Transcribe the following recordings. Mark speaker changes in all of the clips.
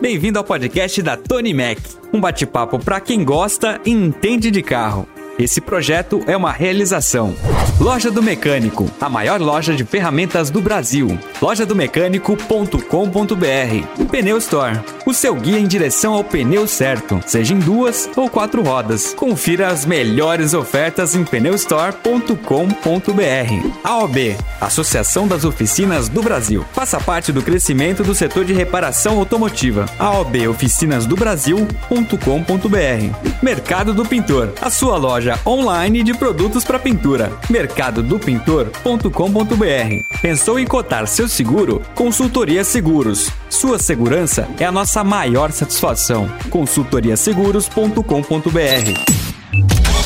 Speaker 1: Bem-vindo ao podcast da Tony Mac, um bate-papo para quem gosta e entende de carro. Esse projeto é uma realização. Loja do Mecânico, a maior loja de ferramentas do Brasil. Lojadomecânico.com.br. Pneu Store, o seu guia em direção ao pneu certo, seja em duas ou quatro rodas. Confira as melhores ofertas em pneustore.com.br. AOB, Associação das Oficinas do Brasil. Faça parte do crescimento do setor de reparação automotiva. aoboficinasdobrasil.com.br. Mercado do Pintor, a sua loja online de produtos para pintura. mercadodopintor.com.br. Pensou em cotar seu seguro? Consultoria Seguros. Sua segurança é a nossa maior satisfação. consultoriaseguros.com.br.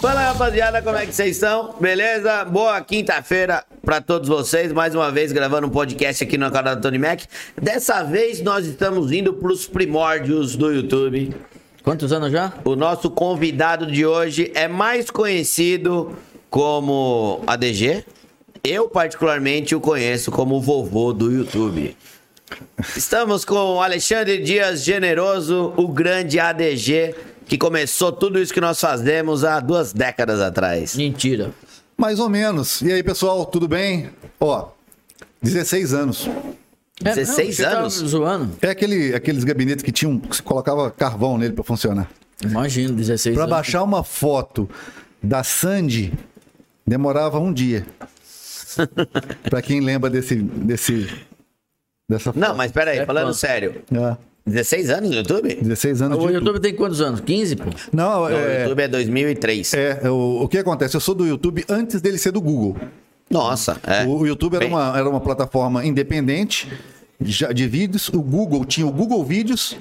Speaker 2: Fala rapaziada, como é que vocês estão? Beleza? Boa quinta-feira pra todos vocês. Mais uma vez gravando um podcast aqui no canal da Tony Mac. Dessa vez nós estamos indo pros primórdios do YouTube.
Speaker 3: Quantos anos já?
Speaker 2: O nosso convidado de hoje é mais conhecido como ADG. Eu, particularmente, o conheço como o vovô do YouTube. Estamos com o Alexandre Dias Generoso, o grande ADG, que começou tudo isso que nós fazemos há duas décadas atrás.
Speaker 3: Mentira.
Speaker 4: Mais ou menos. E aí, pessoal, tudo bem? Ó, 16 anos.
Speaker 3: É, não,
Speaker 2: 16
Speaker 3: você tá
Speaker 2: anos?
Speaker 3: zoando.
Speaker 4: É aquele, aqueles gabinetes que tinham, que se colocava carvão nele pra funcionar.
Speaker 3: Imagino, 16
Speaker 4: Pra
Speaker 3: anos.
Speaker 4: baixar uma foto da Sandy, demorava um dia. Pra quem lembra desse, desse dessa foto.
Speaker 2: Não, mas peraí,
Speaker 3: É
Speaker 2: falando
Speaker 3: quanto?
Speaker 2: sério.
Speaker 4: É,
Speaker 2: 16 anos no YouTube?
Speaker 4: 16 anos
Speaker 3: O
Speaker 4: de
Speaker 3: YouTube tem quantos anos? 15, pô?
Speaker 4: Não,
Speaker 2: Não, O
Speaker 4: é,
Speaker 2: YouTube é 2003.
Speaker 4: é, o, o que acontece? Eu sou do YouTube antes dele ser do Google.
Speaker 2: Nossa, é.
Speaker 4: O o YouTube era
Speaker 2: Bem-
Speaker 4: uma, era uma plataforma independente já- de vídeos. O Google tinha o Google Vídeos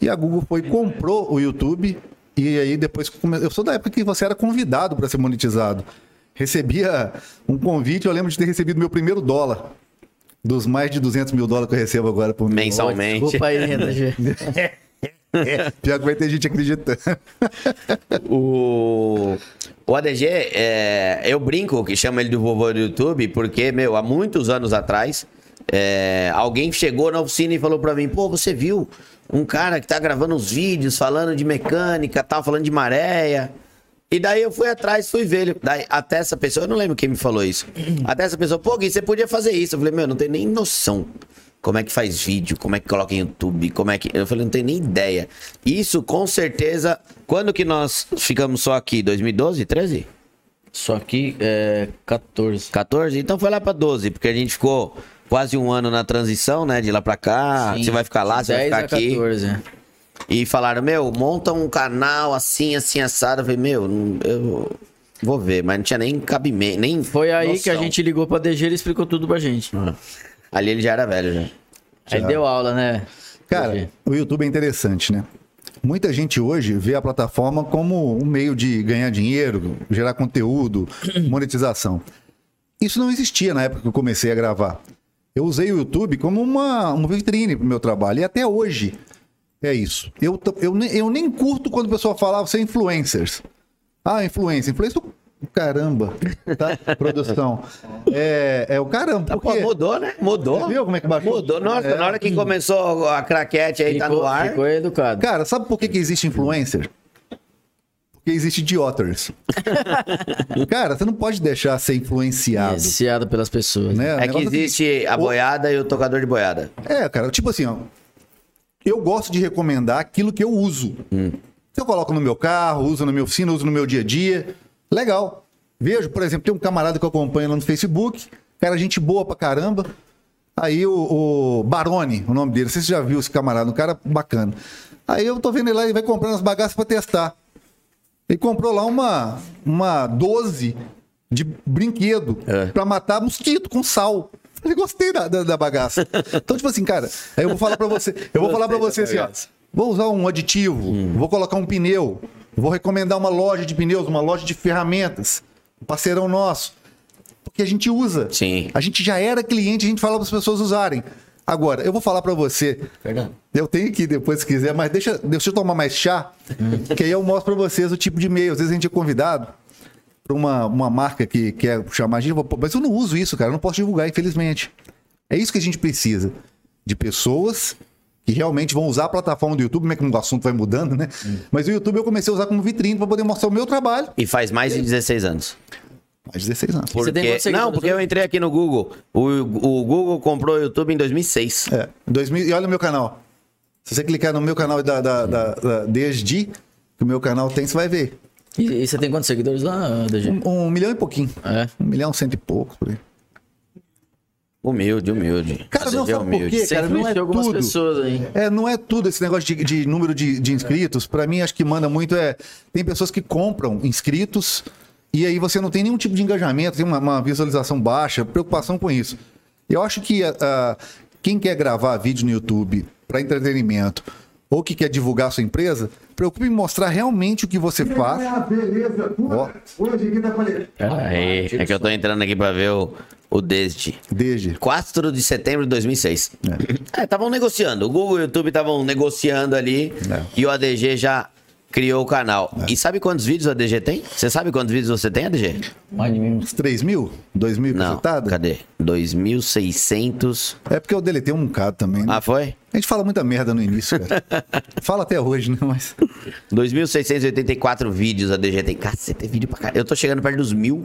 Speaker 4: e a Google foi e comprou o YouTube. E aí depois come- eu sou da época que você era convidado para ser monetizado. Recebia um convite. Eu lembro de ter recebido meu primeiro dólar dos mais de 200 mil dólares que eu recebo agora por mês.
Speaker 2: Mensalmente.
Speaker 3: Desculpa aí, Renan G.
Speaker 4: É, Pior que vai ter gente acreditando.
Speaker 2: O, o ADG, é, eu brinco que chama ele de vovô do YouTube, porque, meu, há muitos anos atrás, é, alguém chegou na oficina e falou pra mim, pô, você viu um cara que tá gravando uns vídeos falando de mecânica, tal, falando de maréia. E daí eu fui atrás, fui ver ele. Daí, até essa pessoa, eu não lembro quem me falou isso. Até essa pessoa, pô, Gui, você podia fazer isso. Eu falei, meu, não tenho nem noção como é que faz vídeo, como é que coloca em YouTube, como é que. Eu falei, não tenho nem ideia. Isso com certeza. Quando que nós ficamos só aqui? 2012, 13?
Speaker 3: Só que é 14.
Speaker 2: 14? Então foi lá pra 12, porque a gente ficou quase um ano na transição, né? De lá pra cá.
Speaker 3: Sim,
Speaker 2: você vai ficar lá,
Speaker 3: de
Speaker 2: você vai
Speaker 3: 10
Speaker 2: ficar
Speaker 3: a
Speaker 2: aqui.
Speaker 3: 14, é.
Speaker 2: E falaram, meu, monta um canal assim, assim, assado. Eu falei, meu, não- eu vou ver, mas não tinha nem cabimento, nem.
Speaker 3: Foi aí que a
Speaker 2: noção. Ah.
Speaker 3: gente ligou pra DG, ele explicou tudo pra gente.
Speaker 2: Ali ele já era velho, já.
Speaker 3: Aí deu aula, né?
Speaker 4: Cara,
Speaker 3: DG?
Speaker 4: o YouTube é interessante, né? Muita gente hoje vê a plataforma como um meio de ganhar dinheiro, gerar conteúdo, monetização. Isso não existia na época que eu comecei a gravar. Eu usei o YouTube como uma, uma vitrine para o meu trabalho. E até hoje é isso. Eu, t- eu, ne- eu nem curto quando o pessoal fala, "Ah, você é influencers. Ah, influencer. Influencer, o caramba. Tá? Produção. É, é o caramba.
Speaker 2: Pô,
Speaker 4: Por quê?
Speaker 2: mudou, né? Mudou.
Speaker 4: Você viu como é que baixou?
Speaker 2: Mudou. Nossa,
Speaker 4: É.
Speaker 2: na hora que começou a craquete aí, tá no
Speaker 3: Ficou-
Speaker 2: ar.
Speaker 3: Ficou educado.
Speaker 4: Cara, sabe por que, que existe influencer? Porque existe idiotas. Cara, você não pode deixar ser influenciado.
Speaker 3: Viciado pelas pessoas.
Speaker 4: Né? O
Speaker 2: É que
Speaker 4: negócio
Speaker 2: existe a boiada e o tocador de boiada.
Speaker 4: É, cara, tipo assim, ó. Eu gosto de recomendar aquilo que eu uso. Eu coloco no meu carro, uso na minha oficina, uso no meu dia a dia. Legal. Vejo, por exemplo, tem um camarada que eu acompanho lá no Facebook, cara, gente boa pra caramba. Aí o, o Barone, o nome dele, não sei se você já viu esse camarada, um cara bacana. Aí eu tô vendo ele lá, ele vai comprando as bagaças pra testar. Ele comprou lá uma, uma 12 de brinquedo
Speaker 2: É.
Speaker 4: pra matar mosquito com sal. Eu gostei da, da, da bagaça. Então, tipo assim, cara, aí eu vou falar pra você. Eu vou falar pra você assim, ó. Vou usar um aditivo, vou colocar um pneu, vou recomendar uma loja de pneus, uma loja de ferramentas, um parceirão nosso. Porque a gente usa.
Speaker 2: Sim.
Speaker 4: A gente já era cliente, a gente fala para as pessoas usarem. Agora, eu vou falar pra você. Eu tenho que ir depois se quiser, mas deixa, deixa eu tomar mais chá, que aí eu mostro pra vocês o tipo de e-mail. Às vezes a gente é convidado pra uma, uma marca que quer chamar a gente, eu vou, "Pô, mas eu não uso isso, cara, eu não posso divulgar, infelizmente. É isso que a gente precisa. De pessoas que realmente vão usar a plataforma do YouTube, como é que o assunto vai mudando, né? Mas o YouTube eu comecei a usar como vitrine para poder mostrar o meu trabalho.
Speaker 2: E faz mais de 16 anos.
Speaker 4: Mais de 16 anos.
Speaker 3: Você tem
Speaker 2: Porque-
Speaker 3: quantos seguidores
Speaker 2: não, porque
Speaker 3: hoje?
Speaker 2: eu entrei aqui no Google. O, o Google comprou o YouTube em 2006.
Speaker 4: É, 2000, e olha o meu canal. Se você clicar no meu canal da, da, da- da- desde que o meu canal tem, você vai ver.
Speaker 3: E, e você tem quantos seguidores lá,
Speaker 2: Hum.
Speaker 3: DG?
Speaker 4: Um, um milhão e pouquinho.
Speaker 3: É.
Speaker 4: Um milhão, cento e pouco. Por aí.
Speaker 2: Humilde, humilde.
Speaker 4: Cara,
Speaker 2: Às
Speaker 4: não,
Speaker 2: vezes é
Speaker 4: sabe por quê?
Speaker 3: Você
Speaker 4: Cara, não é
Speaker 3: influenciou algumas
Speaker 4: tudo.
Speaker 3: pessoas aí.
Speaker 4: É, não é tudo esse negócio de, de número de, de inscritos. Pra mim, acho que manda muito é. Tem pessoas que compram inscritos e aí você não tem nenhum tipo de engajamento, tem uma, uma visualização baixa, preocupação com isso. Eu acho que a- a- quem quer gravar vídeo no YouTube pra entretenimento ou que quer divulgar a sua empresa, preocupe em mostrar realmente o que você faz.
Speaker 5: É, beleza pura. Hoje aqui tá falei.
Speaker 2: Pera aí, é que eu tô entrando aqui pra ver o, o desde.
Speaker 4: Desde.
Speaker 2: 4 de setembro de 2006. É, estavam negociando. O Google e o YouTube estavam negociando ali.
Speaker 4: É.
Speaker 2: E o ADG já criou o canal. E sabe quantos vídeos o ADG tem? Você sabe quantos vídeos você tem, ADG?
Speaker 3: Mais de mim.
Speaker 4: Uns 3 mil? 2 mil
Speaker 2: Não.
Speaker 4: cacetada?
Speaker 2: Cadê? 2.600.
Speaker 4: É porque eu deletei um bocado também. né?
Speaker 2: Ah, foi?
Speaker 4: A gente fala muita merda no início, cara. fala até hoje, né? Mas.
Speaker 2: 2.684 vídeos a DG tem. Cacete, tem vídeo pra caralho. Eu tô chegando perto dos mil.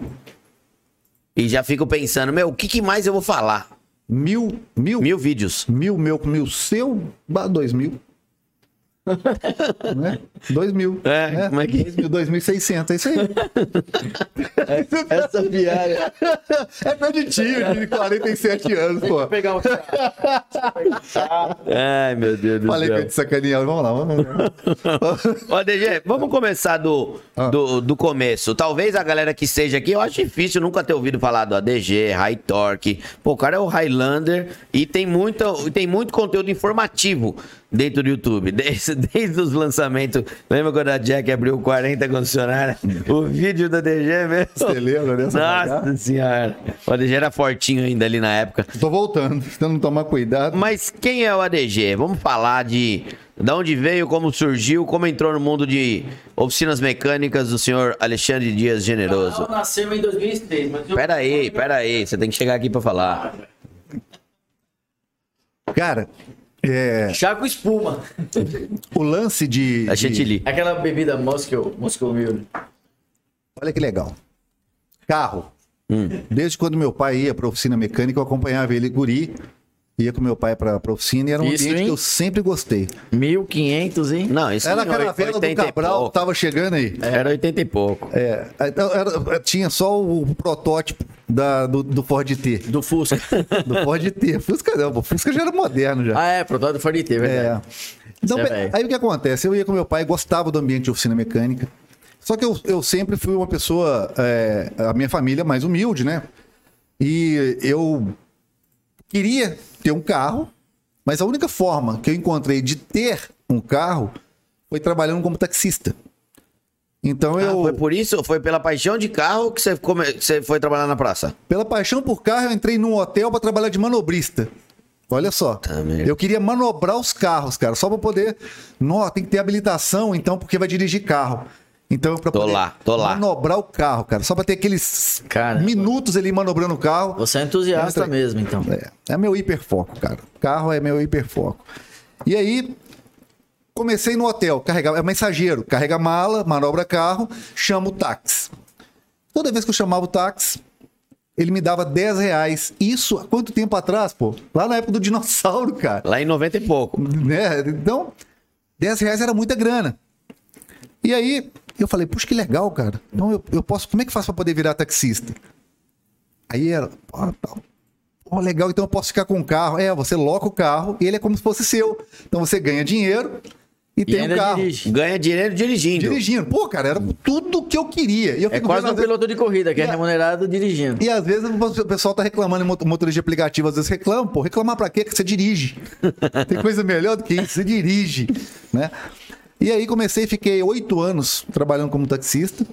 Speaker 2: E já fico pensando, meu, o que, que mais eu vou falar?
Speaker 4: Mil, mil,
Speaker 2: Mil vídeos.
Speaker 4: Mil meu com mil seu, bah, dois mil. né? Dois mil.
Speaker 2: É,
Speaker 4: né?
Speaker 2: como é que-
Speaker 4: Dois mil, dois mil e seiscentos, é isso aí.
Speaker 2: Essa viagem.
Speaker 4: É meu de tio, de 47 anos, pô.
Speaker 3: Pegar um
Speaker 2: Ai, meu Deus do
Speaker 4: Falei que eu ia
Speaker 2: céu.
Speaker 4: te sacanear, vamos lá, vamos lá.
Speaker 2: Ó, DG, vamos começar do,
Speaker 4: Ah.
Speaker 2: do, do começo. Talvez a galera que esteja aqui, eu acho difícil nunca ter ouvido falar do ADG, High Torque. Pô, o cara é o Highlander e tem, muita, tem muito conteúdo informativo dentro do YouTube. Desde, desde os lançamentos. Lembra quando a Jack abriu 40 concessionárias? O vídeo da DG mesmo.
Speaker 4: Você lembra dessa
Speaker 2: Nossa
Speaker 4: bagaça?
Speaker 2: senhora. O ADG era fortinho ainda ali na época.
Speaker 4: Tô voltando, tentando não tomar cuidado.
Speaker 2: Mas quem é o ADG? Vamos falar de de onde veio, como surgiu, como entrou no mundo de oficinas mecânicas do senhor Alexandre Dias Generoso.
Speaker 3: nasceu em 2006, mas eu...
Speaker 2: Pera aí, pera aí, você tem que chegar aqui pra falar.
Speaker 4: Cara, é,
Speaker 3: Chá com espuma.
Speaker 4: o lance de.
Speaker 2: A
Speaker 4: de-
Speaker 2: chantilly.
Speaker 3: Aquela bebida Moscow, Moscow Mule.
Speaker 4: Olha que legal. Carro.
Speaker 2: Hum.
Speaker 4: Desde quando meu pai ia pra oficina mecânica, eu acompanhava ele guri. Ia com meu pai pra, pra oficina e era um
Speaker 3: Isso,
Speaker 4: ambiente
Speaker 3: hein?
Speaker 4: que eu sempre gostei.
Speaker 3: 1500, hein?
Speaker 2: Não, isso é
Speaker 4: Era a
Speaker 2: em
Speaker 4: caravela do
Speaker 2: 80 e
Speaker 4: Cabral tá, que
Speaker 2: pouco.
Speaker 4: tava chegando aí.
Speaker 2: Era 80 e pouco.
Speaker 4: É, então era- tinha só o protótipo da- do, do Ford T.
Speaker 3: Do Fusca.
Speaker 4: Do Ford T. Fusca não, pô. Fusca já era moderno já.
Speaker 3: ah, é, protótipo Ford T,
Speaker 4: É.
Speaker 3: verdade.
Speaker 4: Então,
Speaker 3: Isso é
Speaker 4: pe-
Speaker 3: velho.
Speaker 4: aí o que acontece? Eu ia com meu pai, gostava do ambiente de oficina mecânica. Só que eu, eu sempre fui uma pessoa, é, a minha família é mais humilde, né? E eu queria ter um carro, mas a única forma que eu encontrei de ter um carro foi trabalhando como taxista. Então
Speaker 2: Ah,
Speaker 4: eu,
Speaker 2: foi por isso, foi pela paixão de carro que você, come- você foi trabalhar na praça.
Speaker 4: pela paixão por carro, eu entrei num hotel para trabalhar de manobrista. Olha só.
Speaker 2: merda.
Speaker 4: Eu queria manobrar os carros, cara, só para poder. Nossa, tem que ter habilitação, então, porque vai dirigir carro. Então, para
Speaker 2: Tô
Speaker 4: poder
Speaker 2: lá, tô lá.
Speaker 4: manobrar o carro, cara, só para ter aqueles
Speaker 3: Cara.
Speaker 4: minutos ali manobrando o carro.
Speaker 3: Você é entusiasta
Speaker 4: Entra-
Speaker 3: mesmo, então.
Speaker 4: É, é meu hiperfoco, cara. Carro é meu hiperfoco. E aí, comecei no hotel, carregava, é mensageiro, carrega mala, manobra carro, chama o táxi. Toda vez que eu chamava o táxi, ele me dava 10 reais. Isso há quanto tempo atrás, pô? Lá na época do dinossauro, cara
Speaker 2: Lá em 90 e pouco.
Speaker 4: né? Então, 10 reais era muita grana. E aí, eu falei, puxa, que legal, cara. Então, eu, eu posso, como é que faço pra poder virar taxista? Aí era, ó, tal. Ó, legal, então eu posso ficar com o carro. É, você loca o carro e ele é como se fosse seu. Então, você ganha dinheiro e,
Speaker 3: E
Speaker 4: tem o
Speaker 3: ainda
Speaker 4: carro.
Speaker 3: dirige.
Speaker 2: Ganha dinheiro dirigindo.
Speaker 4: Dirigindo. Pô, cara, era tudo que eu queria. E eu
Speaker 3: É
Speaker 4: fico
Speaker 3: quase
Speaker 4: vendo,
Speaker 3: um
Speaker 4: às vezes-
Speaker 3: piloto de corrida, que é remunerado dirigindo.
Speaker 4: e às vezes o pessoal tá reclamando em mot- motorista de aplicativo, às vezes reclama, pô, reclamar pra quê? Que você dirige. Tem coisa melhor do que isso, você dirige, né? E aí comecei, fiquei oito anos trabalhando como taxista.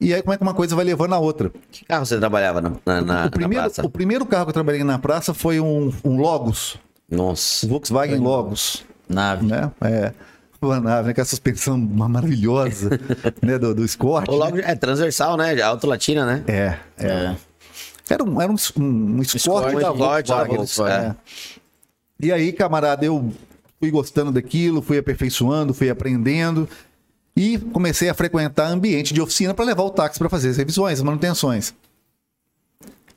Speaker 4: E aí como é que uma coisa vai levando a outra?
Speaker 2: Que carro você trabalhava na, na, Ah, na- na
Speaker 4: O primeiro,
Speaker 2: praça?
Speaker 4: o primeiro carro que eu trabalhei na praça foi um, um Logos, um
Speaker 2: Nossa.
Speaker 4: Volkswagen Logos,
Speaker 3: Nave.
Speaker 4: né? É, uma nave, né? Com a suspensão maravilhosa, né? Do, do Escort.
Speaker 2: Ou logo né? é transversal, né? Auto latina, né?
Speaker 4: É, é.
Speaker 3: É.
Speaker 4: Era um, era um, es- um, um esporte
Speaker 3: Escort,
Speaker 4: da
Speaker 3: um esporte da
Speaker 4: Volkswagen.
Speaker 3: Volkswagen.
Speaker 4: É. E aí, camarada, eu fui gostando daquilo, fui aperfeiçoando, fui aprendendo e comecei a frequentar ambiente de oficina para levar o táxi para fazer as revisões, as manutenções.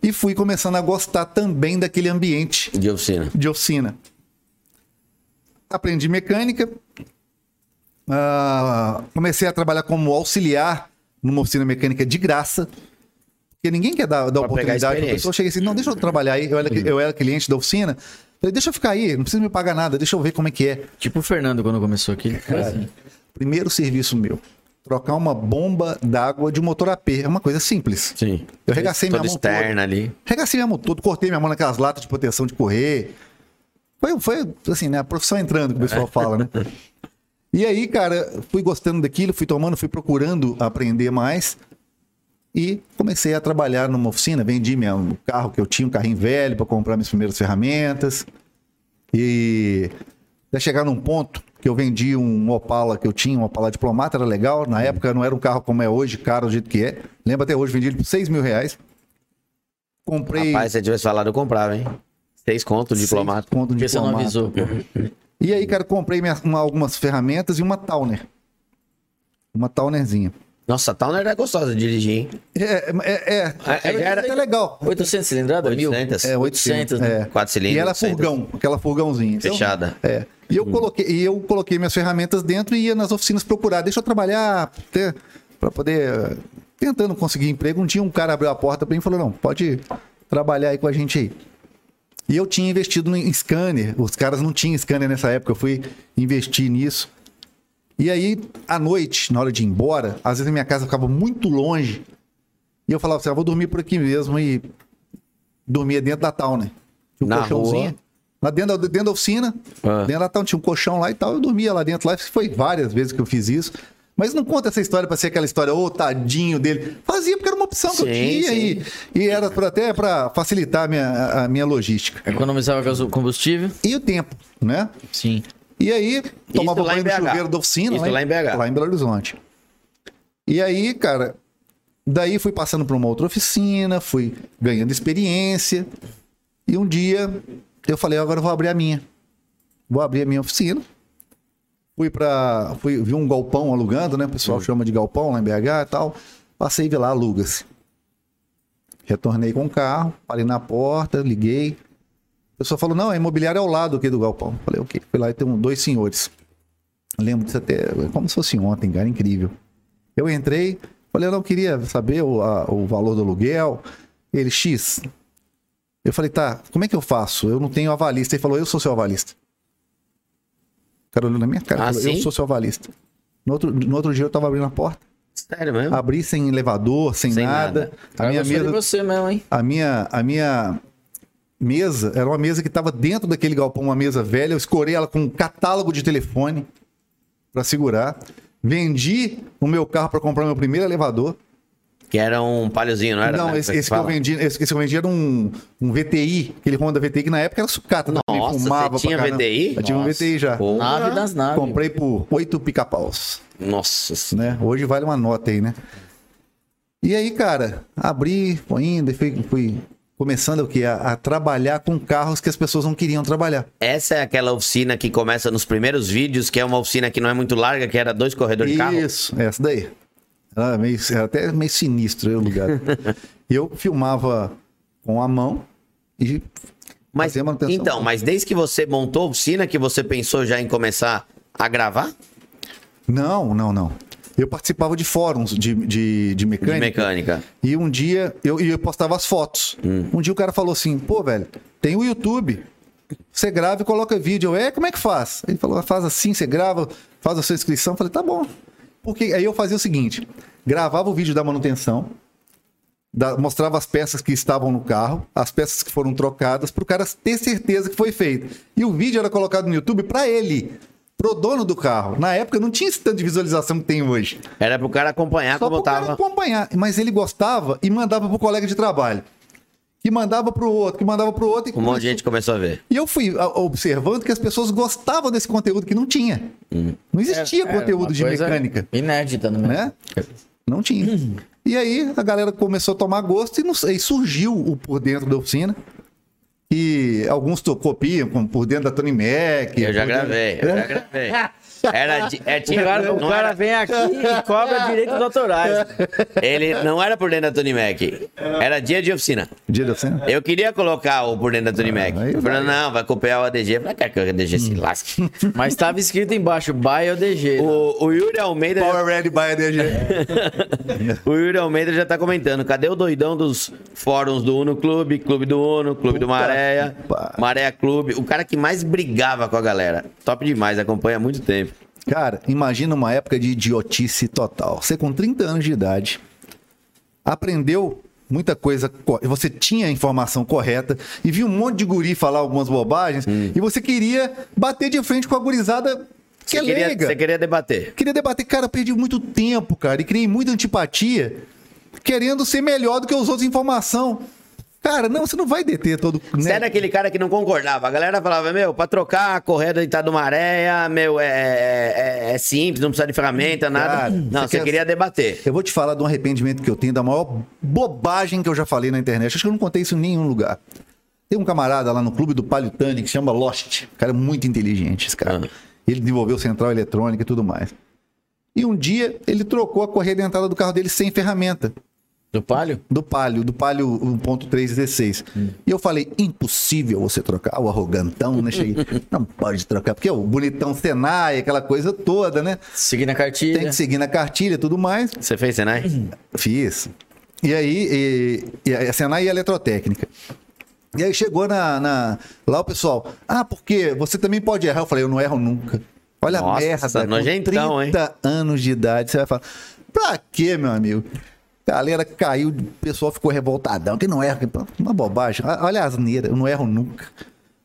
Speaker 4: E fui começando a gostar também daquele ambiente
Speaker 2: De oficina.
Speaker 4: de oficina. Aprendi mecânica. ah, comecei a trabalhar como auxiliar numa oficina mecânica de graça. Porque ninguém quer dar,
Speaker 2: Pra
Speaker 4: dar
Speaker 2: pegar
Speaker 4: oportunidade pra
Speaker 2: experiência.
Speaker 4: pessoa. Eu cheguei assim, não, deixa eu trabalhar aí. Eu era, eu era cliente da oficina. Falei, deixa eu ficar aí, não precisa me pagar nada, deixa eu ver como é que é.
Speaker 3: Tipo o Fernando quando começou aqui. ele foi assim.
Speaker 4: Primeiro serviço meu. Trocar uma bomba d'água de um motor AP. É uma coisa simples.
Speaker 2: Sim.
Speaker 4: Eu arregacei minha
Speaker 2: Toda
Speaker 4: mão toda.
Speaker 2: externa ali.
Speaker 4: Regacei minha mão todo, cortei minha mão naquelas latas de proteção de correr. Foi, foi assim, né? A profissão entrando, que o pessoal fala, né? E aí, cara, fui gostando daquilo, fui tomando, fui procurando aprender mais. E comecei a trabalhar numa oficina, vendi minha- o carro que eu tinha, um carrinho velho, para comprar minhas primeiras ferramentas. E até chegar num ponto que eu vendi um Opala que eu tinha, um Opala diplomata, era legal.
Speaker 2: Uhum.
Speaker 4: Na época não era um carro como é hoje, caro do jeito que é. Lembro até hoje, vendi ele por 6 mil reais. Comprei.
Speaker 2: Rapaz, se você tivesse falado, eu comprava, hein? Seis conto,
Speaker 4: seis
Speaker 2: diplomata.
Speaker 4: conto de
Speaker 3: Porque você não
Speaker 4: diplomata.
Speaker 3: avisou. pô.
Speaker 4: E aí, cara, comprei minha- uma- algumas ferramentas e uma Towner. Uma Townerzinha.
Speaker 2: Nossa, a Towner era gostosa de dirigir, hein?
Speaker 4: É, é, é,
Speaker 2: É,
Speaker 4: era,
Speaker 2: já era-
Speaker 4: até legal.
Speaker 3: 800 cilindrada? 1000?
Speaker 2: 800.
Speaker 4: É,
Speaker 3: 800,
Speaker 4: 800,
Speaker 3: né?
Speaker 4: é.
Speaker 2: Quatro cilindros.
Speaker 4: E ela é
Speaker 2: 800.
Speaker 4: furgão, aquela furgãozinha. Então,
Speaker 2: Fechada.
Speaker 4: É. E eu, coloquei, e eu coloquei minhas ferramentas dentro e ia nas oficinas procurar. Deixa eu trabalhar até, pra poder. eh, Tentando conseguir emprego. Um dia um cara abriu a porta pra mim e falou: não, pode trabalhar aí com a gente aí. E eu tinha investido no- em scanner. Os caras não tinham scanner nessa época. Eu fui investir nisso. E aí, à noite, na hora de ir embora, às vezes a minha casa ficava muito longe. E eu falava assim: ah, vou dormir por aqui mesmo. E dormia dentro da tal, né? Tinha um
Speaker 2: Na
Speaker 4: colchãozinho.
Speaker 2: rua?
Speaker 4: Lá dentro, da- dentro da oficina,
Speaker 2: Ah.
Speaker 4: dentro da tal, tinha um colchão lá e tal. Eu dormia lá dentro. Lá foi várias vezes que eu fiz isso. Mas não conta essa história pra ser aquela história, ô tadinho dele. Fazia porque era uma opção que eu
Speaker 2: Sim,
Speaker 4: tinha
Speaker 2: sim.
Speaker 4: E, e era pra- até para facilitar a minha, a- a minha logística
Speaker 3: Economizava gaso- combustível?
Speaker 4: e o tempo, né?
Speaker 3: Sim.
Speaker 4: E aí, tomava
Speaker 2: lá em
Speaker 4: banho no
Speaker 2: BH.
Speaker 4: chuveiro da oficina.
Speaker 2: Isso lá em BH.
Speaker 4: Lá em Belo Horizonte. E aí, cara, daí fui passando para uma outra oficina, fui ganhando experiência. E um dia eu falei, agora eu vou abrir a minha. Vou abrir a minha oficina. Fui pra. Fui, vi um galpão alugando, né? O pessoal
Speaker 2: Uhum.
Speaker 4: chama de galpão lá em BH e tal. Passei de lá, aluga-se. Retornei com o carro, parei na porta, liguei. O pessoal falou: não, a imobiliária é ao lado aqui do galpão. Falei, ok. Fui lá e tem um- dois senhores. Lembro disso até é como se fosse ontem, cara, incrível. Eu entrei, falei, eu não queria saber o, a- o valor do aluguel. Ele, X. Eu falei, tá, como é que eu faço? Eu não tenho avalista. Ele falou, eu sou seu avalista. O cara olhou na minha cara,
Speaker 2: Ah,
Speaker 4: falou,
Speaker 2: sim?
Speaker 4: eu sou seu avalista. No outro, no outro dia eu tava abrindo a porta,
Speaker 2: Sério mesmo?
Speaker 4: abri sem elevador, sem,
Speaker 2: Sem nada.
Speaker 4: nada. A minha
Speaker 3: gostou de
Speaker 4: mesa
Speaker 3: você mesmo, hein?
Speaker 4: a minha, a minha mesa era uma mesa que estava dentro daquele galpão, uma mesa velha. Eu escorei ela com um catálogo de telefone para segurar. Vendi o meu carro para comprar meu primeiro elevador.
Speaker 2: Que era um palhozinho, não era?
Speaker 4: não,
Speaker 2: né?
Speaker 4: esse,
Speaker 2: Você
Speaker 4: esse que eu
Speaker 2: fala.
Speaker 4: vendi, esse, esse que eu vendi era um, um VTI, aquele Honda VTI que na época era sucata. né? também,
Speaker 2: Nossa, você
Speaker 4: pra
Speaker 2: tinha
Speaker 4: caramba.
Speaker 2: VTI?
Speaker 4: Eu tinha um
Speaker 2: Nossa.
Speaker 4: VTI já.
Speaker 2: Pô.
Speaker 3: Nave das naves.
Speaker 4: Comprei por oito pica-paus
Speaker 2: Nossa senhora.
Speaker 4: né? Hoje vale uma nota aí, né? E aí, cara, abri, foi indo, e fui, fui começando o quê? A, a trabalhar com carros que as pessoas não queriam trabalhar.
Speaker 2: Essa é aquela oficina que começa nos primeiros vídeos, que é uma oficina que não é muito larga, que era dois corredores de carro.
Speaker 4: Isso, é essa daí. Era, meio, era até meio sinistro aí o lugar. eu filmava com a mão e
Speaker 2: Mas,
Speaker 4: fazia manutenção.
Speaker 2: então, mas desde que você montou a oficina, que você pensou já em começar a gravar?
Speaker 4: Não, não, não. Eu participava de fóruns de, de, de mecânica.
Speaker 2: De mecânica.
Speaker 4: E um dia eu, e eu postava as fotos. Um dia o cara falou assim: pô, velho, tem o YouTube. Você grava e coloca vídeo. Eu, é, como é que faz? Ele falou: faz assim, você grava, faz a sua inscrição. Eu falei: tá bom. Porque aí eu fazia o seguinte: gravava o vídeo da manutenção, da- mostrava as peças que estavam no carro, as peças que foram trocadas, para o cara ter certeza que foi feito. E o vídeo era colocado no YouTube para ele, pro dono do carro. Na época não tinha esse tanto de visualização que tem hoje.
Speaker 2: Era pro cara acompanhar
Speaker 4: Só
Speaker 2: como
Speaker 4: pro
Speaker 2: É, eu tava.
Speaker 4: cara acompanhar. Mas ele gostava e mandava pro colega de trabalho. Que mandava pro outro, que mandava pro outro. E,
Speaker 2: Um monte de
Speaker 4: começou-
Speaker 2: gente começou a ver.
Speaker 4: e eu fui a- observando que as pessoas gostavam desse conteúdo que não
Speaker 2: Hum.
Speaker 4: tinha. Não existia
Speaker 3: Era É, uma
Speaker 4: conteúdo de
Speaker 3: coisa
Speaker 4: mecânica,
Speaker 3: Inédita no meu.
Speaker 2: Hum.
Speaker 4: né? Não tinha. E aí a galera começou a tomar gosto e, não sei, surgiu o por dentro da oficina. E alguns to- copiam, como por dentro da Tony Mac.
Speaker 2: Eu já
Speaker 4: por dentro-
Speaker 2: gravei, eu já gravei. Era, de- é,
Speaker 6: O
Speaker 2: tinha,
Speaker 6: cara, o
Speaker 2: não
Speaker 6: cara
Speaker 2: era-
Speaker 6: vem aqui e cobra direitos autorais.
Speaker 2: ele não era por dentro da Tony Mac. Era dia de oficina.
Speaker 4: Dia da oficina.
Speaker 2: Eu queria colocar o por dentro da Tony Mac.
Speaker 4: aí
Speaker 2: Eu falei, não, vai copiar o ADG. Eu falei, "Ah, quer que o ADG se lasque.
Speaker 3: Mas tava escrito embaixo, by ODG.
Speaker 2: O, o Yuri Almeida.
Speaker 4: Power Red by DG.
Speaker 2: O Yuri Almeida já tá comentando. Cadê o doidão dos fóruns do Uno Clube, Clube do Uno, Clube do
Speaker 4: Puta
Speaker 2: Maréia,
Speaker 4: que pariu.
Speaker 2: Maréia Clube? O cara que mais brigava com a galera. Top demais, acompanha há muito tempo.
Speaker 4: Cara, imagina uma época de idiotice total. Você com 30 anos de idade, aprendeu muita coisa, co- você tinha a informação correta e viu um monte de guri falar algumas bobagens
Speaker 2: Hum.
Speaker 4: e você queria bater de frente com a gurizada que é
Speaker 2: Você queria,
Speaker 4: leiga.
Speaker 2: você queria debater.
Speaker 4: Queria debater, cara, eu perdi muito tempo, cara, e criei muita antipatia, querendo ser melhor do que os outros em informação. Cara, não, você não vai deter todo.
Speaker 2: Você é
Speaker 4: né?
Speaker 2: era aquele cara que não concordava. A galera falava, meu, pra trocar a corrida de Itado Maréia, meu, é, é- é- é simples, não precisa de ferramenta, nada.
Speaker 4: Cara,
Speaker 2: não,
Speaker 4: Hum, você
Speaker 2: você
Speaker 4: quer-
Speaker 2: queria debater.
Speaker 4: Eu vou te falar de um arrependimento que eu tenho, da maior bobagem que eu já falei na internet. Acho que eu não contei isso em nenhum lugar. Tem um camarada lá no clube do Paliutani que chama Lost. O cara é muito inteligente, esse cara.
Speaker 2: Ah.
Speaker 4: Ele desenvolveu central eletrônica e tudo mais. E um dia ele trocou a correia dentada do carro dele sem ferramenta.
Speaker 3: Do Palio?
Speaker 4: Do Palio, do Palio 1.316. E eu falei, impossível você trocar, o arrogantão, né? Cheguei, não pode trocar, porque é o bonitão Senai, aquela coisa toda, né?
Speaker 3: Seguindo a cartilha.
Speaker 4: Tem
Speaker 6: É.
Speaker 4: que seguir na cartilha e tudo mais.
Speaker 2: Você fez né? Senai?
Speaker 4: Fiz. E aí, e, e a Senai e a Eletrotécnica. E aí chegou na, na- lá o pessoal. Ah, porque você também pode errar. Eu falei, eu não erro nunca. Olha
Speaker 2: Nossa, tá
Speaker 4: a merda.
Speaker 2: nojentão,
Speaker 4: com 30 anos de idade, você vai falar. Pra quê, meu amigo? Galera caiu, o pessoal ficou revoltadão. Que não erra, que- uma bobagem. Ah, Olha a asneira, eu não erro nunca.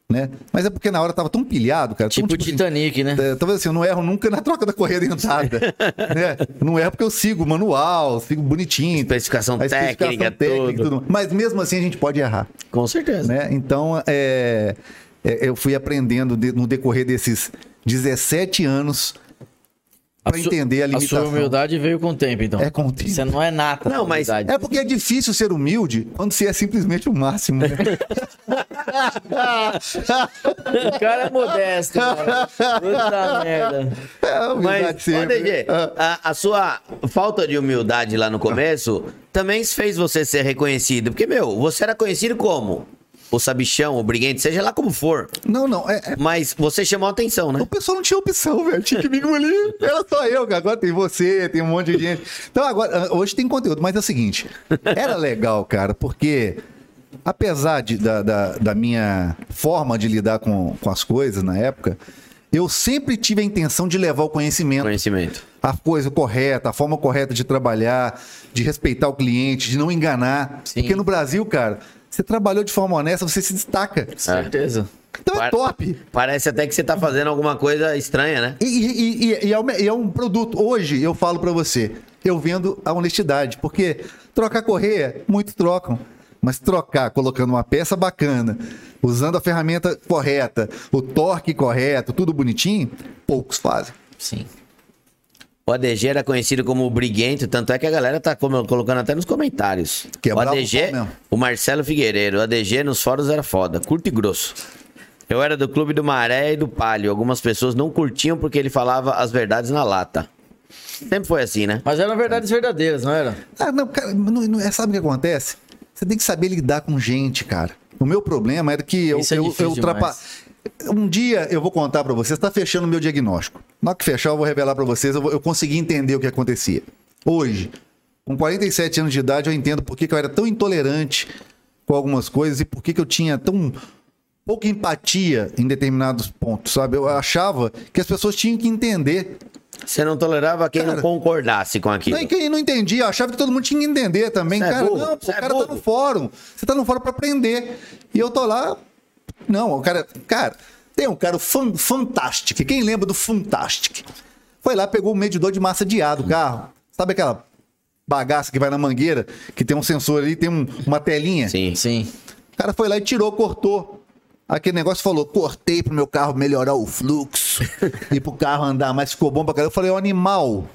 Speaker 4: Né? Mas é porque na hora eu tava tão pilhado, cara. tão,
Speaker 3: Tipo
Speaker 4: assim,
Speaker 3: Titanic, né?
Speaker 4: é, Talvez assim, eu não erro nunca na troca da correia dentada. né? Eu Não erro porque eu sigo o manual, sigo bonitinho.
Speaker 2: Especificação
Speaker 4: a
Speaker 2: técnica, tudo.
Speaker 4: tudo. Mas mesmo assim a gente pode errar.
Speaker 2: Com certeza.
Speaker 4: Né? Então, é, é, eu fui aprendendo de- no decorrer desses 17 anos para
Speaker 3: su-
Speaker 4: entender a
Speaker 3: a sua
Speaker 4: limitação.
Speaker 3: humildade veio com o tempo, então.
Speaker 4: É com o tempo.
Speaker 3: Você não é nata.
Speaker 2: Não,
Speaker 3: na
Speaker 2: mas-
Speaker 3: humildade.
Speaker 4: É porque é difícil ser humilde quando você é simplesmente o máximo. né?
Speaker 3: O cara é modesto, cara. Puta merda.
Speaker 4: É a humildade
Speaker 2: Mas, ô,
Speaker 4: sempre.
Speaker 2: DG,
Speaker 4: Ah.
Speaker 2: a, a sua falta de humildade lá no começo também fez você ser reconhecido. Porque, meu, você era conhecido como o sabichão, o briguente, seja lá como for.
Speaker 4: Não, não. É, é-
Speaker 2: Mas você chamou atenção, né?
Speaker 4: O pessoal não tinha opção, velho. Tinha que me engolir. Era só eu, cara. Agora tem você, tem um monte de gente. Então, agora, ah, hoje tem conteúdo, mas é o seguinte: era legal, cara, porque apesar de- da, da- da minha forma de lidar com, com as coisas na época, eu sempre tive a intenção de levar o conhecimento
Speaker 2: Conhecimento.
Speaker 4: a coisa correta, a forma correta de trabalhar, de respeitar o cliente, de não enganar.
Speaker 3: Sim.
Speaker 4: Porque no Brasil, cara, você trabalhou de forma honesta, você se destaca.
Speaker 3: Certeza.
Speaker 4: Então
Speaker 2: Para-
Speaker 4: é top.
Speaker 2: Parece até que você tá fazendo alguma coisa estranha, né?
Speaker 4: E, e- e- e é um, e é um produto. Hoje eu falo pra você, eu vendo a honestidade, porque trocar correia, muitos trocam. Mas trocar colocando uma peça bacana, usando a ferramenta correta, o torque correto, tudo bonitinho, poucos fazem.
Speaker 3: Sim.
Speaker 2: O ADG era conhecido como o briguento, tanto é que a galera tá como- colocando até nos comentários.
Speaker 4: Que é
Speaker 2: o
Speaker 4: bravo
Speaker 2: ADG,
Speaker 4: mesmo.
Speaker 2: o Marcelo Figueiredo, o ADG nos fóruns era foda, curto e grosso. Eu era do clube do Maré e do Palio. Algumas pessoas não curtiam porque ele falava as verdades na lata. Sempre foi assim, né?
Speaker 3: Mas eram verdades verdadeiras, não era?
Speaker 4: Ah, não, cara, não, não- é, sabe o que acontece? Você tem que saber lidar com gente, cara. O meu problema era que eu,
Speaker 3: Isso é
Speaker 4: eu,
Speaker 3: difícil
Speaker 4: eu ultrapa- Um dia eu vou contar pra vocês, tá fechando o meu diagnóstico. Na hora que fechar, eu vou revelar pra vocês, eu, vou- eu consegui entender o que acontecia. Hoje, com 47 anos de idade, eu entendo por que, que eu era tão intolerante com algumas coisas e por que, que eu tinha tão pouca empatia em determinados pontos, sabe? Eu achava que as pessoas tinham que entender
Speaker 2: Você não tolerava quem não
Speaker 4: Cara,
Speaker 2: concordasse com aquilo.
Speaker 4: não, é e quem não entendia, achava que todo mundo tinha que entender também.
Speaker 2: Você é
Speaker 4: cara,
Speaker 2: burro,
Speaker 4: não, pô,
Speaker 2: você
Speaker 4: o
Speaker 2: é
Speaker 4: cara tá
Speaker 2: burro.
Speaker 4: no fórum. Você tá no fórum pra aprender. E eu tô lá. Não, o cara. Cara, tem um cara fan, fantástico. Quem lembra do Fantastic? Foi lá, pegou o medidor de massa de ar do carro. Sabe aquela bagaça que vai na mangueira, que tem um sensor ali, tem um- uma telinha?
Speaker 2: Sim.
Speaker 3: Sim.
Speaker 4: O cara foi lá e tirou, cortou. Aquele negócio falou, cortei pro meu carro melhorar o fluxo e pro carro andar mais, ficou bom pra caramba. Eu falei, ô animal,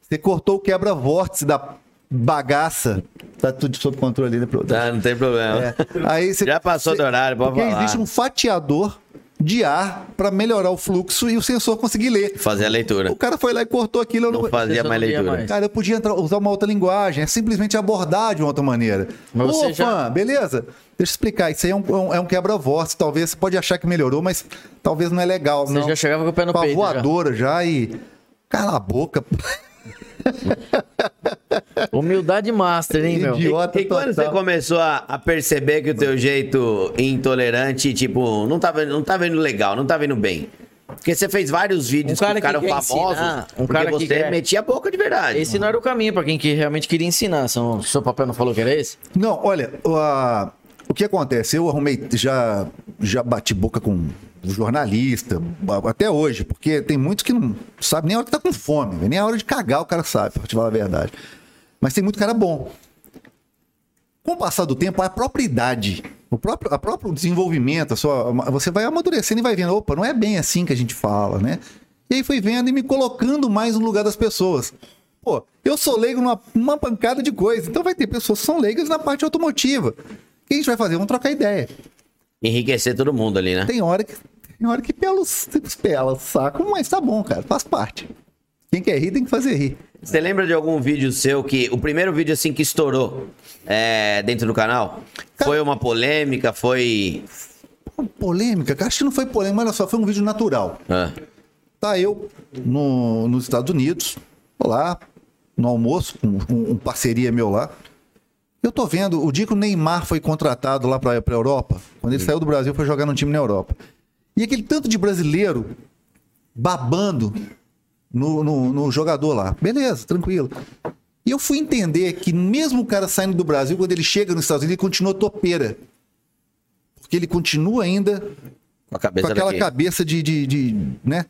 Speaker 4: você cortou o quebra-vórtice da bagaça, tá tudo sob controle, né, produtor?
Speaker 2: Tá, não tem problema.
Speaker 4: É. Aí cê-
Speaker 2: Já passou do horário, pode
Speaker 4: Porque
Speaker 2: falar.
Speaker 4: existe um fatiador de ar para melhorar o fluxo e o sensor conseguir ler.
Speaker 2: Fazer a leitura.
Speaker 4: O cara foi lá e cortou aquilo. eu
Speaker 2: Não fazia
Speaker 6: Você só
Speaker 2: mais
Speaker 6: não via
Speaker 2: leitura.
Speaker 6: mais.
Speaker 4: Cara, eu podia entrar- usar uma outra linguagem, é simplesmente abordar de uma outra maneira.
Speaker 6: Mas
Speaker 4: Ô,
Speaker 6: você já-
Speaker 4: fã, beleza? Deixa eu explicar, isso aí é um, é um- é um quebra-voz, talvez você pode achar que melhorou, mas talvez não é legal,
Speaker 6: Você
Speaker 4: não.
Speaker 6: já chegava com o pé no
Speaker 4: Com a
Speaker 6: peito. já.
Speaker 4: voadora já. e... Cala a boca,
Speaker 6: Humildade master, hein, meu?
Speaker 4: idiota
Speaker 2: E quando você
Speaker 4: total.
Speaker 2: começou a, a perceber que o teu jeito intolerante, tipo, não tava, não tava indo legal, não tava indo bem? Porque você fez vários vídeos
Speaker 6: Um cara
Speaker 2: que
Speaker 6: que
Speaker 2: ficaram
Speaker 6: quer
Speaker 2: famosos,
Speaker 6: ensinar, um
Speaker 2: porque
Speaker 6: cara que
Speaker 2: você
Speaker 6: quer-
Speaker 2: metia a boca de verdade.
Speaker 6: Esse não era o caminho pra quem que realmente queria ensinar. São... Seu papel não falou que era esse?
Speaker 4: Não, olha, o- a- o que acontece? Eu arrumei, já, já bati boca com jornalista, a- até hoje, porque tem muitos que não sabe nem a hora que tá com fome, nem a hora de cagar o cara sabe, pra te falar a verdade. Mas tem muito cara bom. Com o passar do tempo, a própria idade, o próprio, a próprio desenvolvimento, a sua, você vai amadurecendo e vai vendo, opa, não é bem assim que a gente fala, né? E aí fui vendo e me colocando mais no lugar das pessoas. Pô, eu sou leigo numa uma pancada de coisa, então vai ter pessoas que são leigas na parte automotiva. O que a gente vai fazer? Vamos trocar ideia.
Speaker 2: Enriquecer todo mundo ali, né?
Speaker 4: Tem hora que, tem hora que pelos, pela, saco, mas tá bom, cara, faz parte. Quem quer rir tem que fazer rir.
Speaker 2: Você lembra de algum vídeo seu que. O primeiro vídeo assim que estourou é, dentro do canal? Foi uma polêmica, foi.
Speaker 4: Polêmica, cara, acho que não foi polêmica, mas olha só, foi um vídeo natural.
Speaker 2: Ah,
Speaker 4: Tá eu no, nos Estados Unidos, lá, no almoço, com um, um parceria meu lá. Eu tô vendo, o dia que o Neymar foi contratado lá pra, pra Europa, quando ele saiu do Brasil, foi jogar num time na Europa. E aquele tanto de brasileiro babando no, no, no jogador lá. Beleza, tranquilo. E eu fui entender que mesmo o cara saindo do Brasil, quando ele chega nos Estados Unidos, ele continua topeira. Porque ele continua ainda
Speaker 2: com a cabeça
Speaker 4: com aquela
Speaker 2: daqui.
Speaker 4: cabeça de, de, de, né?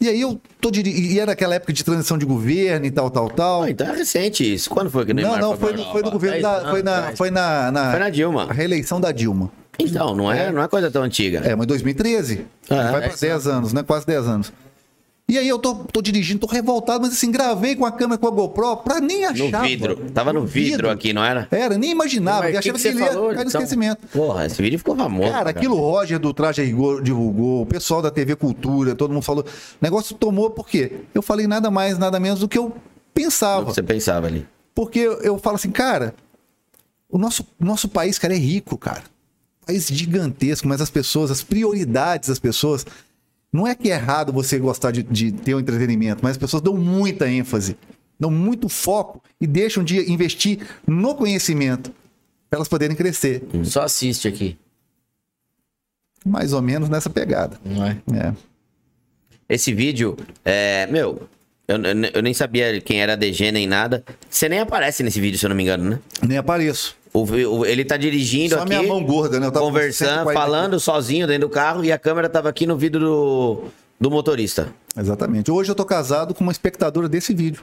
Speaker 4: E aí eu tô diri- e era aquela época de transição de governo e tal, tal, tal.
Speaker 2: Ah, então é recente isso. Quando foi que o
Speaker 4: não,
Speaker 2: Neymar
Speaker 4: não,
Speaker 2: pra
Speaker 4: foi, no-
Speaker 2: Europa?
Speaker 4: foi no governo
Speaker 6: Dez
Speaker 4: da,
Speaker 6: anos
Speaker 4: foi na,
Speaker 6: atrás.
Speaker 4: foi na, na,
Speaker 2: Foi na Dilma.
Speaker 4: a reeleição da Dilma.
Speaker 2: Então, não é, não é coisa tão antiga.
Speaker 4: É, mas 2013.
Speaker 2: Ah,
Speaker 4: vai
Speaker 2: é
Speaker 4: pra 10 anos, né? Quase 10 anos. E aí eu tô, tô dirigindo, tô revoltado, mas assim, gravei com a câmera com a GoPro pra nem
Speaker 2: No
Speaker 4: achar.
Speaker 2: vidro. Tava no vidro aqui, não era?
Speaker 4: Era, nem imaginava,
Speaker 6: Mas que
Speaker 4: porque achava
Speaker 6: que
Speaker 4: que,
Speaker 6: você
Speaker 4: ele ia
Speaker 6: falou,
Speaker 4: cair no
Speaker 6: então?
Speaker 4: esquecimento.
Speaker 2: Porra, esse vídeo ficou famoso.
Speaker 4: Cara, aquilo o Roger do Traje a Rigor divulgou, o pessoal da TV Cultura, todo mundo falou. O negócio tomou por quê? Eu falei nada mais, nada menos do que eu
Speaker 2: O que
Speaker 4: pensava.
Speaker 2: você pensava ali.
Speaker 4: Porque eu, eu falo assim, cara, o nosso, nosso país, cara, é rico, cara. País gigantesco, mas as pessoas, as prioridades das pessoas. Não é que é errado você gostar de, de ter um entretenimento, mas as pessoas dão muita ênfase, dão muito foco e deixam de investir no conhecimento para elas poderem crescer.
Speaker 6: Só assiste aqui.
Speaker 4: Mais ou menos nessa pegada.
Speaker 6: Não é?
Speaker 4: É.
Speaker 2: Esse vídeo, é. Meu, eu, eu- eu nem sabia quem era a DG nem nada. Você nem aparece nesse vídeo, se eu não me engano, né?
Speaker 4: Nem apareço.
Speaker 2: O vi- o- ele tá dirigindo
Speaker 4: Só
Speaker 2: aqui.
Speaker 4: minha mão gorda, né? Eu tava com
Speaker 2: conversando,
Speaker 4: 140
Speaker 2: falando sozinho dentro do carro e a câmera tava aqui no vidro do, do motorista.
Speaker 4: Exatamente. Hoje eu tô casado com uma espectadora desse vídeo.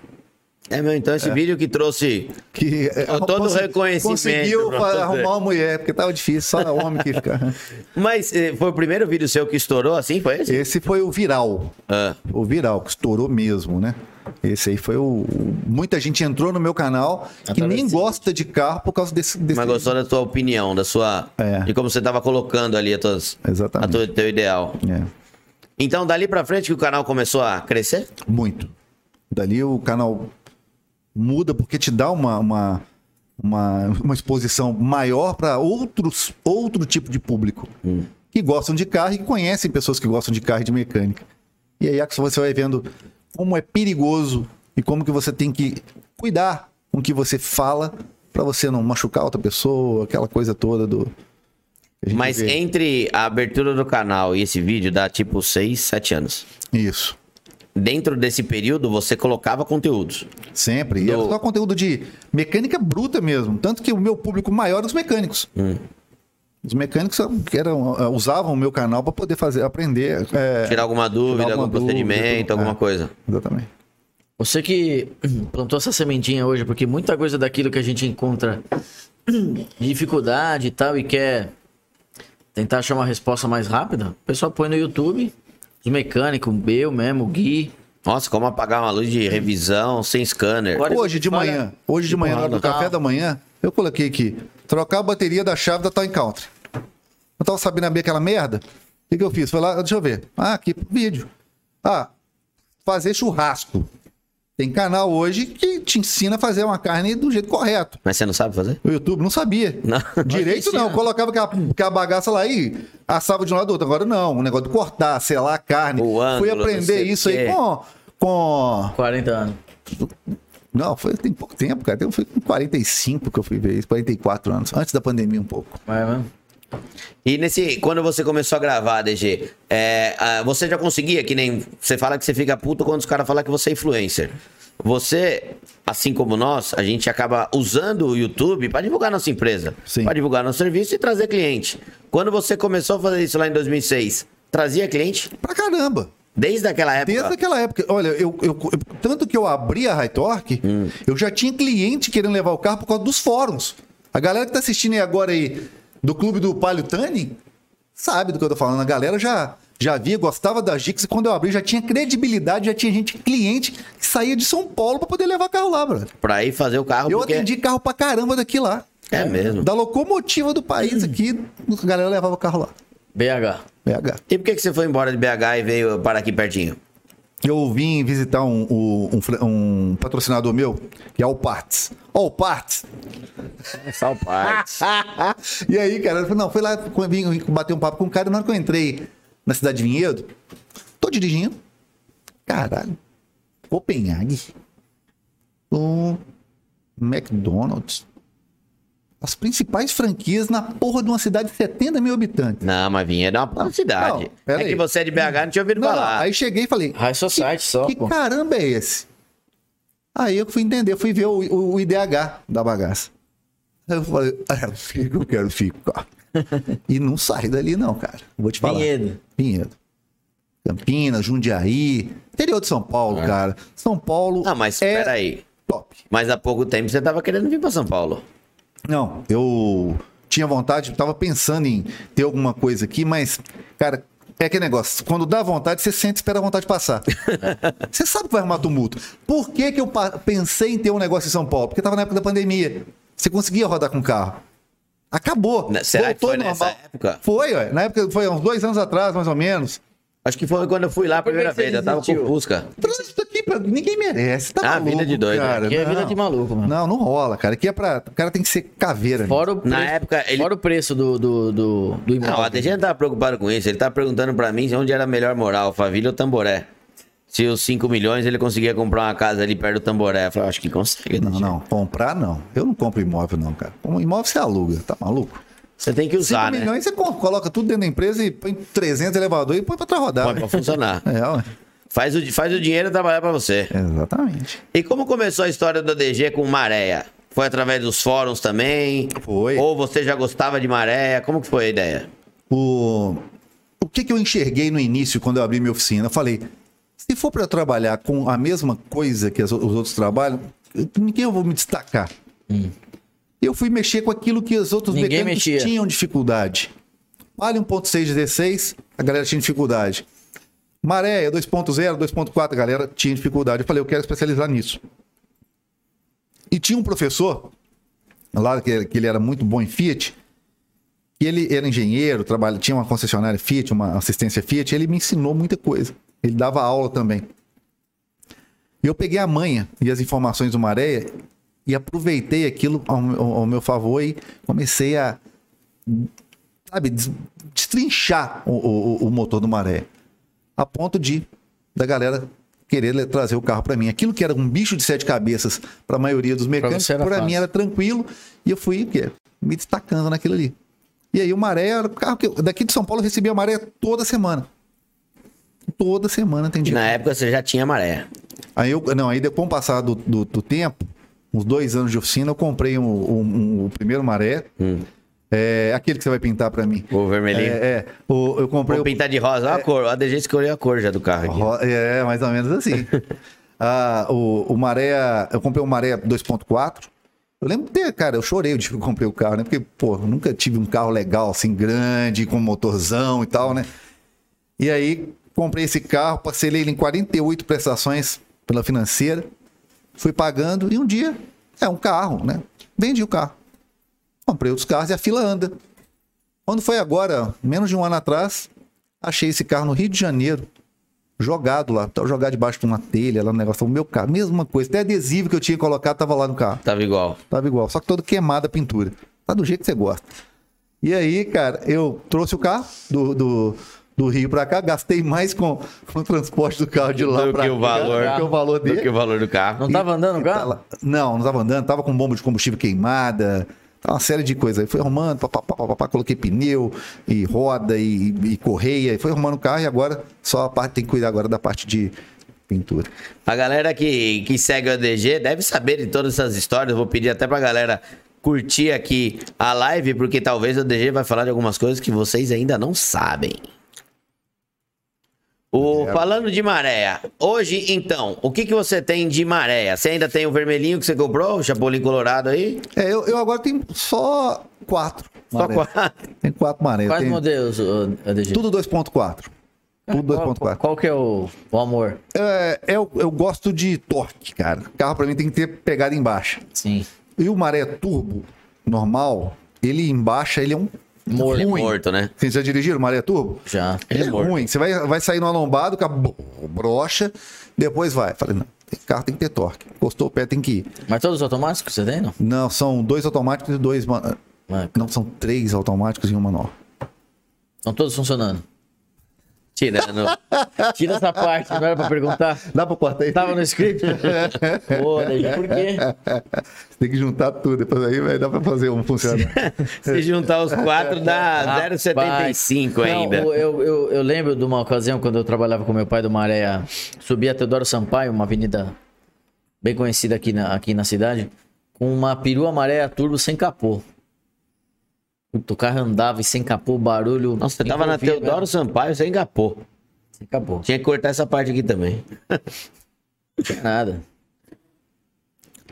Speaker 2: É, meu, então esse vídeo que trouxe.
Speaker 4: Que é,
Speaker 2: Com todo
Speaker 4: conse-
Speaker 2: reconhecimento,
Speaker 4: Conseguiu
Speaker 2: pra
Speaker 4: fa-
Speaker 2: você.
Speaker 4: arrumar uma mulher, porque tava difícil, só homem que fica.
Speaker 2: Mas eh, foi o primeiro vídeo seu que estourou assim? Foi esse?
Speaker 4: Esse foi o viral.
Speaker 2: Ah,
Speaker 4: O viral, que estourou mesmo, né? Esse aí foi o. o- Muita gente entrou no meu canal que
Speaker 6: Através
Speaker 4: nem
Speaker 6: desse
Speaker 4: gosta de carro por causa desse. desse...
Speaker 2: mas gostou da tua opinião, da sua.
Speaker 4: É.
Speaker 2: De como você tava colocando ali a tuas, a
Speaker 4: Exatamente.
Speaker 2: tua, teu ideal.
Speaker 4: É,
Speaker 2: Então, dali pra frente que o canal começou a crescer?
Speaker 4: muito. Dali o canal muda porque te dá uma, uma, uma, uma exposição maior para outros outro tipo de público que gostam de carro e que conhecem pessoas que gostam de carro e de mecânica. E aí é que você vai vendo como é perigoso e como que você tem que cuidar com o que você fala para você não machucar outra pessoa, aquela coisa toda do. que a gente
Speaker 2: Mas
Speaker 4: vê.
Speaker 2: entre a abertura do canal e esse vídeo dá tipo 6, 7 anos.
Speaker 4: Isso.
Speaker 2: Dentro desse período, você colocava conteúdos.
Speaker 4: Sempre. E
Speaker 2: Do-
Speaker 4: era só conteúdo de mecânica bruta mesmo. Tanto que o meu público maior era os mecânicos.
Speaker 6: Hum.
Speaker 4: Os mecânicos que eram, eh, usavam o meu canal para poder fazer, aprender. eh,
Speaker 2: Tirar alguma dúvida,
Speaker 4: alguma
Speaker 2: algum
Speaker 4: dúvida,
Speaker 2: procedimento,
Speaker 4: tudo.
Speaker 2: alguma
Speaker 4: É.
Speaker 2: coisa.
Speaker 4: Exatamente.
Speaker 6: Você que plantou essa sementinha hoje, porque muita coisa daquilo que a gente encontra de dificuldade e tal, e quer tentar achar uma resposta mais rápida, o pessoal põe no YouTube, os mecânicos, eu mesmo, o Gui,
Speaker 2: Nossa, como apagar uma luz de revisão sem scanner.
Speaker 6: Agora-
Speaker 4: Hoje de
Speaker 6: Olha, tá.
Speaker 4: manhã, hoje de manhã, na hora do
Speaker 6: porrada.
Speaker 4: café da manhã, eu coloquei aqui, trocar a bateria da chave da Time Country. Não tava sabendo abrir aquela merda? O que, que eu fiz? Foi lá, deixa eu ver. Ah, aqui, vídeo. Ah, fazer churrasco. Tem canal hoje que te ensina a fazer uma carne do jeito correto.
Speaker 2: Mas você não sabe fazer?
Speaker 4: O YouTube não sabia.
Speaker 2: Não.
Speaker 4: Direito não. Colocava aquela, aquela bagaça lá e assava de um lado do outro. Agora não. O negócio de cortar, selar a carne.
Speaker 2: O
Speaker 4: Fui
Speaker 2: ângulo, não
Speaker 4: aprender
Speaker 2: sei o
Speaker 4: isso aí
Speaker 2: quê.
Speaker 4: com, com
Speaker 6: 40 anos.
Speaker 4: não, foi tem pouco tempo, cara. Eu fui com 45 que eu fui ver isso, 44 anos, antes da pandemia um pouco.
Speaker 6: Mas, mano,
Speaker 2: E nesse, quando você começou a gravar, DG, é, ah, você já conseguia, que nem você fala que você fica puto quando os caras falam que você é influencer. Você, assim como nós, a gente acaba usando o YouTube para divulgar nossa empresa,
Speaker 4: Sim.
Speaker 2: para divulgar nosso serviço e trazer cliente. Quando você começou a fazer isso lá em 2006, trazia cliente
Speaker 4: Pra caramba.
Speaker 2: desde aquela época?
Speaker 4: Desde aquela época. Olha, eu, eu- eu- tanto que eu abri a High Torque,
Speaker 2: Hum.
Speaker 4: eu já tinha cliente querendo levar o carro por causa dos fóruns. A galera que tá assistindo aí agora aí do clube do Palio Tani sabe do que eu tô falando. A galera já já via, gostava das dicas e quando eu abri já tinha credibilidade, já tinha gente cliente que saía de São Paulo pra poder levar carro lá, bro.
Speaker 2: Pra ir fazer o carro.
Speaker 4: Eu
Speaker 2: Ah, porque-
Speaker 4: atendi carro pra caramba daqui lá.
Speaker 2: É mesmo.
Speaker 4: Da locomotiva do país aqui, a galera levava o carro lá.
Speaker 6: BH.
Speaker 4: BH.
Speaker 2: E por que, que você foi embora de BH e veio para aqui pertinho?
Speaker 4: Eu vim visitar um, um- um fre- um patrocinador meu, que é o Parts. Ó, o Parts!
Speaker 2: São partes.
Speaker 4: E aí, cara, eu falei, não, foi lá, vim, vim bater um papo com o cara, e na hora que eu entrei na cidade de Vinhedo, tô dirigindo. Caralho. Copenhague. Um McDonald's. As principais franquias na porra de uma cidade de 70 mil habitantes.
Speaker 2: Não, mas Vinhedo é uma puta cidade.
Speaker 4: Não, pera
Speaker 2: é
Speaker 4: aí.
Speaker 2: que você é de BH, não tinha ouvido
Speaker 4: Não,
Speaker 2: falar.
Speaker 4: não, aí cheguei e falei,
Speaker 6: High Society só,
Speaker 4: que
Speaker 6: pô.
Speaker 4: caramba é esse? Aí eu fui entender, fui ver o, o- o IDH da bagaça. Aí eu falei, ah, eu fico, eu quero ficar. e não sai dali não, cara. Vou te falar.
Speaker 6: Vinhedo.
Speaker 4: Vinhedo. Campinas, Jundiaí, interior de São Paulo,
Speaker 6: Ah.
Speaker 4: cara. São Paulo
Speaker 2: Ah, mas
Speaker 4: é
Speaker 2: peraí.
Speaker 4: top.
Speaker 2: Mas há pouco tempo você tava querendo vir pra São Paulo.
Speaker 4: Não, eu tinha vontade, tava pensando em ter alguma coisa aqui, mas, cara, é aquele negócio. Quando dá vontade, você sente e espera a vontade passar. você sabe que vai arrumar tumulto. Por que, que eu pa- pensei em ter um negócio em São Paulo? Porque tava na época da pandemia. Você conseguia rodar com carro. Acabou.
Speaker 2: Na- será que foi
Speaker 4: ao
Speaker 2: nessa época?
Speaker 4: Foi, ué. Na época, foi há uns dois anos atrás, mais ou menos.
Speaker 2: Acho que foi quando eu fui lá a
Speaker 6: Por que
Speaker 2: primeira
Speaker 6: que você
Speaker 2: vez. Eu tava com o
Speaker 6: desistiu?
Speaker 2: Fusca.
Speaker 4: Trânsito aqui, pra- ninguém merece. Tá
Speaker 2: Ah,
Speaker 4: maluco,
Speaker 2: vida de doido, né?
Speaker 4: Cara.
Speaker 6: Aqui é vida
Speaker 4: Não.
Speaker 6: de maluco, mano.
Speaker 4: Não, não rola, cara. Aqui é pra. O cara tem que ser caveira.
Speaker 6: Fora o
Speaker 2: Na
Speaker 6: preço-
Speaker 2: época, ele-
Speaker 6: Fora o preço do, do, do, do
Speaker 2: Não, a
Speaker 6: imóvel.
Speaker 2: DG não tava preocupado com isso. Ele tava perguntando pra mim onde era a melhor moral, Favila ou Tamboré. Se os 5 milhões ele conseguia comprar uma casa ali perto do Tamboré. Eu falei, acho que consegue,
Speaker 4: Não,
Speaker 2: DG.
Speaker 4: não. Comprar não. Eu não compro imóvel, não, cara. Um imóvel você aluga, tá maluco?
Speaker 2: Você tem que
Speaker 4: 5
Speaker 2: usar, né?
Speaker 4: milhões você co- coloca tudo dentro da empresa e põe 300 elevador e põe pra outra rodada.
Speaker 2: Põe pra funcionar.
Speaker 4: É, ué.
Speaker 2: Faz o, faz o dinheiro trabalhar pra você.
Speaker 4: Exatamente.
Speaker 2: E como começou a história do DG com Maréia? Foi através dos fóruns também?
Speaker 4: Foi.
Speaker 2: Ou você já gostava de Maréia? Como que foi a ideia?
Speaker 4: O, o que, que eu enxerguei no início quando eu abri minha oficina? Eu falei, se for pra eu trabalhar com a mesma coisa que as o- os outros trabalham, eu- ninguém eu vou me destacar. Eu fui mexer com aquilo que os outros
Speaker 6: Hum. Ninguém
Speaker 4: mecânicos
Speaker 6: mexia.
Speaker 4: tinham dificuldade. Vale 1.616, a galera tinha dificuldade. Maréia 2.0, 2.4, a galera tinha dificuldade. Eu falei, eu quero especializar nisso. E tinha um professor, lá que que ele era muito bom em Fiat, e ele era engenheiro, trabalha, tinha uma concessionária Fiat, uma assistência Fiat, ele me ensinou muita coisa. Ele dava aula também. E eu peguei a manha e as informações do Maréia e aproveitei aquilo ao, ao- ao meu favor e comecei a, sabe, des- destrinchar o, o- o motor do Maréia. A ponto de da galera querer le- trazer o carro para mim. Aquilo que era um bicho de sete cabeças para a maioria dos mecânicos,
Speaker 6: você era
Speaker 4: para mim
Speaker 6: fácil.
Speaker 4: era tranquilo e eu fui o quê? me destacando naquilo ali. E aí o Maré era o carro que eu- daqui de São Paulo eu recebia o Maré toda semana. Toda semana atendia.
Speaker 2: Na época você já tinha Maréia.
Speaker 4: Aí eu, não, aí depois com o passar do, do- do tempo, uns dois anos de oficina, eu comprei um, um- um- o primeiro maré. É, aquele que você vai pintar pra mim.
Speaker 2: Hum. O vermelhinho.
Speaker 4: É, é. O- eu É. comprei
Speaker 2: Vou pintar de rosa, olha a cor. A DG escolheu a cor já do carro
Speaker 4: o.
Speaker 2: aqui.
Speaker 4: ro- É, mais ou menos assim. Ah, o, o maré. Eu comprei um o maré 2.4. Eu lembro de, cara, eu chorei o dia que eu comprei o carro, né? Porque, pô, eu nunca tive um carro legal, assim, grande, com motorzão e tal, né? E aí Comprei esse carro, parcelei ele em 48 prestações pela financeira. Fui pagando e um dia, é um carro, né? Vendi o carro. Comprei outros carros e a fila anda. Quando foi agora, menos de um ano atrás, achei esse carro no Rio de Janeiro, jogado lá, tava jogado debaixo de uma telha, lá no negócio. O meu carro, mesma coisa, até adesivo que eu tinha colocado tava lá no carro.
Speaker 2: Tava igual.
Speaker 4: Tava igual, só que todo queimado a pintura. Tá do jeito que você gosta. E aí, cara, eu trouxe o carro do, do, do Rio pra cá, gastei mais com, com o transporte do carro de lá
Speaker 2: Do
Speaker 4: pra
Speaker 2: que o
Speaker 4: cá,
Speaker 2: valor.
Speaker 4: do que o valor
Speaker 2: Do
Speaker 4: dele.
Speaker 2: que o valor do carro.
Speaker 6: Não tava andando,
Speaker 4: E
Speaker 6: cara?
Speaker 4: tá lá- Não, não tava andando, tava com bomba de combustível queimada, tava uma série de coisas. Aí fui arrumando, pá, pá, pá, pá, pá, pá, coloquei pneu e roda e, e correia, e foi arrumando o carro e agora só a parte tem que cuidar agora da parte de pintura.
Speaker 2: A galera que, que segue o ADG deve saber de todas essas histórias. Eu Vou pedir até pra galera curtir aqui a live, porque talvez o ADG vai falar de algumas coisas que vocês ainda não sabem. O, falando de maré, hoje então, o que, que você tem de maré? Você ainda tem o vermelhinho que você comprou, o Chapolin Colorado aí?
Speaker 4: É, eu, eu agora tenho só quatro.
Speaker 2: Só
Speaker 4: marés.
Speaker 2: quatro.
Speaker 4: Tem quatro marés.
Speaker 6: Quais
Speaker 4: tem
Speaker 6: modelos, ô, ADG?
Speaker 4: Tudo 2.4. Tudo
Speaker 6: Qual,
Speaker 4: 2.4.
Speaker 6: qual que é o, o amor?
Speaker 4: É, eu, eu gosto de torque, cara. Carro pra mim tem que ter pegada embaixo.
Speaker 6: Sim.
Speaker 4: E o maré turbo normal, ele embaixo, ele é um
Speaker 2: Ele é
Speaker 4: ruim.
Speaker 2: morto, né?
Speaker 4: Vocês já dirigiram maré turbo?
Speaker 6: Já.
Speaker 4: Ele é
Speaker 2: morto.
Speaker 4: ruim. Você vai, vai sair numa lombada, o cabo brocha, depois vai. Falei, não, tem- carro tem que ter torque. Encostou o pé, tem que ir.
Speaker 6: Mas todos os automáticos você tem, não?
Speaker 4: Não, são dois automáticos e dois. ma-
Speaker 6: Mas
Speaker 4: Não, são três automáticos e um manual.
Speaker 6: Estão todos funcionando.
Speaker 2: Tirando.
Speaker 6: Tira essa parte, não era pra perguntar.
Speaker 4: Dá pra cortar aí?
Speaker 6: Tava no script? Pô, ADG, por quê?
Speaker 4: tem que juntar tudo, depois aí vai dar pra fazer um funcionar.
Speaker 2: Se juntar os quatro dá
Speaker 6: Rapaz.
Speaker 2: 0,75
Speaker 6: Não,
Speaker 2: ainda.
Speaker 6: o- Eu, eu, eu lembro de uma ocasião quando eu trabalhava com meu pai do Maré, subi a Teodoro Sampaio, uma avenida bem conhecida aqui na, aqui na cidade, com uma perua maré turbo sem capô. Puta, O carro andava e sem capô, barulho.
Speaker 2: Nossa, você tava na
Speaker 6: envolvia,
Speaker 2: Teodoro Sampaio, você engapou.
Speaker 6: Sem capô.
Speaker 2: Tinha que cortar essa parte aqui também.
Speaker 6: Tinha nada.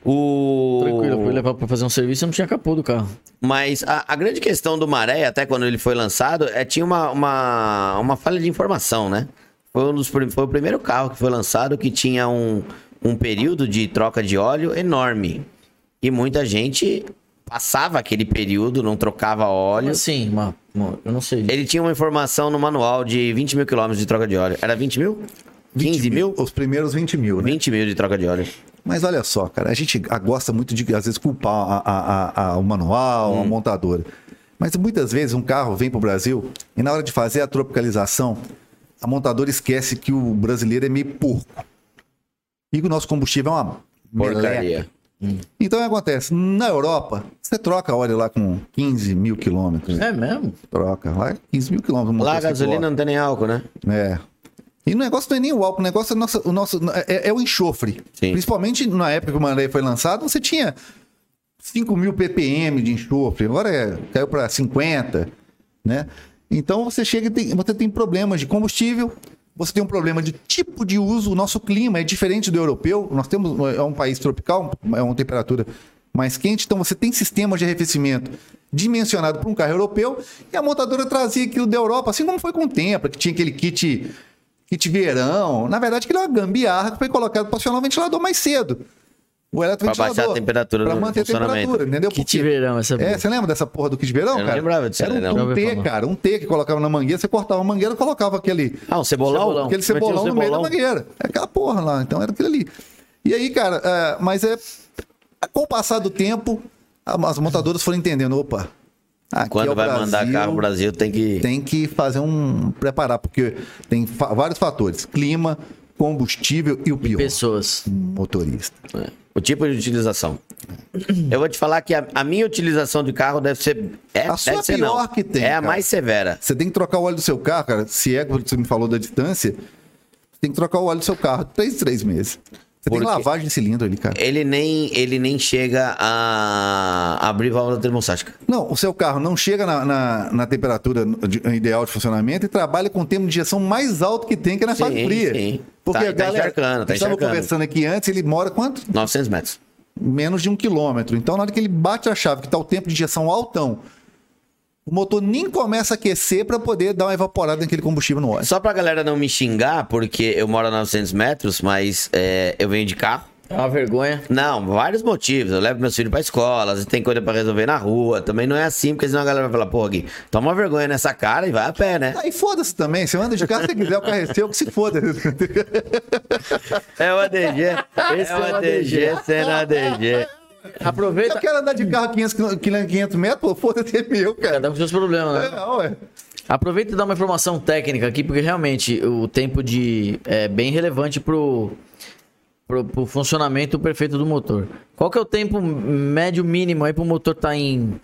Speaker 2: O...
Speaker 6: Tranquilo, eu fui levar pra fazer um serviço e não tinha capô do carro.
Speaker 2: Mas a, a grande questão do Maré, até quando ele foi lançado, é tinha uma, uma, uma falha de informação, né? Foi, um dos, prim- foi o primeiro carro que foi lançado que tinha um, um período de troca de óleo enorme. E muita gente passava aquele período, não trocava
Speaker 6: Olha
Speaker 2: óleo.
Speaker 6: assim, uma, uma- eu não sei.
Speaker 2: Ele tinha uma informação no manual de 20 mil quilômetros de troca de óleo. Era 20 mil? 15 mil?
Speaker 4: Os primeiros 20 mil, né?
Speaker 2: 20 mil de troca de óleo.
Speaker 4: Mas olha só, cara, a gente ah, gosta muito de, às vezes, culpar a- a- a- a- o manual,
Speaker 2: Uhum.
Speaker 4: a montadora. Mas muitas vezes um carro vem para o Brasil e na hora de fazer a tropicalização, a montadora esquece que o brasileiro é meio porco. E que o nosso combustível é uma meleca.
Speaker 2: Porcaria.
Speaker 4: Então o que acontece? Na Europa, você troca óleo lá com 15 mil quilômetros. né?
Speaker 6: É mesmo?
Speaker 4: Troca lá é 15 mil quilômetros. um
Speaker 2: Lá a
Speaker 4: motociclo.
Speaker 2: gasolina não tem nem álcool, né?
Speaker 4: É. E o negócio não é nem o álcool, o negócio é, nossa- o nosso, é, é o enxofre.
Speaker 2: Sim.
Speaker 4: Principalmente na época que o Maré foi lançado, você tinha 5 mil ppm de enxofre, agora é- caiu para 50, né? Então você chega e tem, você tem problemas de combustível, você tem um problema de tipo de uso, o nosso clima é diferente do europeu, nós temos é um país tropical, é uma temperatura mais quente, então você tem sistemas de arrefecimento dimensionado para um carro europeu e a montadora trazia aquilo da Europa, assim como foi com o Tempra, que tinha aquele kit kit verão, na verdade aquilo é uma gambiarra que foi colocado para acionar o ventilador mais cedo. O eletroventilador.
Speaker 2: baixar a temperatura
Speaker 4: Pra
Speaker 2: do
Speaker 4: manter a
Speaker 2: funcionamento.
Speaker 4: temperatura, entendeu?
Speaker 6: Kit
Speaker 4: Porque-
Speaker 6: verão, essa
Speaker 4: É,
Speaker 6: boa.
Speaker 4: você lembra dessa porra do kit verão,
Speaker 2: Eu não
Speaker 4: cara?
Speaker 2: lembrava disso aí,
Speaker 4: Era
Speaker 2: não.
Speaker 4: um, um
Speaker 6: Já ouvi
Speaker 4: T,
Speaker 6: falar.
Speaker 4: cara. Um T que colocava na mangueira, você cortava a mangueira, colocava aquele
Speaker 2: Ah, um cebolão?
Speaker 6: Cebolão.
Speaker 4: aquele
Speaker 2: Metia um
Speaker 4: cebolão no meio da
Speaker 2: cebolão.
Speaker 4: mangueira. É aquela porra lá, então era aquilo ali. E aí, cara, é, mas é. Com o passar do tempo, a- as montadoras foram entendendo, opa. aqui é
Speaker 2: Quando
Speaker 4: o
Speaker 2: vai mandar
Speaker 4: Brasil,
Speaker 2: carro pro Brasil, tem que.
Speaker 4: Tem que fazer um. preparar, porque tem fa- vários fatores: clima, combustível e o pior.
Speaker 6: Pessoas.
Speaker 4: Motorista.
Speaker 2: É, O tipo de utilização. Eu vou te falar que a, a minha utilização de carro deve ser. É,
Speaker 4: A sua
Speaker 2: deve ser,
Speaker 4: pior
Speaker 2: não.
Speaker 4: que tem,
Speaker 2: É a
Speaker 4: cara.
Speaker 2: mais severa.
Speaker 4: Você tem que trocar o óleo do seu carro, cara. Se é que você me falou da distância, você tem que trocar o óleo do seu carro três, três meses. Você
Speaker 2: Por
Speaker 4: tem
Speaker 2: quê?
Speaker 4: lavagem de cilindro ali, cara.
Speaker 2: Ele nem, ele nem chega a abrir válvula termostática.
Speaker 4: Não, o seu carro não chega na, na- na temperatura de- ideal de funcionamento e trabalha com o tempo de injeção mais alto que tem, que é na
Speaker 2: Sim,
Speaker 4: fase fria.
Speaker 2: sim.
Speaker 4: Porque
Speaker 2: Tá-
Speaker 4: a
Speaker 2: tá
Speaker 4: galera.
Speaker 2: encharcando, tá
Speaker 4: Estava
Speaker 2: encharcando.
Speaker 4: conversando aqui antes, ele mora quanto?
Speaker 2: 900 metros.
Speaker 4: tá menos de um quilômetro. Então, na hora que ele bate a chave, que está o tempo de injeção altão, o motor nem começa a aquecer para poder dar uma evaporada naquele combustível no óleo.
Speaker 2: Só pra galera não me xingar, porque eu moro a 900 metros, mas é, eu venho de carro.
Speaker 6: É uma vergonha.
Speaker 2: Não, vários motivos. Eu levo meus filhos pra escola, às vezes tem coisa pra resolver na rua. Também não é assim, porque senão a galera vai falar, porra, Gui, toma uma vergonha nessa cara e vai a pé, né?
Speaker 4: Aí Tá, foda-se também, você anda de carro, se quiser, o carro é seu, que se foda.
Speaker 2: É o ADG, esse é o ADG, esse é o ADG.
Speaker 4: Eu
Speaker 6: Aproveita.
Speaker 4: quero andar de carro 500, quilô- quilô- 500 metros, pô, foda-se, é meu, cara.
Speaker 6: Cada um com seus problemas, né?
Speaker 4: É, ué.
Speaker 6: Aproveita e dá uma informação técnica aqui, porque realmente o tempo de é bem relevante pro, pro, pro funcionamento perfeito do motor. Qual que é o tempo médio mínimo aí pro motor estar em,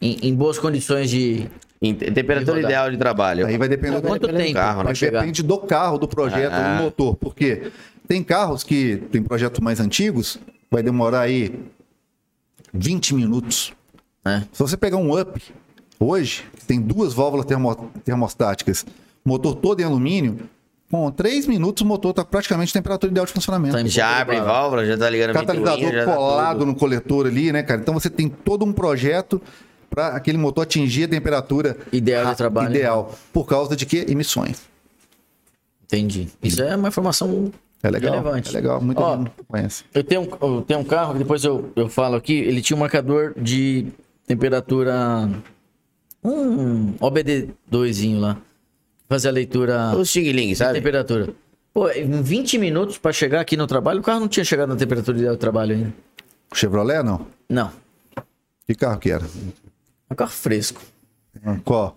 Speaker 6: em, em boas condições de
Speaker 2: Em te- Temperatura
Speaker 6: E rodar.
Speaker 2: ideal de trabalho.
Speaker 4: Aí vai depender do
Speaker 6: quanto
Speaker 2: depende do
Speaker 6: tempo
Speaker 2: carro, né?
Speaker 6: pra
Speaker 4: Mas
Speaker 6: chegar?
Speaker 4: depende do carro, do projeto,
Speaker 2: Ah.
Speaker 4: do motor. Porque tem carros que tem projetos mais antigos, vai demorar aí 20 minutos.
Speaker 6: né?
Speaker 4: Se você pegar um up hoje, que tem duas válvulas termo- termostáticas, motor todo em alumínio, com 3 minutos o motor está praticamente na temperatura ideal de funcionamento.
Speaker 6: Tá em-
Speaker 2: Já abre válvula, já tá ligando a
Speaker 4: Catalisador
Speaker 2: ventoinha, já tá
Speaker 4: colado
Speaker 2: tudo.
Speaker 4: no coletor ali, né, cara? Então você tem todo um projeto para aquele motor atingir a temperatura
Speaker 6: Ideal de
Speaker 4: ra-
Speaker 6: trabalho. né?
Speaker 4: ideal por causa de que emissões.
Speaker 6: Entendi. Isso é uma informação
Speaker 4: É legal,
Speaker 6: relevante.
Speaker 4: é legal, muito
Speaker 6: Ó,
Speaker 4: gente não conhece.
Speaker 6: Eu tenho, um- eu tenho um carro que depois eu, eu falo aqui, ele tinha um marcador de temperatura. Um OBD2zinho lá. Fazia a leitura
Speaker 2: Os xing-ling,
Speaker 6: da
Speaker 2: sabe?
Speaker 6: temperatura. Pô, em 20 minutos pra chegar aqui no trabalho, o carro não tinha chegado na temperatura ideal do trabalho ainda.
Speaker 4: Chevrolet, não?
Speaker 6: Não.
Speaker 4: Que carro que era?
Speaker 6: É um carro fresco.
Speaker 4: Qual?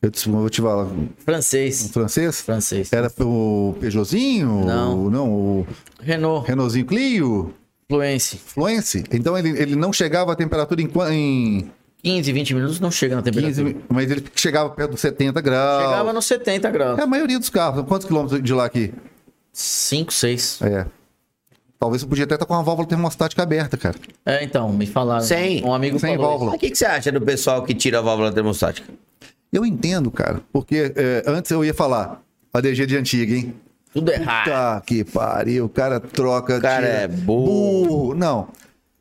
Speaker 4: Eu te- eu vou te falar, um
Speaker 6: Francês.
Speaker 4: francês?
Speaker 6: Francês.
Speaker 4: Era o Peugeotzinho?
Speaker 6: Não.
Speaker 4: O, não, o
Speaker 6: Renault,
Speaker 4: Renaultzinho Clio?
Speaker 6: Fluence.
Speaker 4: Fluence? Então ele, ele não chegava à temperatura em, qua- em
Speaker 6: 15, 20 minutos não chega na temperatura.
Speaker 4: 15, mas ele chegava perto dos 70 graus.
Speaker 6: Chegava nos 70 graus.
Speaker 4: É a maioria dos carros. Quantos quilômetros de lá aqui?
Speaker 6: 5, 6.
Speaker 4: É. Talvez você podia até estar com uma válvula termostática aberta, cara.
Speaker 6: É, então, me falaram.
Speaker 2: Sem-
Speaker 6: um amigo
Speaker 4: sem
Speaker 6: falou isso.
Speaker 4: válvula.
Speaker 2: Mas O que, que você acha do pessoal que tira a válvula termostática?
Speaker 4: Eu entendo, cara. Porque é, antes eu ia falar, ADG de antiga, hein?
Speaker 6: Tudo errado.
Speaker 4: Tá, que pariu. O cara troca. O
Speaker 2: cara é burro.
Speaker 4: Não.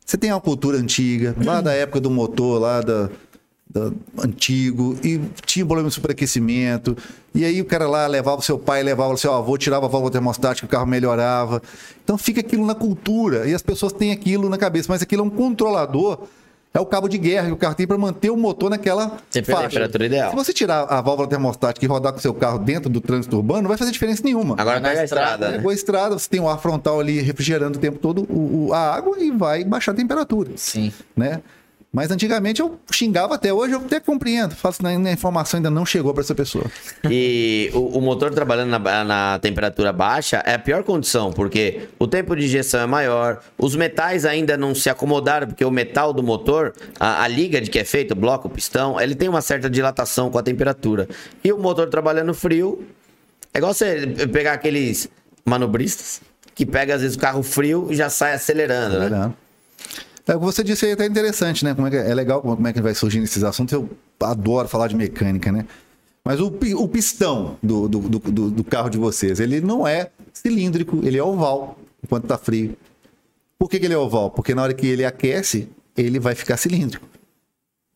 Speaker 4: Você tem uma cultura antiga, lá da época do motor, lá da, da- antigo, e tinha problema de superaquecimento. E aí o cara lá levava o seu pai, levava o seu avô, tirava a válvula termostática, o carro melhorava. Então fica aquilo na cultura, e as pessoas têm aquilo na cabeça, mas aquilo é um controlador. É o cabo de guerra que o carro tem para manter o motor naquela
Speaker 6: Sempre a
Speaker 4: faixa.
Speaker 2: temperatura ideal.
Speaker 4: Se você tirar a válvula termostática e rodar com o seu carro dentro do trânsito urbano, não vai fazer diferença nenhuma.
Speaker 2: Agora
Speaker 6: Na
Speaker 2: pega a
Speaker 6: estrada,
Speaker 2: estrada,
Speaker 4: Pegou
Speaker 2: né?
Speaker 4: a É, estrada, você tem o ar frontal ali refrigerando o tempo todo o- o- a água e vai baixar a temperatura,
Speaker 6: Sim.
Speaker 4: né? Mas antigamente eu xingava até hoje, eu até compreendo. Faço na, na informação ainda não chegou para essa pessoa.
Speaker 2: E o, o motor trabalhando na, na temperatura baixa é a pior condição, porque o tempo de injeção é maior, os metais ainda não se acomodaram, porque o metal do motor, a, a liga de que é feito, o bloco, o pistão, ele tem uma certa dilatação com a temperatura. E o motor trabalhando frio, é igual você pegar aqueles manobristas que pega às vezes o carro frio e já sai acelerando, né?
Speaker 4: Né? É, o que você disse aí é até interessante, né? Como é, que- é legal como, como é que vai surgindo esses assuntos. Eu adoro falar de mecânica, né? Mas o, pi- o pistão do, do, do- do- do carro de vocês, ele não é cilíndrico, ele é oval enquanto tá frio. Por que, que ele é oval? Porque na hora que ele aquece, ele vai ficar cilíndrico.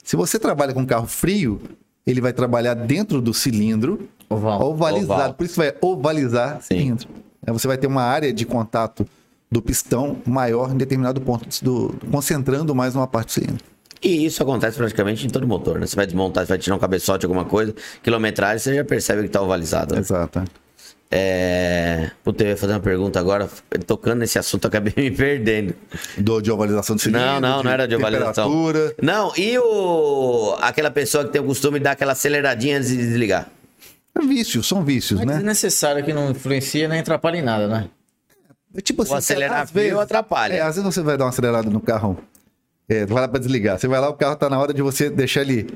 Speaker 4: Se você trabalha com um carro frio, ele vai trabalhar dentro do cilindro
Speaker 6: Oval.
Speaker 4: ovalizado.
Speaker 2: Oval.
Speaker 4: Por isso vai ovalizar
Speaker 2: Sim.
Speaker 4: cilindro. Aí Você vai ter uma área de contato do pistão maior em determinado ponto, do, concentrando mais numa parte do cilindro.
Speaker 2: E isso acontece praticamente em todo motor, né? Você vai desmontar, você vai tirar um cabeçote, alguma coisa, quilometragem, você já percebe que tá ovalizado. né?
Speaker 4: Exato.
Speaker 2: É... Puta, eu ia fazer uma pergunta agora, tocando nesse assunto, eu acabei me perdendo.
Speaker 4: Do, de ovalização do cilindro.
Speaker 2: Não, não, não era de ovalização.
Speaker 4: Temperatura.
Speaker 2: Não, e o... aquela pessoa que tem o costume de dar aquela aceleradinha antes de desligar?
Speaker 4: É Vício, são vícios,
Speaker 6: Mas
Speaker 4: né?
Speaker 6: desnecessário é que não influencia nem atrapalha em nada, né?
Speaker 4: É Tipo
Speaker 2: Ou acelerar frio ou atrapalha.
Speaker 4: É, às vezes você vai dar uma acelerada no carro, é, vai lá pra desligar. Você vai lá, o carro tá na hora de você deixar ele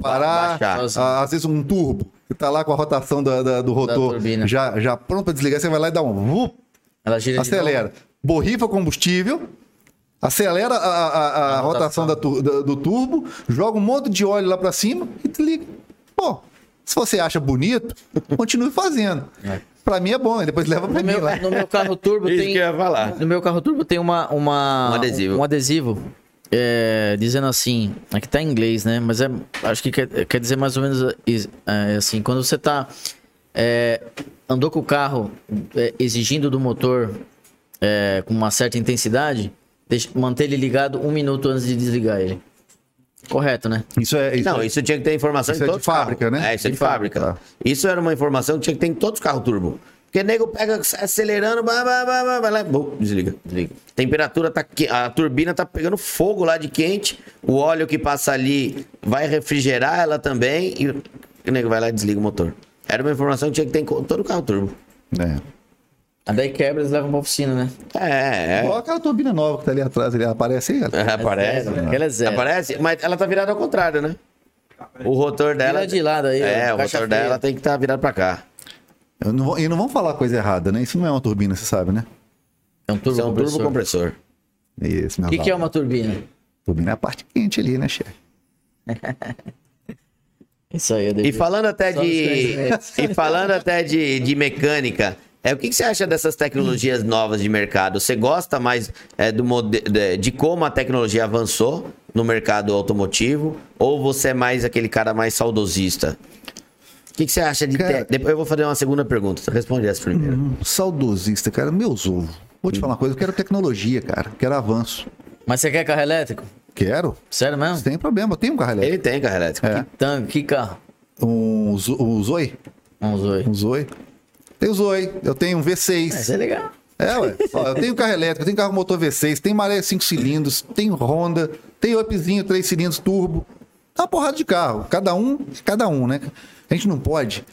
Speaker 4: parar.
Speaker 2: Baixar.
Speaker 4: Ah, às vezes um turbo, que tá lá com a rotação da- da- do rotor
Speaker 6: turbina.
Speaker 4: já, já pronto pra desligar, você vai lá e dá um... vup,
Speaker 6: Ela gira de
Speaker 4: acelera, borrifa combustível, acelera a, a- a- a
Speaker 6: A rotação.
Speaker 4: rotação, da tur- da- do turbo, joga um monte de óleo lá pra cima e desliga. Pô, se você acha bonito, continue fazendo. Pra mim é bom, e depois leva pra
Speaker 6: novo. No
Speaker 4: mim
Speaker 6: meu,
Speaker 4: lá.
Speaker 6: no meu carro turbo
Speaker 2: Isso é
Speaker 6: tem.
Speaker 2: que eu ia falar.
Speaker 6: No meu carro turbo tem uma, uma
Speaker 2: Um adesivo.
Speaker 6: um adesivo é, dizendo assim, aqui tá em inglês, né? Mas é, acho que quer, quer dizer mais ou menos is- é, assim, quando você tá é, andou com o carro é, exigindo do motor é, com uma certa intensidade, deixa- manter ele ligado um minuto antes de desligar ele. Correto, né?
Speaker 4: Isso é. Isso
Speaker 2: Não,
Speaker 4: é-
Speaker 2: isso tinha que ter informação
Speaker 4: Isso
Speaker 2: em
Speaker 4: é de
Speaker 2: todos os carros.
Speaker 4: fábrica, né?
Speaker 2: É, isso é de,
Speaker 4: De
Speaker 2: fábrica.
Speaker 4: fábrica.
Speaker 2: Isso era uma informação que tinha que ter em todos os carros turbo. Porque nego pega sai acelerando, blá, blá, blá, blá, blá, lá, bum, desliga. desliga. Temperatura tá que- a turbina tá pegando fogo lá de quente, o óleo que passa ali vai refrigerar ela também e o o nego vai lá e desliga o motor. Era uma informação que tinha que ter em co- todo carro turbo.
Speaker 4: é.
Speaker 6: A daí quebra eles levam pra oficina, né?
Speaker 2: É, é.
Speaker 4: Igual aquela turbina nova que tá ali atrás, ele aparece aí.
Speaker 2: É,
Speaker 4: ela-
Speaker 2: Aparece.
Speaker 6: zero, né? Aquela é zero.
Speaker 2: Aparece, mas ela tá virada ao contrário, né? O rotor dela.
Speaker 6: de lado aí,
Speaker 2: É,
Speaker 6: ó,
Speaker 2: o
Speaker 6: caixa
Speaker 2: rotor
Speaker 6: feia.
Speaker 2: dela tem que estar virado pra cá.
Speaker 4: Eu não vou- E não vamos falar coisa errada, né? Isso não é uma turbina, você sabe, né?
Speaker 6: É um
Speaker 2: Isso
Speaker 6: turbo
Speaker 2: é um
Speaker 6: compressor.
Speaker 2: turbo compressor.
Speaker 4: Isso, meu
Speaker 6: O que, que é
Speaker 4: uma
Speaker 6: uma turbina?
Speaker 4: turbina? É a parte quente ali, né, chefe?
Speaker 6: Isso aí, é eu
Speaker 2: E
Speaker 6: devia-
Speaker 2: falando até
Speaker 6: Só nos
Speaker 2: de.
Speaker 6: conhecimentos.
Speaker 2: E falando até de, de mecânica, é, o que, que você acha dessas tecnologias novas de mercado? Você gosta mais é, do mode, de, de como a tecnologia avançou no mercado automotivo? Ou você é mais aquele cara mais saudosista? O que, que você acha de.
Speaker 4: Cara-
Speaker 2: te- Depois eu vou fazer uma segunda pergunta. Você Responde essa primeiro.
Speaker 4: Um saudosista, cara, meus ovos. Vou te falar uma coisa, eu quero tecnologia, cara. Quero avanço.
Speaker 6: Mas você quer carro elétrico?
Speaker 4: Quero.
Speaker 6: Sério
Speaker 4: Não
Speaker 6: mesmo?
Speaker 4: tem problema, eu tenho um carro elétrico.
Speaker 2: Ele tem carro elétrico.
Speaker 4: É.
Speaker 6: Tanque, que carro?
Speaker 4: Um, Zo- um Zoe?
Speaker 6: Um Zoe.
Speaker 4: Um Zoe? Tem o Zoe, eu tenho um V6.
Speaker 6: Isso é legal.
Speaker 4: É, ué. Ó, eu tenho carro elétrico, eu tenho um carro motor V6, tem maré 5 cilindros, tem Honda, tem Upzinho 3 cilindros turbo. Tá uma porrada de carro. Cada um, cada um, né? A gente não pode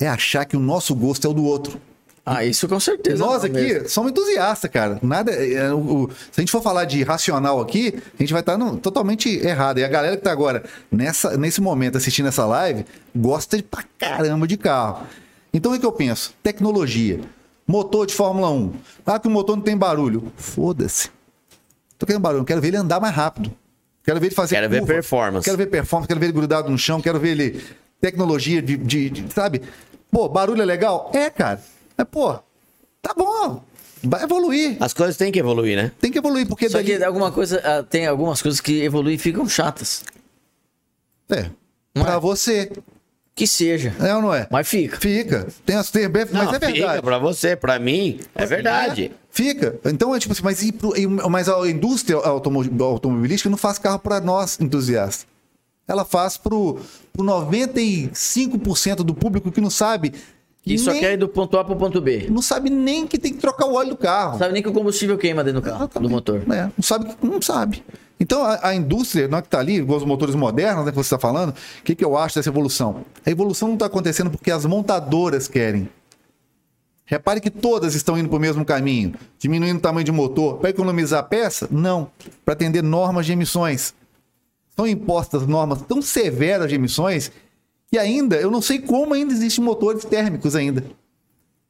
Speaker 4: é achar que o nosso gosto é o do outro.
Speaker 6: Ah, isso com certeza.
Speaker 4: Nós
Speaker 6: não
Speaker 4: aqui
Speaker 6: mesmo.
Speaker 4: somos entusiastas, cara. Nada, é, o- o- se a gente for falar de racional aqui, a gente vai estar no- totalmente errado. E a galera que tá agora nessa, nesse momento assistindo essa live gosta de, pra caramba de carro. Então o que, que eu penso? Tecnologia. Motor de Fórmula 1. Ah, que o motor não tem barulho. Foda-se. Tô querendo barulho, quero ver ele andar mais rápido. Quero ver ele fazer.
Speaker 2: Quero ver performance.
Speaker 4: Quero ver performance, quero ver ele grudado no chão, quero ver ele. Tecnologia de. de- de- sabe? Pô, barulho é legal? É, cara. Mas, pô, tá bom. Vai evoluir.
Speaker 2: As coisas têm que evoluir, né?
Speaker 4: Tem que evoluir, porque
Speaker 6: Só
Speaker 4: dali.
Speaker 6: que alguma coisa, ah, tem algumas coisas que evoluem e ficam chatas.
Speaker 4: É.
Speaker 6: Não
Speaker 4: Pra
Speaker 6: é?
Speaker 4: você.
Speaker 6: Que seja.
Speaker 4: É ou não é?
Speaker 6: Mas fica.
Speaker 4: Fica. Tem as tem, mas
Speaker 2: Não,
Speaker 4: é verdade. Né?
Speaker 2: Fica pra você, pra mim, é verdade.
Speaker 4: Fica. Então é tipo assim, mas, e pro- e- mas a indústria automo- automobilística não faz carro para nós entusiastas. Ela faz pro, pro 95% do público que não sabe.
Speaker 6: Que só
Speaker 4: nem-
Speaker 6: quer ir do ponto A pro ponto B.
Speaker 4: Não sabe nem que tem que trocar o óleo do carro.
Speaker 6: Não sabe nem que o combustível queima dentro do carro, do
Speaker 4: Exatamente.
Speaker 6: motor.
Speaker 4: É, não sabe, que- não sabe. Então, a, a indústria, não é que está ali, igual os motores modernos né, que você está falando, o que, que eu acho dessa evolução? A evolução não está acontecendo porque as montadoras querem. Repare que todas estão indo para o mesmo caminho, diminuindo o tamanho de motor. Para economizar peça? Não. Para atender normas de emissões. São impostas normas tão severas de emissões que ainda, eu não sei como ainda existem motores térmicos ainda.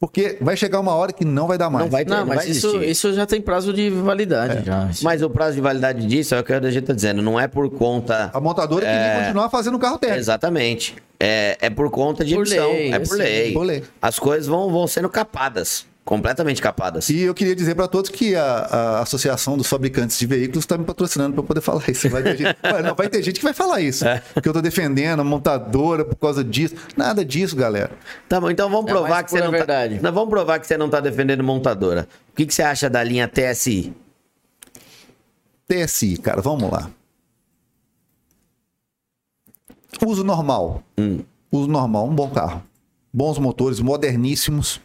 Speaker 4: Porque vai chegar uma hora que não vai dar mais.
Speaker 2: Não vai ter,
Speaker 6: Não, É.
Speaker 2: não
Speaker 6: mas
Speaker 2: vai
Speaker 6: isso,
Speaker 2: existir.
Speaker 6: isso já tem prazo de validade. Já. Isso-
Speaker 2: Mas o prazo de validade disso é o que a DG tá dizendo, não é por conta.
Speaker 4: A montadora queria
Speaker 2: É.
Speaker 4: continuar fazendo carro térmico.
Speaker 2: Exatamente. É, é por conta de
Speaker 6: Por
Speaker 2: emissão.
Speaker 6: lei,
Speaker 2: é
Speaker 6: eu
Speaker 2: por
Speaker 6: sei,
Speaker 2: lei.
Speaker 4: por lei.
Speaker 2: As coisas vão, vão sendo capadas. Completamente capadas.
Speaker 4: E eu queria dizer para todos que a, a Associação dos Fabricantes de Veículos está me patrocinando para poder falar isso. Vai ter, gente, Ué, não, vai ter gente que vai falar isso.
Speaker 6: É.
Speaker 4: Que eu tô defendendo a montadora por causa disso. Nada disso, galera.
Speaker 2: Tá bom, então vamos
Speaker 6: É
Speaker 2: provar
Speaker 6: mais
Speaker 2: que você
Speaker 6: pura
Speaker 2: não tá,
Speaker 6: verdade.
Speaker 2: Não, Vamos provar que você não tá defendendo montadora. O que, que você acha da linha TSI?
Speaker 4: TSI, cara, vamos lá. Uso normal.
Speaker 6: Hum.
Speaker 4: Uso normal, um bom carro. Bons motores, moderníssimos,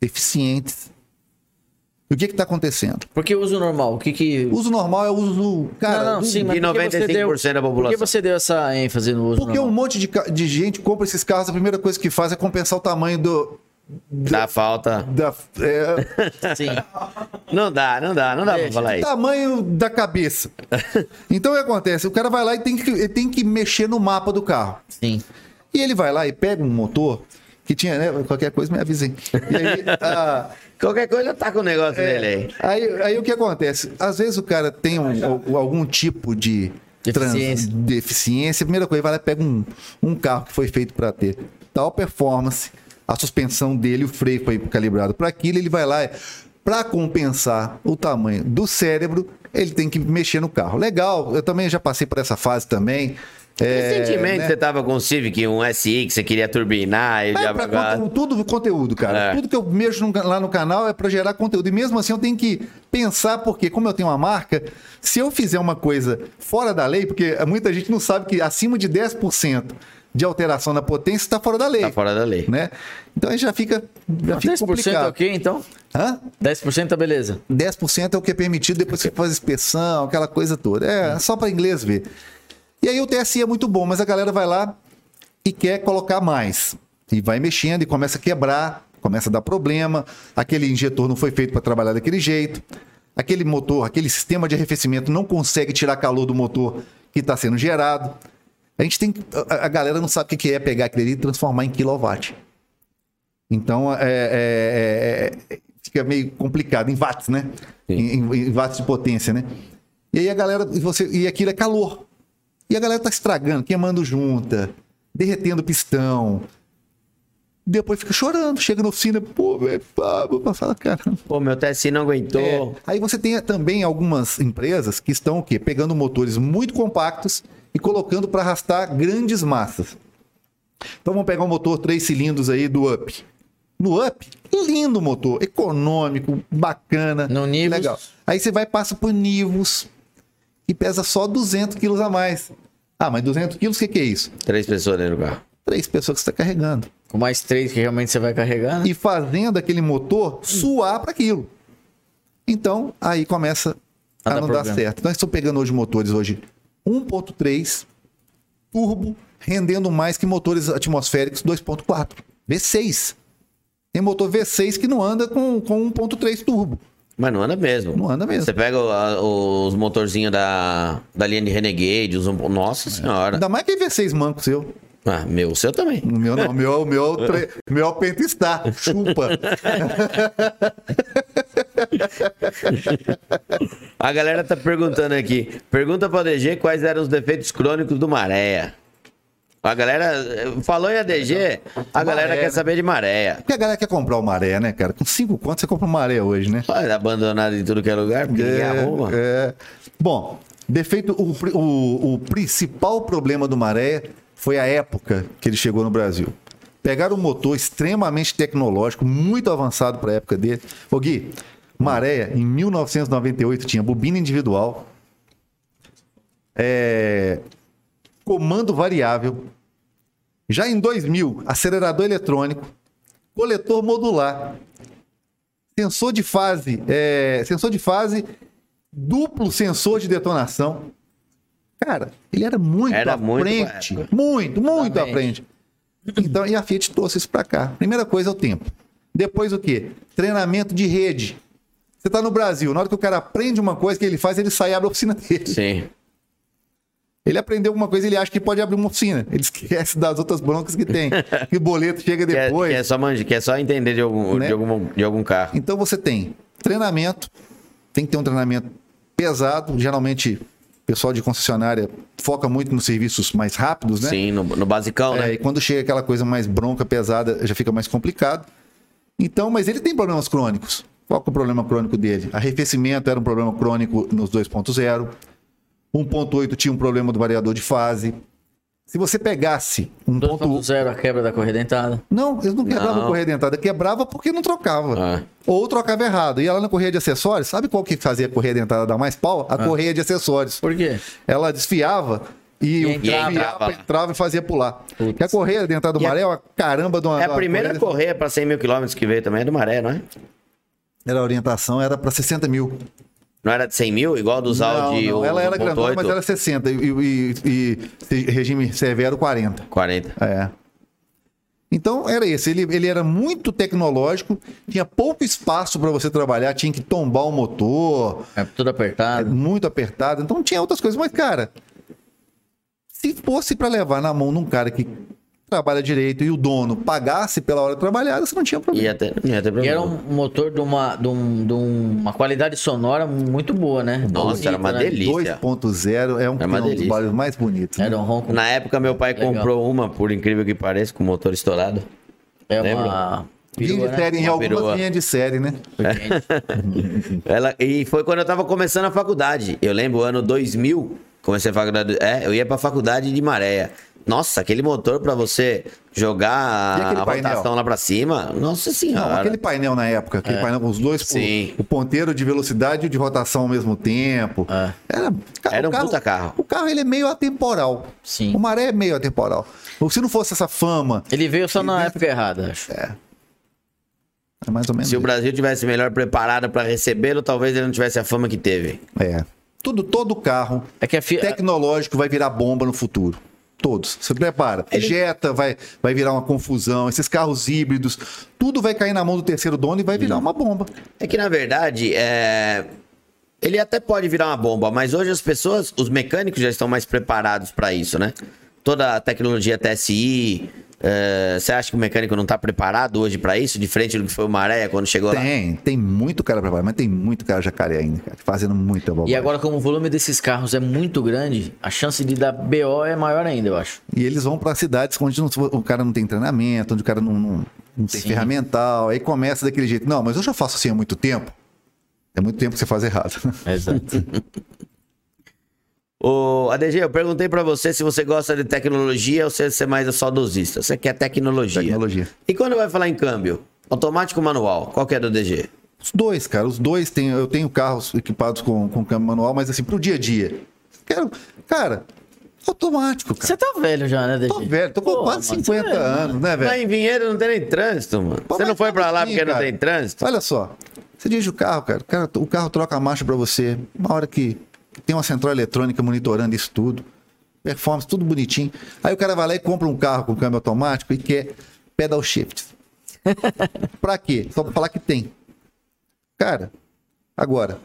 Speaker 4: eficientes. E o que que tá acontecendo?
Speaker 6: Porque uso normal, o que que...
Speaker 4: Uso normal é uso, cara,
Speaker 6: não, não,
Speaker 4: do-
Speaker 6: sim,
Speaker 2: de
Speaker 6: mas por que você
Speaker 2: 95% da
Speaker 6: deu-
Speaker 2: população.
Speaker 6: Por que você deu essa ênfase no uso
Speaker 4: Porque um
Speaker 6: normal?
Speaker 4: monte de, ca- de gente compra esses carros, a primeira coisa que faz é compensar o tamanho do.
Speaker 2: Dá falta.
Speaker 4: Da, é,
Speaker 6: Sim.
Speaker 2: Não dá, não dá, não dá pra
Speaker 6: Deixa.
Speaker 2: falar isso.
Speaker 4: tamanho da cabeça. Então o que acontece? O cara vai lá e tem que, ele tem que mexer no mapa do carro.
Speaker 6: Sim.
Speaker 4: E ele vai lá e pega um motor que tinha, né? Qualquer coisa me avisem. E aí, ah, a-
Speaker 2: Qualquer coisa tá com o negócio
Speaker 4: É.
Speaker 2: dele aí.
Speaker 4: Aí, aí o que acontece? Às vezes o cara tem um- al- algum tipo de trans-
Speaker 6: Deficiência.
Speaker 4: deficiência. A primeira coisa, vai lá e pega um, um carro que foi feito para ter tal performance, a suspensão dele, o freio foi calibrado para aquilo, ele vai lá e. Para compensar o tamanho do cérebro, ele tem que mexer no carro. Legal, eu também já passei por essa fase também. É,
Speaker 2: Recentemente
Speaker 4: né?
Speaker 2: você tava com um Civic, um SI, que você queria turbinar e
Speaker 4: É
Speaker 2: já
Speaker 4: pra conteúdo, tudo conteúdo, cara.
Speaker 2: É.
Speaker 4: Tudo que eu mexo no ca- lá no canal é pra gerar conteúdo. E mesmo assim eu tenho que pensar, porque como eu tenho uma marca, se eu fizer uma coisa fora da lei, porque muita gente não sabe que acima de 10% de alteração na potência está fora da lei.
Speaker 2: tá fora da lei.
Speaker 4: Né? Então aí já fica, já
Speaker 6: 10%
Speaker 4: fica
Speaker 6: é
Speaker 4: complicado.
Speaker 6: o quê, então?
Speaker 4: Hã?
Speaker 6: 10% tá beleza.
Speaker 4: 10% é o que é permitido depois que faz inspeção, aquela coisa toda. É, só para inglês ver. E aí o TSI é muito bom, mas a galera vai lá e quer colocar mais. E vai mexendo e começa a quebrar, começa a dar problema. Aquele injetor não foi feito para trabalhar daquele jeito. Aquele motor, aquele sistema de arrefecimento não consegue tirar calor do motor que está sendo gerado. A gente tem. que- A, a galera não sabe o que que é pegar aquele ali e transformar em kilowatt. Então, é, é- é- é- fica meio complicado em watts, né? Em, em- em watts de potência, né? E aí a galera, e você, e aquilo é calor. E a galera tá estragando, queimando junta, derretendo pistão. Depois fica chorando, chega na oficina, pô, velho, pá, pá, fala, cara,
Speaker 2: Pô, meu TSI não aguentou.
Speaker 4: é. Aí você tem também algumas empresas que estão o quê? Pegando motores muito compactos e colocando para arrastar grandes massas. Então vamos pegar um motor três cilindros aí do Up. No Up, lindo motor, econômico, bacana.
Speaker 6: No Nivus.
Speaker 4: Legal. Aí você vai e passa por Nivus e pesa só 200 quilos a mais. Ah, mas 200 quilos, o que, que é isso?
Speaker 2: Três pessoas dentro do carro.
Speaker 4: Três pessoas que você está carregando.
Speaker 6: Com mais 3 que realmente você vai carregar, né?
Speaker 4: E fazendo aquele motor suar para aquilo. Então, aí começa
Speaker 6: Ah,
Speaker 4: a
Speaker 6: dá
Speaker 4: não dar
Speaker 6: problema.
Speaker 4: certo. Nós estamos pegando hoje motores hoje 1.3 turbo, rendendo mais que motores atmosféricos 2.4, V6. Tem motor V6 que não anda com, com 1.3 turbo.
Speaker 2: Mas não anda mesmo.
Speaker 4: Não anda mesmo.
Speaker 2: Você pega o- a- os motorzinhos da, da linha de Renegade, os, nossa senhora.
Speaker 4: Ainda mais que é V6 manco seu.
Speaker 2: Ah, meu, o seu também.
Speaker 4: O meu não, o meu, o meu, tre- o meu penta está, chupa.
Speaker 2: A galera tá perguntando aqui. Pergunta pra DG quais eram os defeitos crônicos do Maréia. A galera eh, falou em ADG, a galera
Speaker 4: Maré,
Speaker 2: quer
Speaker 4: né?
Speaker 2: saber de Maréia.
Speaker 4: Porque a galera quer comprar o maré, né, cara? Com 5 contos você compra o maré hoje, né?
Speaker 2: Olha, abandonado em tudo que é lugar, porque ninguém arruma.
Speaker 4: é. Bom, defeito. O, pri- o- o principal problema do Maré foi a época que ele chegou no Brasil. Pegaram um motor extremamente tecnológico, muito avançado para a época dele. Ô Gui, Maré, em 1998, tinha bobina individual, é, comando variável. Já em 2000, acelerador eletrônico, coletor modular, sensor de fase, é, sensor de fase, duplo sensor de detonação. Cara, ele era muito
Speaker 2: Era
Speaker 4: à
Speaker 2: muito pra
Speaker 4: frente,
Speaker 2: época.
Speaker 4: muito, muito à
Speaker 6: Exatamente.
Speaker 4: frente. Então, e a Fiat trouxe isso para cá. Primeira coisa é o tempo. Depois o quê? Treinamento de rede. Você tá no Brasil, na hora que o cara aprende uma coisa que ele faz, ele sai e abre a oficina dele.
Speaker 2: Sim.
Speaker 4: Ele aprendeu alguma coisa, ele acha que pode abrir uma oficina. Ele esquece das outras broncas que tem. Que boleto chega
Speaker 2: Quer,
Speaker 4: depois.
Speaker 2: quer só manja, quer só entender de algum,
Speaker 4: Né?
Speaker 2: de algum, de algum carro.
Speaker 4: Então você tem treinamento, tem que ter um treinamento pesado. Geralmente, o pessoal de concessionária foca muito nos serviços mais rápidos, né?
Speaker 2: Sim, no, no basicão,
Speaker 4: É,
Speaker 2: né?
Speaker 4: e quando chega aquela coisa mais bronca, pesada, já fica mais complicado. Então, mas ele tem problemas crônicos. Qual que é o problema crônico dele? Arrefecimento era um problema crônico nos 2.0. 1.8 tinha um problema do variador de fase. Se você pegasse 1.0.
Speaker 6: 2.0 a quebra da correia dentada.
Speaker 4: Não, eles não quebravam
Speaker 2: Não.
Speaker 4: correia dentada, quebrava porque não trocava.
Speaker 2: Ah.
Speaker 4: Ou trocava errado. E ela na correia de acessórios, sabe qual que fazia a correia dentada dar mais pau? A correia de acessórios.
Speaker 6: Por quê?
Speaker 4: Ela desfiava e,
Speaker 6: E
Speaker 4: o
Speaker 6: entrava.
Speaker 4: entrava, entrava e fazia pular.
Speaker 6: Putz.
Speaker 4: Porque a correia dentada do
Speaker 2: E a-
Speaker 4: maré é uma caramba de uma.
Speaker 2: É a
Speaker 4: da
Speaker 2: primeira
Speaker 4: correia-
Speaker 2: correia pra 100 mil quilômetros que veio também é do Maré, não é?
Speaker 4: Era a orientação, era para 60 mil.
Speaker 2: Não era de 100 mil, igual dos Audi
Speaker 4: não, não.
Speaker 2: o
Speaker 4: Ela era grandona,
Speaker 2: 1.8?
Speaker 4: mas era 60. E, e- e- e regime severo 40.
Speaker 2: 40.
Speaker 4: É. Então era esse. Ele, ele era muito tecnológico, tinha pouco espaço para você trabalhar, tinha que tombar o motor,
Speaker 6: É tudo
Speaker 4: é
Speaker 6: apertado.
Speaker 4: muito apertado. Então tinha outras coisas, mas cara, se fosse para levar na mão de um cara que trabalha direito e o dono pagasse pela hora trabalhada, você não tinha problema.
Speaker 2: Ia ter, ia ter problema.
Speaker 6: E era um motor de uma, de um- de uma qualidade sonora muito boa, né?
Speaker 2: Nossa, era é uma
Speaker 6: né?
Speaker 2: delícia.
Speaker 4: 2.0 é um,
Speaker 2: É uma
Speaker 4: é um dos
Speaker 2: delícia. É
Speaker 4: barulhos mais bonitos. né?
Speaker 6: Era um ronco.
Speaker 2: Na época, meu pai
Speaker 6: Legal.
Speaker 2: comprou uma, por incrível que pareça, com motor estourado.
Speaker 6: é
Speaker 2: lembra?
Speaker 6: uma
Speaker 4: Vinha
Speaker 6: Perua,
Speaker 4: de
Speaker 6: né?
Speaker 4: série, em
Speaker 2: Uma
Speaker 4: algumas
Speaker 2: perua.
Speaker 4: vinha de série, né?
Speaker 2: Ela, e foi quando eu tava começando a faculdade. Eu lembro, ano 2000, comecei a faculdade. É, eu ia pra faculdade de Maréia. Nossa, aquele motor pra você jogar
Speaker 4: E aquele
Speaker 2: a
Speaker 4: painel?
Speaker 2: rotação lá pra cima. Nossa senhora.
Speaker 4: Não, aquele painel na época, aquele painel com os dois,
Speaker 2: É. Sim. Ah.
Speaker 4: o, o ponteiro de velocidade e o de rotação ao mesmo tempo.
Speaker 6: É.
Speaker 4: Era, ca-
Speaker 2: Era
Speaker 4: o
Speaker 2: um puta carro.
Speaker 4: O carro ele é meio atemporal.
Speaker 6: Sim.
Speaker 4: O maré é meio atemporal. Se não fosse essa fama,
Speaker 6: Ele veio só na época errada, acho.
Speaker 4: é mais ou menos.
Speaker 2: Se o
Speaker 4: isso.
Speaker 2: Brasil tivesse melhor preparado pra recebê-lo, talvez ele não tivesse a fama que teve.
Speaker 4: É. Tudo, todo carro
Speaker 6: É que a FIA.
Speaker 4: tecnológico vai virar bomba no futuro. Todos. Se prepara. Jetta vai, vai virar uma confusão. Esses carros híbridos, tudo vai cair na mão do terceiro dono e vai virar uma bomba.
Speaker 2: É que na verdade, é, ele até pode virar uma bomba, mas hoje as pessoas, os mecânicos já estão mais preparados para isso, né? Toda a tecnologia TSI, é, você acha que o mecânico não está preparado hoje para isso, de frente do que foi o Maré quando chegou lá?
Speaker 4: Tem, tem muito cara preparado, mas tem muito cara jacaré ainda, cara, fazendo muita bomba.
Speaker 6: E agora, como o volume desses carros é muito grande, a chance de dar BO é maior ainda, eu acho.
Speaker 4: E eles vão para cidades onde não- o cara não tem treinamento, onde o cara não, não- não tem
Speaker 6: Sim.
Speaker 4: ferramental. Aí começa daquele jeito. Não, mas eu já faço assim há muito tempo. É muito tempo que você faz errado.
Speaker 6: Exato.
Speaker 2: Ô, ADG, eu perguntei para você se você gosta de tecnologia ou se você é mais saudosista. Você quer tecnologia.
Speaker 4: Tecnologia.
Speaker 2: E quando vai falar em câmbio? Automático ou manual? Qual que é do DG?
Speaker 4: Os dois, cara, os dois. Tem, eu tenho carros equipados com, com câmbio manual, mas assim, pro dia a dia. Quero, cara, automático, cara.
Speaker 6: Você tá velho já, né, DG?
Speaker 4: Tô velho, tô com
Speaker 6: Pô,
Speaker 4: quase
Speaker 6: mano,
Speaker 4: 50
Speaker 6: você é-
Speaker 4: anos, né, velho?
Speaker 2: Lá em Vinhedo não tem nem trânsito, mano.
Speaker 4: Pô,
Speaker 2: você
Speaker 4: mas
Speaker 2: não foi
Speaker 4: como
Speaker 2: para lá
Speaker 4: assim,
Speaker 2: porque não
Speaker 4: cara?
Speaker 2: tem trânsito?
Speaker 4: Olha só, você dirige o carro, cara. cara, o carro troca a marcha pra você. Uma hora que tem uma central eletrônica monitorando isso tudo, performance, tudo bonitinho. Aí o cara vai lá e compra um carro com câmbio automático e quer pedal shift. pra quê? Só pra falar que tem. Cara, agora,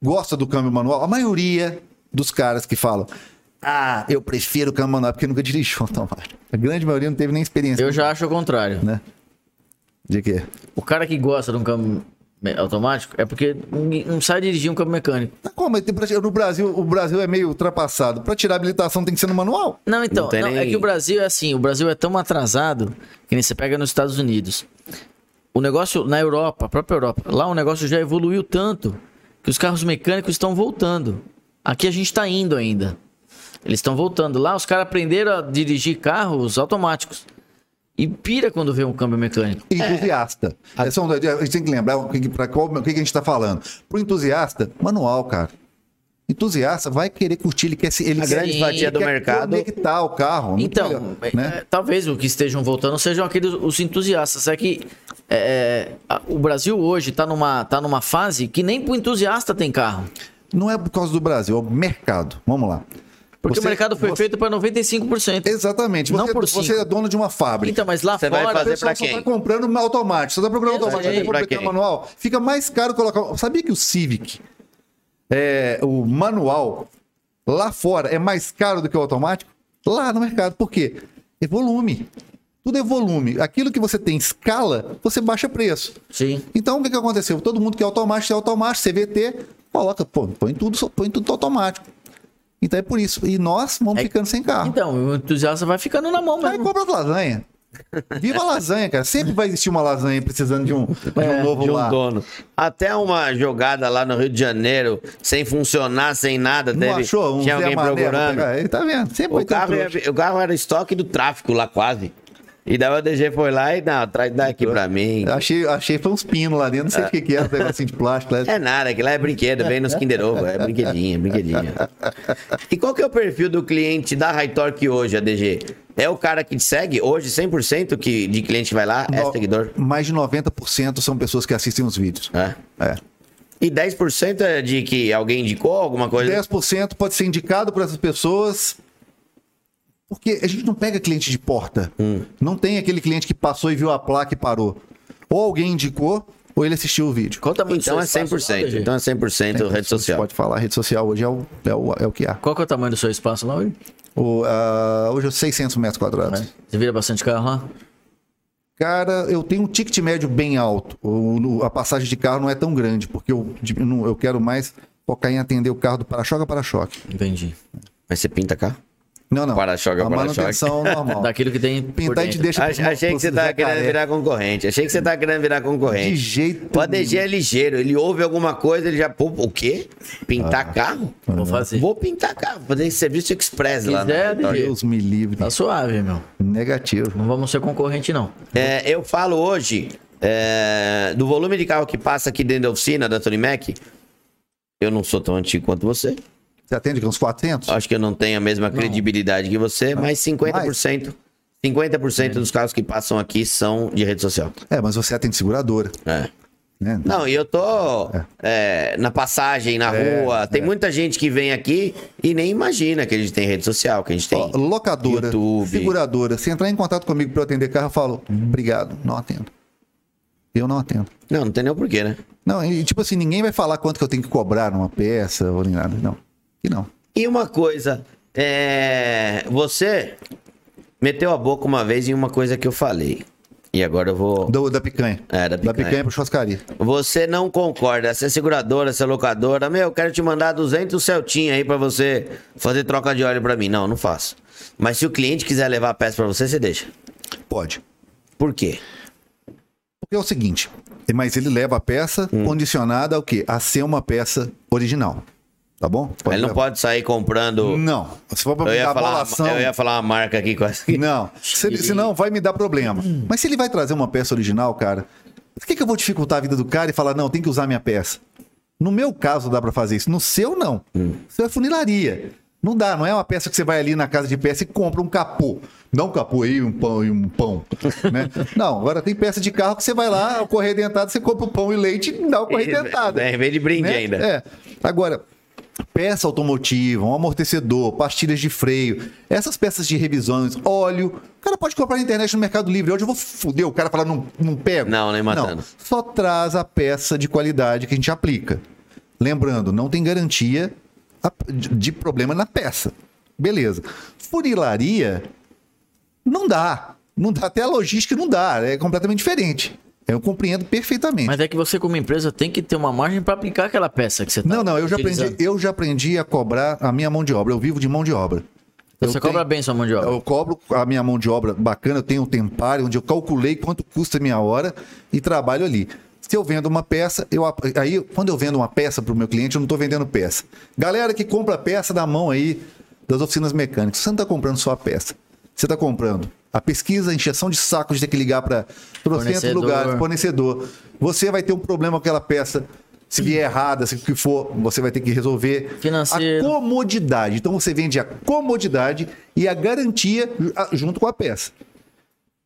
Speaker 4: gosta do câmbio manual? A maioria dos caras que falam, ah, eu prefiro o câmbio manual porque nunca dirigiu automático. A grande maioria não teve nem experiência.
Speaker 6: Eu já acho o contrário.
Speaker 4: Né? De quê?
Speaker 6: O cara que gosta de um câmbio me- automático é porque ninguém- não sabe dirigir um câmbio mecânico.
Speaker 4: Tá como? Mas tem pra- No Brasil, o Brasil é meio ultrapassado. Pra tirar a habilitação tem que ser no manual.
Speaker 6: Não, então,
Speaker 2: Não tem
Speaker 6: não, é
Speaker 2: nem-
Speaker 6: que o Brasil é assim, o Brasil é tão atrasado que nem você pega nos Estados Unidos. O negócio na Europa, a própria Europa, lá o negócio já evoluiu tanto que os carros mecânicos estão voltando. Aqui a gente tá indo ainda. Eles estão voltando. Lá os caras aprenderam a dirigir carros automáticos. E pira quando vê um câmbio mecânico.
Speaker 4: Entusiasta. É. só um- a gente tem que lembrar o que, pra qual, o que que a gente tá falando. Pro entusiasta, manual, cara. Entusiasta vai querer curtir, ele quer se. Ele
Speaker 2: A
Speaker 4: quer-
Speaker 2: grande
Speaker 6: Sim,
Speaker 2: fatia do
Speaker 4: quer
Speaker 2: mercado.
Speaker 4: conectar o carro. muito
Speaker 6: Então,
Speaker 4: melhor,
Speaker 6: é,
Speaker 4: né?
Speaker 6: é, talvez o que estejam voltando sejam aqueles os entusiastas. É que é, a- o Brasil hoje está numa, tá numa fase que nem pro entusiasta tem carro.
Speaker 4: Não é por causa do Brasil, é o mercado. Vamos lá.
Speaker 6: Porque
Speaker 4: Você-
Speaker 6: o mercado foi
Speaker 4: você-
Speaker 6: feito para 95%.
Speaker 4: Exatamente. Você,
Speaker 6: Não por
Speaker 4: você
Speaker 6: cinco.
Speaker 4: é dono de uma fábrica.
Speaker 6: Então, mas lá
Speaker 2: Você vai
Speaker 6: fora.
Speaker 2: fazer
Speaker 4: pessoal
Speaker 2: pra
Speaker 4: só
Speaker 2: quem?
Speaker 4: tá comprando automático, só tá procurando
Speaker 6: Exato.
Speaker 4: automático, só tá
Speaker 2: Pra
Speaker 4: comprando
Speaker 2: quem?
Speaker 4: manual. Fica mais caro colocar. Sabia que o Civic, é, o manual, lá fora é mais caro do que o automático? Lá no mercado. Por quê? É volume. Tudo é volume. Aquilo que você tem escala, você baixa preço.
Speaker 6: Sim.
Speaker 4: Então, o que, que aconteceu? Todo mundo que é automático, é automático, CVT, coloca, pô, põe tudo, só- põe tudo automático. Então é por isso. E nós vamos
Speaker 6: É-
Speaker 4: ficando sem carro.
Speaker 6: Então, o entusiasta vai ficando na mão
Speaker 4: Aí
Speaker 6: mesmo.
Speaker 4: compra as lasanha. Viva a lasanha, cara. Sempre vai existir uma lasanha precisando de um, de um novo
Speaker 2: de um
Speaker 4: lar.
Speaker 2: dono. Até uma jogada lá no Rio de Janeiro, sem funcionar, sem nada,
Speaker 4: Não
Speaker 2: teve,
Speaker 4: achou um
Speaker 2: tinha
Speaker 4: Zé
Speaker 2: alguém
Speaker 4: Mané pra
Speaker 2: procurando.
Speaker 4: pegar? Ele tá vendo. Sempre
Speaker 2: O
Speaker 4: vai ter um
Speaker 2: carro, é
Speaker 4: trouxa.
Speaker 2: ia- o carro era estoque do tráfico lá quase. E daí o DG foi lá e, não, traz daqui pra mim.
Speaker 4: Eu Achei, achei foi uns pinos lá dentro, não sei o que que era, um negocinho de plástico. lá.
Speaker 2: É nada, que lá é brinquedo, vem nos Kinder Ovo, é brinquedinho, é brinquedinho. E qual que é o perfil do cliente da Hightorque hoje, ADG? É o cara que te segue hoje, 100% que de cliente vai lá, é
Speaker 4: No-
Speaker 2: seguidor?
Speaker 4: Mais de 90% são pessoas que assistem os vídeos.
Speaker 2: É.
Speaker 4: É.
Speaker 2: E 10% é de que alguém indicou alguma coisa?
Speaker 4: 10% pode ser indicado por essas pessoas. Porque a gente não pega cliente de porta.
Speaker 2: Hum.
Speaker 4: Não tem aquele cliente que passou e viu a placa e parou. Ou alguém indicou, ou ele assistiu o vídeo.
Speaker 6: Qual o tamanho do
Speaker 2: Então
Speaker 6: seu
Speaker 2: é
Speaker 6: espaço lá,
Speaker 2: 100%.
Speaker 6: DG?
Speaker 2: Então é 100% rede social.
Speaker 4: Pode falar, rede social hoje é o, é o, é o que há.
Speaker 6: Qual que é o tamanho do seu espaço lá hoje?
Speaker 4: O, ah, hoje é 600 metros quadrados.
Speaker 2: Né?
Speaker 6: Você vira bastante carro lá?
Speaker 4: Cara, eu tenho um ticket médio bem alto. O- no- a passagem de carro não é tão grande, porque eu, de- não- eu quero mais focar em atender o carro do para-choque a para-choque.
Speaker 6: Entendi.
Speaker 2: Mas você pinta cá?
Speaker 4: Não, não.
Speaker 2: Para-choque é
Speaker 4: A
Speaker 2: para-choque.
Speaker 4: manutenção normal.
Speaker 6: Daquilo que tem. por
Speaker 4: Pintar a gente
Speaker 6: dentro.
Speaker 4: deixa
Speaker 2: Ach- Achei que você tava querendo virar concorrente. Achei que você tava querendo virar concorrente.
Speaker 4: De jeito
Speaker 2: O ADG é ligeiro. Ele ouve alguma coisa, ele já. Pô, o quê? Pintar
Speaker 4: Ah.
Speaker 2: carro?
Speaker 6: Vou fazer.
Speaker 2: Vou pintar carro. Fazer esse serviço express lá. né? na-
Speaker 6: Quiser,
Speaker 2: na-
Speaker 6: DG.
Speaker 4: Deus me livre.
Speaker 6: Tá suave, meu.
Speaker 4: Negativo.
Speaker 6: Não vamos ser concorrente, não.
Speaker 2: É, eu falo hoje é, do volume de carro que passa aqui dentro da oficina da Tony Mac. Eu não sou tão antigo quanto você.
Speaker 4: Você atende com uns 400?
Speaker 2: Acho que eu não tenho a mesma credibilidade que você, mas 50%. 50% dos carros que passam aqui são de rede social.
Speaker 4: É, mas você atende seguradora,
Speaker 2: É.
Speaker 4: né?
Speaker 2: Não, e eu tô é, na passagem, na
Speaker 4: É,
Speaker 2: rua. Tem
Speaker 4: é.
Speaker 2: muita gente que vem aqui e nem imagina que a gente tem rede social, que a gente tem.
Speaker 4: Ó, locadora,
Speaker 2: YouTube.
Speaker 4: seguradora. Se entrar em contato comigo pra eu atender carro, eu falo, obrigado, não atendo. Eu não atendo.
Speaker 2: Não, não tem nem o porquê, né?
Speaker 4: Não, e tipo assim, ninguém vai falar quanto que eu tenho que cobrar numa peça ou nem nada. Não. E não.
Speaker 2: E uma coisa, é, você meteu a boca uma vez em uma coisa que eu falei. E agora eu vou.
Speaker 4: Do- da picanha.
Speaker 2: É, da
Speaker 4: Da
Speaker 2: picanha.
Speaker 4: picanha pra churrascaria.
Speaker 2: Você não concorda, se é seguradora, se é locadora, meu, eu quero te mandar 200 Celtinha aí pra você fazer troca de óleo pra mim. Não, não faço. Mas se o cliente quiser levar a peça pra você, você deixa.
Speaker 4: Pode.
Speaker 2: Por quê?
Speaker 4: Porque é o seguinte, mas ele leva a peça
Speaker 2: Hum.
Speaker 4: condicionada ao quê? A ser uma peça original. Tá bom?
Speaker 2: Ele não
Speaker 4: levar.
Speaker 2: pode sair comprando.
Speaker 4: Não. Se for pra
Speaker 2: Eu
Speaker 4: me
Speaker 2: ia,
Speaker 4: dar
Speaker 2: falar,
Speaker 4: bolação...
Speaker 2: eu ia falar uma marca aqui quase.
Speaker 4: Não. Se ele- senão vai me dar problema.
Speaker 2: Hum.
Speaker 4: Mas se ele vai trazer uma peça original, cara, por que, que eu vou dificultar a vida do cara e falar, não, tem que usar minha peça? No meu caso dá pra fazer isso. No seu, não.
Speaker 2: Hum.
Speaker 4: Seu é funilaria. Não dá, não é uma peça que você vai ali na casa de peça e compra um capô. Não um capô aí, um pão e um pão. né? Não, agora tem peça de carro que você vai lá, o correio dentado, você compra o pão e leite e dá o correio dentado.
Speaker 2: É, em vez de brinde
Speaker 4: né?
Speaker 2: ainda.
Speaker 4: É. Agora, peça automotiva, um amortecedor, pastilhas de freio, essas peças de revisões, óleo. O cara pode comprar na internet no Mercado Livre. Hoje eu vou foder o cara falar, não, não pego.
Speaker 2: Não, nem matando.
Speaker 4: Só traz a peça de qualidade que a gente aplica. Lembrando, não tem garantia a- de- de problema na peça. Beleza. Furilaria, não dá. Não dá. Até a logística não dá. É completamente diferente. Eu compreendo perfeitamente.
Speaker 6: Mas é que você, como empresa, tem que ter uma margem pra aplicar aquela peça que você tá
Speaker 4: Não, não, eu já,
Speaker 6: utilizando.
Speaker 4: aprendi, eu já aprendi a cobrar a minha mão de obra. Eu vivo de mão de obra. Eu
Speaker 6: Então Você
Speaker 4: tenho-
Speaker 6: cobra bem sua mão de obra.
Speaker 4: Eu cobro a minha mão de obra bacana, eu tenho um tempário onde eu calculei quanto custa a minha hora e trabalho ali. Se eu vendo uma peça, eu ap- aí quando eu vendo uma peça para o meu cliente, eu não estou vendendo peça. Galera que compra peça da mão aí das oficinas mecânicas, você não está comprando só a peça. Você está comprando a pesquisa, a injeção de saco de ter que ligar para trocentos
Speaker 6: Fornecedor.
Speaker 4: lugares, fornecedor. Você vai ter um problema com aquela peça. Se vier errada, se o que for, você vai ter que resolver.
Speaker 6: Financeiro.
Speaker 4: A comodidade. Então você vende a comodidade e a garantia ju- a- junto com a peça.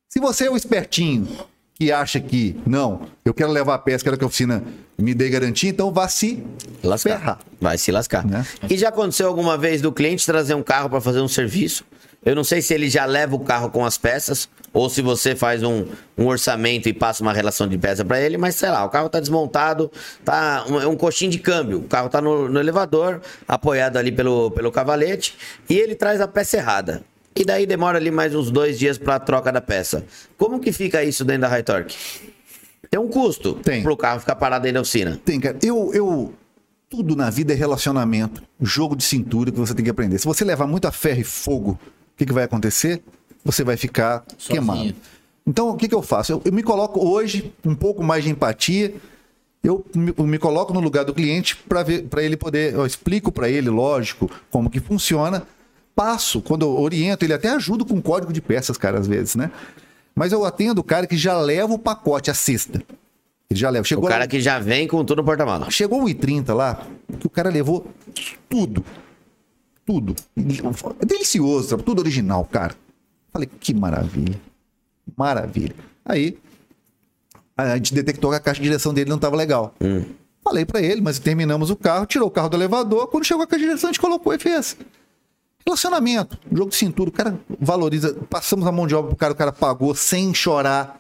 Speaker 4: Se você é o espertinho que acha que, não, eu quero levar a peça, quero que a oficina me dê garantia, então vá se
Speaker 2: Lascar.
Speaker 4: ferrar.
Speaker 2: Vai se lascar.
Speaker 4: Né?
Speaker 2: E já aconteceu alguma vez do cliente trazer um carro para fazer um serviço? Eu não sei se ele já leva o carro com as peças ou se você faz um, um orçamento e passa uma relação de peça para ele, mas sei lá, o carro tá desmontado, tá um, é um coxinho de câmbio, o carro tá no, no elevador, apoiado ali pelo, pelo cavalete, e ele traz a peça errada. E daí demora ali mais uns dois dias para a troca da peça. Como que fica isso dentro da High Torque? Tem um custo
Speaker 4: Tem.
Speaker 2: pro carro ficar parado aí na oficina.
Speaker 4: Tem, cara. Eu, eu. Tudo na vida é relacionamento, jogo de cintura que você tem que aprender. Se você levar muito a ferro e fogo, o que, que vai acontecer? Você vai ficar queimado. Então, o que, que eu faço? Eu, eu me coloco hoje um pouco mais de empatia. Eu me, eu me coloco no lugar do cliente para ver, para ele poder. Eu explico para ele, lógico, como que funciona. Passo, quando eu oriento, ele até ajuda com código de peças, cara, às vezes, né? Mas eu atendo o cara que já leva o pacote, a cesta. Ele já leva.
Speaker 2: O
Speaker 4: Chegou
Speaker 2: cara
Speaker 4: lá-
Speaker 2: que já vem com tudo no porta-mala.
Speaker 4: Chegou o I30 lá, que o cara levou tudo. Tudo. É delicioso, sabe? tudo original, cara. Falei, que maravilha. Maravilha. Aí, a gente detectou que a caixa de direção dele não estava legal.
Speaker 2: Hum.
Speaker 4: Falei pra ele, mas terminamos o carro, tirou o carro do elevador. Quando chegou a caixa de direção, a gente colocou e fez. Relacionamento, jogo de cintura, o cara valoriza. Passamos a mão de obra pro cara, o cara pagou sem chorar.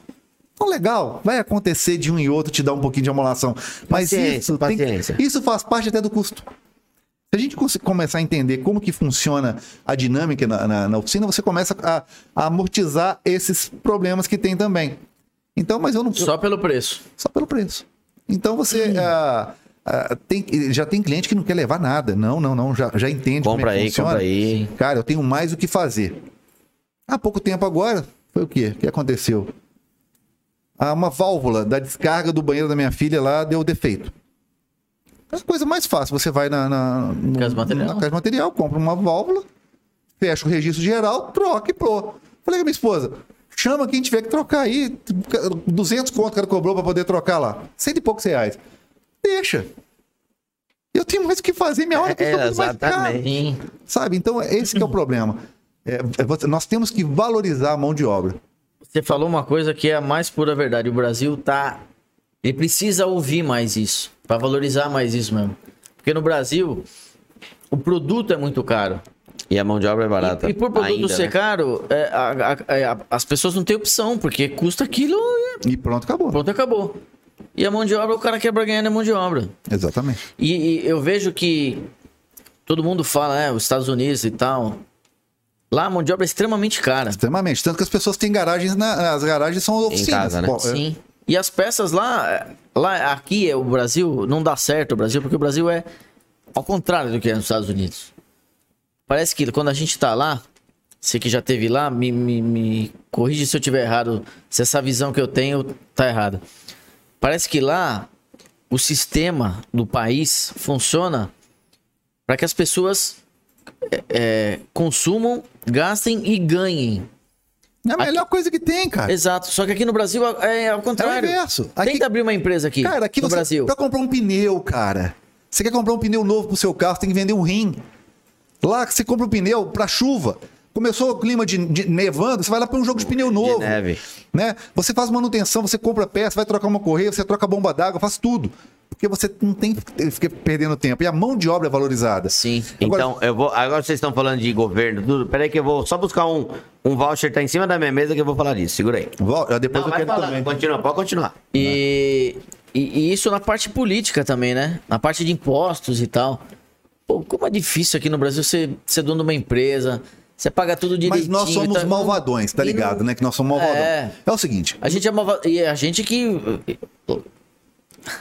Speaker 4: Então, legal, vai acontecer de um e outro te dar um pouquinho de amolação. Mas
Speaker 2: Paciência,
Speaker 4: isso, tem que-
Speaker 2: paciência.
Speaker 4: isso faz parte até do custo. Se a gente cons- começar a entender como que funciona a dinâmica na, na- na oficina, você começa a, a amortizar esses problemas que tem também. Então, mas eu não. eu-
Speaker 6: Só pelo preço.
Speaker 4: só pelo preço. Então você ah, ah, tem- já tem cliente que não quer levar nada. Não, não, não. Já, já entende
Speaker 2: Compra
Speaker 4: como é que
Speaker 2: aí,
Speaker 4: funciona.
Speaker 2: compra aí.
Speaker 4: Cara, eu tenho mais o que fazer. Há pouco tempo agora, foi o quê? O que aconteceu? Ah, uma válvula da descarga do banheiro da minha filha lá deu defeito. É a coisa mais fácil. Você vai na, na, no-
Speaker 6: Casa de material.
Speaker 4: na casa de material, compra uma válvula, fecha o registro geral, troca e pô. Falei com a minha esposa, chama quem tiver que trocar aí. 200 conto que ela cobrou pra poder trocar lá. Cento e poucos reais. Deixa. Eu tenho mais o que fazer, minha hora custa
Speaker 2: É,
Speaker 4: muito mais caro.
Speaker 2: exatamente.
Speaker 6: Sim.
Speaker 4: Sabe? Então, esse que é o problema. É, é você- nós temos que valorizar a mão de obra.
Speaker 6: Você falou uma coisa que é a mais pura verdade. O Brasil tá. Ele precisa ouvir mais isso. Pra valorizar mais isso mesmo. Porque no Brasil, o produto é muito caro.
Speaker 2: E a mão de obra é barata.
Speaker 6: E, e por produto
Speaker 2: ainda,
Speaker 6: ser
Speaker 2: né?
Speaker 6: caro, é, a- a- é, a- as pessoas não têm opção, porque custa aquilo e
Speaker 4: E pronto, acabou.
Speaker 6: pronto, acabou. E a mão de obra, o cara quebra ganhando a mão de obra.
Speaker 4: Exatamente.
Speaker 6: E, e eu vejo que todo mundo fala, né? Os Estados Unidos e tal. Lá a mão de obra é extremamente cara.
Speaker 4: Extremamente. Tanto que as pessoas têm garagens, na, as garagens são oficinas.
Speaker 2: casa, né?
Speaker 4: Bom, é,
Speaker 6: Sim. E as peças lá, lá aqui é o Brasil, não dá certo o Brasil, porque o Brasil é ao contrário do que é nos Estados Unidos. Parece que quando a gente tá lá, você que já teve lá, me, me, me corrige se eu tiver errado, se essa visão que eu tenho tá errada. Parece que lá o sistema do país funciona para que as pessoas é, é, consumam, gastem e ganhem.
Speaker 4: É a melhor coisa que tem, cara.
Speaker 6: Exato. Só que aqui no Brasil é ao contrário.
Speaker 4: inverso. Aqui-
Speaker 6: Tem que abrir uma empresa aqui.
Speaker 4: Cara, aqui
Speaker 6: no
Speaker 4: você.
Speaker 6: Brasil.
Speaker 4: Pra comprar um pneu, cara. Você quer comprar um pneu novo pro seu carro, você tem que vender um rim. Lá que você compra um pneu pra chuva. Começou o clima de, de nevando, você vai lá pra um jogo de pneu novo.
Speaker 2: neve.
Speaker 4: Né? Você faz manutenção, você compra peça, vai trocar uma correia, você troca bomba d'água, faz tudo. Porque você não tem que ficar perdendo tempo. E a mão de obra é valorizada.
Speaker 6: Sim.
Speaker 4: Agora-
Speaker 2: Então, eu vou. Agora vocês estão falando de governo, tudo. Peraí, que eu vou só buscar um, um voucher, tá em cima da minha mesa que eu vou falar disso. Segura aí.
Speaker 4: Vol- Depois
Speaker 2: Não,
Speaker 4: eu
Speaker 2: vai
Speaker 4: quero
Speaker 2: falar.
Speaker 4: também.
Speaker 2: Continua, pode continuar.
Speaker 6: E, e- e isso na parte política também, né? Na parte de impostos e tal. Pô, como é difícil aqui no Brasil você ser dono de uma empresa, você paga tudo
Speaker 4: Mas
Speaker 6: direitinho.
Speaker 4: nós somos
Speaker 6: tá-
Speaker 4: malvadões, tá
Speaker 6: E não-
Speaker 4: ligado, né? Que nós somos malvadões.
Speaker 6: É.
Speaker 4: É, o seguinte,
Speaker 6: A gente é malvado. E a gente que.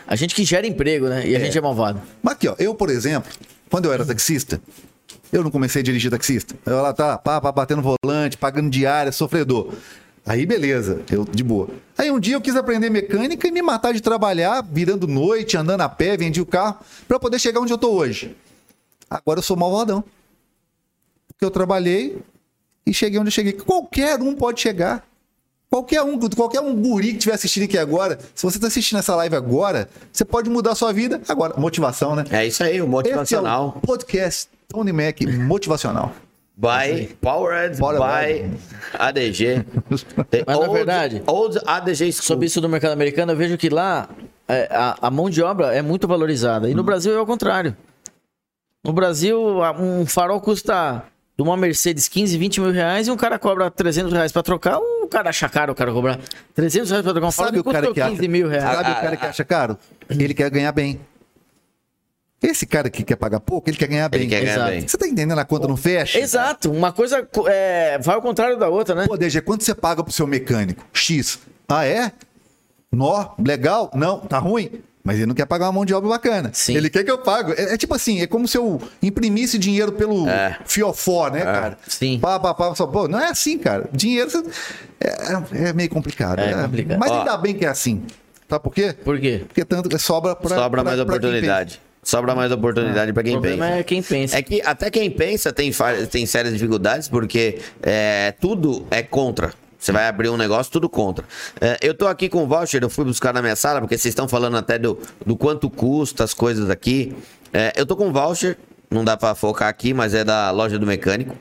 Speaker 6: A gente que gera emprego, né? E a gente é malvado.
Speaker 4: mas aqui, ó, eu, por exemplo, quando eu era taxista, eu não comecei a dirigir taxista. Eu lá tá, pá, pá, batendo volante, pagando diária, sofredor. Aí beleza, eu de boa. Aí um dia eu quis aprender mecânica e me matar de trabalhar, virando noite, andando a pé, vendi o carro, pra eu poder chegar onde eu tô hoje. Agora eu sou malvadão. Porque eu trabalhei e cheguei onde eu cheguei. Qualquer um pode chegar. Qualquer um, qualquer um guri que estiver assistindo aqui agora, se você está assistindo essa live agora, você pode mudar a sua vida agora. Motivação, né?
Speaker 2: É isso aí, o
Speaker 4: Esse é o
Speaker 2: motivacional.
Speaker 4: podcast Tony Mac motivacional.
Speaker 6: é
Speaker 2: By Powered by
Speaker 4: Powered.
Speaker 2: ADG.
Speaker 6: Mas na verdade-
Speaker 2: Old ADG School.
Speaker 6: Sobre isso do mercado americano, eu vejo que lá é, a, a mão de obra é muito valorizada.
Speaker 4: Hum.
Speaker 6: E no Brasil é o contrário. No Brasil, a- um farol custa de uma Mercedes 15, 20 mil reais e um cara cobra 300 reais pra trocar. O cara acha caro o cara cobrar 300 reais pra trocar um farol
Speaker 4: Sabe o
Speaker 6: que custa
Speaker 4: cara que
Speaker 6: 15
Speaker 4: acha?
Speaker 6: mil reais.
Speaker 4: Sabe o cara que acha caro? Ele quer ganhar bem. Esse cara que quer pagar pouco, ele quer ganhar bem.
Speaker 2: Ele quer ganhar
Speaker 6: Exato.
Speaker 2: bem.
Speaker 4: Você tá entendendo? A conta não fecha?
Speaker 6: Exato, uma coisa co- é, vai ao contrário da outra, né?
Speaker 4: Pô, DG, quanto você paga pro seu mecânico? X. Ah, é? Nó, legal? Não, tá ruim. Mas ele não quer pagar uma mão de obra bacana.
Speaker 6: Sim.
Speaker 4: Ele quer que eu pago. É, é tipo assim, é como se eu imprimisse dinheiro pelo
Speaker 2: É.
Speaker 4: fiofó, né, cara?
Speaker 6: Sim.
Speaker 4: Pá, pá, pá, só, pô, não é assim, cara. Dinheiro você- é, é meio complicado.
Speaker 6: É
Speaker 4: né?
Speaker 6: complicado.
Speaker 4: Mas
Speaker 2: Ó.
Speaker 4: ainda bem que é assim. Sabe por quê?
Speaker 6: Por quê?
Speaker 4: Porque é tanto sobra pra.
Speaker 2: Sobra
Speaker 4: pra-
Speaker 2: mais
Speaker 4: pra quem
Speaker 2: oportunidade. Sobra mais oportunidade pra
Speaker 6: O
Speaker 2: quem
Speaker 6: Ah, problema
Speaker 2: pensa.
Speaker 6: é quem pensa.
Speaker 2: É que até quem pensa tem, fa- tem sérias dificuldades, porque é, tudo é contra. Você vai abrir um negócio, tudo contra. É, eu tô aqui com o voucher, eu fui buscar na minha sala, porque vocês estão falando até do, do quanto custa as coisas aqui. É, eu tô com o voucher, não dá pra focar aqui, mas é da loja do mecânico.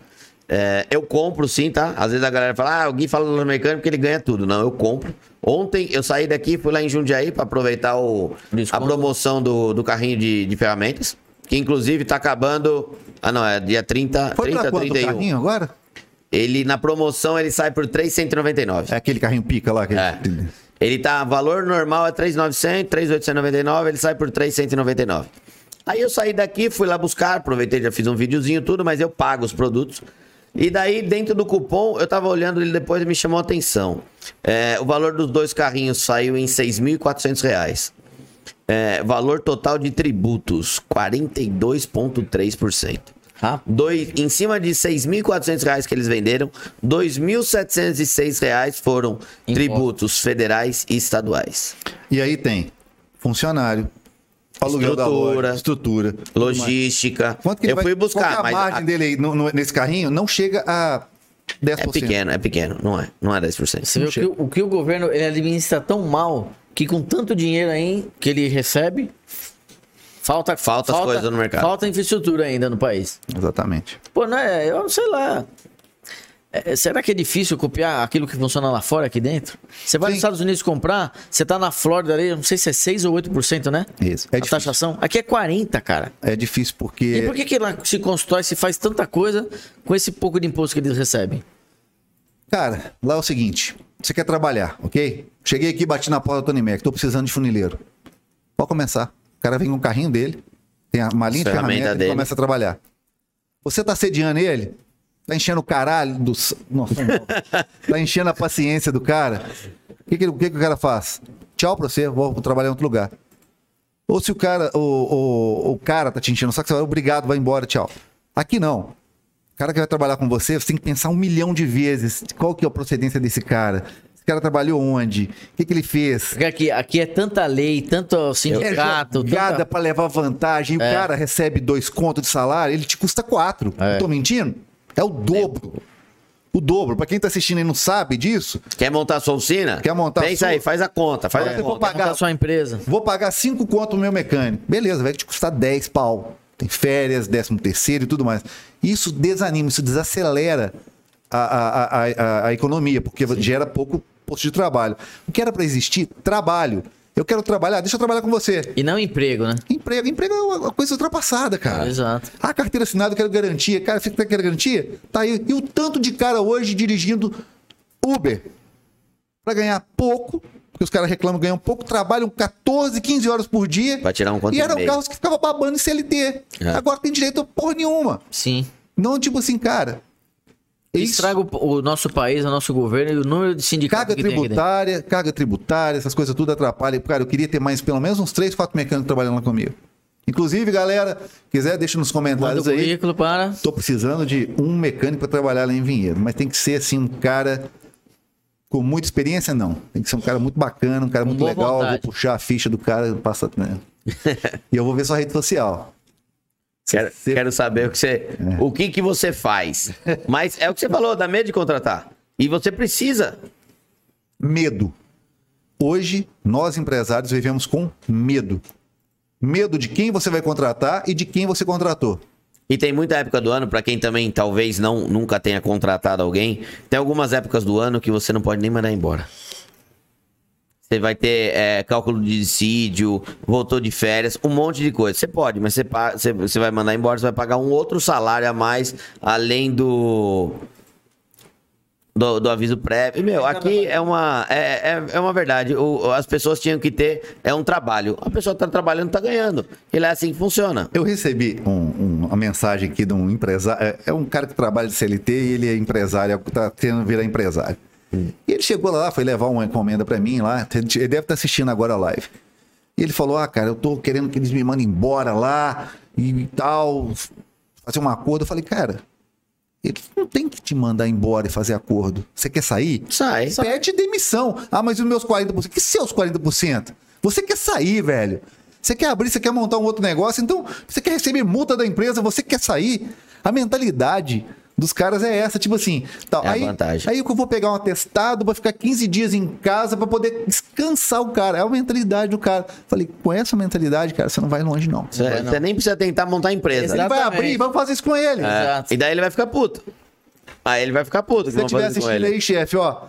Speaker 2: É, eu compro sim, tá? Às vezes a galera fala, ah, o Gui fala loja do mecânico porque ele ganha tudo. Não, eu compro. Ontem eu saí daqui, fui lá em Jundiaí pra aproveitar o, a
Speaker 6: Desconto.
Speaker 2: promoção do, do carrinho de, de ferramentas, que inclusive tá acabando. Ah, não, é dia 30,
Speaker 4: Foi
Speaker 2: 30
Speaker 4: pra quanto o
Speaker 2: 31.
Speaker 4: carrinho agora?
Speaker 2: Ele na promoção ele sai por 3,199.
Speaker 4: É aquele carrinho pica lá. Aquele...
Speaker 2: É. Ele tá, valor normal é 3,900, 3,899, ele sai por 3,199. Aí eu saí daqui, fui lá buscar, aproveitei, já fiz um videozinho tudo, mas eu pago os produtos. E daí, dentro do cupom, eu tava olhando ele depois e me chamou a atenção. É, o valor dos dois carrinhos saiu em R$ 6.400. reais. É, valor total de tributos, 42,3%.
Speaker 6: Ah,
Speaker 2: Dois, em cima de 6.400 reais que eles venderam, 2.706 reais foram tributos federais e estaduais.
Speaker 4: E aí tem funcionário, aluguel da
Speaker 2: Estrutura.
Speaker 4: loja, estrutura.
Speaker 2: Logística.
Speaker 4: Quanto que ele
Speaker 2: eu
Speaker 4: vai-
Speaker 2: fui
Speaker 4: qual que é
Speaker 2: buscar,
Speaker 4: a
Speaker 2: mas
Speaker 4: margem
Speaker 2: a-
Speaker 4: dele aí no- no- nesse carrinho não chega a 10%.
Speaker 2: é pequeno, é pequeno. Não é, não é 10%.
Speaker 6: Você vê que o, o que o governo ele administra tão mal que com tanto dinheiro aí que ele recebe, falta,
Speaker 2: Falta as coisas no mercado.
Speaker 6: Falta infraestrutura ainda no país.
Speaker 4: Exatamente.
Speaker 6: Pô, não é, eu não sei lá. É, será que é difícil copiar aquilo que funciona lá fora, aqui dentro? Você vai
Speaker 4: Sim.
Speaker 6: nos Estados Unidos comprar, você tá na Flórida ali, não sei se é 6 ou 8%, né?
Speaker 4: Isso. É
Speaker 6: É a
Speaker 4: difícil.
Speaker 6: taxação. Aqui é 40, cara.
Speaker 4: É difícil porque...
Speaker 6: E por que, que lá se constrói, se faz tanta coisa com esse pouco de imposto que eles recebem?
Speaker 4: Cara, lá é o seguinte: você quer trabalhar, ok? Cheguei aqui, bati na porta do Tony Mac, tô precisando de funileiro. Pode começar. O cara vem com o carrinho dele, tem a malinha de
Speaker 2: é Ferramenta
Speaker 4: ferramenta, ele
Speaker 2: dele.
Speaker 4: começa a trabalhar. Você tá sediando ele? Tá enchendo o caralho do. s- Nossa, não. tá enchendo a paciência do cara. O que, que, ele- o que que o cara faz? Tchau pra você, vou trabalhar em outro lugar. Ou se o cara, o, o, o cara tá te enchendo o saco, você vai, obrigado, vai embora, tchau. Aqui não. O cara que vai trabalhar com você, você tem que pensar um milhão de vezes qual que é a procedência desse cara. Esse cara trabalhou onde? O que, que ele fez?
Speaker 6: Porque aqui, aqui é tanta lei, tanto
Speaker 4: É
Speaker 6: sindicato,
Speaker 4: jogada
Speaker 6: tanta...
Speaker 4: pra levar vantagem. E o cara recebe dois contos de salário, ele te custa quatro.
Speaker 6: É.
Speaker 4: Eu tô mentindo? É o dobro. O dobro. Pra quem tá assistindo e não sabe disso,
Speaker 2: Quer montar sua oficina?
Speaker 4: Quer montar
Speaker 2: Pensa
Speaker 4: sua?
Speaker 2: aí, faz a conta, faz
Speaker 4: Agora
Speaker 2: a
Speaker 4: eu vou
Speaker 2: conta.
Speaker 4: pagar-
Speaker 6: montar sua empresa.
Speaker 4: vou pagar cinco conto pro meu mecânico. Beleza, vai te custar 10 pau. Tem férias, décimo terceiro e tudo mais. Isso desanima, isso desacelera a, a, a, a, a economia, porque gera pouco posto de trabalho. O que era pra existir? Trabalho. Eu quero trabalhar, deixa eu trabalhar com você.
Speaker 6: E não emprego, né?
Speaker 4: Emprego, emprego é uma coisa ultrapassada, cara.
Speaker 6: Exato.
Speaker 4: Ah, carteira assinada, eu quero garantia. Cara, você quer garantia? Tá aí. E o tanto de cara hoje dirigindo Uber pra ganhar pouco, porque os caras reclamam, ganham pouco, trabalham 14, 15 horas por dia.
Speaker 2: Pra tirar um quanto
Speaker 4: E
Speaker 2: e
Speaker 4: eram
Speaker 2: meio.
Speaker 4: carros que ficavam babando em CLT.
Speaker 2: É.
Speaker 4: Agora tem direito a porra nenhuma.
Speaker 6: Sim.
Speaker 4: Não, tipo assim, cara. isso-
Speaker 6: Estraga o, o nosso país, o nosso governo e o número de sindicatos
Speaker 4: Carga
Speaker 6: que tem aqui dentro.
Speaker 4: tributária, carga tributária, essas coisas tudo atrapalham. Cara, eu queria ter mais pelo menos uns 3, 4 mecânicos trabalhando lá comigo. Inclusive, galera, quiser, deixa nos
Speaker 6: Manda o
Speaker 4: comentários aí.
Speaker 6: currículo para...
Speaker 4: Tô precisando de um mecânico para trabalhar lá em Vinhedo, mas tem que ser assim um cara com muita experiência, não. Tem que ser um cara muito bacana, um cara muito
Speaker 6: boa
Speaker 4: legal. Eu Vou
Speaker 6: vontade.
Speaker 4: puxar a ficha do cara, passa, né? e eu vou ver sua rede social.
Speaker 2: Quero,
Speaker 4: Você-
Speaker 2: quero saber o que você,
Speaker 4: É.
Speaker 2: o que que você faz. Mas é o que você falou, dá medo de contratar. E você precisa.
Speaker 4: Medo. Hoje nós empresários vivemos com medo. Medo de quem você vai contratar e de quem você contratou.
Speaker 2: E tem muita época do ano, pra quem também talvez não nunca tenha contratado alguém, tem algumas épocas do ano que você não pode nem mandar embora. Você vai ter é, cálculo de dissídio, voltou de férias, um monte de coisa. Você pode, mas você, pa- você, você vai mandar embora, você vai pagar um outro salário a mais, além do. Do, do aviso prévio. E, Meu, aqui é uma, é, é, é uma verdade. O- as pessoas tinham que ter. É um trabalho. A pessoa tá trabalhando, tá ganhando. E lá é assim que funciona.
Speaker 4: Eu recebi um- um- uma mensagem aqui de um empresário. é- É um cara que trabalha de CLT e ele é empresário, tá querendo virar empresário. E ele chegou lá, foi levar uma encomenda pra mim lá. Ele deve estar assistindo agora a live. E ele falou: Ah, cara, eu tô querendo que eles me mandem embora lá e tal, fazer um acordo. Eu falei: Cara, eles não tem que te mandar embora e fazer acordo. Você quer sair?
Speaker 2: Sai.
Speaker 4: Pede é demissão. Ah, mas os meus 40%. Que seus 40%? Você quer sair, velho. Você quer abrir, você quer montar um outro negócio, então você quer receber multa da empresa, você quer sair. A mentalidade dos caras é essa, tipo assim. Tá,
Speaker 2: É a
Speaker 4: aí,
Speaker 2: vantagem.
Speaker 4: aí eu vou pegar um atestado, vou ficar 15 dias em casa pra poder descansar o cara. É a mentalidade do cara. Falei, com essa mentalidade, cara, você não vai longe, não.
Speaker 2: Você, você nem precisa tentar montar empresa. né?
Speaker 4: Ele vai
Speaker 6: Exatamente.
Speaker 4: abrir, vamos fazer isso com ele.
Speaker 2: É.
Speaker 6: Exato.
Speaker 2: E daí ele vai ficar puto. Aí ele vai ficar puto.
Speaker 4: Se você
Speaker 2: que vão
Speaker 4: estiver
Speaker 2: fazer com
Speaker 4: assistindo
Speaker 2: ele.
Speaker 4: aí, chefe, ó,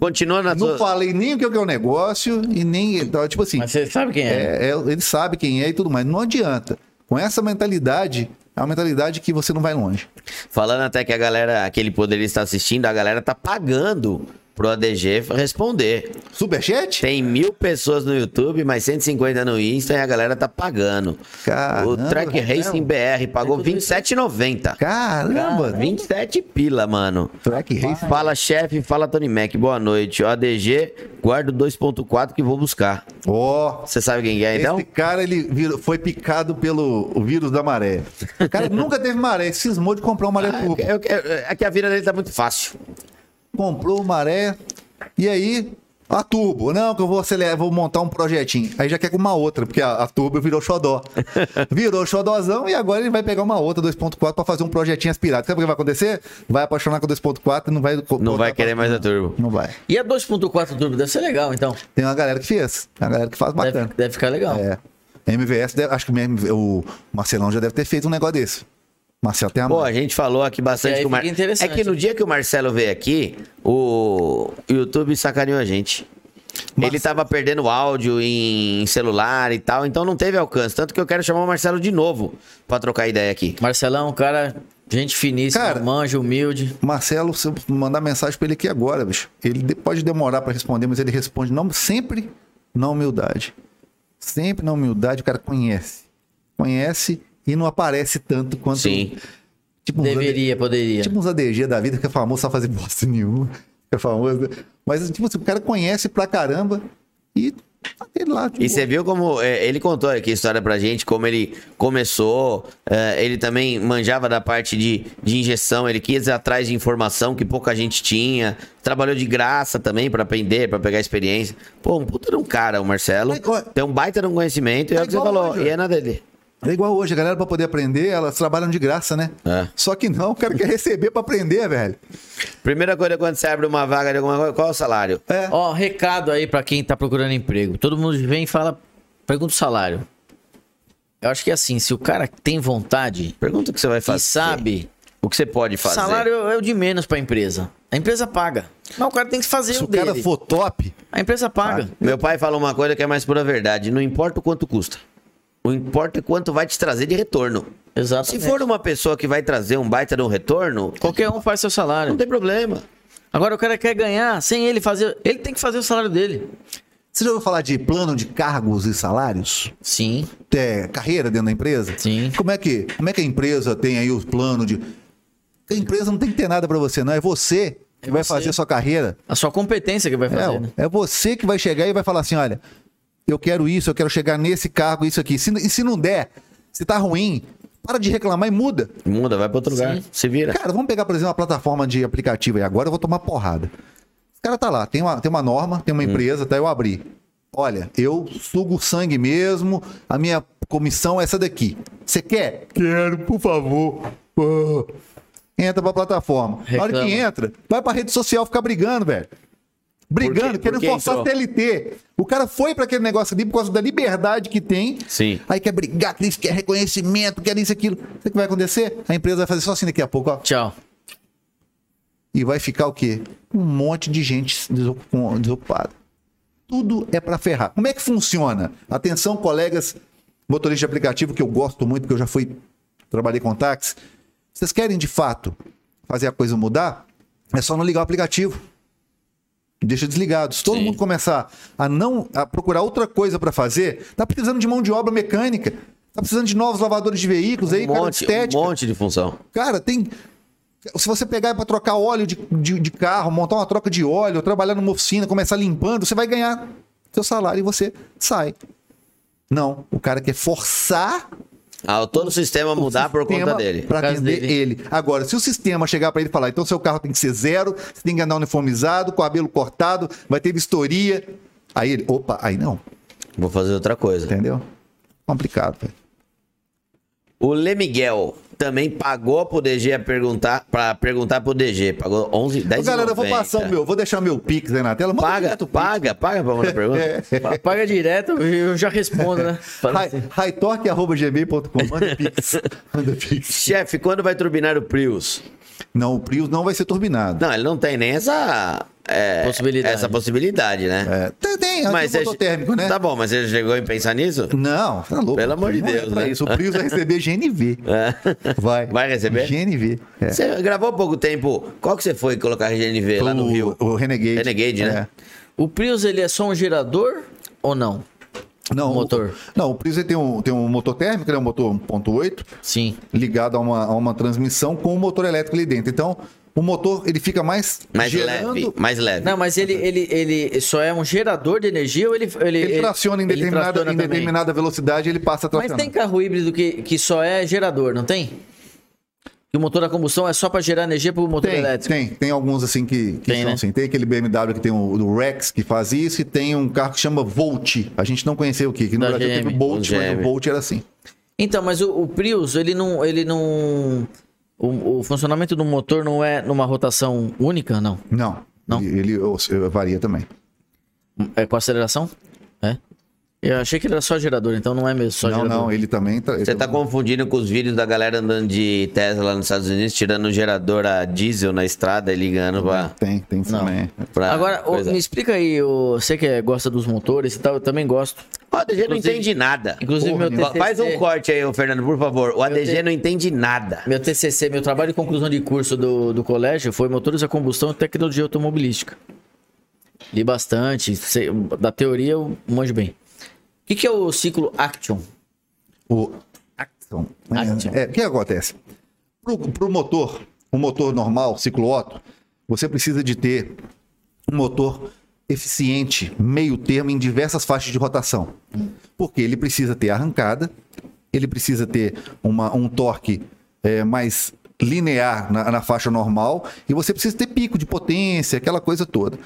Speaker 2: Continua na
Speaker 4: não
Speaker 2: sua.
Speaker 4: falei nem o que é o negócio e nem. então, Tipo assim.
Speaker 6: Mas você sabe quem é.
Speaker 4: É, é, ele sabe quem é e tudo mais. Não adianta. Com essa mentalidade, é uma mentalidade que você não vai longe.
Speaker 2: Falando até que a galera, que ele poderia estar assistindo, a galera tá pagando pro ADG responder.
Speaker 4: Superchat?
Speaker 2: Tem mil pessoas no YouTube, mais 150 no Insta e a galera tá pagando.
Speaker 4: Caramba, é
Speaker 2: o Track Racing BR pagou 27,90.
Speaker 4: Caramba!
Speaker 2: 27 pila, mano.
Speaker 4: Track Race.
Speaker 2: Fala, chefe. Fala, Tony Mac. Boa noite. O ADG, guardo 2.4 que vou buscar.
Speaker 4: Ó,
Speaker 2: Você sabe quem é, então?
Speaker 4: Esse cara, ele virou- foi picado pelo o vírus da maré. O cara nunca teve maré, cismou de comprar uma maré turbo.
Speaker 2: Eu- eu- é que a vida dele tá muito fácil.
Speaker 4: Comprou maré, e aí, a turbo. Não, que eu vou acelerar, vou montar um projetinho. Aí já quer com uma outra, porque a, a turbo virou xodó. Virou xodózão e agora ele vai pegar uma outra 2.4 pra fazer um projetinho aspirado. Sabe o que vai acontecer? Vai apaixonar com 2.4 e não vai...
Speaker 2: Não vai querer mais a turbo.
Speaker 4: Não vai.
Speaker 6: E a 2.4 turbo deve ser legal, então.
Speaker 4: Tem uma galera que fez. Tem uma galera que faz
Speaker 6: Deve,
Speaker 4: bacana.
Speaker 6: deve ficar legal.
Speaker 4: É. MVS, deve- acho que mesmo o Marcelão já deve ter feito um negócio desse. Marcelo tem a
Speaker 2: Pô,
Speaker 4: mão.
Speaker 2: a gente falou aqui
Speaker 6: E
Speaker 2: bastante
Speaker 6: aí
Speaker 2: com o Mar...
Speaker 6: fica interessante. né?
Speaker 2: É que no dia que o Marcelo veio aqui, o YouTube sacaneou a gente. Ele tava perdendo áudio em celular e tal, então não teve alcance. Tanto que eu quero chamar o Marcelo de novo pra trocar ideia aqui.
Speaker 6: Marcelão, um cara, gente finíssima,
Speaker 4: Cara-
Speaker 6: manja, humilde.
Speaker 4: Marcelo, se eu mandar mensagem pra ele aqui agora, bicho, ele de- pode demorar pra responder, mas ele responde não, sempre na humildade. Sempre na humildade, o cara conhece. Conhece e não aparece tanto quanto.
Speaker 2: Sim.
Speaker 4: Tipo, uns
Speaker 6: Deveria, poderia.
Speaker 4: Tipo uns ADG da vida, que é famoso só fazer bosta nenhuma. Que é famoso. Mas, tipo assim, o cara conhece pra caramba e tá dele lá. de
Speaker 2: E
Speaker 4: boa.
Speaker 2: você viu como é, ele contou aqui a história pra gente, como ele começou, é, ele também manjava da parte de, de injeção, ele quis ir atrás de informação que pouca gente tinha, trabalhou de graça também pra aprender, pra pegar experiência. Pô, um puta de um cara, o Marcelo,
Speaker 4: É, ó,
Speaker 2: tem um baita de um conhecimento, e é
Speaker 4: é
Speaker 2: o que você
Speaker 4: igual
Speaker 2: falou,
Speaker 4: hoje,
Speaker 2: e é na dele.
Speaker 4: É igual hoje, a galera pra poder aprender, elas trabalham de graça, né?
Speaker 2: É.
Speaker 4: Só que não, o cara quer receber pra aprender, velho.
Speaker 2: Primeira coisa quando você abre uma vaga de alguma coisa, qual é o salário?
Speaker 4: É.
Speaker 6: Ó, recado aí pra quem tá procurando emprego. Todo mundo vem e fala, pergunta o salário. Eu acho que é assim, se o cara tem vontade
Speaker 2: Pergunta o que você vai fazer.
Speaker 6: e sabe,
Speaker 2: O que você pode fazer.
Speaker 6: salário é o de menos pra empresa. A empresa paga. Mas o cara tem que fazer
Speaker 4: Se
Speaker 6: o,
Speaker 4: o cara
Speaker 6: dele.
Speaker 4: for top,
Speaker 6: A empresa paga.
Speaker 2: Meu pai fala uma coisa que é mais pura verdade, não importa o quanto custa. O importa é quanto vai te trazer de retorno.
Speaker 6: Exato.
Speaker 2: Se for uma pessoa que vai trazer um baita de um retorno,
Speaker 6: Qualquer um faz seu
Speaker 2: não
Speaker 6: salário.
Speaker 2: tem problema.
Speaker 6: Agora o cara quer ganhar sem ele fazer. Ele tem que fazer o salário dele.
Speaker 4: você já ouviu falar de plano de cargos e salários?
Speaker 6: Sim.
Speaker 4: É, carreira dentro da empresa?
Speaker 6: Sim.
Speaker 4: Como é que, como é que a empresa tem aí o plano de. A empresa não tem que ter nada pra você, não. É você que
Speaker 6: É
Speaker 4: vai
Speaker 6: você.
Speaker 4: fazer a sua carreira.
Speaker 6: A sua competência que vai fazer. né?
Speaker 4: É, é você que vai chegar e vai falar assim: olha, eu quero isso, eu quero chegar nesse cargo, isso aqui. Se- e se não der, se tá ruim, para de reclamar e muda.
Speaker 2: Muda, vai pra outro lugar. Se vira.
Speaker 4: Cara, vamos pegar, por exemplo, uma plataforma de aplicativo aí. Agora eu vou tomar porrada. O cara tá lá, tem uma, tem uma norma,
Speaker 2: Hum.
Speaker 4: tem uma empresa, tá? Eu abri. Olha, eu sugo o sangue mesmo, a minha comissão é essa daqui. Você quer? Quero, por favor. Ah. Entra pra plataforma. Na hora que
Speaker 6: Reclama.
Speaker 4: entra, vai pra rede social ficar brigando, velho.
Speaker 2: Por quê? então?
Speaker 4: Brigando,
Speaker 2: Por
Speaker 4: querendo
Speaker 2: que
Speaker 4: forçar
Speaker 2: entrou?
Speaker 4: TLT. O cara foi pra aquele negócio ali por causa da liberdade que tem.
Speaker 2: Sim.
Speaker 4: Aí quer brigar, quer isso, quer reconhecimento, quer isso, aquilo. Sabe o que vai acontecer? A empresa vai fazer só assim daqui a pouco, ó.
Speaker 6: Tchau.
Speaker 4: E vai ficar o quê? Um monte de gente desocu- desocupada. Tudo é para ferrar. Como é que funciona? Atenção, colegas motoristas de aplicativo, que eu gosto muito, porque eu já fui, trabalhei com táxi. Vocês querem, de fato, fazer a coisa mudar? É só não ligar o aplicativo. Deixa desligado. Se todo mundo começar a não a procurar outra coisa para fazer, tá precisando de mão de obra mecânica, tá precisando de novos lavadores de veículos aí,
Speaker 2: Um
Speaker 4: cara,
Speaker 2: monte, um
Speaker 4: estética.
Speaker 2: monte de função.
Speaker 4: Cara, tem. Se você pegar para trocar óleo de, de, de carro, montar uma troca de óleo, trabalhar numa oficina, começar limpando, você vai ganhar seu salário e você sai. Não, o cara quer forçar
Speaker 2: Ah, todo o sistema mudar por conta dele.
Speaker 4: para
Speaker 6: Por causa
Speaker 4: atender
Speaker 6: dele.
Speaker 4: ele. Agora, se o sistema chegar para ele e falar, então seu carro tem que ser zero, você tem que andar uniformizado, com o cabelo cortado, vai ter vistoria. Aí ele, opa, aí não,
Speaker 2: Vou fazer outra coisa.
Speaker 4: entendeu? Complicado, velho.
Speaker 2: O Lê Miguel também pagou pro DG a perguntar, pra perguntar pro DG. Pagou 11, 10
Speaker 4: Ô, Galera, eu vou passar o meu, vou deixar meu Pix aí na tela. Manda
Speaker 2: É Paga,
Speaker 4: direto É. o Pix.
Speaker 2: paga, paga pra mandar pergunta.
Speaker 6: Pa- Paga direto, eu já respondo, né? Fala assim.
Speaker 4: Hi- Hightorque.gmail.com. Manda pix. Manda pix.
Speaker 2: Chefe, quando vai turbinar o Prius?
Speaker 4: Não, o Prius não vai ser turbinado.
Speaker 2: Não, ele não tem nem essa, é,
Speaker 6: Possibilidade.
Speaker 2: essa possibilidade, né?
Speaker 4: É, tem, tem
Speaker 2: mas
Speaker 4: motor
Speaker 2: você-
Speaker 4: térmico, né?
Speaker 2: Tá bom, mas você chegou em pensar nisso?
Speaker 4: Não, tá louco.
Speaker 2: Pelo amor de
Speaker 4: Não é
Speaker 2: Deus,
Speaker 4: pra
Speaker 2: né?
Speaker 4: Isso. O Prius vai receber GNV. Vai.
Speaker 2: Vai receber?
Speaker 4: GNV. é.
Speaker 2: É. Você gravou há pouco tempo. Qual que você foi colocar GNV lá no
Speaker 4: O-
Speaker 2: Rio?
Speaker 4: O Renegade.
Speaker 2: Renegade, né?
Speaker 6: O Prius, ele é só um gerador ou não?
Speaker 4: É. Não,
Speaker 6: O motor.
Speaker 4: O, não, o Prius ele tem um, tem um motor térmico, né? Um motor 1.8,
Speaker 6: Sim.
Speaker 4: ligado a uma, a uma transmissão com um motor elétrico ali dentro. Então, o motor, ele fica mais
Speaker 2: Mais
Speaker 4: gerando...
Speaker 2: leve, mais leve.
Speaker 6: Não, mas ele, ele, ele só é um gerador de energia ou ele... Ele,
Speaker 4: Ele traciona em
Speaker 6: ele
Speaker 4: determinada,
Speaker 6: traciona
Speaker 4: em
Speaker 6: também?
Speaker 4: determinada velocidade, ele passa a
Speaker 6: Mas
Speaker 4: tracionar.
Speaker 6: tem carro híbrido que, que só é gerador, não tem? Que o motor a combustão é só para gerar energia pro motor
Speaker 4: Tem,
Speaker 6: elétrico.
Speaker 4: tem, tem alguns assim que, que
Speaker 6: Tem,
Speaker 4: são
Speaker 6: né?
Speaker 4: assim. Tem aquele BMW que tem o, do Rex que faz isso e tem um carro que chama Volt. A gente não conhecia o que, que no
Speaker 6: Da
Speaker 4: Brasil teve
Speaker 6: GM,
Speaker 4: o Bolt,
Speaker 2: o
Speaker 4: mas o
Speaker 2: GM.
Speaker 4: Bolt era assim.
Speaker 6: Então, mas o, o Prius, ele não... Ele não o, o funcionamento do motor não é numa rotação única, não?
Speaker 4: Não,
Speaker 6: Não.
Speaker 4: ele, ele os- varia também.
Speaker 6: É com aceleração? É. Eu achei que ele era só gerador, então não é mesmo só
Speaker 4: não,
Speaker 6: gerador.
Speaker 4: não, ele também... Tra...
Speaker 2: Você tá confundindo com os vídeos da galera andando de Tesla nos Estados Unidos, tirando um gerador a diesel na estrada e ligando pra.
Speaker 4: Tem, tem né?
Speaker 6: Não.
Speaker 4: também.
Speaker 2: pra
Speaker 6: Agora, ô,
Speaker 4: é.
Speaker 2: coisa.
Speaker 6: me explica aí, ô, você que é- gosta dos motores e tal, eu também gosto.
Speaker 2: o ADG não
Speaker 6: inclusive-
Speaker 2: entende nada.
Speaker 6: Inclusive,
Speaker 4: Porra,
Speaker 6: meu
Speaker 2: Fa-
Speaker 6: TCC,
Speaker 2: Faz um corte aí, ô Fernando, por favor. O ADG
Speaker 6: te-
Speaker 2: não entende nada.
Speaker 6: meu TCC, meu trabalho de conclusão de curso do, do colégio foi Motores a Combustão e Tecnologia Automobilística. Li bastante, sei- da teoria eu manjo bem. O que, que é o ciclo Action?
Speaker 4: O Action.
Speaker 6: Action.
Speaker 4: É, o que acontece? Pro, pro motor, o motor normal, ciclo Otto, você precisa de ter um motor eficiente, meio termo em diversas faixas de rotação. Porque ele precisa ter arrancada, ele precisa ter uma, um torque é, mais linear na, na faixa normal e você precisa ter pico de potência, aquela coisa toda.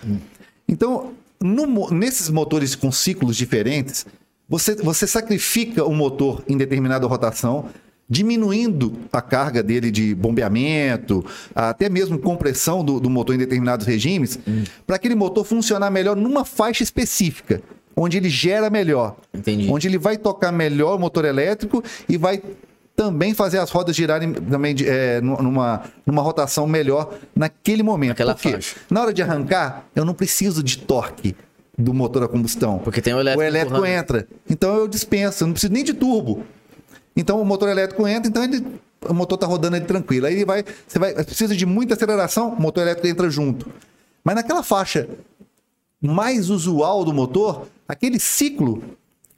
Speaker 4: Então, no mo- nesses motores com ciclos diferentes, você, você sacrifica o motor em determinada rotação, diminuindo a carga dele de bombeamento, até mesmo compressão do, do motor em determinados regimes,
Speaker 6: Hum.
Speaker 4: para aquele motor funcionar melhor numa faixa específica, onde ele gera melhor.
Speaker 6: Entendi.
Speaker 4: Onde ele vai tocar melhor o motor elétrico e vai também fazer as rodas girarem também de- é, nu- numa, numa rotação melhor naquele momento.
Speaker 6: Naquela
Speaker 4: Por quê?
Speaker 6: faixa.
Speaker 4: Na hora de arrancar, eu não preciso de torque do motor a combustão.
Speaker 6: Porque tem o elétrico
Speaker 4: O elétrico
Speaker 6: empurrando.
Speaker 4: entra. Então eu dispenso, eu não preciso nem de turbo. Então o motor elétrico entra, então ele, o motor tá rodando ele tranquilo. Aí ele vai, você vai, precisa de muita aceleração, o motor elétrico entra junto. Mas naquela faixa mais usual do motor, aquele ciclo,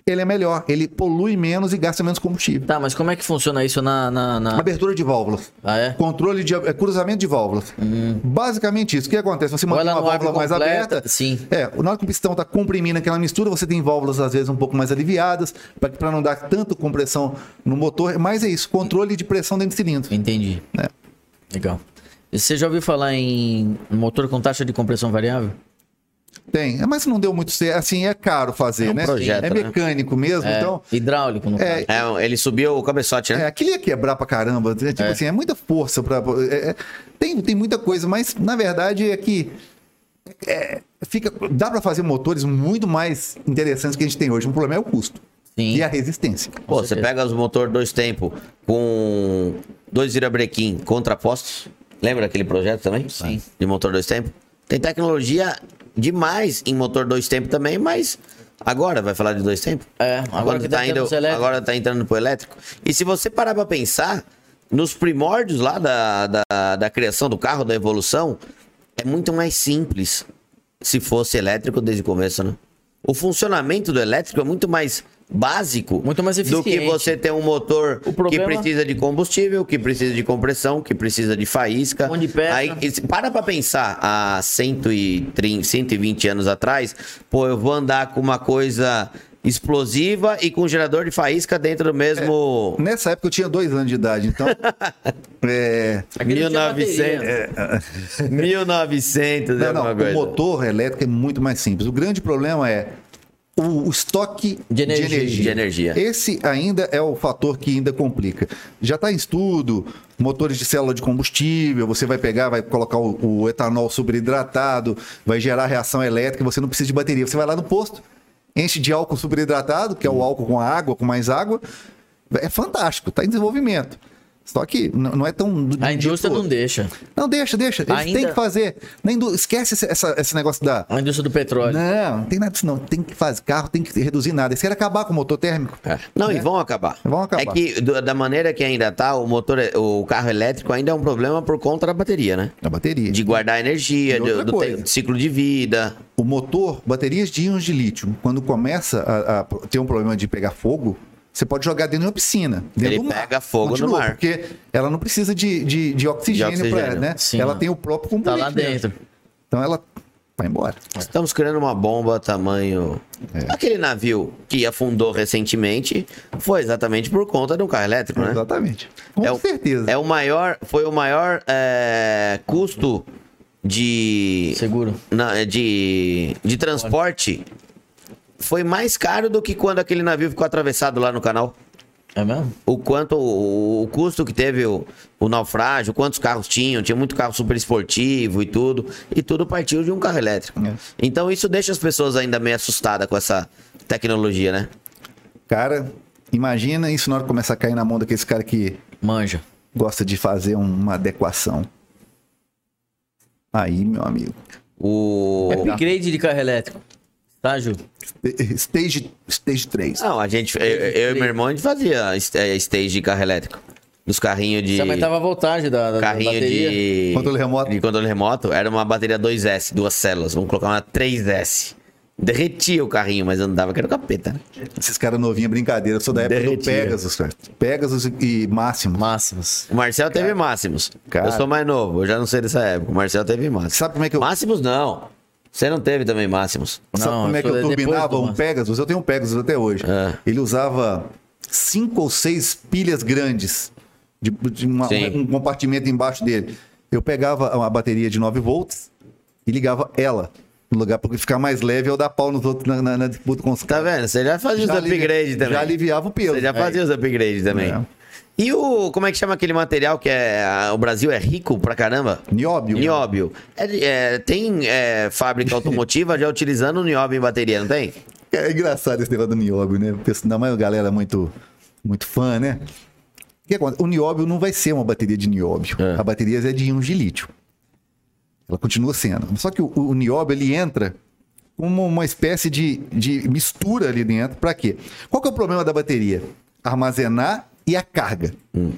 Speaker 4: ele é melhor, ele polui menos e gasta menos combustível.
Speaker 6: Tá, mas como é que funciona isso na. na, na-
Speaker 4: Abertura de válvulas.
Speaker 6: Ah, é?
Speaker 4: Controle de é, cruzamento de válvulas.
Speaker 2: Hum.
Speaker 4: Basicamente isso. O que acontece? Você
Speaker 6: Ou
Speaker 4: mantém
Speaker 6: ela
Speaker 4: uma
Speaker 6: não abre
Speaker 4: válvula mais
Speaker 6: completa,
Speaker 4: aberta.
Speaker 6: sim.
Speaker 4: É, na hora que o pistão está comprimindo aquela mistura, você tem válvulas às vezes um pouco mais aliviadas, para não dar tanto compressão no motor. Mas é isso, controle de pressão dentro do cilindro.
Speaker 6: Entendi.
Speaker 4: É.
Speaker 6: Legal. Você já ouviu falar em motor com taxa de compressão variável?
Speaker 4: Tem. É, Mas não deu muito certo. Assim, é caro fazer,
Speaker 2: É um
Speaker 4: né?
Speaker 2: projeto,
Speaker 4: é
Speaker 2: né?
Speaker 4: mecânico mesmo,
Speaker 6: É,
Speaker 4: então.
Speaker 6: hidráulico, no caso.
Speaker 4: É,
Speaker 2: É, ele subiu o cabeçote, né?
Speaker 4: É, aquilo ia quebrar pra caramba. né? Tipo assim, é muita força pra. é, é, tem, tem muita coisa, mas na verdade é que. é, fica, dá pra fazer motores muito mais interessantes que a gente tem hoje. O problema é o custo
Speaker 6: Sim.
Speaker 4: e a resistência.
Speaker 2: Pô, você pega os motor dois tempos com dois virabrequim contrapostos. Lembra aquele projeto também? Sim. De motor dois tempos? Tem tecnologia demais em motor dois tempos também, mas agora vai falar de dois tempos?
Speaker 6: É, agora
Speaker 2: Quando
Speaker 6: que tá
Speaker 2: tá
Speaker 6: tendo
Speaker 2: indo,
Speaker 6: os elétricos.
Speaker 2: agora tá entrando pro elétrico. E se você parar pra pensar, nos primórdios lá da, da, da criação do carro, da evolução, é muito mais simples se fosse elétrico desde o começo, né? O funcionamento do elétrico é muito mais básico
Speaker 6: Muito mais
Speaker 2: do que
Speaker 6: eficiente.
Speaker 2: você ter um motor
Speaker 6: O problema-
Speaker 2: que precisa de combustível, que precisa de compressão, que precisa de faísca.
Speaker 6: Mão Um de peça.
Speaker 2: Aí, e se- para pra pensar, há 130, 120 anos atrás, pô, eu vou andar com uma coisa explosiva e com um gerador de faísca dentro do mesmo...
Speaker 4: Nessa época eu tinha dois anos de idade, então. é,
Speaker 6: Aquele tinha
Speaker 2: 1900,
Speaker 6: bateria.
Speaker 2: 1900 É. e
Speaker 4: não, não,
Speaker 2: alguma
Speaker 4: o
Speaker 2: coisa.
Speaker 4: motor elétrico é muito mais simples. O grande problema é o, o estoque
Speaker 6: De energia.
Speaker 2: De energia.
Speaker 4: Esse ainda é o fator que ainda complica. Já está em estudo, motores de célula de combustível, você vai pegar, vai colocar o, o etanol superhidratado, vai gerar reação elétrica, você não precisa de bateria. Você vai lá no posto, enche de álcool
Speaker 6: Hum.
Speaker 4: superhidratado, que é o álcool com a água, com mais água. É fantástico, está em tá desenvolvimento. Só que n- não é tão. do- de um
Speaker 6: A
Speaker 4: dia
Speaker 6: indústria
Speaker 4: pro
Speaker 6: não
Speaker 4: outro.
Speaker 6: deixa.
Speaker 4: Não, deixa, deixa. Eles
Speaker 6: Ainda-
Speaker 4: têm que fazer. Na indú- Esquece esse, essa- esse negócio da.
Speaker 6: A indústria do petróleo.
Speaker 4: Não, não tem nada disso, não. Tem que fazer. Carro tem que reduzir nada. Eles querem acabar com o motor térmico.
Speaker 2: É. Não, e vão acabar.
Speaker 4: Vão acabar.
Speaker 2: É que do- da maneira que ainda tá, o motor, o carro elétrico ainda é um problema por conta da bateria, né?
Speaker 4: Na bateria.
Speaker 2: De guardar energia,
Speaker 4: E outra
Speaker 2: do, do te-
Speaker 4: coisa.
Speaker 2: ciclo de vida.
Speaker 4: O motor, baterias de íons de lítio, quando começa a, a ter um problema de pegar fogo, você pode jogar dentro de uma piscina. Dentro
Speaker 2: Ele
Speaker 4: do mar.
Speaker 2: pega fogo no mar.
Speaker 4: Porque ela não precisa de, de, de oxigênio,
Speaker 2: oxigênio,
Speaker 4: pra ela, né?
Speaker 6: sim.
Speaker 4: Ela tem o próprio
Speaker 6: Tá
Speaker 4: combustível.
Speaker 6: lá dentro.
Speaker 4: Então ela vai embora.
Speaker 2: Estamos criando uma bomba tamanho.
Speaker 4: É.
Speaker 2: Aquele navio que afundou recentemente foi exatamente por conta de um carro elétrico, né?
Speaker 4: Exatamente. Com
Speaker 2: é o-
Speaker 4: certeza.
Speaker 2: é o maior, foi o maior é, custo de,
Speaker 6: Seguro.
Speaker 2: na- de, de transporte. Foi mais caro do que quando aquele navio ficou atravessado lá no canal.
Speaker 6: É mesmo?
Speaker 2: O quanto, o, o custo que teve o, o naufrágio, quantos carros tinham, tinha muito carro super esportivo e tudo. E tudo partiu de um carro elétrico.
Speaker 4: É.
Speaker 2: Então isso deixa as pessoas ainda meio assustadas com essa tecnologia, né?
Speaker 4: Cara, imagina isso na hora que começar a cair na mão daquele cara que
Speaker 6: Manja.
Speaker 4: gosta de fazer um, uma adequação. Aí, meu amigo.
Speaker 2: O.
Speaker 6: É
Speaker 4: É.
Speaker 6: Upgrade de carro elétrico. Tá, Ju?
Speaker 4: Stage, stage 3.
Speaker 2: Não, a gente. Eu, eu e meu irmão a gente fazia est- eh, stage de carro elétrico. Dos carrinhos de.
Speaker 6: Você aumentava a voltagem da, da, da
Speaker 2: Carrinho
Speaker 6: bateria.
Speaker 2: de.
Speaker 4: Controle remoto.
Speaker 2: De controle remoto. Era uma bateria 2S, duas células. Vamos colocar uma 3S. Derretia o carrinho, mas andava que era o capeta, né?
Speaker 4: Esses caras novinhos, brincadeira. Eu sou da época do
Speaker 2: Derretia.
Speaker 4: Pegasus, cara. Pegasus e Máximo.
Speaker 6: Máximas.
Speaker 2: O Marcel teve máximos.
Speaker 4: cara.
Speaker 2: Eu sou mais novo, eu já não sei dessa época. O Marcel teve máximos.
Speaker 4: Sabe como é que eu-
Speaker 2: Máximos não. Você não teve também máximos.
Speaker 4: Sabe
Speaker 6: Não,
Speaker 4: como
Speaker 6: eu
Speaker 4: é que
Speaker 6: sou
Speaker 4: eu
Speaker 6: de- depois
Speaker 4: turbinava
Speaker 6: do
Speaker 4: um
Speaker 6: Máximo.
Speaker 4: Pegasus? Eu tenho um Pegasus até hoje.
Speaker 2: É.
Speaker 4: Ele usava cinco ou seis pilhas grandes de, de uma-
Speaker 2: Sim.
Speaker 4: um compartimento embaixo dele. Eu pegava uma bateria de 9 volts e ligava ela no lugar porque ficar mais leve eu dar pau nos outros na, na- na disputa com os
Speaker 2: Tá vendo? Você já fazia os
Speaker 4: alivi-
Speaker 2: upgrades também.
Speaker 4: Já aliviava o peso.
Speaker 2: Você já fazia os upgrades também.
Speaker 4: É.
Speaker 2: E o. Como é que chama aquele material que é. a- O Brasil é rico pra caramba?
Speaker 4: Nióbio.
Speaker 2: Nióbio. É- é, tem é, fábrica automotiva já utilizando o nióbio em bateria, não tem?
Speaker 4: É engraçado esse negócio do nióbio, né? Porque Ainda mais a galera muito, muito fã, né? O que acontece? O nióbio não vai ser uma bateria de nióbio. A bateria é de íons de lítio. Ela continua sendo. Só que o, o nióbio, ele entra como uma espécie de, de mistura ali dentro. Pra quê? Qual que é o problema da bateria? Armazenar e a carga.
Speaker 2: Hum.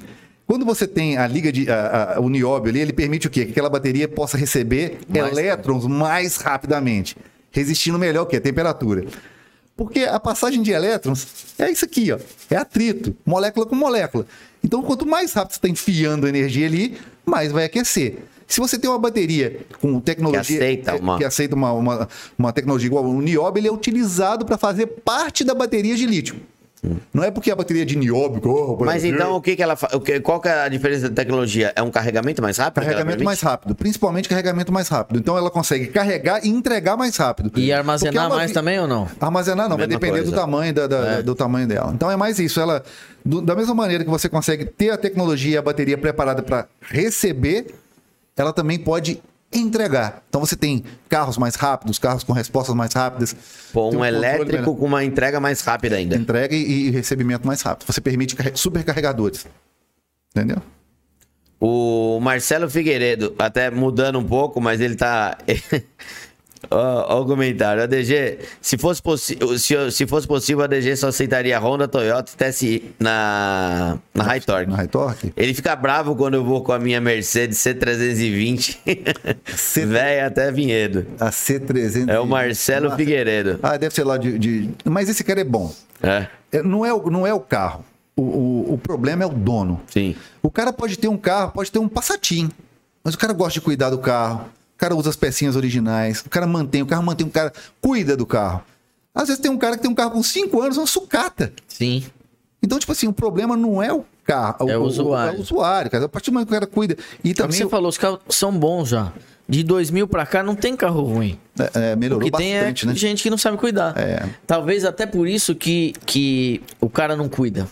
Speaker 4: Quando você tem a liga de. a- a- o nióbio ali, ele permite o quê? Que aquela bateria possa receber elétrons mais rapidamente, resistindo melhor o quê? A temperatura. Porque a passagem de elétrons é isso aqui, ó. É atrito, molécula com molécula. Então, quanto mais rápido você está enfiando energia ali, mais vai aquecer. Se você tem uma bateria com tecnologia é,
Speaker 2: aceita uma-
Speaker 4: que aceita uma, uma, uma tecnologia igual o nióbio, ele é utilizado para fazer parte da bateria de lítio. Não é porque a bateria de nióbio, oh,
Speaker 2: Hum. Mas
Speaker 4: bateria-
Speaker 2: então o que, que ela faz? Qual que é a diferença da tecnologia? É um carregamento mais rápido? que ela
Speaker 4: Carregamento mais
Speaker 2: permite?
Speaker 4: rápido, principalmente carregamento mais rápido. Então ela consegue carregar e entregar mais rápido.
Speaker 6: E
Speaker 4: Porque
Speaker 6: armazenar
Speaker 4: ela
Speaker 6: mais
Speaker 4: vi-
Speaker 6: também ou não?
Speaker 4: Armazenar não, vai
Speaker 2: Mesma
Speaker 4: depender do
Speaker 2: coisa.
Speaker 4: tamanho, da, da- do tamanho dela. Então é mais isso. Ela, do- da mesma maneira que você consegue ter a tecnologia e a bateria preparada para receber, ela também pode entregar. Então você tem carros mais rápidos, carros com respostas mais rápidas.
Speaker 2: Pô,
Speaker 4: tem
Speaker 2: um
Speaker 4: controle
Speaker 2: elétrico
Speaker 4: melhor.
Speaker 2: com uma entrega mais rápida ainda.
Speaker 4: Entrega e, e recebimento mais rápido. Você permite carre- supercarregadores. Entendeu?
Speaker 2: O Marcelo Figueiredo, até mudando um pouco, mas ele tá. Ó, ó o comentário. A DG, se fosse, possi- se, se fosse possível, a DG só aceitaria Honda, Toyota e TSI na, na High Torque.
Speaker 4: Na high torque.
Speaker 2: Ele fica bravo quando eu vou com a minha Mercedes C320.
Speaker 4: C-
Speaker 2: Véia até Vinhedo.
Speaker 4: A C300.
Speaker 2: É o Marcelo
Speaker 4: Marce-
Speaker 2: Figueiredo.
Speaker 4: Ah, deve ser lá de- de. Mas esse cara é bom.
Speaker 2: É,
Speaker 4: É, não, é, o- não é o carro. O, o- o problema é o dono.
Speaker 2: sim.
Speaker 4: O cara pode ter um carro, pode ter um passatinho. Mas o cara gosta de cuidar do carro. O cara usa as pecinhas originais. O cara mantém, o carro mantém, o cara cuida do carro. Às vezes tem um cara que tem um carro com 5 anos, uma sucata.
Speaker 6: Sim.
Speaker 4: Então, tipo assim, o problema não é o carro.
Speaker 6: É o usuário.
Speaker 4: É o usuário, cara. A partir do momento que o cara cuida. E
Speaker 6: É o que
Speaker 4: também
Speaker 6: você falou, os carros são bons já. De 2000 pra cá não tem carro ruim.
Speaker 4: é, é,
Speaker 6: O
Speaker 4: melhorou
Speaker 6: que tem é
Speaker 4: bastante, né?
Speaker 6: gente que não sabe cuidar.
Speaker 4: É.
Speaker 6: Talvez até por isso que, que o cara não cuida.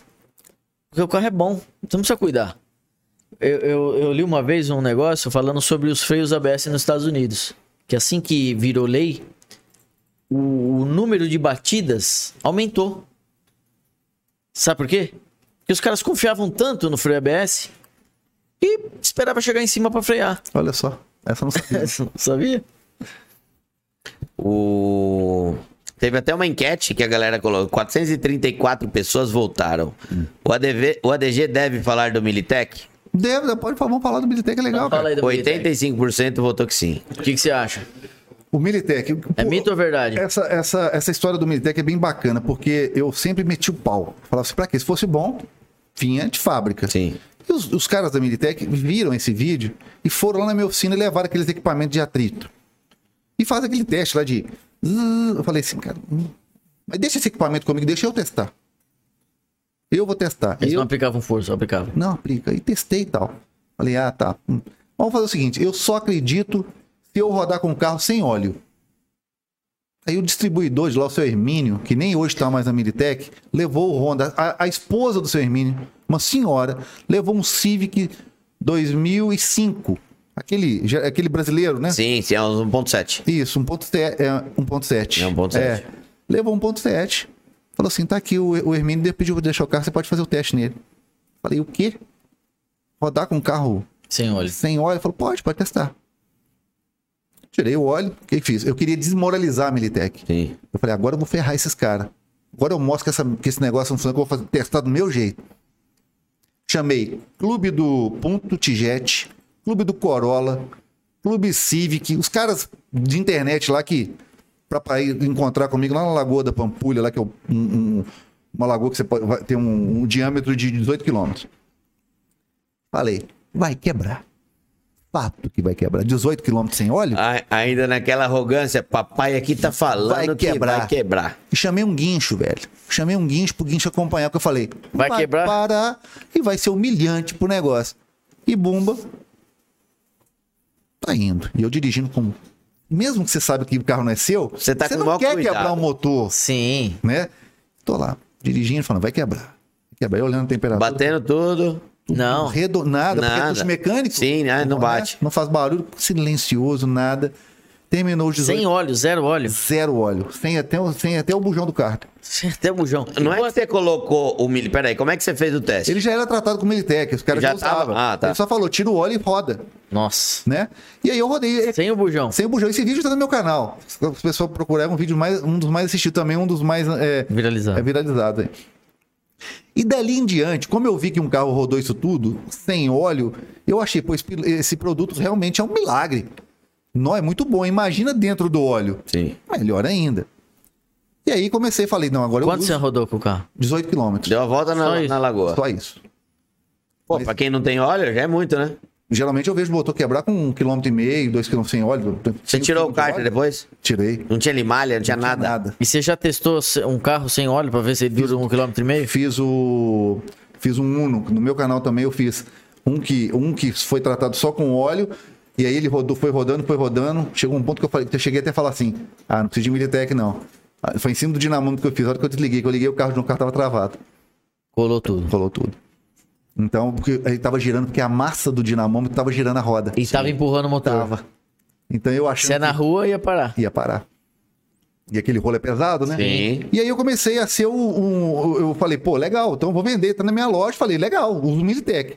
Speaker 6: Porque o carro é bom, você não precisa cuidar. Eu, eu, eu li uma vez um negócio falando sobre os freios ABS nos Estados Unidos. Que assim que virou lei, o, o número de batidas aumentou. Sabe por quê? Porque os caras confiavam tanto no freio ABS e esperava chegar em cima pra frear.
Speaker 4: Olha só. Essa eu não sabia.
Speaker 6: Sabia?
Speaker 2: O... Teve até uma enquete que a galera colocou. 434 pessoas votaram. O, ADV, o ADG deve falar do Militec?
Speaker 4: Deve, pode falar, vamos falar do Militec, é legal,
Speaker 6: Fala
Speaker 4: cara.
Speaker 6: aí do Militec.
Speaker 2: 85% votou que sim.
Speaker 6: O que, que você acha?
Speaker 4: O Militec.
Speaker 6: É
Speaker 4: pô,
Speaker 6: mito ou verdade?
Speaker 4: Essa, essa, essa história do Militec é bem bacana, porque eu sempre meti o pau. Falava assim, pra quê? Se fosse bom, vinha de fábrica.
Speaker 2: Sim.
Speaker 4: E os, os caras da Militec viram esse vídeo e foram lá na minha oficina e levaram aqueles equipamentos de atrito. E faz aquele teste lá de. zzz. Eu falei assim, cara, hum, mas deixa esse equipamento comigo, deixa eu testar. Eu vou testar.
Speaker 6: Eles
Speaker 4: eu...
Speaker 6: não aplicavam força, aplicavam.
Speaker 4: Não, aplica. E testei e tal. Falei, ah, tá. Hum. Vamos fazer o seguinte: eu só acredito se eu rodar com o carro sem óleo. Aí o distribuidor de lá, o seu Hermínio, que nem hoje está mais na Militec, levou o Honda. A, a esposa do seu Hermínio, uma senhora, levou um Civic 2005. Aquele, já- aquele brasileiro, né?
Speaker 2: Sim, sim, é uns 1.7.
Speaker 4: Isso, 1.7. É, 1.7.
Speaker 2: É, 1.7.
Speaker 4: É. Levou 1.7. Falou assim, tá aqui, o, o Hermínio pediu pra deixar o carro, você pode fazer o teste nele. Falei, o quê? Rodar com um carro
Speaker 6: Sem óleo.
Speaker 4: sem óleo? Falou, pode, pode testar. Tirei o óleo, o que que fiz? Eu queria desmoralizar a Militec.
Speaker 2: Sim.
Speaker 4: Eu falei, agora eu vou ferrar esses caras. Agora eu mostro que, essa- que esse negócio não funciona, que eu vou fazer, testar do meu jeito. Chamei Clube do Ponto Tigete, Clube do Corolla, Clube Civic, os caras de internet lá que, pra, pra ir encontrar comigo lá na Lagoa da Pampulha, lá que é um- um- uma lagoa que você pode, vai- tem um, um diâmetro de 18 quilômetros. Falei, vai quebrar. Fato que vai quebrar. 18 quilômetros sem óleo?
Speaker 2: A- ainda naquela arrogância, papai aqui tá falando
Speaker 4: Vai
Speaker 2: que
Speaker 4: quebrar.
Speaker 2: vai quebrar.
Speaker 4: E chamei um guincho, velho. Chamei um guincho pro guincho acompanhar, porque eu falei.
Speaker 6: Vai quebrar?
Speaker 4: Parar e vai ser humilhante pro negócio. E bumba. Tá indo. E eu dirigindo com. Mesmo que você sabe que o carro não é seu,
Speaker 2: Você tá com o
Speaker 4: não
Speaker 2: maior
Speaker 4: quer
Speaker 2: cuidado.
Speaker 4: quebrar o motor,
Speaker 6: Sim.
Speaker 4: né? Tô lá, dirigindo, falando, vai quebrar. Vai quebrar. Eu olhando a temperatura.
Speaker 2: Batendo tudo.
Speaker 6: Não.
Speaker 4: Redo, nada, porque é
Speaker 2: Nada.
Speaker 4: dos mecânicos.
Speaker 2: Sim, né? Não
Speaker 4: né?
Speaker 2: bate.
Speaker 4: Não faz barulho, silencioso, nada. Terminou os 18.
Speaker 6: Sem óleo, zero óleo.
Speaker 4: Zero óleo. Sem até, o- sem até o bujão do carro.
Speaker 6: Sem Até bujão.
Speaker 2: Não é que você colocou o milho. Peraí, como é que você fez o teste?
Speaker 4: Ele já era tratado como Militec, os caras já,
Speaker 2: Já
Speaker 4: usavam.
Speaker 2: tava? Ah, tá.
Speaker 4: Ele só falou, tira o óleo e roda,
Speaker 6: Nossa.
Speaker 4: né? E aí eu rodei é,
Speaker 6: Sem o bujão.
Speaker 4: sem o bujão. Esse vídeo tá no meu canal. Se as pessoas procurarem, é um vídeo mais, um dos mais assistidos também, um dos mais é,
Speaker 6: Viralizado.
Speaker 4: é viralizado. é. E dali em diante, como eu vi que um carro rodou isso tudo, sem óleo, eu achei, pô, esse, pil- esse produto realmente é um milagre. Não, é muito bom. Imagina dentro do óleo.
Speaker 2: Sim.
Speaker 4: Melhor ainda. E aí comecei, falei, não, agora
Speaker 6: Quanto
Speaker 4: eu
Speaker 6: você
Speaker 4: uso
Speaker 6: rodou com o carro?
Speaker 4: 18 quilômetros.
Speaker 2: Deu a volta
Speaker 6: Só
Speaker 2: na,
Speaker 6: isso.
Speaker 2: na lagoa.
Speaker 4: Só isso.
Speaker 2: Pô, pra quem não tem óleo, já é muito, né?
Speaker 4: Geralmente eu vejo o motor quebrar com um quilômetro e meio, dois quilômetros sem óleo.
Speaker 2: Você tirou o
Speaker 4: carro
Speaker 2: cárter depois?
Speaker 4: Tirei.
Speaker 2: Não tinha limalha, não tinha nada.
Speaker 4: Nada.
Speaker 6: E você já testou se- um carro sem óleo pra ver se ele dura um quilômetro e meio?
Speaker 4: Fiz o. Fiz um Uno. No meu canal também eu fiz um que, um que foi tratado só com óleo. E aí ele rodou, foi rodando, foi rodando. Chegou um ponto que eu falei, que eu cheguei até a falar assim: ah, não preciso de Militec, não. Ah, Foi em cima do dinamômetro que eu fiz. A hora que eu desliguei, que eu liguei o carro de um carro tava travado.
Speaker 6: Colou tudo.
Speaker 4: Rolou tudo. Então, porque ele tava girando, porque a massa do dinamômetro tava girando a roda.
Speaker 6: E tava empurrando o motor.
Speaker 4: Tava. Então eu achei.
Speaker 6: Se é na rua, ia parar.
Speaker 4: ia parar. E aquele rolo é pesado, né?
Speaker 2: Sim.
Speaker 4: E aí eu comecei a ser um, um- Eu falei, pô, legal, então eu vou vender, tá na minha loja. Falei, legal, uso o Militec.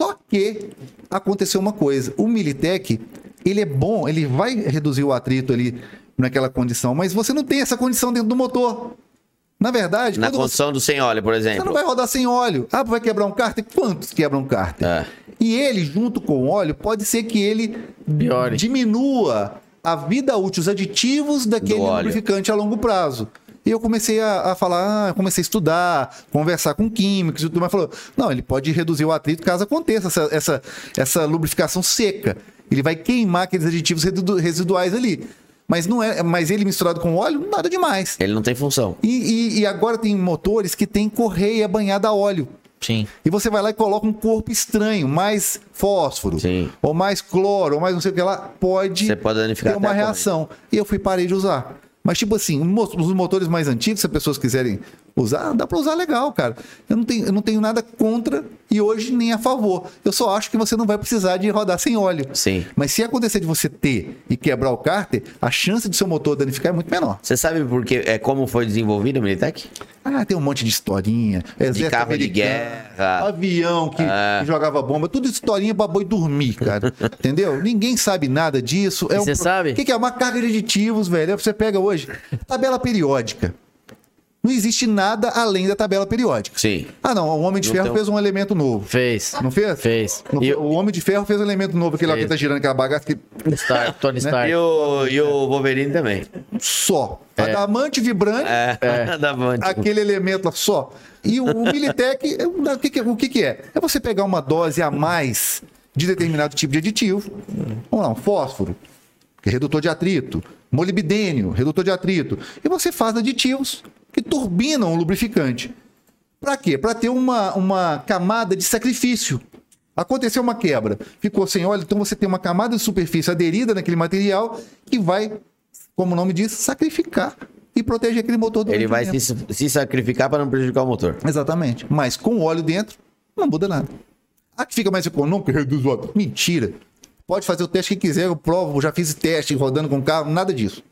Speaker 4: Só que aconteceu uma coisa: o Militec, ele é bom, ele vai reduzir o atrito ali naquela condição, mas você não tem essa condição dentro do motor. Na verdade,
Speaker 2: Na
Speaker 4: quando você
Speaker 2: condição do sem óleo, por
Speaker 4: você
Speaker 2: exemplo.
Speaker 4: não vai rodar sem óleo. Ah, vai quebrar um cárter? Quantos quebram um cárter?
Speaker 2: É.
Speaker 4: E ele, junto com o óleo, pode ser que ele
Speaker 6: Piore.
Speaker 4: diminua a vida útil, os aditivos daquele
Speaker 2: Do óleo.
Speaker 4: lubrificante a longo prazo. E eu comecei a, a falar, ah, eu comecei a estudar, conversar com químicos e tudo mais. Falou, não, ele pode reduzir o atrito caso aconteça essa, essa, essa lubrificação seca. Ele vai queimar aqueles aditivos residu- residuais ali. Mas, não é, mas ele misturado com óleo, nada demais.
Speaker 2: Ele não tem função.
Speaker 4: E, e- e agora tem motores que tem correia banhada a óleo.
Speaker 6: Sim.
Speaker 4: E você vai lá e coloca um corpo estranho, mais fósforo,
Speaker 2: Sim.
Speaker 4: ou mais cloro, ou mais não sei o que lá, pode,
Speaker 2: Você pode danificar
Speaker 4: ter uma
Speaker 2: até a
Speaker 4: um reação. E eu fui parei de usar. Mas tipo assim, mo- os motores mais antigos, se as pessoas quiserem Usar, dá pra usar legal, cara. Eu não, tenho, eu não tenho nada contra e hoje nem a favor. Eu só acho que você não vai precisar de rodar sem óleo.
Speaker 2: Sim.
Speaker 4: Mas se acontecer de você ter e quebrar o cárter, a chance de seu motor danificar é muito menor.
Speaker 2: Você sabe por que, é, como foi desenvolvido o Militech?
Speaker 4: Ah, tem um monte de historinha. Exército
Speaker 2: carro de
Speaker 4: americano,
Speaker 2: guerra.
Speaker 4: Avião que, que jogava bomba. Tudo historinha pra boi dormir, cara. Entendeu? Ninguém sabe nada disso. É
Speaker 6: E você sabe?
Speaker 4: O que, que é? Uma carga de aditivos, velho. É Você pega hoje tabela periódica. Não existe nada além da tabela periódica.
Speaker 2: Sim.
Speaker 4: Ah, não. O Homem de
Speaker 2: Não
Speaker 4: Ferro
Speaker 2: tem um-
Speaker 4: fez um elemento novo.
Speaker 6: Fez.
Speaker 4: Não fez?
Speaker 6: Fez.
Speaker 4: Não
Speaker 6: E
Speaker 4: fe- O Homem de Ferro fez um elemento novo, aquele lá que
Speaker 6: Fez.
Speaker 4: tá girando aquela bagaça que
Speaker 6: Stark,
Speaker 4: Né?
Speaker 6: Tony Stark.
Speaker 2: E o, e o Wolverine também.
Speaker 4: só. Adamante vibrante.
Speaker 2: É, da Vant.
Speaker 4: aquele elemento lá só. E o, o Militec, é um da- o, que, que é- o que, que é? É você pegar uma dose a mais de determinado tipo de aditivo. Vamos lá, um fósforo, que é redutor de atrito, molibdênio, redutor de atrito. E você faz aditivos que turbinam o lubrificante. Para quê? Para ter uma, uma camada de sacrifício. Aconteceu uma quebra, ficou sem óleo, então você tem uma camada de superfície aderida naquele material que vai, como o nome diz, sacrificar e proteger aquele motor do
Speaker 2: Ele vai se, se sacrificar para não prejudicar o motor.
Speaker 4: Exatamente. Mas com óleo dentro, não muda nada. Ah, que fica mais econômico, reduz o óleo. Mentira. Pode fazer o teste que quiser, eu provo, já fiz teste rodando com carro, nada disso.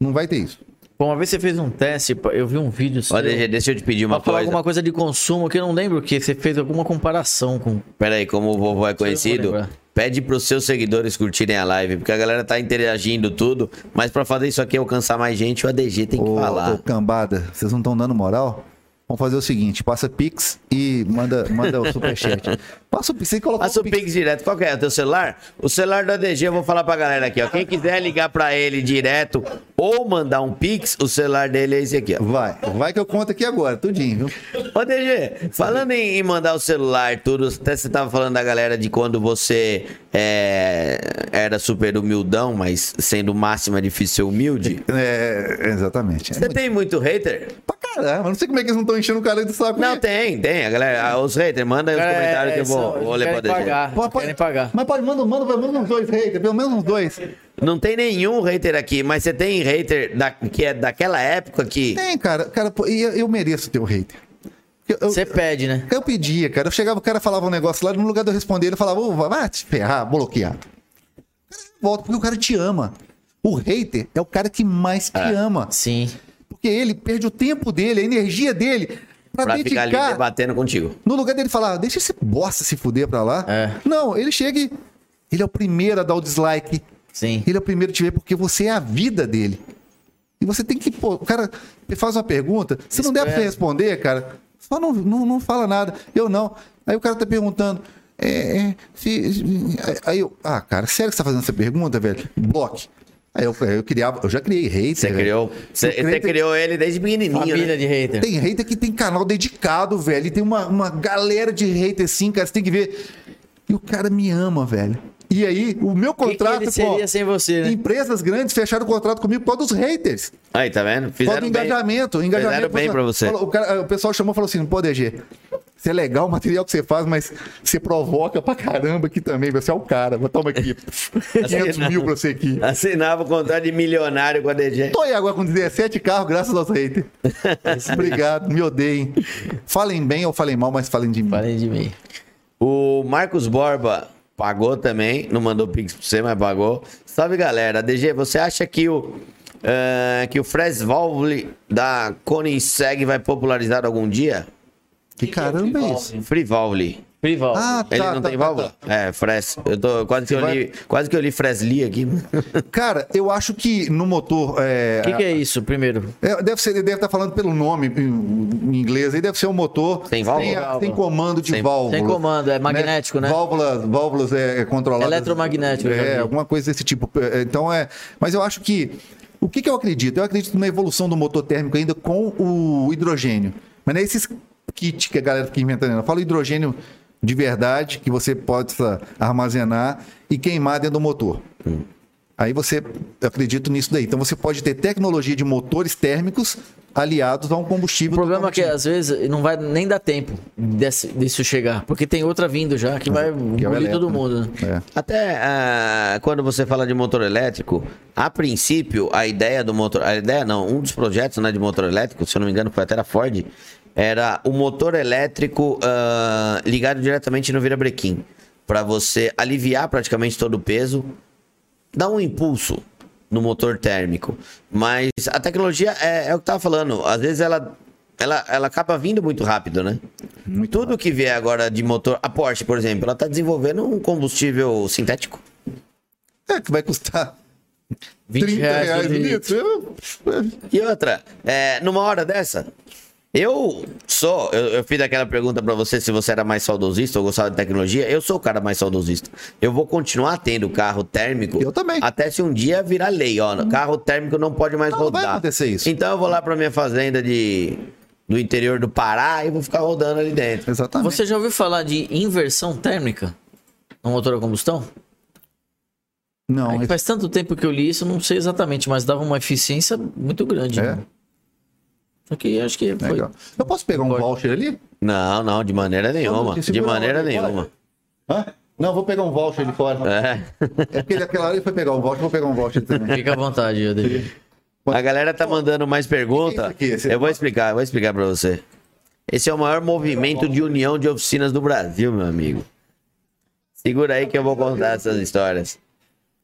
Speaker 4: Não vai ter isso.
Speaker 6: Bom, uma vez você fez um teste, pá, eu vi um vídeo seu.
Speaker 2: Ó, DG, deixa eu te pedir
Speaker 6: pra
Speaker 2: uma
Speaker 6: falar
Speaker 2: coisa.
Speaker 6: alguma coisa de consumo que eu não lembro o que. Você fez alguma comparação com.
Speaker 2: Pera aí, como o vovô é conhecido,
Speaker 6: lembrar.
Speaker 2: pede pros seus seguidores curtirem a live, porque a galera tá interagindo tudo, mas pra fazer isso aqui alcançar mais gente, o ADG tem que
Speaker 4: Ô,
Speaker 2: falar.
Speaker 4: ô, cambada, vocês não estão dando moral? Vamos fazer o seguinte, passa Pix e manda, manda o superchat. Passa o Pix, você coloca
Speaker 2: Passa o Pix direto. Qual que é? O teu celular? O celular do ADG, eu vou falar pra galera aqui, ó. Quem quiser ligar pra ele direto ou mandar um Pix, o celular dele é esse aqui, ó.
Speaker 4: Vai, vai que eu conto aqui agora, tudinho, viu?
Speaker 2: Ô, DG, falando em, em mandar o celular, tudo, até você tava falando da galera de quando você é, era super humildão, mas sendo máximo é difícil ser humilde.
Speaker 4: É, exatamente. É
Speaker 2: Você
Speaker 4: muito
Speaker 2: tem muito hater?
Speaker 4: pra caramba, não sei como é que eles não estão enchendo o cara do saco.
Speaker 2: Não,
Speaker 4: né?
Speaker 2: tem, tem. A galera, ah, os haters, manda aí os
Speaker 6: Cara,
Speaker 2: comentários
Speaker 6: é,
Speaker 2: que eu vou,
Speaker 6: são-
Speaker 2: vou
Speaker 6: eles
Speaker 2: ler pra
Speaker 6: querem
Speaker 2: DG.
Speaker 6: pagar.
Speaker 4: Pode-
Speaker 6: Querem pagar.
Speaker 4: Mas pode, manda, manda pelo menos uns dois, hater, pelo menos uns dois.
Speaker 2: Não tem nenhum hater aqui, mas você tem hater da- que é daquela época que.
Speaker 4: Tem, cara. cara pô, e eu, eu mereço ter um hater. Eu, eu,
Speaker 6: Você pede, né?
Speaker 4: eu pedia, cara. Eu chegava, o cara falava um negócio lá, no lugar de eu responder, ele falava, ô, vai- vai te ferrar, bloqueado. O cara Volta, porque o cara te ama. O hater é o cara que mais te ama.
Speaker 6: Sim.
Speaker 4: Porque ele perde o tempo dele, a energia dele pra,
Speaker 2: Pra ficar ali
Speaker 4: dedicar.
Speaker 2: debatendo contigo.
Speaker 4: No lugar dele falar, deixa esse bosta se fuder pra lá.
Speaker 6: É.
Speaker 4: Não, ele chega e. Ele é o primeiro a dar o dislike.
Speaker 6: Sim.
Speaker 4: Ele é o primeiro a te ver porque você é a vida dele. E você tem que. Pô, o cara faz uma pergunta, se não der pra você
Speaker 6: Espera.
Speaker 4: responder, cara, só não, não, não fala nada. Eu não. Aí o cara tá perguntando. É, é, se- aí eu. Ah, cara, sério que você tá fazendo essa pergunta, velho? Bloque. Aí eu, eu criava. Eu já criei hater.
Speaker 2: Você
Speaker 4: velho.
Speaker 2: criou. Você
Speaker 4: Eu criei-
Speaker 2: você criou ele desde pequenininho.
Speaker 6: Família
Speaker 2: Né?
Speaker 6: de hater.
Speaker 4: Tem hater que tem canal dedicado, velho. E tem uma, uma galera de hater sim, cara. Você tem que ver. E o cara me ama, velho. E aí, o meu
Speaker 6: que
Speaker 4: contrato
Speaker 6: ele seria sem você, né?
Speaker 4: empresas grandes fecharam o contrato comigo por causa dos haters.
Speaker 2: Aí, tá vendo?
Speaker 4: Por causa do
Speaker 2: Fizeram bem.
Speaker 4: engajamento. engajamento
Speaker 2: Fizeram bem pra você.
Speaker 4: Falou- o, cara- o pessoal chamou e falou assim: pô, DG, você é legal o material que você faz, mas você provoca pra caramba aqui também. Você é o cara. Mas Toma aqui. 500 mil pra você aqui.
Speaker 2: Assinava o contrato de milionário com a DG.
Speaker 4: Tô aí agora com 17 carros, graças aos haters. Obrigado, me odeiem. Falem bem ou falem mal, mas falem de mim.
Speaker 6: Parem de mim.
Speaker 2: O Marcos Borba pagou também, não mandou pix pra você, mas pagou. Salve galera, DG, você acha que o eh, que o Fres Valve da Koenigsegg vai popularizar algum dia?
Speaker 4: Que caramba é isso?
Speaker 2: Free Valve.
Speaker 6: Prival.
Speaker 4: Ah,
Speaker 2: Ele
Speaker 4: tá,
Speaker 2: não
Speaker 4: tá,
Speaker 2: tem
Speaker 4: tá,
Speaker 2: válvula? É, Fres. Eu tô quase que eu
Speaker 4: vai-
Speaker 2: li, quase que eu li Fresli aqui.
Speaker 4: tá. Cara, eu acho que no motor.
Speaker 6: O que, que é isso, primeiro?
Speaker 4: É, deve ser, ele deve estar falando pelo nome em em inglês, aí deve ser um motor
Speaker 2: Sem válvula?
Speaker 4: sem, a- sem comando de
Speaker 2: Sem-
Speaker 4: válvula.
Speaker 6: sem comando, é magnético, né?
Speaker 4: Válvulas, válvulas é, é controladas.
Speaker 6: Eletromagnético, eu já
Speaker 4: É,
Speaker 6: vi.
Speaker 4: alguma coisa desse tipo. É, Então é, mas eu acho que o que, que eu acredito? Eu acredito na evolução do motor térmico ainda com o hidrogênio. Mas não é esses kits que a galera fica inventando. Eu falo hidrogênio de verdade que você possa armazenar e queimar dentro do motor. Aí você, eu acredito nisso daí. Então você pode ter tecnologia de motores térmicos aliados a um
Speaker 6: O
Speaker 4: combustível.
Speaker 6: problema é que
Speaker 4: totalmente-
Speaker 6: às vezes não vai nem dar tempo desse, disso chegar, porque tem outra vindo já que vai
Speaker 4: Que é o
Speaker 6: engolir
Speaker 4: elétrico,
Speaker 6: todo
Speaker 4: né?
Speaker 6: mundo. né?
Speaker 4: É.
Speaker 2: Até ah, quando você fala de motor elétrico, a princípio, a ideia do motor. A ideia não, um dos projetos né, de motor elétrico, se eu não me engano, foi até a Ford, era o motor elétrico ah, ligado diretamente no virabrequim. Para você aliviar praticamente todo o peso, dá um impulso no motor térmico. Mas a tecnologia é, é o que tava falando. Às vezes ela, ela, ela acaba vindo muito rápido, né? Tudo que vier agora de motor. A Porsche, por exemplo, ela tá desenvolvendo um combustível sintético.
Speaker 4: É, que vai custar
Speaker 6: 20 reais,
Speaker 4: o
Speaker 6: 20
Speaker 4: litro. É,
Speaker 2: E outra, é, numa hora dessa, eu sou. Eu, eu fiz aquela pergunta pra você se você era mais saudosista ou gostava de tecnologia. Eu sou o cara mais saudosista. Eu vou continuar tendo carro térmico.
Speaker 4: Eu também. Hum.
Speaker 2: Até se um dia virar lei, ó. Carro térmico não pode mais
Speaker 4: Não, não vai
Speaker 2: rodar.
Speaker 4: acontecer isso.
Speaker 2: Então eu vou lá pra minha fazenda de, do interior do Pará e vou ficar rodando ali dentro.
Speaker 4: é, Exatamente.
Speaker 6: Você já ouviu falar de inversão térmica no motor a combustão?
Speaker 4: Não,
Speaker 6: É que faz tanto tempo que eu li isso, eu não sei exatamente, mas dava uma eficiência muito grande.
Speaker 4: É?
Speaker 6: né? Só que acho que foi.
Speaker 4: legal. Eu posso pegar um voucher ali?
Speaker 2: Não, não, de maneira nenhuma.
Speaker 4: Segura
Speaker 2: De
Speaker 4: a
Speaker 2: maneira
Speaker 4: hora aí,
Speaker 2: nenhuma.
Speaker 4: Hã? Não, vou pegar um voucher ali fora.
Speaker 2: É.
Speaker 4: É, porque ele, aquela hora ele foi pegar um voucher, vou pegar um voucher também.
Speaker 6: Fica à vontade, Ademir.
Speaker 2: A galera tá mandando mais perguntas.
Speaker 4: Que que é isso aqui?
Speaker 2: Eu vou explicar, eu vou explicar pra você. Esse é o maior movimento de união de oficinas do Brasil, meu amigo. Segura aí que eu vou contar essas histórias.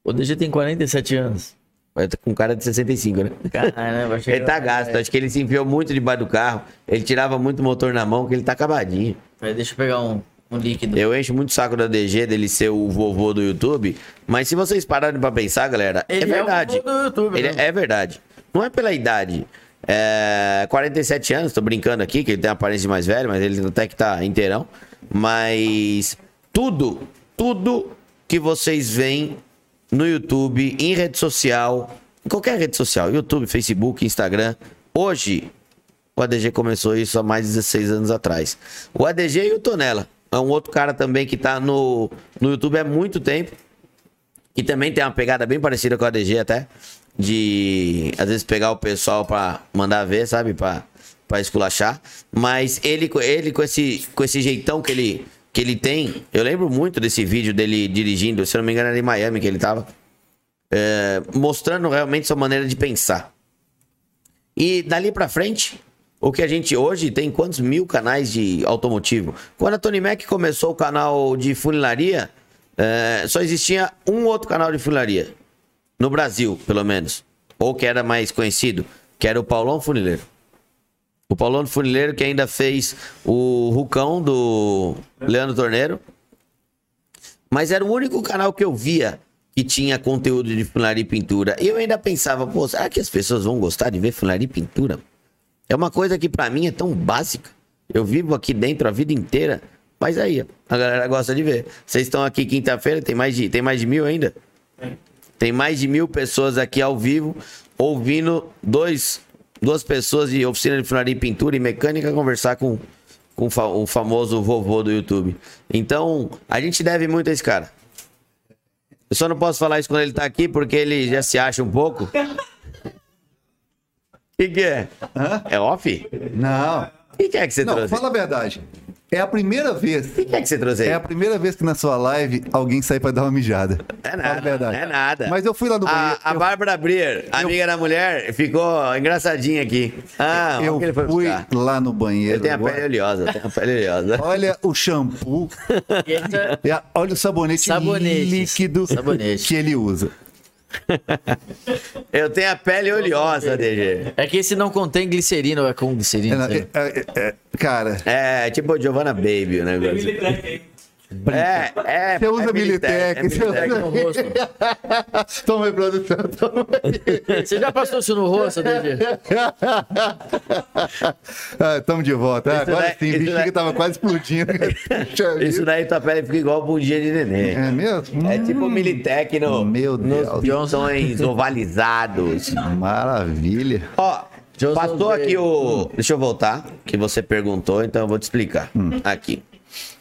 Speaker 6: O DG tem 47 anos.
Speaker 2: Eu tô com um cara de 65, né?
Speaker 6: Caramba, achei
Speaker 2: Ele tá gasto, acho que ele se enfiou muito debaixo do carro. Ele tirava muito motor na mão, que ele tá acabadinho.
Speaker 6: Peraí, deixa eu pegar um, um líquido.
Speaker 2: Eu encho muito o saco da DG dele ser o vovô do YouTube, mas se vocês pararem pra pensar, galera, é
Speaker 6: Ele é o
Speaker 2: verdade.
Speaker 6: vovô do YouTube,
Speaker 2: Ele
Speaker 6: né?
Speaker 2: é verdade. Não é pela idade. É, 47 anos, tô brincando aqui, que ele tem a aparência de mais velho, mas ele até que tá inteirão. Mas tudo, tudo que vocês veem no YouTube, em rede social, em qualquer rede social, YouTube, Facebook, Instagram, hoje o ADG começou isso há mais de 16 anos atrás. O ADG e o Tonela. É um outro cara também que tá no, no YouTube há muito tempo. Que também tem uma pegada bem parecida com a ADG até. De às vezes pegar o pessoal pra mandar ver, sabe? Pra, pra esculachar. Mas ele, co- ele com, esse, com esse jeitão que ele, que ele tem. Eu lembro muito desse vídeo dele dirigindo. Se eu não me engano, era em Miami que ele tava. é, mostrando realmente sua maneira de pensar. E dali pra frente, o que a gente hoje tem quantos mil canais de automotivo? Quando a Tony Mac começou o canal de funilaria, eh, só existia um outro canal de funilaria. No Brasil, pelo menos. Ou que era mais conhecido, que era o Paulão Funileiro. O Paulão Funileiro que ainda fez o Rucão do Leandro Torneiro. Mas era o único canal que eu via que tinha conteúdo de funilaria e pintura. E eu ainda pensava, pô, será que as pessoas vão gostar de ver funilaria e pintura? É uma coisa que pra mim é tão básica. Eu vivo aqui dentro a vida inteira. Mas aí, ó, a galera gosta de ver. Vocês estão aqui quinta-feira, tem mais de, tem mais de mil ainda? Tem mais de mil pessoas aqui ao vivo ouvindo dois, duas pessoas de oficina de funilaria e pintura e mecânica conversar com, com o fa- o famoso vovô do YouTube. Então, a gente deve muito a esse cara. Eu só não posso falar isso quando ele tá aqui, porque ele já se acha um pouco. O que, que é? É off?
Speaker 4: Não.
Speaker 2: O que, que é que você
Speaker 4: Não,
Speaker 2: trouxe? O
Speaker 4: fala a verdade. É a primeira vez.
Speaker 2: que, que é que você trouxe aí?
Speaker 4: É a primeira vez que na sua live alguém sai pra dar uma mijada.
Speaker 2: É
Speaker 4: Fala a
Speaker 2: nada.
Speaker 4: verdade.
Speaker 2: É nada. ah,
Speaker 4: Mas eu fui lá no banheiro.
Speaker 2: A, a
Speaker 4: eu-
Speaker 2: Bárbara Breer, amiga da mulher, ficou engraçadinha aqui. Ah,
Speaker 4: eu
Speaker 2: onde ele foi
Speaker 4: fui
Speaker 2: buscar?
Speaker 4: lá no banheiro.
Speaker 2: Eu tenho a
Speaker 4: agora.
Speaker 2: pele oleosa, eu tenho a pele oleosa.
Speaker 4: Olha o shampoo.
Speaker 6: Eita.
Speaker 4: É, Olha o sabonete
Speaker 6: Sabonete.
Speaker 4: líquido
Speaker 6: Sabonete.
Speaker 4: que ele usa.
Speaker 2: Eu tenho a pele oleosa, DG.
Speaker 6: É que esse não contém glicerina, ou é com
Speaker 4: É,
Speaker 6: glicerina?
Speaker 4: não,
Speaker 6: sei lá.
Speaker 4: é, é, é, cara,
Speaker 2: É, tipo a Giovanna Baby o negócio. É, é.
Speaker 4: você
Speaker 2: é
Speaker 4: usa
Speaker 2: Militec,
Speaker 4: Militec.
Speaker 2: é
Speaker 4: você
Speaker 2: Militec.
Speaker 6: No rosto.
Speaker 4: usa- Toma aí, produção. Toma aí.
Speaker 6: Você já passou isso no rosto, né, DG?
Speaker 4: ah, tamo de volta. Ah,
Speaker 2: Isso
Speaker 4: agora
Speaker 2: daí-
Speaker 4: sim,
Speaker 2: isso
Speaker 4: o
Speaker 2: daí-
Speaker 4: bexiga tava quase explodindo.
Speaker 2: Isso daí tua pele fica igual bundinha de neném.
Speaker 4: É mesmo?
Speaker 2: É tipo o Militec no,
Speaker 4: Meu
Speaker 2: nos
Speaker 4: Deus.
Speaker 2: Johnsons ovalizados.
Speaker 4: Maravilha.
Speaker 2: Ó,
Speaker 6: Johnson
Speaker 2: passou
Speaker 6: Drake.
Speaker 2: aqui o. Deixa eu voltar, que você perguntou, então eu vou te explicar. Aqui.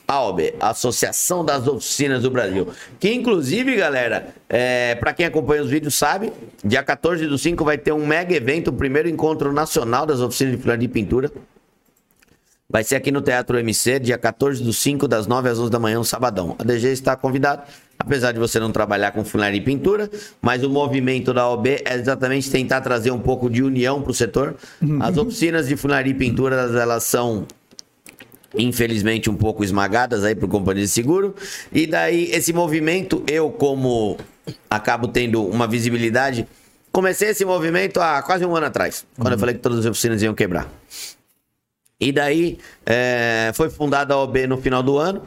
Speaker 2: AOB, Associação das Oficinas do Brasil. Que inclusive, galera, é, para quem acompanha os vídeos sabe, dia 14 do 5 vai ter um mega evento, o primeiro encontro nacional das oficinas de Pilar de pintura. Vai ser aqui no Teatro MC, dia 14 do 5, das 9 às 11 da manhã, no sabadão. A DG está convidado, apesar de você não trabalhar com funária e pintura, mas o movimento da OB é exatamente tentar trazer um pouco de união para o setor. As oficinas de funária e pintura, elas são infelizmente um pouco esmagadas aí por companhia de seguro. E daí esse movimento, eu como acabo tendo uma visibilidade, comecei esse movimento há quase um ano atrás, quando eu falei que todas as oficinas iam quebrar. E daí é, foi fundada a OB no final do ano.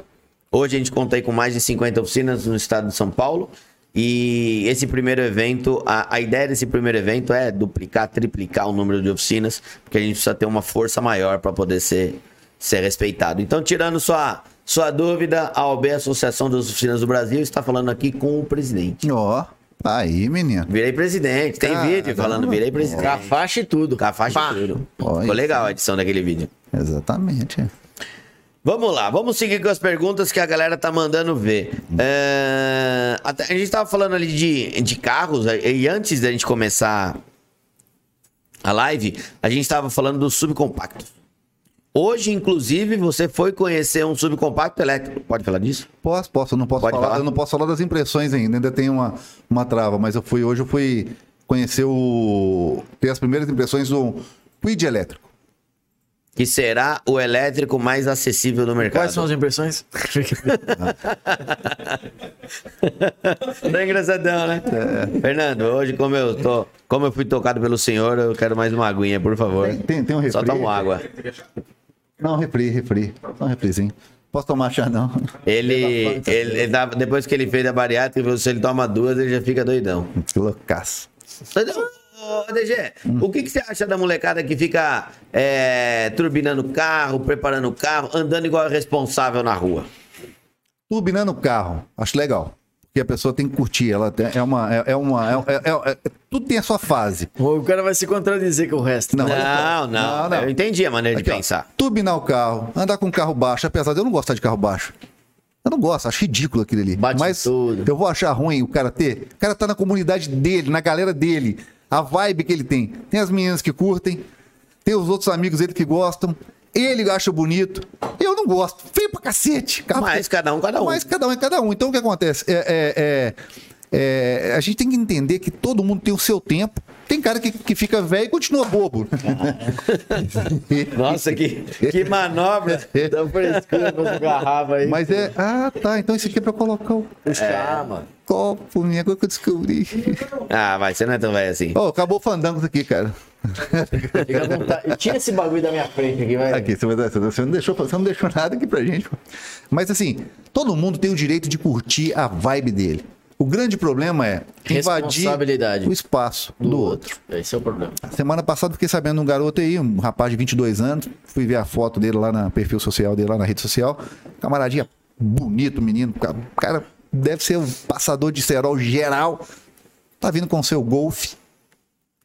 Speaker 2: Hoje a gente conta aí com mais de 50 oficinas no estado de São Paulo. E esse primeiro evento, a, a ideia desse primeiro evento é duplicar, triplicar o número de oficinas, porque a gente precisa ter uma força maior para poder ser, ser respeitado. Então, tirando sua, sua dúvida, a OB, Associação das Oficinas do Brasil, está falando aqui com o presidente.
Speaker 4: Ó, tá aí, menino.
Speaker 2: Virei presidente, tem
Speaker 4: Caramba.
Speaker 2: vídeo falando, virei presidente.
Speaker 6: Com a faixa e tudo.
Speaker 2: Com a faixa de ouro.
Speaker 4: Olha.
Speaker 2: Ficou legal a edição daquele vídeo.
Speaker 4: Exatamente.
Speaker 2: Vamos lá, vamos seguir com as perguntas que a galera tá mandando ver.
Speaker 4: Uhum.
Speaker 2: É, até- a gente tava falando ali de, de carros, e antes da gente começar a live, a gente tava falando do subcompacto. Hoje, inclusive, você foi conhecer um subcompacto elétrico. Pode falar disso?
Speaker 4: Posso, posso, eu não posso
Speaker 2: Pode
Speaker 4: falar,
Speaker 2: falar.
Speaker 4: Eu não posso falar das impressões ainda, ainda tem uma, uma trava, mas eu fui hoje, eu fui conhecer o. ter as primeiras impressões do Quid elétrico.
Speaker 2: Que será o elétrico mais acessível do mercado.
Speaker 6: Quais são as impressões?
Speaker 2: Tá engraçadão, né?
Speaker 4: É.
Speaker 2: Fernando, hoje, como eu, tô, como eu fui tocado pelo senhor, eu quero mais uma aguinha, por favor.
Speaker 4: Tem- tem- tem um
Speaker 2: Só
Speaker 4: refri?
Speaker 2: tomo água.
Speaker 4: Não, refri, refri. Só um refrizinho. Posso tomar chá, não?
Speaker 2: Ele, ele, ele dá- depois que ele fez a bariátrica, se ele toma duas, ele já fica doidão.
Speaker 4: Que loucaço.
Speaker 2: Doidão! Ô, DG, o que, que você acha da molecada que fica é, turbinando o carro, preparando o carro, andando igual responsável na rua?
Speaker 4: Turbinando o carro, acho legal. Porque a pessoa tem que curtir, ela tem- é uma. É, é uma é- é- é- é- tudo tem a sua fase.
Speaker 6: o cara vai se contradizer com o resto.
Speaker 4: Não, olha só.
Speaker 2: Não, é- não, Eu entendi a maneira
Speaker 4: Aqui,
Speaker 2: de
Speaker 4: ó,
Speaker 2: pensar.
Speaker 4: turbinar o carro, andar com o carro baixo, apesar de eu não gostar de carro baixo. Eu não gosto, acho ridículo aquilo ali.
Speaker 6: Bate em
Speaker 4: Mas
Speaker 6: tudo.
Speaker 4: eu vou achar ruim o cara ter. O cara tá na comunidade dele, na galera dele. A vibe que ele tem. Tem as meninas que curtem, tem os outros amigos dele que gostam. Ele acha bonito. Eu não gosto. Feio pra cacete. Carro
Speaker 2: Mas cada um, cada um.
Speaker 4: Mas cada um é cada um. Então o que acontece? É, é, é, é, a gente tem que entender que todo mundo tem o seu tempo. Tem cara que, que fica velho e continua bobo.
Speaker 2: Nossa, que, que manobra.
Speaker 6: Dá frescura pra essa garrafa aí.
Speaker 4: Mas é. Ah, tá. Então isso aqui é pra colocar o
Speaker 6: Puxa, ah, mano.
Speaker 4: copo, minha coisa que eu descobri.
Speaker 2: Ah, vai, você não é tão velho assim.
Speaker 4: Ô, acabou o fandango isso aqui, cara.
Speaker 6: Fica à vontade. Tira esse bagulho da minha frente aqui, vai.
Speaker 4: Aqui, você, vai- você não deixou, você não deixou nada aqui pra gente. Mas assim, todo mundo tem o direito de curtir a vibe dele. O grande problema é invadir
Speaker 6: Responsabilidade.
Speaker 4: o espaço do, outro.
Speaker 6: Esse é o problema.
Speaker 4: Semana passada eu fiquei sabendo de um garoto aí, um rapaz de 22 anos. Fui ver a foto dele lá na perfil social dele, lá na rede social. Camaradinha, bonito menino. ca- Cara, deve ser um passador de cerol geral. Tá vindo com seu Golf.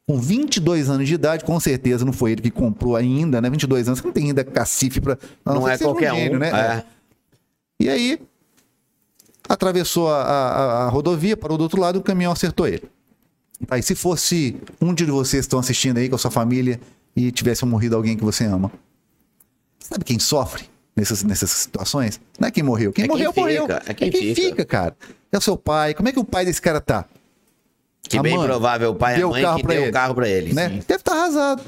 Speaker 4: Com 22 anos de idade, com certeza não foi ele que comprou ainda, né? 22 anos, você não tem ainda cacife pra... a
Speaker 2: Não,
Speaker 4: ser
Speaker 2: é
Speaker 4: que seja
Speaker 2: qualquer um.
Speaker 4: gênio, né?
Speaker 2: é.
Speaker 4: E aí, atravessou a, a- a- a rodovia, parou do outro lado, o caminhão acertou ele. Tá, e se fosse um de vocês que estão assistindo aí com a sua família e tivesse morrido alguém que você ama? Sabe quem sofre nessas, nessas situações? Não é quem morreu. Quem
Speaker 2: É quem
Speaker 4: morreu,
Speaker 2: fica,
Speaker 4: morreu.
Speaker 2: é quem fica.
Speaker 4: cara. É o seu pai. Como é que o pai desse cara tá?
Speaker 2: Que
Speaker 4: A
Speaker 2: bem
Speaker 4: mãe
Speaker 2: provável o pai e a
Speaker 4: Ah, deu o
Speaker 2: mãe
Speaker 4: carro
Speaker 2: que
Speaker 4: pra
Speaker 2: deu o
Speaker 4: ele,
Speaker 2: carro pra ele.
Speaker 4: né?
Speaker 2: sim.
Speaker 4: Deve estar arrasado.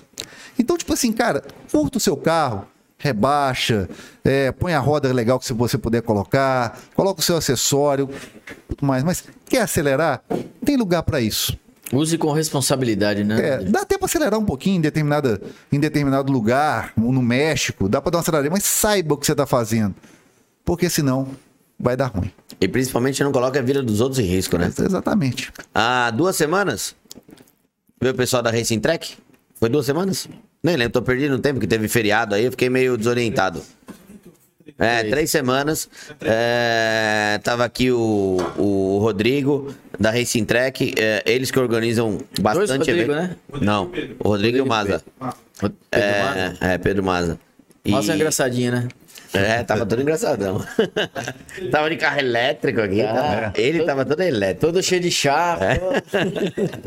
Speaker 4: Então, tipo assim, cara, curta o seu carro, rebaixa, é, põe a roda legal que se você puder colocar, coloca o seu acessório, tudo mais. Mas quer acelerar? Tem lugar pra isso.
Speaker 6: Use com responsabilidade, né?
Speaker 4: É, dá até pra acelerar um pouquinho em, determinada, em determinado lugar, ou no México, dá pra dar uma acelerada, mas saiba o que você tá fazendo. Porque senão vai dar ruim.
Speaker 2: E principalmente não coloca a vida dos outros em risco, né?
Speaker 4: Exatamente.
Speaker 2: Há duas semanas, veio o pessoal da Racing Track. Foi duas semanas? Nem lembro, tô perdido no tempo que teve feriado aí, eu fiquei meio desorientado. É, três semanas. É, tava aqui o, o Rodrigo da Racing Track. é, eles que organizam bastante
Speaker 6: Rodrigo,
Speaker 2: evento.
Speaker 6: né?
Speaker 2: Não, o Rodrigo e o Maza.
Speaker 6: Pedro
Speaker 2: É,
Speaker 6: Maza.
Speaker 2: é, Pedro Maza. E-
Speaker 6: Nossa, é engraçadinha, né?
Speaker 2: É, tava todo engraçadão. tava de carro elétrico aqui. tava- Ele tava todo elétrico. É.
Speaker 6: Todo Ah, cheio de chá.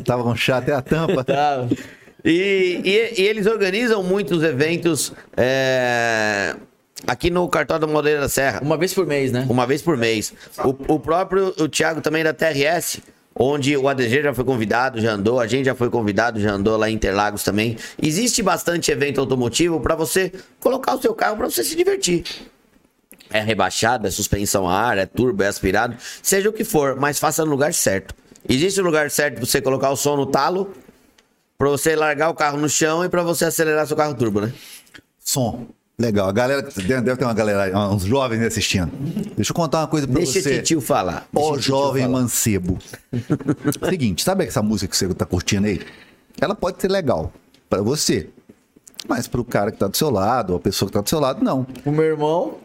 Speaker 4: Tava com chá até a tampa.
Speaker 6: Tá.
Speaker 2: E, e- e eles organizam muitos eventos é, aqui no Cartório do Moreira da Serra,
Speaker 6: Uma vez por mês, né?
Speaker 2: uma vez por mês. O, o próprio o Thiago também é da TRS, onde o ADG já foi convidado, já andou, a gente já foi convidado, já andou lá em Interlagos também. Existe bastante evento automotivo para você colocar o seu carro para você se divertir. É rebaixado, é suspensão a ar, é turbo, é aspirado, seja o que for, mas faça no lugar certo. Existe um lugar certo para você colocar o som no talo, Pra você largar o carro no chão e pra você acelerar seu carro turbo, né?
Speaker 4: Som. Legal. A galera, deve deve ter uma galera, aí, uns jovens aí assistindo. Deixa eu contar uma coisa pra
Speaker 2: Deixa
Speaker 4: você.
Speaker 2: esse tio falar.
Speaker 4: Ó
Speaker 2: Deixa esse tio
Speaker 4: jovem
Speaker 2: falar.
Speaker 4: mancebo. Seguinte, sabe essa música que você tá curtindo aí? Ela pode ser legal pra você. Mas pro cara que tá do seu lado, ou a pessoa que tá do seu lado, não.
Speaker 6: O meu irmão.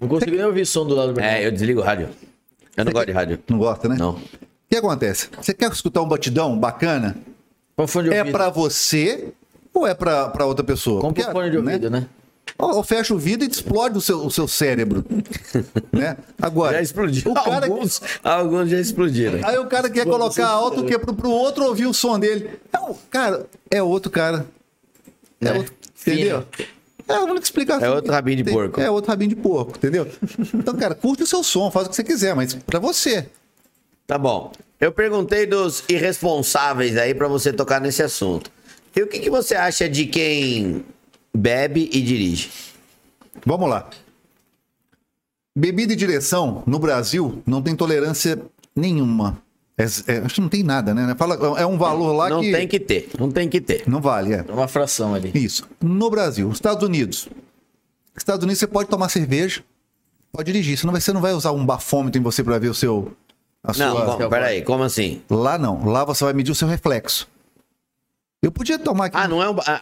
Speaker 6: Não consigo nem ouvir som do lado do meu irmão.
Speaker 2: É, eu desligo o rádio. Eu não gosto de rádio.
Speaker 4: Não gosta, né?
Speaker 2: Não.
Speaker 4: O que acontece? Você quer escutar um batidão bacana?
Speaker 6: Com um fone de
Speaker 4: É
Speaker 6: ouvido.
Speaker 4: pra você ou é pra, pra outra pessoa?
Speaker 6: Compra
Speaker 4: Porque,
Speaker 6: um fone de ouvido, né?
Speaker 4: Ou, ou fecha o vidro e explode o seu, o seu cérebro. né? Agora,
Speaker 2: Já explodiu.
Speaker 4: o cara,
Speaker 2: Alguns, alguns já explodiram.
Speaker 4: aí o cara quer colocar alto o quê? Pro, pro outro ouvir o som dele. É um- cara, é outro cara. É, outro. Entendeu? É a única explicação.
Speaker 2: né? É outro rabinho de
Speaker 4: Tem-
Speaker 2: porco.
Speaker 4: É outro rabinho de porco, entendeu? Então, cara, curte o seu som, faz o que você quiser, mas pra você.
Speaker 2: Tá bom. Eu perguntei dos irresponsáveis aí pra você tocar nesse assunto. E o que, que você acha de quem bebe e dirige?
Speaker 4: Vamos lá. Bebida e direção no Brasil não tem tolerância nenhuma. É- é- acho que não tem nada, né? Fala, é um valor lá
Speaker 2: não
Speaker 4: que.
Speaker 2: tem que ter. Não tem que ter.
Speaker 4: Não vale, é.
Speaker 6: Uma fração ali.
Speaker 4: Isso. No Brasil, Estados Unidos. Estados Unidos você pode tomar cerveja, pode dirigir. Você não vai, você não vai usar um bafômetro em você para ver o seu. A
Speaker 2: Não,
Speaker 4: sua...
Speaker 2: bom, peraí, como assim?
Speaker 4: Lá não. Lá você vai medir o seu reflexo. Eu podia tomar aqui.
Speaker 2: Ah, não é um, a,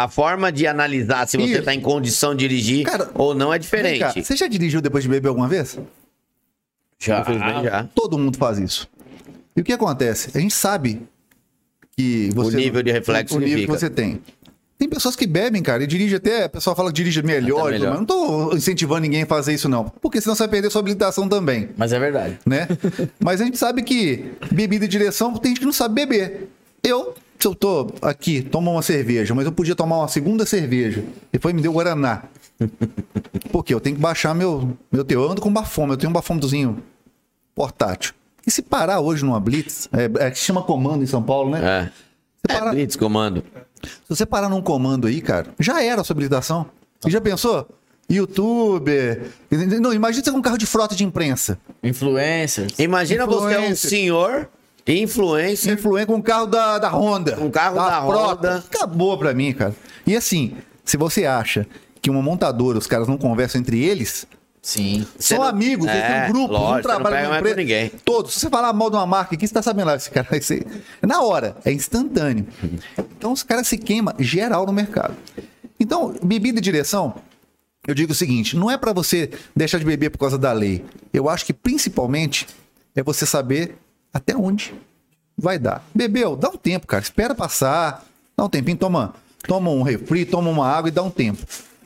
Speaker 2: a- a forma de analisar se você
Speaker 4: Isso.
Speaker 2: tá em condição de dirigir
Speaker 4: Cara,
Speaker 2: ou não é
Speaker 4: um- Vem
Speaker 2: diferente.
Speaker 4: cá, Você já dirigiu depois de beber alguma vez?
Speaker 6: Já.
Speaker 2: Infelizmente, já.
Speaker 4: Todo mundo faz isso. E o que acontece? A gente sabe que você.
Speaker 2: nível de reflexo
Speaker 4: O
Speaker 2: que
Speaker 4: nível que
Speaker 2: fica.
Speaker 4: você tem. Tem pessoas que bebem, cara, e dirige até. O pessoal fala que dirige melhor,
Speaker 2: Até
Speaker 4: e tudo
Speaker 2: melhor.
Speaker 4: mais. Não tô incentivando ninguém a fazer isso, não. Porque senão você vai perder sua habilitação também,
Speaker 6: Mas é verdade.
Speaker 4: né? Mas a gente sabe que bebida e direção tem gente que não sabe beber. Eu, se eu tô aqui, tomo uma cerveja, mas eu podia tomar uma segunda cerveja. Depois me deu Guaraná. Porque eu tenho que baixar meu, meu teor. Eu ando com bafômetro, eu tenho um bafômetrozinho portátil. E se parar hoje numa Blitz, é, é que chama comando em São Paulo, né?
Speaker 2: É.
Speaker 4: Você
Speaker 2: É,
Speaker 4: para-
Speaker 2: Blitz, comando.
Speaker 4: Se você parar num comando aí, cara, já era a sua habilitação. E já pensou? Youtuber. Não, imagina você com um carro de frota de imprensa.
Speaker 6: Influencers.
Speaker 2: Imagina você é um
Speaker 4: Influencer.
Speaker 2: senhor
Speaker 4: Você
Speaker 2: influencer.
Speaker 4: influencer com um carro da, da Honda.
Speaker 2: Um é carro da Honda.
Speaker 4: Acabou pra mim, cara. E assim, se você acha que uma montadora, os caras não conversam entre eles,
Speaker 6: Sim.
Speaker 2: Você
Speaker 4: são
Speaker 2: não-
Speaker 4: amigos, eles
Speaker 2: É,
Speaker 4: têm um grupo,
Speaker 2: lógico,
Speaker 4: um
Speaker 2: você não
Speaker 4: trabalho
Speaker 2: pega
Speaker 4: numa
Speaker 2: mais com
Speaker 4: empresa,
Speaker 2: ninguém.
Speaker 4: Todos. Se você falar mal de uma marca aqui, você tá sabendo lá, esse cara vai ser. Na hora, é instantâneo. Então os caras se queimam geral no mercado. Então, bebida e direção, eu digo o seguinte: não é para você deixar de beber por causa da lei. Eu acho que principalmente é você saber até onde vai dar. Bebeu, dá um tempo, cara. Espera passar, dá um tempinho, toma, toma um refri, toma uma água e dá um tempo.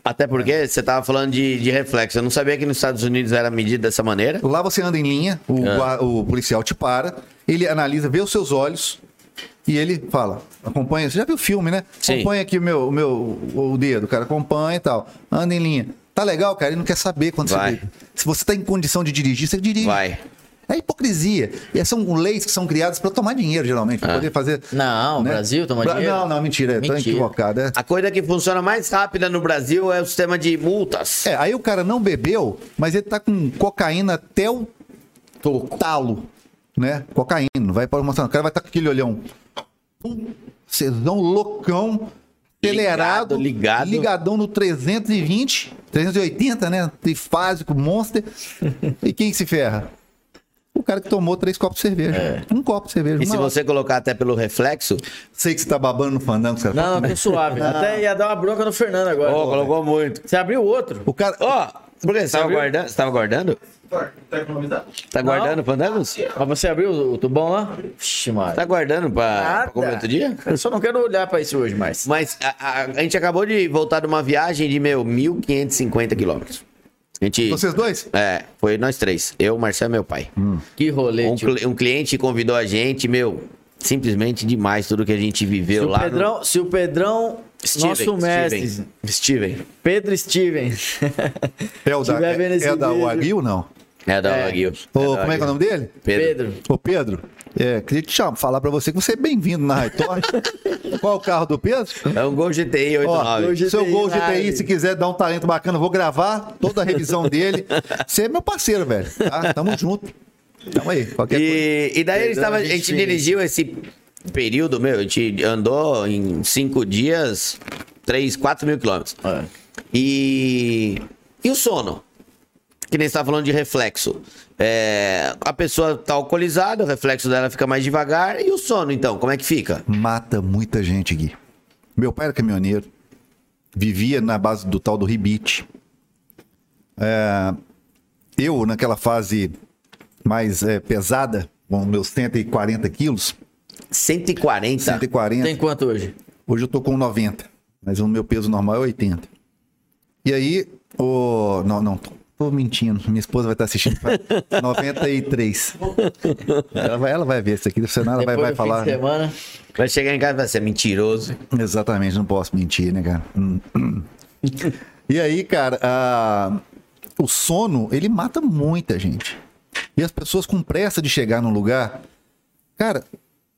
Speaker 2: Até porque você tava falando de, de reflexo. Eu não sabia que nos Estados Unidos era medida dessa maneira.
Speaker 4: Lá você anda em linha, o, gua- o policial te para, ele analisa, vê os seus olhos e ele fala: acompanha. Você já viu o filme, né?
Speaker 2: Sim.
Speaker 4: Acompanha aqui o meu, o meu o dedo, cara, acompanha e tal. Anda em linha. Tá legal, cara? Ele não quer saber quando
Speaker 2: Vai.
Speaker 4: você. bebe. Se você tá em condição de dirigir, você dirige.
Speaker 2: Vai.
Speaker 4: É hipocrisia. E são leis que são criadas para tomar dinheiro, geralmente, para poder fazer.
Speaker 6: Não, o Brasil toma
Speaker 4: Pra-
Speaker 6: dinheiro?
Speaker 4: Não, não, mentira, mentira. tá
Speaker 6: Mentira.
Speaker 4: equivocado. É.
Speaker 2: A coisa que funciona mais rápida no Brasil é o sistema de multas.
Speaker 4: É, aí o cara não bebeu, mas ele tá com cocaína até o talo, né? Cocaína, vai para uma... O cara vai estar com aquele olhão. Pum, Cesão loucão, acelerado,
Speaker 2: ligado.
Speaker 4: ligadão no 320, 380, né? Trifásico, monster. e quem se ferra? O cara que tomou três copos de cerveja. Um copo de cerveja.
Speaker 2: É. E se
Speaker 4: uma-
Speaker 2: você colocar até pelo reflexo,
Speaker 4: Sei que você tá babando no fandango, cara.
Speaker 6: Não, não, tô suave. Até ia dar uma bronca no Fernando
Speaker 2: oh,
Speaker 6: agora.
Speaker 2: colocou muito.
Speaker 6: Você abriu outro.
Speaker 4: O cara...
Speaker 2: Ó, por que você tava
Speaker 6: viu?
Speaker 2: guardando? Você tava guardando?
Speaker 5: Tá economizado?
Speaker 2: Tá
Speaker 6: Não.
Speaker 2: guardando fandangos?
Speaker 6: Mas você abriu o tubão lá? Vixe, mano.
Speaker 2: Tá guardando pra, pra
Speaker 6: Nada.
Speaker 2: comer outro dia?
Speaker 6: Eu só não quero olhar pra isso hoje mais.
Speaker 2: Mas a, a- a gente acabou de voltar de uma viagem de, meu, 1.550 quilômetros. A gente,
Speaker 4: Vocês dois?
Speaker 2: É, foi nós três. Eu, Marcelo e meu pai.
Speaker 6: Que rolê,
Speaker 2: Um,
Speaker 6: tio.
Speaker 2: cli- um cliente convidou a gente, meu, simplesmente demais tudo que a gente viveu
Speaker 6: Se o
Speaker 2: lá. no-
Speaker 6: Pedrão, se o Pedrão
Speaker 2: Steven,
Speaker 6: nosso mestre,
Speaker 2: Steven, Steven.
Speaker 6: Pedro Steven,
Speaker 4: É o da,
Speaker 6: Tiver vendo
Speaker 4: é,
Speaker 6: esse
Speaker 4: é da
Speaker 6: vídeo.
Speaker 4: Wagyu, não?
Speaker 2: É da
Speaker 6: É.
Speaker 2: Wagyu.
Speaker 4: Ô, como é que é o
Speaker 2: Wagyu.
Speaker 4: nome dele?
Speaker 2: Pedro.
Speaker 6: Pedro,
Speaker 4: Ô, Pedro, é, queria te chamar, falar pra você que você é bem-vindo na Raitor. Qual é o carro do Pedro?
Speaker 2: É um Gol GTI
Speaker 4: Ó,
Speaker 2: 89.
Speaker 6: GTI
Speaker 4: seu Gol GTI,
Speaker 6: Live.
Speaker 4: se quiser dar um talento bacana, eu vou gravar toda a revisão dele. Você é meu parceiro, velho. Tá? Tamo junto. Tamo aí. Qualquer coisa.
Speaker 2: E, e daí ele
Speaker 6: Pedrão,
Speaker 2: estava, a
Speaker 6: gente
Speaker 2: gente
Speaker 6: fina.
Speaker 2: dirigiu esse período, meu, a gente andou em cinco dias, três, quatro mil quilômetros. E, e o sono? Que nem você tá falando de reflexo. É, a pessoa tá alcoolizada, o reflexo dela fica mais devagar. E o sono, então, como é que fica?
Speaker 4: Mata muita gente, Gui. Meu pai era caminhoneiro. Vivia na base do tal do ribite. É, eu, naquela fase mais é, pesada, com meus 140 quilos,
Speaker 2: 140.
Speaker 4: 140.
Speaker 6: tem quanto hoje?
Speaker 4: Hoje eu tô com 90, mas o meu peso normal é 80. E aí, o. Não, não, tô, tô mentindo. Minha esposa vai estar assistindo. Vai... 93. Ela vai, ela vai ver isso aqui, senão ela vai,
Speaker 6: Depois do fim de
Speaker 4: vai falar. né?
Speaker 6: semana,
Speaker 2: Vai chegar em casa e vai ser mentiroso.
Speaker 4: Exatamente, não posso mentir, né, cara? Hum, hum. e aí, cara, a- o sono, ele mata muita gente. E as pessoas com pressa de chegar num lugar. Cara,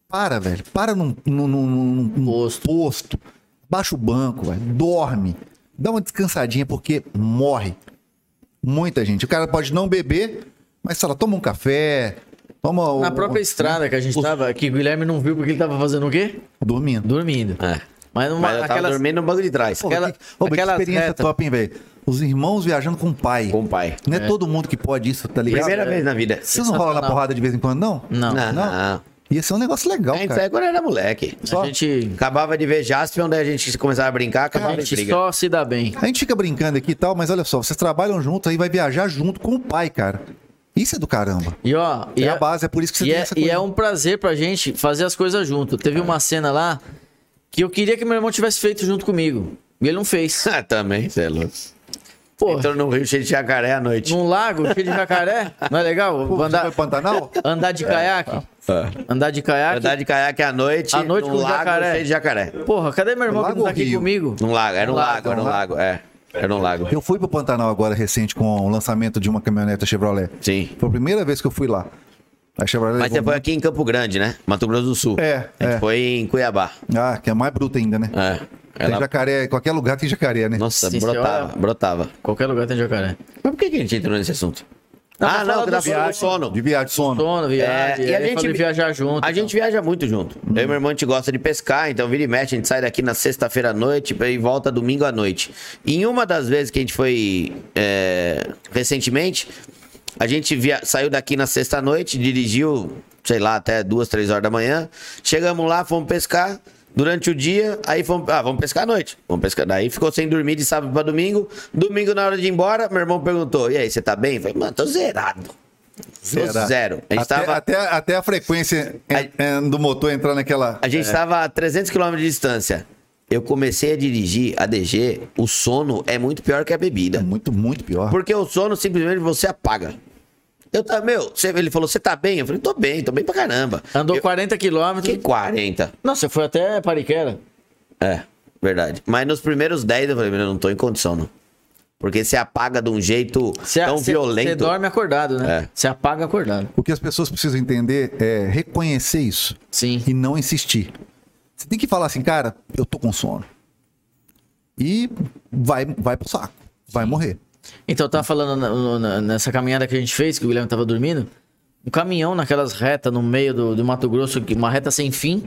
Speaker 4: para, velho. Para num, num, num- num- num
Speaker 6: Posto.
Speaker 4: posto. Baixa o banco, velho. Dorme. Dá uma descansadinha, porque morre. Muita gente. O cara pode não beber, mas sei lá, toma um café. Toma
Speaker 6: na
Speaker 4: um-
Speaker 6: própria estrada que a gente tava, que o Guilherme não viu porque ele tava fazendo o quê?
Speaker 4: Dormindo.
Speaker 6: Dormindo.
Speaker 2: É.
Speaker 6: Mas numa,
Speaker 2: Mas eu tava
Speaker 6: aquelas-
Speaker 2: dormindo no banco de trás.
Speaker 4: Pô,
Speaker 6: Aquela-
Speaker 4: que, ô, mas que
Speaker 6: aquelas
Speaker 4: experiência
Speaker 6: retas.
Speaker 4: top, hein, velho? Os irmãos viajando com o pai.
Speaker 2: Com o pai.
Speaker 4: Não é, todo mundo que pode isso, tá ligado?
Speaker 2: Primeira vez na vida.
Speaker 4: Vocês não rolam na
Speaker 6: Sensacional.
Speaker 4: porrada de vez em quando, não?
Speaker 6: Não.
Speaker 2: Não,
Speaker 4: Não?
Speaker 2: não.
Speaker 4: Ia ser um negócio legal,
Speaker 2: A gente
Speaker 4: cara.
Speaker 2: saiu quando era moleque.
Speaker 6: a gente,
Speaker 2: Acabava de ver Jaspion, daí a gente começava a brincar,
Speaker 6: a
Speaker 2: acabava de
Speaker 6: gente
Speaker 2: briga.
Speaker 6: só se dá bem.
Speaker 4: A gente fica brincando aqui e tal, mas olha só, vocês trabalham junto aí, vai viajar junto com o pai, cara. Isso é do caramba.
Speaker 6: E ó,
Speaker 4: É
Speaker 6: e
Speaker 4: a base, é por isso que você
Speaker 6: e
Speaker 4: tem
Speaker 6: é,
Speaker 4: essa
Speaker 6: e
Speaker 4: coisa.
Speaker 6: é um prazer pra gente fazer as coisas junto. Teve uma cena lá que eu queria que meu irmão tivesse feito junto comigo. E ele não fez.
Speaker 2: Ah, também, você é louco.
Speaker 6: Pô,
Speaker 2: Entrou no rio cheio de jacaré à noite.
Speaker 6: num lago cheio de jacaré, não é legal?
Speaker 4: Pô, você
Speaker 6: andar,
Speaker 4: vai pro Pantanal?
Speaker 6: andar de caiaque. Andar de caiaque.
Speaker 2: Andar É. de caiaque à noite,
Speaker 6: À noite
Speaker 2: num
Speaker 6: com
Speaker 2: lago
Speaker 6: jacaré.
Speaker 2: cheio de jacaré.
Speaker 6: Porra, cadê meu irmão
Speaker 4: Lago
Speaker 6: que não tá
Speaker 4: ou
Speaker 6: aqui
Speaker 4: rio?
Speaker 6: comigo?
Speaker 2: Num lago, era um
Speaker 6: Um lago,
Speaker 2: lago, era um
Speaker 4: um
Speaker 2: lago, é. Era um lago.
Speaker 4: Eu fui pro Pantanal agora recente com o lançamento de uma caminhoneta Chevrolet.
Speaker 2: Sim.
Speaker 4: Foi a primeira vez que eu fui lá. A Chevrolet
Speaker 2: Mas você
Speaker 4: levou
Speaker 2: foi aqui em Campo Grande, né? Mato Grosso do Sul.
Speaker 4: É,
Speaker 2: A gente
Speaker 4: é.
Speaker 2: foi em Cuiabá.
Speaker 4: Ah, que é mais bruta ainda, né?
Speaker 2: É.
Speaker 4: Tem
Speaker 2: Ela...
Speaker 4: jacaré, qualquer lugar tem jacaré, né?
Speaker 2: Nossa,
Speaker 6: Sim,
Speaker 2: brotava,
Speaker 6: senhora.
Speaker 2: brotava.
Speaker 6: Qualquer lugar tem jacaré.
Speaker 2: Mas por que, que a gente entrou nesse assunto?
Speaker 6: Não,
Speaker 2: ah,
Speaker 6: pra
Speaker 2: não,
Speaker 6: falar
Speaker 2: que dá sono.
Speaker 6: do
Speaker 2: sono.
Speaker 4: De viagem, sono.
Speaker 6: Sono, viagem.
Speaker 2: É, e a
Speaker 6: aí
Speaker 2: gente
Speaker 6: falei viajar junto. então.
Speaker 2: A gente viaja muito junto. Eu e meu irmão, a gente gosta de pescar, então vira e mexe, a gente sai daqui na sexta-feira à noite e volta domingo à noite. E em uma das vezes que a gente foi é, recentemente, a gente via- saiu daqui na sexta à noite, dirigiu, sei lá, até duas, três horas da manhã. Chegamos lá, fomos pescar. Durante o dia, aí fomos, ah, vamos pescar à noite. Vamos pescar. Daí ficou sem dormir de sábado pra domingo. Domingo, na hora de ir embora, meu irmão perguntou: E aí, você tá bem? Eu falei, mano, tô zerado. Tô
Speaker 4: Será?
Speaker 2: zero. A gente
Speaker 4: Até,
Speaker 2: tava-
Speaker 4: até, até a frequência en- en- do motor entrar naquela.
Speaker 2: A
Speaker 6: É.
Speaker 2: gente estava a 300 km de distância. Eu comecei a dirigir a DG, o sono é muito pior que a
Speaker 4: É
Speaker 2: bebida.
Speaker 4: muito, muito pior.
Speaker 2: Porque o sono simplesmente você apaga. Eu tá, meu, você- ele falou, você tá bem? Eu falei, tô bem, tô bem pra caramba.
Speaker 6: Andou
Speaker 2: eu,
Speaker 6: 40
Speaker 2: Que
Speaker 6: quilômetros.
Speaker 2: 40?
Speaker 6: Não, você foi até Pariquera.
Speaker 2: É, verdade. Mas nos primeiros 10 eu falei, meu, eu não tô em condição, não. Porque você apaga de um jeito
Speaker 6: Você,
Speaker 2: tão
Speaker 6: você-
Speaker 2: violento.
Speaker 6: Você dorme acordado,
Speaker 2: É.
Speaker 6: né? Você apaga acordado.
Speaker 4: O que as pessoas precisam entender é reconhecer isso
Speaker 6: Sim.
Speaker 4: e não insistir. Você tem que falar assim, cara, eu tô com sono. E vai, vai pro saco. Vai morrer.
Speaker 6: Então, eu tava falando na- no- na- nessa caminhada que a gente fez, que o Guilherme tava dormindo. Um caminhão naquelas retas no meio do, do Mato Grosso, que- uma reta sem fim,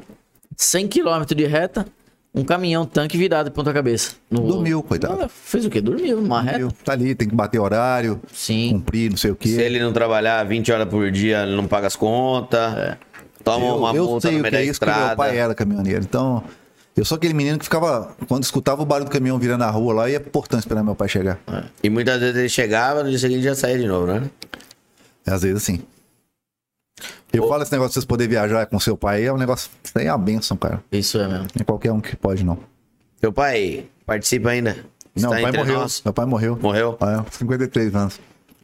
Speaker 6: 100 km de reta, um caminhão tanque virado de ponta cabeça. No-
Speaker 4: Dormiu, coitado.
Speaker 6: Ah, fez o quê? Dormiu numa
Speaker 4: Entendeu?
Speaker 6: reta.
Speaker 4: Tá ali, tem que bater horário,
Speaker 6: Sim.
Speaker 4: cumprir, não sei o quê.
Speaker 6: assim.
Speaker 2: Se ele não trabalhar 20 horas por dia, ele não paga as contas.
Speaker 6: É.
Speaker 2: Toma uma
Speaker 4: eu
Speaker 2: multa
Speaker 4: sei
Speaker 2: no
Speaker 4: o
Speaker 2: meio
Speaker 4: que
Speaker 2: da
Speaker 4: é isso, porque
Speaker 2: estrada.
Speaker 4: meu pai era caminhoneiro. Então, eu sou aquele menino que ficava, quando escutava o barulho do caminhão virando na rua lá, ia portão esperar meu pai chegar.
Speaker 2: E muitas vezes ele chegava, no dia seguinte já saía de novo, né?
Speaker 4: Às vezes assim. Eu falo esse negócio de vocês poderem viajar com seu pai, é um negócio. Isso aí é uma benção, cara.
Speaker 6: Isso é mesmo.
Speaker 4: Não é qualquer um que pode, não.
Speaker 2: Seu pai participa ainda?
Speaker 4: Não,
Speaker 2: está
Speaker 4: meu pai
Speaker 2: tá entre
Speaker 4: morreu.
Speaker 2: nós.
Speaker 4: Meu pai morreu.
Speaker 2: Morreu?
Speaker 4: É, 53 anos.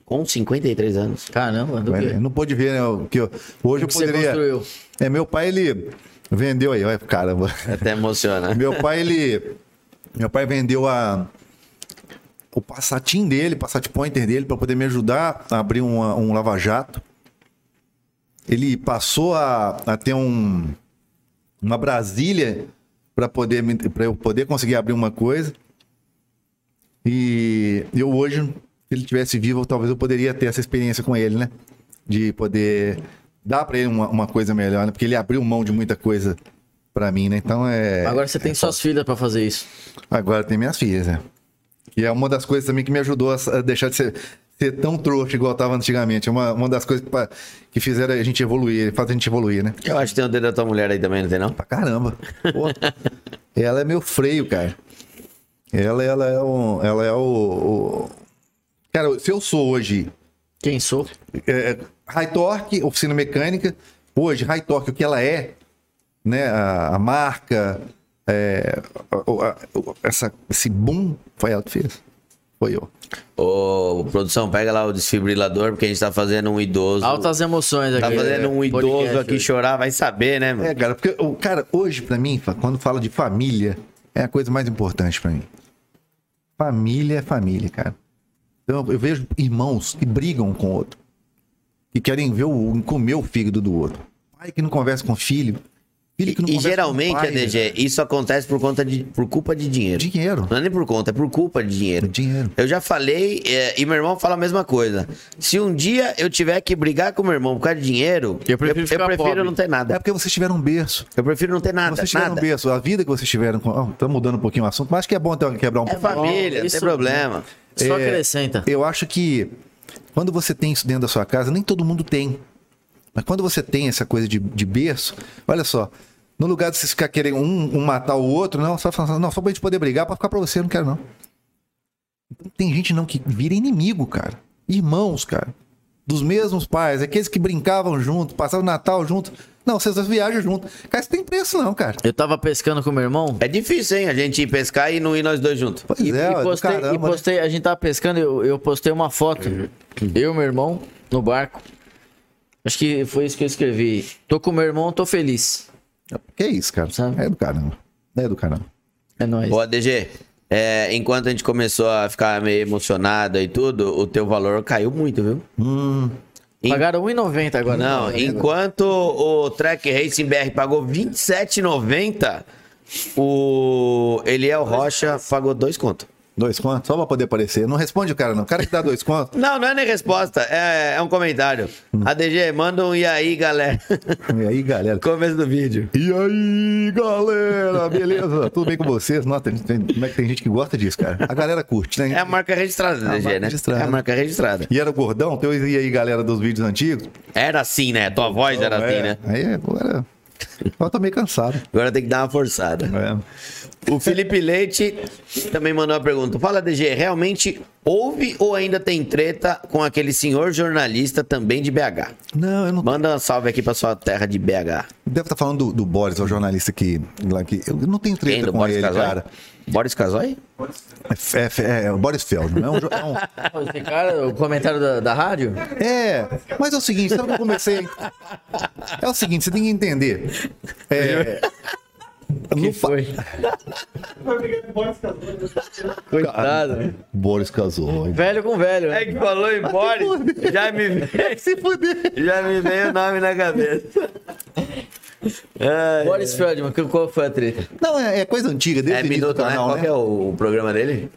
Speaker 2: Com 53 anos.
Speaker 6: Caramba, do
Speaker 4: Velho,
Speaker 6: quê?
Speaker 4: Não pôde ver, né? o Que eu- hoje eu
Speaker 6: que você
Speaker 4: poderia.
Speaker 6: construiu?
Speaker 4: É, meu pai, ele vendeu aí, olha, caramba.
Speaker 2: Até emociona.
Speaker 4: Meu pai, ele. Meu pai vendeu a. O passatim dele, passat pointer dele, para poder me ajudar a abrir uma- um lava-jato. Ele passou a, a ter um, uma Brasília para poder me- pra eu poder conseguir abrir uma coisa. E eu hoje, se ele tivesse vivo, talvez eu poderia ter essa experiência com ele, né? De poder dar para ele uma, uma coisa melhor, né? Porque ele abriu mão de muita coisa para mim, né? Então é.
Speaker 6: Agora você tem suas filhas pra fazer isso.
Speaker 4: Agora tem minhas filhas, né? E é uma das coisas também que me ajudou a s- a deixar de ser, ser tão trouxa igual eu tava antigamente. É uma, uma das coisas pra- que fizeram a gente evoluir, faz a gente evoluir, né?
Speaker 2: Eu acho que tem o dedo da tua mulher aí também, não tem não?
Speaker 4: Pra caramba. Pô, ela é meu freio, cara. Ela, ela é um. Ela é o. o- Cara, se eu sou hoje
Speaker 6: Quem sou?
Speaker 4: é, High Torque, oficina mecânica, hoje, High Torque, o que ela é, né? A, a marca, é, a- a- o- essa, esse boom, foi ela que fez. Foi eu.
Speaker 2: Ô, produção, pega lá o desfibrilador, porque a gente tá fazendo um idoso.
Speaker 6: Altas emoções aqui.
Speaker 2: Tá fazendo um
Speaker 6: é,
Speaker 2: idoso
Speaker 6: podcast
Speaker 2: aqui
Speaker 6: hoje.
Speaker 2: chorar, vai saber, né, mano?
Speaker 4: É, cara, porque, o cara, hoje, pra mim, fa- quando fala de família, é a coisa mais importante pra mim. Família é família, cara. Então, eu vejo irmãos que brigam um com o outro, que querem ver o, comer o fígado do outro. Pai que não conversa com filho, filho que não
Speaker 2: E
Speaker 4: conversa
Speaker 2: geralmente,
Speaker 4: com pai, né?
Speaker 2: ADG, isso acontece por conta de, por culpa de dinheiro.
Speaker 4: Dinheiro.
Speaker 2: Não é nem por conta, é por culpa de dinheiro.
Speaker 4: Dinheiro.
Speaker 2: Eu já falei, é, e meu irmão fala a mesma coisa. Se um dia eu tiver que brigar com meu irmão por causa de dinheiro,
Speaker 6: Eu prefiro ficar pobre.
Speaker 2: não ter
Speaker 4: É
Speaker 2: nada.
Speaker 4: porque vocês tiveram um berço.
Speaker 2: Eu prefiro não ter nada.
Speaker 4: vocês tiveram
Speaker 2: nada.
Speaker 4: um berço. A vida que vocês tiveram. Com... Oh, tá mudando um pouquinho o assunto, mas acho que é bom ter- quebrar um
Speaker 2: É
Speaker 4: pouco.
Speaker 2: família, não
Speaker 6: Isso-
Speaker 2: tem problema.
Speaker 6: Só
Speaker 4: É,
Speaker 6: acrescenta.
Speaker 4: Eu acho que quando você tem isso dentro da sua casa, nem todo mundo tem. Mas quando você tem essa coisa de, de berço, olha só. No lugar de vocês ficar querendo um, um matar o outro, não, só falando, não, só pra gente poder brigar, pra ficar pra você, eu não quero não. Então, tem gente não que vira inimigo, cara. Irmãos, cara. Dos mesmos pais, aqueles que brincavam junto, passavam Natal junto. Não, vocês dois viajam junto. Cara, isso não tem preço não, cara.
Speaker 6: Eu tava pescando com meu irmão.
Speaker 2: É difícil, hein? A gente ir pescar e não ir nós dois juntos.
Speaker 4: Pois
Speaker 6: E,
Speaker 4: é,
Speaker 6: e
Speaker 4: ó, do
Speaker 6: postei, e
Speaker 4: caramba, né?
Speaker 6: postei- a gente tava pescando, eu, eu postei uma foto. Eu e meu irmão no barco. Acho que foi isso que eu escrevi. Tô com meu irmão, tô feliz.
Speaker 4: né? Que isso, cara.
Speaker 6: Sabe?
Speaker 4: É do caramba. É do caramba.
Speaker 6: É nóis.
Speaker 2: Ô, ADG, é, enquanto a gente começou a ficar meio emocionado e tudo, o teu valor caiu muito, viu? em-
Speaker 6: Pagaram 1,90 agora.
Speaker 2: Não,
Speaker 6: né?
Speaker 2: enquanto o Track Racing BR pagou 27,90, o Eliel Rocha pagou dois contos.
Speaker 4: Dois contos, só pra poder aparecer. Não responde o cara, não. O cara que dá dois contos.
Speaker 2: Não, não é nem resposta, é, é um comentário.
Speaker 4: Hum.
Speaker 2: ADG, manda um e aí, galera.
Speaker 4: E aí, galera?
Speaker 2: Começo do vídeo.
Speaker 4: E aí, galera? Beleza? Tudo bem com vocês? Nossa, tem- tem- como é que tem gente que gosta disso, cara? A galera curte, né?
Speaker 2: É a marca registrada, ADG,
Speaker 4: a marca
Speaker 2: né?
Speaker 4: registrada.
Speaker 2: É a marca registrada.
Speaker 4: E era o gordão, teu e aí, galera dos vídeos antigos?
Speaker 2: Era assim, né? Tua voz era
Speaker 4: Não,
Speaker 2: assim,
Speaker 4: é.
Speaker 2: né?
Speaker 4: Aí agora. Eu tô meio cansado.
Speaker 2: Agora tem que dar uma forçada.
Speaker 4: É.
Speaker 2: O Felipe Leite também mandou uma pergunta. Fala, DG, realmente houve ou ainda tem treta com aquele senhor jornalista também de BH?
Speaker 4: Não, eu não.
Speaker 2: Manda uma salve aqui pra sua terra de BH.
Speaker 4: Deve estar falando do, do Boris, o jornalista que. lá que- Eu não tenho
Speaker 2: Quem
Speaker 4: treta
Speaker 2: do
Speaker 4: com
Speaker 2: Boris
Speaker 4: ele,
Speaker 2: Casoy?
Speaker 4: cara.
Speaker 2: Boris Casoy?
Speaker 4: É, é- é o Boris Feldman. É um, jo- é um,
Speaker 6: Pô, Esse cara, o comentário da, da rádio?
Speaker 4: É, mas é o seguinte, sabe o que eu comecei? É o seguinte, você tem que entender. É.
Speaker 6: Que
Speaker 4: No fa-
Speaker 6: foi? Coitado.
Speaker 4: Boris casou. hein?
Speaker 6: Velho com velho. né?
Speaker 2: É que falou em Boris, já me veio,
Speaker 4: Se fuder.
Speaker 2: já me veio o nome na cabeça. É,
Speaker 6: Boris Feldman, que- qual foi a treta?
Speaker 4: Não, é, é coisa antiga,
Speaker 2: é
Speaker 4: desde o início do
Speaker 2: Minuto, né?
Speaker 4: canal,
Speaker 2: Qual que
Speaker 4: né?
Speaker 2: é o programa dele?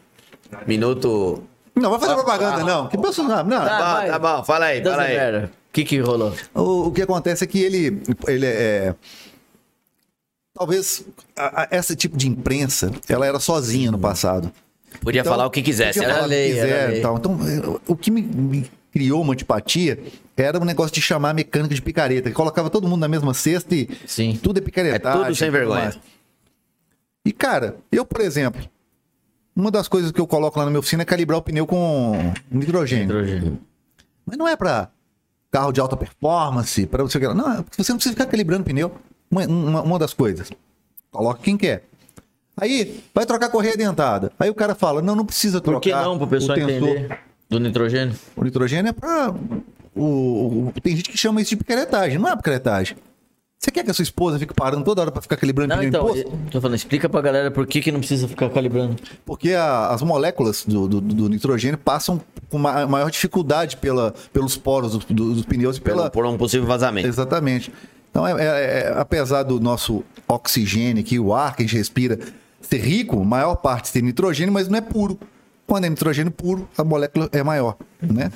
Speaker 2: Minuto...
Speaker 4: Não, vai fazer propaganda, não. Que pessoa não. não.
Speaker 2: Tá bom,
Speaker 6: vai.
Speaker 2: tá bom, fala aí, fala
Speaker 6: Doesn't
Speaker 2: aí.
Speaker 6: matter. O que que rolou?
Speaker 4: O, o que acontece é que ele, ele é. Talvez a- a- esse tipo de imprensa, ela era sozinha no passado.
Speaker 2: Podia
Speaker 4: Então,
Speaker 2: falar o que quisesse,
Speaker 4: podia
Speaker 2: né?
Speaker 4: falar o que
Speaker 6: lei, era
Speaker 4: quiser e
Speaker 6: lei.
Speaker 4: tal. Então, eu- o que me, me criou uma antipatia era um negócio de chamar mecânica de picareta, que colocava todo mundo na mesma cesta e
Speaker 6: Sim.
Speaker 4: tudo é
Speaker 2: É
Speaker 4: picaretagem.
Speaker 2: tudo sem
Speaker 4: tudo
Speaker 2: vergonha.
Speaker 4: mais. E, cara, eu, por exemplo, uma das coisas que eu coloco lá na minha oficina é calibrar o pneu com nitrogênio.
Speaker 6: Hidrogênio.
Speaker 4: Mas não é pra carro de alta performance, para você que Não, é porque você não precisa ficar calibrando pneu. Uma, uma, uma das coisas. Coloca quem quer. Aí vai trocar a correia dentada. Aí o cara fala: não, não precisa trocar.
Speaker 6: Por que não, pro pessoal
Speaker 4: o tensor.
Speaker 6: entender? Do nitrogênio?
Speaker 4: O nitrogênio é pra. O, o- tem gente que chama isso de picaretagem. Não é picaretagem. Você quer que a sua esposa fique parando toda hora pra ficar calibrando
Speaker 6: Não,
Speaker 4: pilha
Speaker 6: então,
Speaker 4: imposto?
Speaker 6: eu tô falando, explica pra galera por que, que não precisa ficar calibrando.
Speaker 4: Porque a- as moléculas do, do- do nitrogênio passam com ma- maior dificuldade pela, pelos poros do- do- dos pneus e
Speaker 2: Pelo,
Speaker 4: pela.
Speaker 2: por um possível vazamento.
Speaker 4: Exatamente. Então, é, é- é- apesar do nosso oxigênio aqui, o ar que a gente respira, ser rico, a maior parte tem nitrogênio, mas não é puro. Quando é nitrogênio puro, a molécula é maior, né?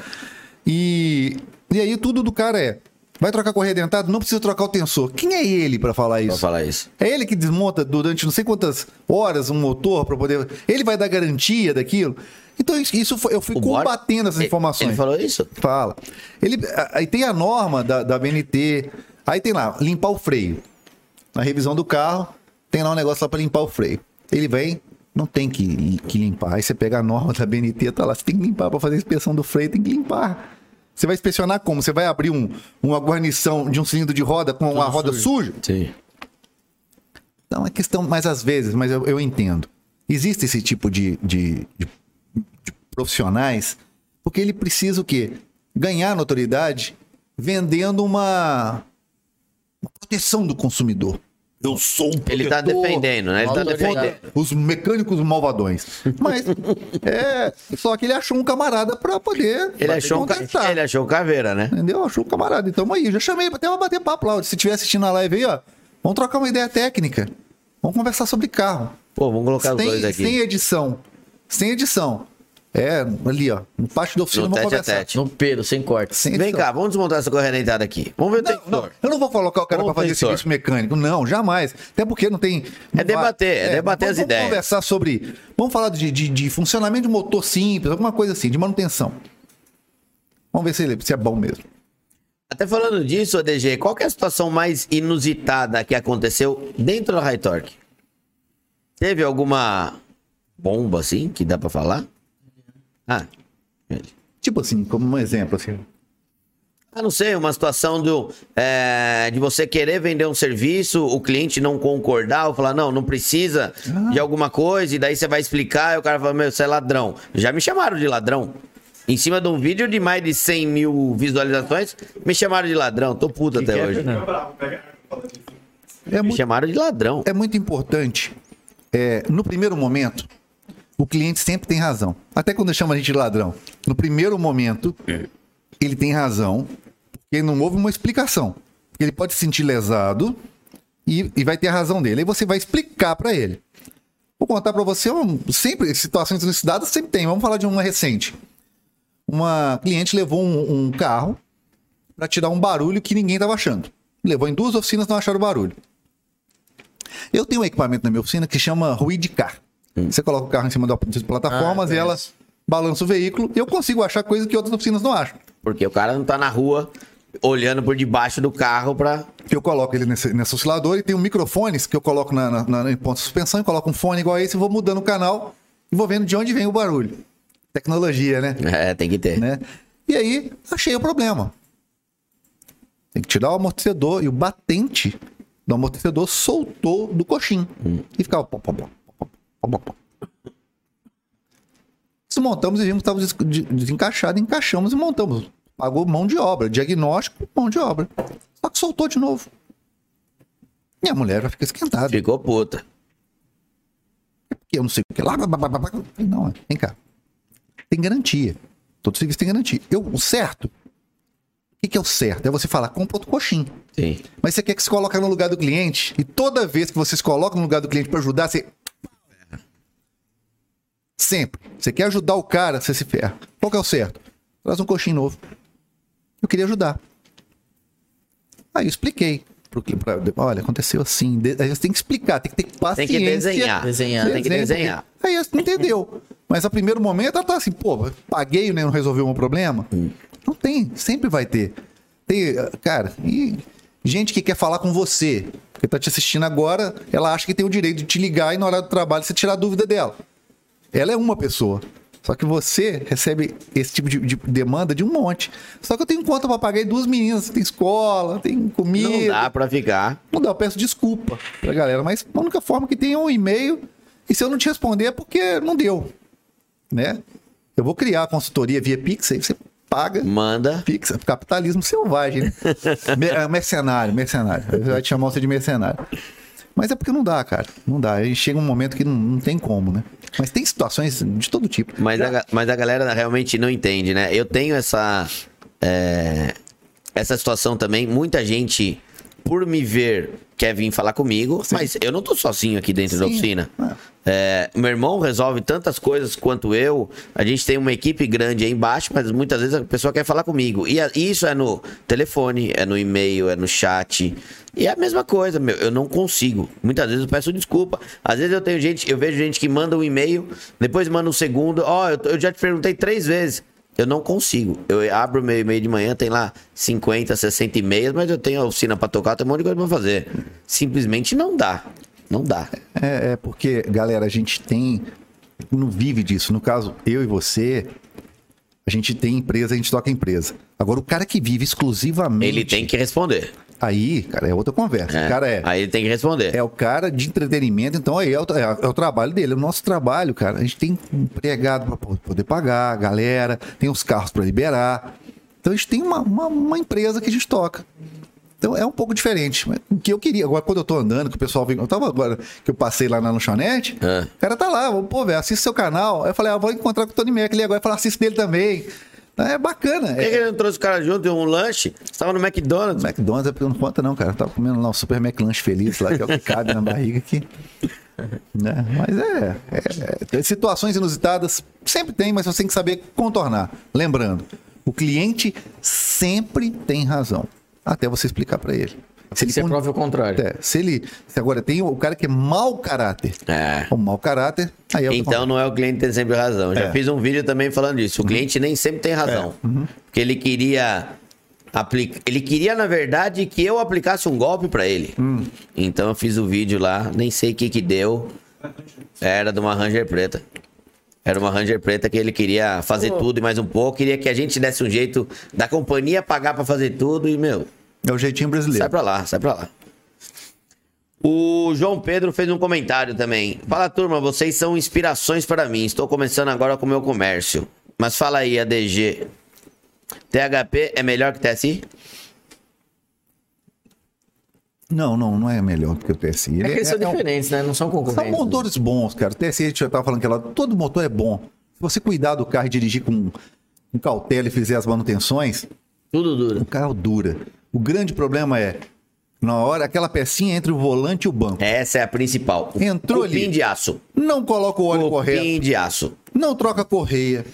Speaker 4: E, e aí tudo do cara é, vai trocar correia dentada, não precisa trocar o tensor. Quem é ele para falar
Speaker 2: Pra
Speaker 4: isso?
Speaker 2: falar isso.
Speaker 4: É ele que desmonta durante não sei quantas horas um motor para poder. Ele vai dar garantia daquilo. Então isso- isso foi- eu fui
Speaker 2: O Bora-
Speaker 4: combatendo essas
Speaker 2: Ele-
Speaker 4: informações.
Speaker 2: Ele falou isso?
Speaker 4: Fala. Ele, a- aí tem a norma da, da BNT. Aí tem lá, limpar o freio. Na revisão do carro, tem lá um negócio lá pra limpar o freio. Ele vem, não tem que, que limpar. Aí você pega a norma da BNT, tá lá, você tem que limpar pra fazer a inspeção do freio, tem que limpar. Você vai inspecionar como? Você vai abrir um, uma guarnição de um cilindro de roda com a roda suja?
Speaker 2: Sim.
Speaker 4: Não é questão, mas às vezes, mas eu, eu entendo. Existe esse tipo de, de- de- de profissionais, porque ele precisa o quê? Ganhar notoriedade vendendo uma, uma proteção do consumidor. Eu sou um
Speaker 2: Ele tá
Speaker 4: protetor
Speaker 2: defendendo, né? Ele tá
Speaker 4: contra
Speaker 2: defendendo.
Speaker 4: Os mecânicos malvadões. Mas, é, só que ele achou um camarada pra poder
Speaker 2: Ele achou, um ca-
Speaker 4: contestar.
Speaker 2: ele achou caveira, né?
Speaker 4: Entendeu? Achou o camarada. Então aí, eu já chamei até pra bater papo lá. Se tiver assistindo a live aí, ó, vamos trocar uma ideia técnica. Vamos conversar sobre carro.
Speaker 2: Pô, vamos colocar os dois
Speaker 4: Sem,
Speaker 2: aqui.
Speaker 4: sem edição. Sem edição. É, ali, ó. No pátio da oficina
Speaker 2: No
Speaker 4: vamos
Speaker 2: tete a
Speaker 4: conversar.
Speaker 2: tete.
Speaker 6: No pelo, sem corte.
Speaker 4: Sem
Speaker 2: Vem
Speaker 4: edição.
Speaker 2: cá, vamos desmontar essa correia dentada aqui. Vamos ver o
Speaker 4: Não, não,
Speaker 2: tensor.
Speaker 4: eu não vou colocar o cara
Speaker 2: Ô,
Speaker 4: pra fazer
Speaker 2: professor.
Speaker 4: serviço mecânico, não, jamais. Até porque não tem. não
Speaker 2: debater, é
Speaker 4: vai-
Speaker 2: debater
Speaker 4: vamos,
Speaker 2: as ideias.
Speaker 4: Vamos conversar sobre. Vamos falar de, de- de funcionamento de motor simples, alguma coisa assim, de manutenção. Vamos ver se, ele- se é bom mesmo.
Speaker 2: Até falando disso, ADG, qual que é a situação mais inusitada que aconteceu dentro da High Torque? Teve alguma bomba, assim, que dá pra falar? Ah, gente.
Speaker 4: Tipo assim, como um exemplo, assim.
Speaker 2: Ah, não sei, uma situação do, é, de você querer vender um serviço, o cliente não concordar, ou falar, não, não precisa de alguma coisa, e daí você vai explicar, e o cara fala, meu, você é ladrão. Já me chamaram de ladrão. Em cima de um vídeo de mais de 100 mil visualizações, me chamaram de ladrão. Tô puto até hoje.
Speaker 4: É
Speaker 2: Me
Speaker 4: muito
Speaker 2: chamaram de ladrão.
Speaker 4: é muito importante, é, no primeiro momento, o cliente sempre tem razão. Até quando chama a gente de ladrão. No primeiro momento, ele tem razão, porque não houve uma explicação. Porque ele pode se sentir lesado e, e vai ter a razão dele. Aí você vai explicar pra ele. Vou contar pra você, um- sempre, situações inusitadas sempre tem. Vamos falar de uma recente. Uma cliente levou um, um carro pra tirar um barulho que ninguém tava achando. Levou em duas oficinas, não acharam o barulho. Eu tenho um equipamento na minha oficina que chama ruído de carro. Você coloca o carro em cima da- das plataformas
Speaker 6: Ah,
Speaker 4: e ela
Speaker 6: conheço.
Speaker 4: balança o veículo. Eu consigo achar coisas que outras oficinas não acham.
Speaker 2: Porque o cara não tá na rua olhando por debaixo do carro pra.
Speaker 4: que eu coloco ele nesse, nesse oscilador e tem um microfones que eu coloco na, na, na- em ponto de suspensão e coloco um fone igual a esse e vou mudando o canal e vou vendo de onde vem o barulho. Tecnologia, né?
Speaker 2: É, tem que ter.
Speaker 4: né? E aí, achei o problema. Tem que tirar o amortecedor e o batente do amortecedor soltou do coxim. E ficava. pó, pó, pó, pó, pó, pó, pó. Desmontamos e vimos que estava des- de- desencaixado, encaixamos e montamos. Pagou mão de obra, diagnóstico, mão de obra. Só que soltou de novo. E a mulher já fica esquentada.
Speaker 2: Ficou puta.
Speaker 4: Porque eu não sei o que lá. blá, blá, blá, blá, blá. Não, vem cá. Tem garantia. Todo serviço tem garantia. Eu, o certo. O que, que é o certo? É você falar, compra outro coxinho.
Speaker 2: Sim.
Speaker 4: Mas você quer que se coloque no lugar do cliente. E toda vez que você se coloca no lugar do cliente para ajudar, você. Sempre. Você quer ajudar o cara, você se ferra. Qual que é o certo? Traz um coxinho novo. Eu queria ajudar. Aí eu expliquei. Pro, cli- pra, olha, aconteceu assim. De- aí você tem que explicar, tem que ter
Speaker 2: Tem
Speaker 4: paciência.
Speaker 2: que desenhar.
Speaker 6: Desenhar.
Speaker 2: Tem que
Speaker 4: Exemplo,
Speaker 2: desenhar.
Speaker 4: porque- Aí ela não entendeu. Mas a primeiro momento ela tá assim, pô, paguei, né? Não resolveu um problema.
Speaker 2: Hum.
Speaker 4: Não tem, sempre vai ter. Tem, ah, cara, e gente que quer falar com você, que tá te assistindo agora, ela acha que tem o direito de te ligar e na hora do trabalho você tirar a dúvida dela. Ela é uma pessoa. Só que você recebe esse tipo de, de demanda de um monte. Só que eu tenho conta pra pagar e duas meninas, tem escola, tem comida.
Speaker 2: Não dá pra ficar.
Speaker 4: Não dá, eu peço desculpa pra galera, mas a única forma que tem é um e-mail E se eu não te responder é porque não deu, né? Eu vou criar a consultoria via Pix, aí você paga
Speaker 2: Manda.
Speaker 4: Pix, capitalismo selvagem, né? Me- é, mercenário, mercenário. Vai te chamar você de mercenário. Mas é porque não dá, cara. Não dá. Aí chega um momento que não, não tem como, né? Mas tem situações de todo tipo.
Speaker 2: Mas, a, ga- mas a galera realmente não entende, né? Eu tenho essa. é, essa situação também. Muita gente, por me ver, quer vir falar comigo, mas eu não tô sozinho aqui dentro da
Speaker 4: Sim.
Speaker 2: oficina.
Speaker 4: Ah.
Speaker 2: É, meu irmão resolve tantas coisas quanto eu. A gente tem uma equipe grande aí embaixo, mas muitas vezes a pessoa quer falar comigo. E a- e isso é no telefone, é no e-mail, é no chat. E é a mesma coisa, meu. Eu não consigo. Muitas vezes eu peço desculpa. Às vezes eu tenho gente, eu vejo gente que manda um e-mail, depois manda um segundo. Ó, eu, tô- eu já te perguntei três vezes. Eu não consigo. Eu abro meu e-mail de manhã, tem lá 50, 60 e-mails, mas eu tenho a oficina pra tocar, tem um monte de coisa pra fazer. Simplesmente não dá. Não dá.
Speaker 4: É, é porque, galera, a gente tem. Não vive disso. No caso, eu e você, a gente tem empresa, a gente toca empresa. Agora, o cara que vive exclusivamente.
Speaker 2: Ele tem que responder.
Speaker 4: Aí, cara, é outra conversa.
Speaker 2: É.
Speaker 4: O cara é.
Speaker 2: Aí ele tem que responder.
Speaker 4: É o cara de entretenimento, então aí é o, é o- é o trabalho dele, é o nosso trabalho, cara. A gente tem empregado para poder pagar, a galera, tem os carros para liberar. Então a gente tem uma, uma- uma empresa que a gente toca. Então é um pouco diferente. mas O que eu queria. Agora, quando eu tô andando, que o pessoal vem. Eu tava agora que eu passei lá na lanchonete,
Speaker 2: Ah.
Speaker 4: o cara tá lá, pô, velho, assiste seu canal. Aí eu falei, ah, vou encontrar com o Tony Mac ali agora e falar, assiste dele também. Então, É bacana.
Speaker 2: Por que,
Speaker 4: É,
Speaker 2: que ele não trouxe o cara junto em um lanche? Você tava no McDonald's.
Speaker 4: McDonald's é porque não conta, não, cara. Eu tava comendo lá um super McLanche feliz lá, que é o que cabe na barriga aqui. Né? Mas é, é- é- tem Situações inusitadas sempre tem, mas você tem que saber contornar. Lembrando, o cliente sempre tem razão. Até você explicar pra ele. Se
Speaker 6: que você
Speaker 4: con-
Speaker 6: prove o contrário.
Speaker 4: É, se ele. Se agora tem o cara que é mau caráter.
Speaker 2: É.
Speaker 4: O mau caráter, aí é o que
Speaker 2: Então não é o cliente que tem sempre razão. Eu Já
Speaker 4: É. Uhum.
Speaker 2: fiz um vídeo também falando disso. O cliente nem sempre tem razão. Porque ele queria. aplica- Ele queria, na verdade, que eu aplicasse um golpe pra ele.
Speaker 4: Hum.
Speaker 2: Então eu fiz o vídeo lá, nem sei o que que deu. Era de uma Ranger preta. Era uma Ranger preta que ele queria fazer tudo e mais um pouco. Queria que a gente desse um jeito da companhia pagar pra fazer tudo e, meu,
Speaker 4: É o jeitinho brasileiro.
Speaker 2: Sai pra lá, sai pra lá. O João Pedro fez um comentário também. Fala, turma, vocês são inspirações para mim. Estou começando agora com o meu comércio. Mas fala aí, ADG. THP é melhor que TSI?
Speaker 4: Não, não, não é melhor do que o TSI. Ele
Speaker 6: É que eles são
Speaker 4: é um-
Speaker 6: diferentes, né? Não são
Speaker 4: São
Speaker 6: concorrentes.
Speaker 4: motores bons, cara. O TSI a gente já tava falando que lá, todo motor é bom. Se você cuidar do carro e dirigir com, com cautela e fizer as manutenções,
Speaker 6: Tudo duro.
Speaker 4: o carro é dura. O grande problema é, na hora, aquela pecinha entre o volante e o banco.
Speaker 2: Essa é a principal.
Speaker 4: Entrou
Speaker 2: Cupim
Speaker 4: ali.
Speaker 2: de aço.
Speaker 4: Não coloca o óleo correto,
Speaker 2: Cupim de aço.
Speaker 4: não troca a correia,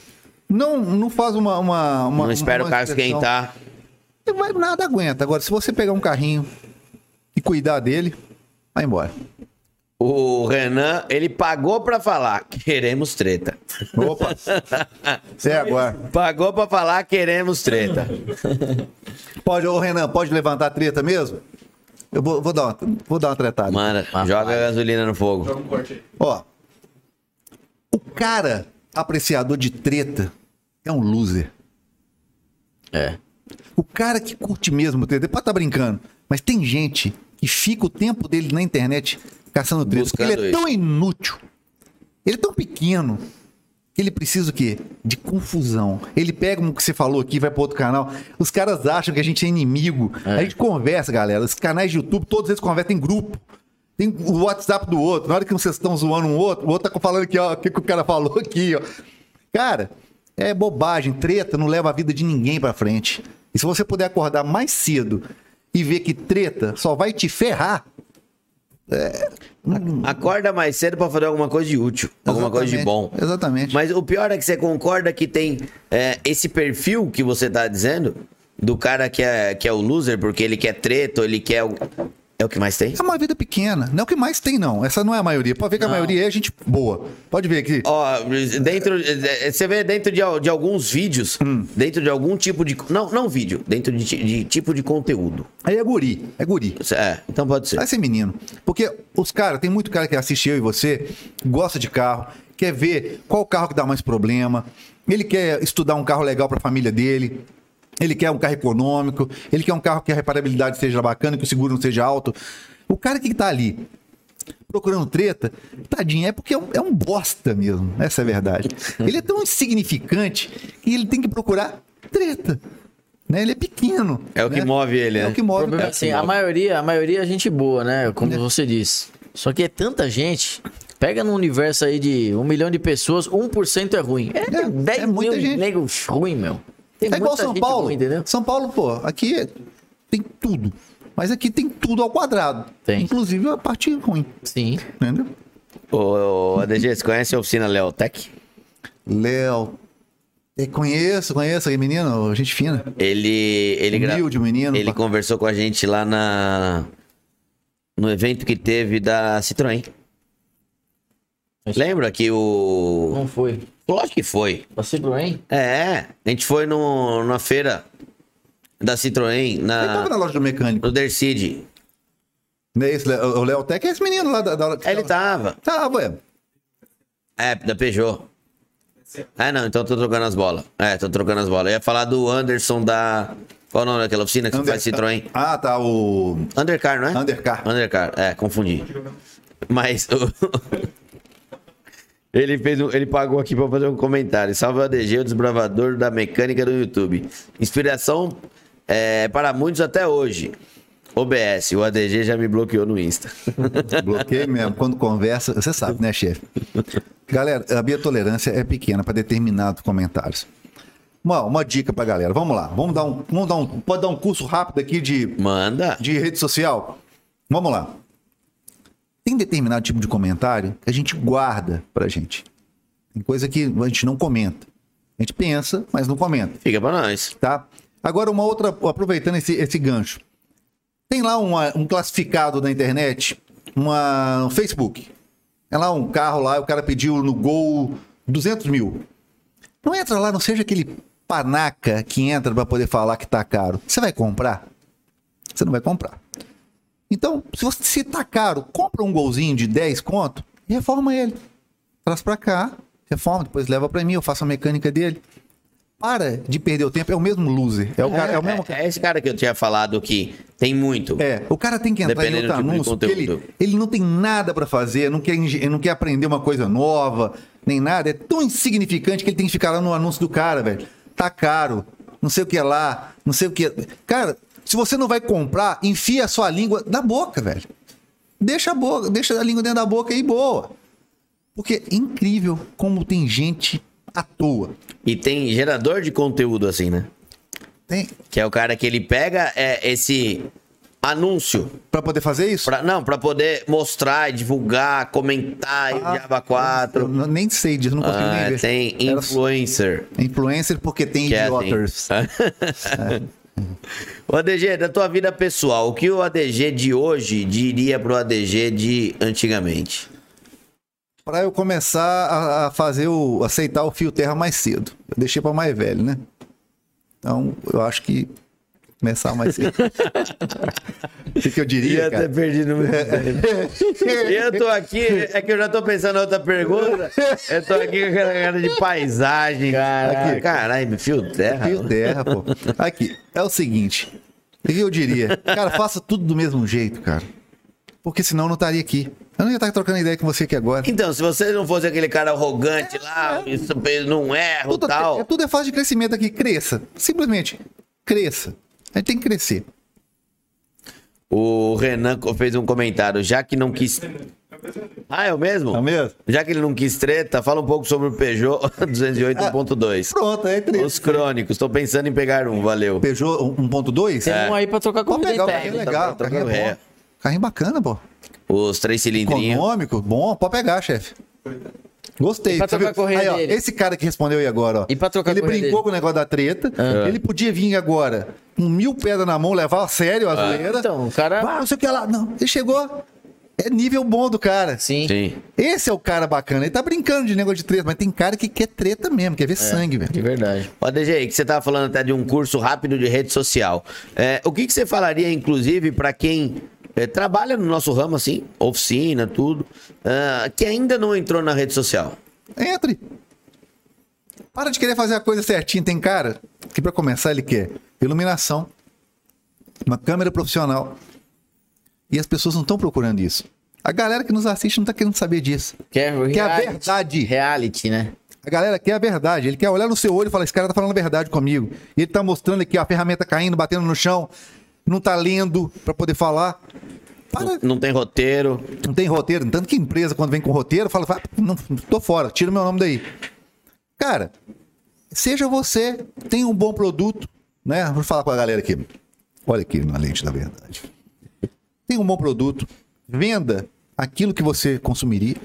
Speaker 4: não, não faz uma. uma, uma
Speaker 2: Não espera o
Speaker 4: uma
Speaker 2: carro
Speaker 4: inspeção.
Speaker 2: esquentar.
Speaker 4: Mas nada aguenta. Agora, se você pegar um carrinho e cuidar dele, vai embora.
Speaker 2: O Renan, ele pagou pra falar. Queremos treta.
Speaker 4: Opa! Você agora.
Speaker 2: Pagou pra falar, queremos treta.
Speaker 4: Pode, ô Renan, pode levantar a treta mesmo? Eu vou, vou dar, uma, vou dar uma tretada.
Speaker 2: Mano, joga a gasolina no fogo.
Speaker 4: Ó. O cara apreciador de treta é um loser.
Speaker 6: É.
Speaker 4: O cara que curte mesmo treta, pode estar brincando, mas tem gente que fica o tempo dele na internet caçando treta.
Speaker 2: Buscando
Speaker 4: porque ele é
Speaker 2: isso.
Speaker 4: tão inútil. Ele é tão pequeno. que Ele precisa o quê? De confusão. Ele pega um que você falou aqui, vai para outro canal. Os caras acham que a gente é inimigo. A gente conversa, galera. Os canais de YouTube, todos eles conversam em grupo. Tem o WhatsApp do outro. Na hora que vocês estão zoando um outro, o outro tá falando aqui, ó, o que, que o cara falou aqui, ó. Cara, é bobagem. Treta não leva a vida de ninguém para frente. E se você puder acordar mais cedo e ver que treta só vai te ferrar,
Speaker 2: Acorda mais cedo pra fazer alguma coisa de útil, alguma coisa de bom.
Speaker 4: Exatamente, exatamente.
Speaker 2: Mas o pior é que você concorda que tem é, esse perfil que você tá dizendo do cara que é, que é o loser, porque ele quer treta, ele quer. o- É o que mais tem?
Speaker 4: É uma vida pequena. Não é o que mais tem, não. Essa não é a maioria. Pode ver que a maioria é gente boa. Pode ver aqui.
Speaker 2: Ó, dentro. eh, Você vê dentro de, al- de alguns vídeos,
Speaker 4: Hum.
Speaker 2: dentro de algum tipo de. Não, não vídeo, dentro de, ti- de tipo de conteúdo.
Speaker 4: Aí é guri. É guri.
Speaker 2: É, então pode ser.
Speaker 4: Vai ser menino. Porque os caras, tem muito cara que assiste eu e você, gosta de carro, quer ver qual carro que dá mais problema, ele quer estudar um carro legal para a família dele, ele quer um carro econômico, ele quer um carro que a reparabilidade seja bacana, que o seguro não seja alto. O cara que tá ali procurando treta. Tadinho, é porque é um, é um bosta mesmo. Essa é a verdade. Ele é tão insignificante que ele tem que procurar treta. Né? Ele é pequeno.
Speaker 2: É o que
Speaker 4: né?
Speaker 2: move ele,
Speaker 4: É
Speaker 2: né?
Speaker 4: o que
Speaker 6: O
Speaker 4: move.
Speaker 6: problema é
Speaker 4: cara.
Speaker 6: assim, a maioria, a maioria é gente boa, né? Como você disse. Só que é tanta gente. Pega num universo aí de um milhão de pessoas, 1% é ruim. É,
Speaker 4: É,
Speaker 6: tem 10
Speaker 4: é muita
Speaker 6: mil
Speaker 4: gente.
Speaker 6: nego ruim, meu. Tem
Speaker 4: é igual
Speaker 6: muita
Speaker 4: São
Speaker 6: gente
Speaker 4: Paulo.
Speaker 6: ruim, entendeu?
Speaker 4: São Paulo, pô, aqui tem tudo. Mas aqui tem tudo ao quadrado.
Speaker 6: Tem.
Speaker 4: Inclusive a parte ruim.
Speaker 6: Sim.
Speaker 4: Entendeu?
Speaker 2: Ô, ô, ADG, você conhece a oficina Leotec?
Speaker 4: Léo. eu Conheço, conheço aquele menino, gente fina.
Speaker 2: Ele. ele gra-
Speaker 4: Humilde, menino.
Speaker 2: Ele
Speaker 4: pá.
Speaker 2: conversou com a gente lá na. No evento que teve da Citroën. Lembra que o.
Speaker 6: Não foi.
Speaker 2: Lógico que foi.
Speaker 6: Passei pro hein?
Speaker 2: É, a gente foi no, na feira da Citroën,
Speaker 4: Ele tava
Speaker 2: na,
Speaker 4: na loja do mecânico.
Speaker 2: no Dercid.
Speaker 4: Não é esse, Léo- o Léo Tec é esse menino lá da. da
Speaker 2: Ele
Speaker 6: tá.
Speaker 2: tava.
Speaker 4: Tava, é.
Speaker 2: É, da Peugeot. É, não, então eu tô trocando as bolas. É, tô trocando as bolas. Eu ia falar do Anderson da. Qual o nome daquela oficina que faz Citroën?
Speaker 4: Ah, tá. O.
Speaker 2: Undercar, não é?
Speaker 4: Undercar.
Speaker 2: Undercar, é, confundi. Mas o- ele fez um- ele pagou aqui pra fazer um comentário. Salve o ADG, o desbravador da mecânica do YouTube. Inspiração é, para muitos até hoje. OBS, o ADG já me bloqueou no Insta.
Speaker 4: Bloqueio mesmo. Quando conversa, você sabe, né, chefe? Galera, a minha tolerância é pequena para determinados comentários. Uma, uma dica pra galera. Vamos lá. Vamos dar um, vamos dar um, pode dar um curso rápido aqui de
Speaker 2: Manda.
Speaker 4: de rede social. Vamos lá. Tem determinado tipo de comentário que a gente guarda pra gente. Tem coisa que a gente não comenta. A gente pensa, mas não comenta,
Speaker 2: Fica pra nós.
Speaker 4: tá? Agora, uma outra, aproveitando esse, esse gancho. Tem lá uma- um classificado na internet, uma, um Facebook. É lá um carro lá, o cara pediu no Gol 200 mil. Não entra lá, não seja aquele panaca que entra pra poder falar que tá caro. Você vai comprar? Você não vai comprar. Então, se você se tá caro, compra um golzinho de 10 conto e reforma ele. Traz pra cá, reforma, depois leva pra mim, eu faço a mecânica dele. Para de perder o tempo, é o mesmo loser. É o, cara, é o mesmo
Speaker 2: é esse cara que eu tinha falado que tem muito.
Speaker 4: é, o cara tem que entrar
Speaker 2: Dependendo
Speaker 4: em outro
Speaker 2: do tipo de
Speaker 4: anúncio, porque ele,
Speaker 2: conteúdo.
Speaker 4: ele não tem nada pra fazer, não quer, enge- não quer aprender uma coisa nova, nem nada. É tão insignificante que ele tem que ficar lá no anúncio do cara, velho. Tá caro, não sei o que é lá, não sei o que. é- Cara, se você não vai comprar, enfia a sua língua na boca, velho. Deixa a boca, deixa a língua dentro da boca e boa. Porque é incrível como tem gente à toa.
Speaker 2: E tem gerador de conteúdo assim, né?
Speaker 4: Tem
Speaker 2: Que é o cara que ele pega é, esse anúncio
Speaker 4: para poder fazer isso?
Speaker 2: Pra- não, pra poder mostrar, divulgar, comentar, e o Diaba 4.
Speaker 4: Ah, Eu nem sei disso, não consigo
Speaker 2: Ah,
Speaker 4: nem ver.
Speaker 2: tem
Speaker 4: Era-
Speaker 2: influencer.
Speaker 4: Influencer porque tem
Speaker 2: Que é
Speaker 4: idioters.
Speaker 2: assim. o ADG, da tua vida pessoal, o que o ADG de hoje diria pro ADG de antigamente?
Speaker 4: Pra eu começar a, a fazer o. aceitar o fio terra mais cedo. Eu deixei pra mais velho, né? Então, eu acho que começar mais cedo. O que, que eu diria, cara?
Speaker 2: perdido meu Eu tô aqui, é que eu já tô pensando em outra pergunta. Eu tô aqui com aquela cara de paisagem. Caraca. Caralho, fio terra.
Speaker 4: Fio terra, pô. Aqui, é o seguinte. O que eu diria? Cara, faça tudo do mesmo jeito, cara. Porque senão eu não estaria aqui. Eu não ia estar trocando ideia com você aqui agora.
Speaker 2: Então, se você não fosse aquele cara arrogante lá, isso não erra e
Speaker 4: É, Tudo
Speaker 2: tal.
Speaker 4: é, tudo é fase de crescimento aqui. Cresça. Simplesmente, cresça. A gente tem que crescer.
Speaker 2: O Renan co- fez um comentário, já que não quis. Ah, é o mesmo?
Speaker 4: É o mesmo?
Speaker 2: Já que ele não quis treta, fala um pouco sobre o Peugeot 208.2.
Speaker 4: Pronto, é três.
Speaker 2: Os crônicos, tô pensando em pegar um, valeu.
Speaker 4: Peugeot 1.2?
Speaker 6: Tem
Speaker 2: É.
Speaker 6: um aí pra trocar com
Speaker 4: É. Pode pegar, o
Speaker 6: interna.
Speaker 4: carrinho legal,
Speaker 2: Tá
Speaker 4: carrinho é
Speaker 2: trocando
Speaker 4: bom. Carrinho bacana, pô.
Speaker 2: Os três cilindrinhos.
Speaker 4: Econômico, bom, pode pegar, chefe. Gostei.
Speaker 6: E pra
Speaker 4: você viu?
Speaker 6: trocar a correia
Speaker 4: Aí, ó,
Speaker 6: dele?
Speaker 4: esse cara que respondeu aí agora, ó.
Speaker 6: E pra trocar a
Speaker 4: Ele
Speaker 6: correia dele? Ah.
Speaker 4: brincou com o negócio da treta. Ele podia vir agora com mil pedras na mão, levar a sério a zoeira.
Speaker 6: Então, o cara-
Speaker 4: Ah, não sei o que lá. Não, ele chegou. É nível bom do cara.
Speaker 6: Sim.
Speaker 2: Sim.
Speaker 4: Esse é o cara bacana. Ele tá brincando de negócio de treta, mas tem cara que quer treta mesmo, quer ver
Speaker 6: É.
Speaker 4: sangue, velho.
Speaker 6: De verdade.
Speaker 2: Ó, DG, que você tava falando até de um curso rápido de rede social. É, o que, que você falaria, inclusive, para quem é, trabalha no nosso ramo, assim, oficina, tudo, ah, que ainda não entrou na rede social?
Speaker 4: Entre. Para de querer fazer a coisa certinha. Tem cara que, pra começar, ele quer iluminação, uma câmera profissional. E as pessoas não estão procurando isso. A galera que nos assiste não tá querendo saber disso.
Speaker 6: Quer,
Speaker 2: é
Speaker 4: Quer a
Speaker 6: é reality-
Speaker 4: verdade.
Speaker 6: Reality, né?
Speaker 4: A galera quer a verdade. Ele quer olhar no seu olho e falar: esse cara tá falando a verdade comigo. E ele tá mostrando aqui ó, a ferramenta caindo, batendo no chão, não tá lendo pra poder falar. Para,
Speaker 2: Não tem roteiro.
Speaker 4: não tem roteiro. Tanto que empresa, quando vem com roteiro, fala: "Ah, não, tô fora, tira o meu nome daí. Cara, seja você, tem um bom produto, né? Vou falar com a galera aqui. Olha aqui na lente da verdade. Tem um bom produto, venda aquilo que você consumiria,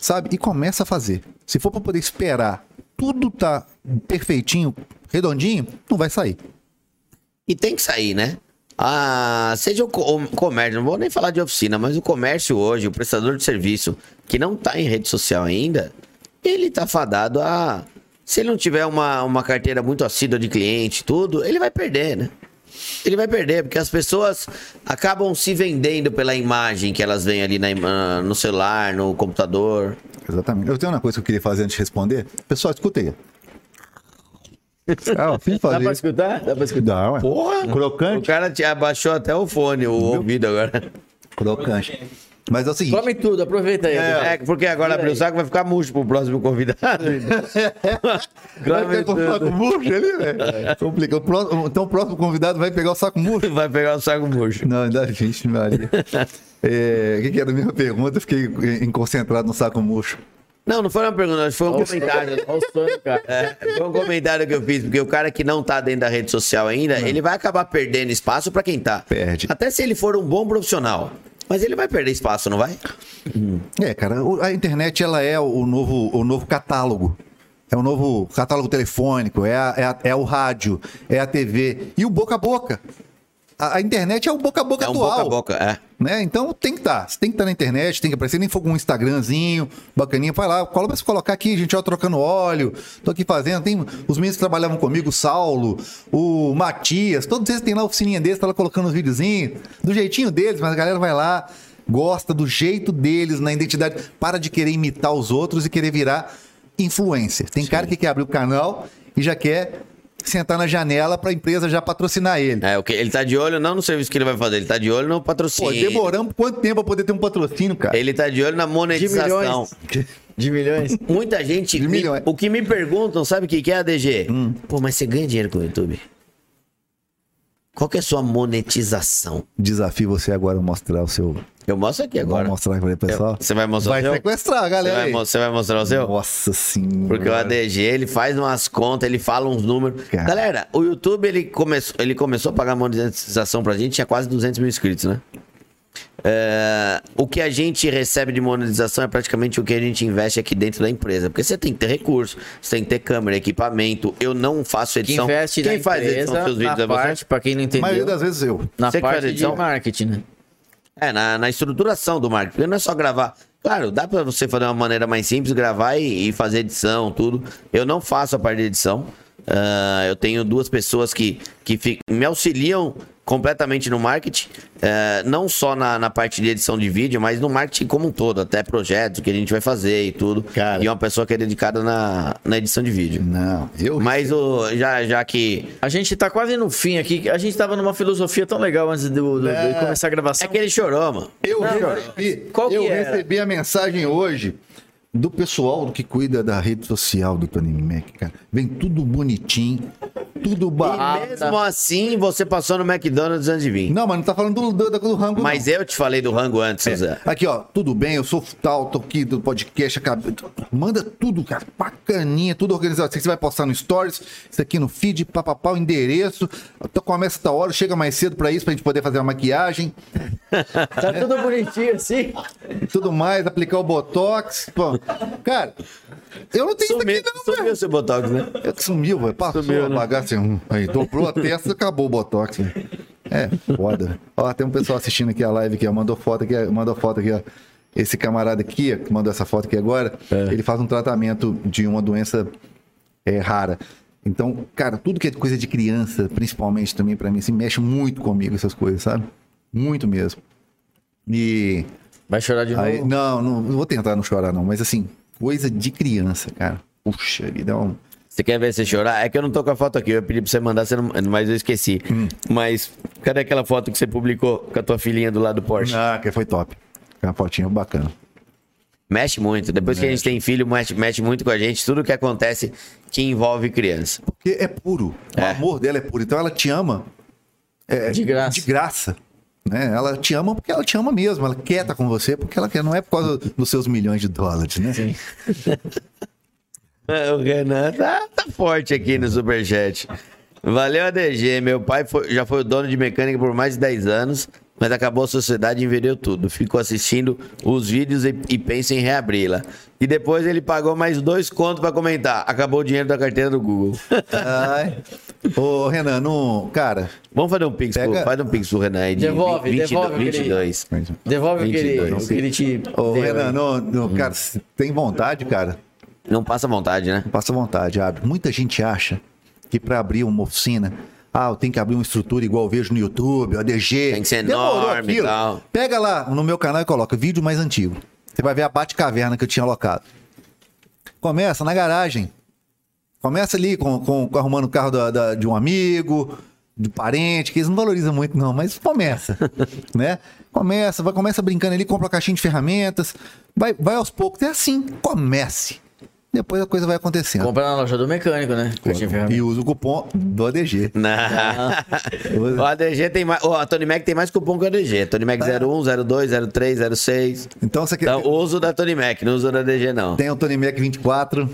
Speaker 4: sabe? E começa a fazer. Se for para poder esperar tudo tá perfeitinho, redondinho, não vai sair.
Speaker 2: E tem que sair, né? Ah, seja o, co- o comércio, não vou nem falar de oficina, mas o comércio hoje, o prestador de serviço que não tá em rede social ainda, ele tá fadado a. Se ele não tiver uma, uma carteira muito assídua de cliente, tudo, ele vai perder, né? Ele vai perder, porque as pessoas acabam se vendendo pela imagem que elas veem ali na ima- no celular, no computador.
Speaker 4: Exatamente. Eu tenho uma coisa que eu queria fazer antes de responder. Pessoal, escuta aí. Ah, eu fiz
Speaker 6: Dá
Speaker 4: fazer.
Speaker 6: pra escutar? Dá pra escutar.
Speaker 4: Dá, ué.
Speaker 2: Porra! O
Speaker 4: Crocante.
Speaker 2: cara te abaixou até o fone, o ouvido agora.
Speaker 4: Crocante. Mas é o seguinte.
Speaker 6: Come tudo, aproveita aí.
Speaker 2: É, porque agora abriu o saco vai ficar murcho pro próximo convidado.
Speaker 4: Vai pegar Então, o saco murcho ali,
Speaker 6: É.
Speaker 4: velho. Complica. O próximo- então o próximo convidado vai pegar o saco murcho.
Speaker 2: Vai pegar o saco murcho.
Speaker 4: Não, ainda gente, Maria. É, O que, que era a minha pergunta? Eu fiquei em- concentrado no saco murcho.
Speaker 2: Não, não foi uma pergunta, foi um comentário.
Speaker 6: né? Olha o sonho, cara.
Speaker 2: É, foi um comentário que eu fiz, porque o cara que não tá dentro da rede social ainda, ele vai acabar perdendo espaço pra quem tá.
Speaker 4: Perde.
Speaker 2: Até se ele for um bom profissional. Mas ele vai perder espaço, não vai?
Speaker 4: É, cara, o- a internet ela é o novo, o novo catálogo. É o novo catálogo telefônico, é, a- é, a- é o rádio, é a TV e o boca a boca. A, a internet é o boca a boca
Speaker 2: é um
Speaker 4: atual.
Speaker 2: boca a boca. É.
Speaker 4: né? Então tem que estar. Você tem que estar na internet, tem que aparecer, nem for com um Instagramzinho, bacaninha. Vai lá, coloca se colocar aqui, gente, ó, trocando óleo, tô aqui fazendo. Tem os meninos que trabalhavam comigo, o Saulo, o Matias, todos eles têm lá a oficininha deles, tá lá colocando os videozinhos, do jeitinho deles, mas a galera vai lá, gosta do jeito deles, na identidade. Para de querer imitar os outros e querer virar influencer. Tem cara que quer abrir o canal e já quer sentar na janela para a empresa já patrocinar ele.
Speaker 2: É, o que ele tá de olho não no serviço que ele vai fazer, ele tá de olho no
Speaker 4: Pô,
Speaker 2: patrocínio.
Speaker 4: demoramos quanto tempo pra poder ter um patrocínio, cara?
Speaker 2: Ele tá de olho na
Speaker 6: De
Speaker 2: monetização.
Speaker 6: milhões. De milhões.
Speaker 2: Muita gente.
Speaker 4: De
Speaker 2: me-
Speaker 4: milhões. Hum.
Speaker 2: o que me perguntam, sabe o que, que é, ADG? Pô, mas você ganha dinheiro com o YouTube? Qual que é a sua monetização?
Speaker 4: Desafio você agora a mostrar o seu.
Speaker 2: Eu mostro aqui
Speaker 4: Agora.
Speaker 2: agora.
Speaker 4: mostrar pra ele, pessoal.
Speaker 2: Você vai mostrar
Speaker 4: Vai
Speaker 2: o seu?
Speaker 4: sequestrar a
Speaker 2: Você
Speaker 4: galera.
Speaker 2: vai,
Speaker 4: aí.
Speaker 2: mo- você vai mostrar o seu?
Speaker 4: Nossa senhora.
Speaker 2: Porque o ADG, ele faz umas contas, ele fala uns números.
Speaker 4: Uhum. Cara.
Speaker 2: Galera, o YouTube, ele, começou ele começou a pagar monetização pra gente, tinha quase 200 mil inscritos, né? É, o que a gente recebe de monetização é praticamente o que a gente investe aqui dentro da empresa. Porque você tem que ter recurso, você tem que ter câmera, equipamento. Eu não faço
Speaker 6: Que
Speaker 2: edição.
Speaker 6: investe na
Speaker 2: edição dos
Speaker 6: empresa,
Speaker 2: seus vídeos é você?
Speaker 6: na parte, pra quem não
Speaker 4: A maioria
Speaker 6: entendeu,
Speaker 4: das vezes eu.
Speaker 6: na
Speaker 2: Você que faz
Speaker 6: parte de
Speaker 2: edição?
Speaker 6: marketing, né?
Speaker 2: É, na, na estruturação do marketing. Porque não é só gravar. Claro, dá pra você fazer uma maneira mais simples, gravar e, e fazer edição, tudo. Eu não faço a parte de edição. Ah, eu tenho duas pessoas que, que fi- me auxiliam completamente no marketing. eh, não só na, na parte de edição de vídeo, mas no marketing como um todo. Até projetos que a gente vai fazer e tudo.
Speaker 6: Cara.
Speaker 2: E uma pessoa que é dedicada na, na edição de vídeo.
Speaker 4: Não, eu.
Speaker 2: Mas o, já, já que
Speaker 6: A gente tá quase no fim aqui. A gente tava numa filosofia tão legal antes do- do- de, começar a gravação.
Speaker 2: É que ele chorou, mano.
Speaker 4: Eu recebi,
Speaker 6: Qual que
Speaker 4: eu
Speaker 6: era?
Speaker 4: recebi a mensagem hoje do pessoal que cuida da rede social do Tony Mac, cara. Vem tudo bonitinho, tudo
Speaker 6: Ah,
Speaker 4: barato.
Speaker 2: Mesmo assim, você passou no McDonald's antes de vir.
Speaker 4: Não, mas não tá falando do, do, do rango,
Speaker 2: Mas eu te falei do rango antes,
Speaker 4: É.
Speaker 2: Zé.
Speaker 4: Aqui, ó, tudo bem, eu sou tal, tô aqui do podcast, acabei- manda tudo, cara, bacaninha, tudo organizado. Isso aqui Você vai postar no Stories, isso aqui no feed, papapá, o endereço, tô- começa tal hora, chega mais cedo pra isso, pra gente poder fazer a maquiagem,
Speaker 6: Tá tudo bonitinho assim.
Speaker 4: e tudo mais, aplicar o Botox. Pô. Cara, eu não tenho
Speaker 2: Sumiu,
Speaker 4: isso aqui não,
Speaker 2: sumiu
Speaker 4: velho.
Speaker 2: seu Botox, né?
Speaker 4: É que Sumiu, velho, passou a bagaça, hum, aí dobrou a testa, acabou o Botox. velho. É, foda. velho. Ó, tem um pessoal assistindo aqui a live aqui, ó, mandou foto aqui, ó, mandou foto aqui, ó. Esse camarada aqui, ó, que mandou essa foto aqui agora, ele faz um tratamento de uma doença é, rara. Então, cara, tudo que é coisa de criança, principalmente também pra mim, assim, mexe muito comigo essas coisas, sabe? Muito mesmo. E
Speaker 6: Vai chorar de
Speaker 4: Aí-
Speaker 6: novo.
Speaker 4: não, não, não vou tentar não chorar não, mas assim, coisa de criança, cara. Puxa, me dá um
Speaker 2: Você quer ver você chorar? É que eu não tô com a foto aqui. Eu pedi pra você mandar, você não- mas eu esqueci.
Speaker 4: Hum.
Speaker 2: Mas cadê aquela foto que você publicou com a tua filhinha do lado do Porsche?
Speaker 4: Ah, que foi top. Uma fotinha bacana.
Speaker 2: Mexe muito. Depois que a gente tem filho, mexe, mexe muito com a gente. Tudo que acontece que envolve criança.
Speaker 4: Porque é puro.
Speaker 2: É.
Speaker 4: O amor dela é puro. Então ela te ama é,
Speaker 6: De graça.
Speaker 4: De graça. Né? Ela te ama porque ela te ama mesmo. Ela quer estar com você porque ela quer. Não é por causa dos seus milhões de dólares, né?
Speaker 2: É, O Renan tá, tá forte aqui no Superchat. Valeu, ADG. Meu pai foi- já foi o dono de mecânica por mais de 10 anos, mas acabou a sociedade e vendeu tudo. Ficou assistindo os vídeos e, e pensa em reabri-la. E depois ele pagou mais dois contos pra comentar. Acabou o dinheiro da carteira do Google.
Speaker 4: Ai. Ô, Renan, não. Cara,
Speaker 2: Vamos fazer um pix, pô.
Speaker 4: Pega-
Speaker 2: Faz um pix pro Renan aí de
Speaker 6: Devolve,
Speaker 2: 22,
Speaker 6: devolve, querido.
Speaker 2: 22.
Speaker 6: Devolve o que ele,
Speaker 2: 22,
Speaker 6: o que ele te.
Speaker 4: ô,
Speaker 6: deu Hum.
Speaker 4: Renan,
Speaker 6: aí.
Speaker 4: não, não, cara, se tem vontade, cara?
Speaker 2: Não passa vontade, né?
Speaker 4: Passa vontade, abre. Muita gente acha que para abrir uma oficina, ah, eu tenho que abrir uma estrutura igual eu vejo no YouTube, ADG.
Speaker 2: Tem que ser enorme e tal.
Speaker 4: Pega lá no meu canal e coloca vídeo mais antigo. Você vai ver a bate-caverna que eu tinha alocado. Começa na garagem. Começa ali com, com- com arrumando o carro da- da- de um amigo, do parente, que eles não valorizam muito, não, mas começa. né? Começa, vai, começa brincando ali, compra uma caixinha de ferramentas, vai, vai aos poucos. É assim, comece. Depois a coisa vai acontecendo.
Speaker 6: Compra na loja do mecânico, né? Caixinha de ferramenta.
Speaker 4: E usa o um cupom do ADG.
Speaker 2: Não. o ADG tem mais. O Tony Mac tem mais cupom que o ADG. Tony Mac 01, 02, 03, 06.
Speaker 4: Então você quer.
Speaker 6: Tá
Speaker 2: Então, uso da Tony Mac, não uso da DG, não.
Speaker 4: Tem o Tony Mac 24.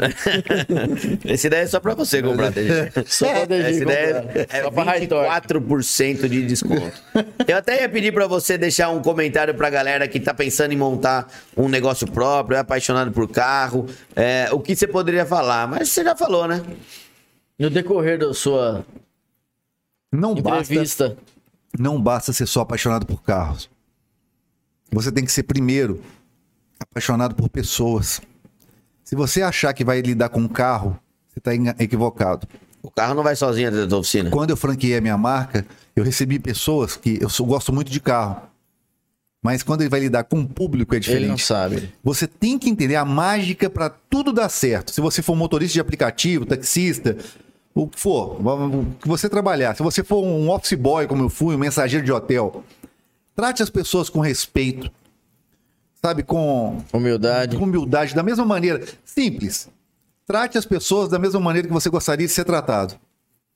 Speaker 2: Esse daí é só pra você comprar, DG.
Speaker 6: Só pra DG
Speaker 2: Essa ideia
Speaker 6: comprar.
Speaker 2: é, é
Speaker 6: Só pra High Torque.
Speaker 2: 24% de desconto. Eu até ia pedir pra você deixar um comentário pra galera que tá pensando em montar um negócio próprio, é apaixonado por carro, é, o que você poderia falar, mas você já falou, né?
Speaker 6: No decorrer da sua
Speaker 4: Não basta,
Speaker 6: entrevista,
Speaker 4: não basta ser só apaixonado por carros. Você tem que ser primeiro apaixonado por pessoas. Se você achar que vai lidar com um carro, você está equivocado.
Speaker 2: O carro não vai sozinho dentro da oficina.
Speaker 4: Quando eu franqueei a minha marca, eu recebi pessoas que eu sou- gosto muito de carro. Mas quando ele vai lidar com o público é
Speaker 6: ele não
Speaker 4: diferente.
Speaker 6: sabe.
Speaker 4: Você tem que entender a mágica para tudo dar certo. Se você for motorista de aplicativo, taxista, o que for, o que você trabalhar, se você for um office boy como eu fui, um mensageiro de hotel, trate as pessoas com respeito, sabe, com
Speaker 6: Humildade.
Speaker 4: com humildade, da mesma maneira, simples. Trate as pessoas da mesma maneira que você gostaria de ser tratado.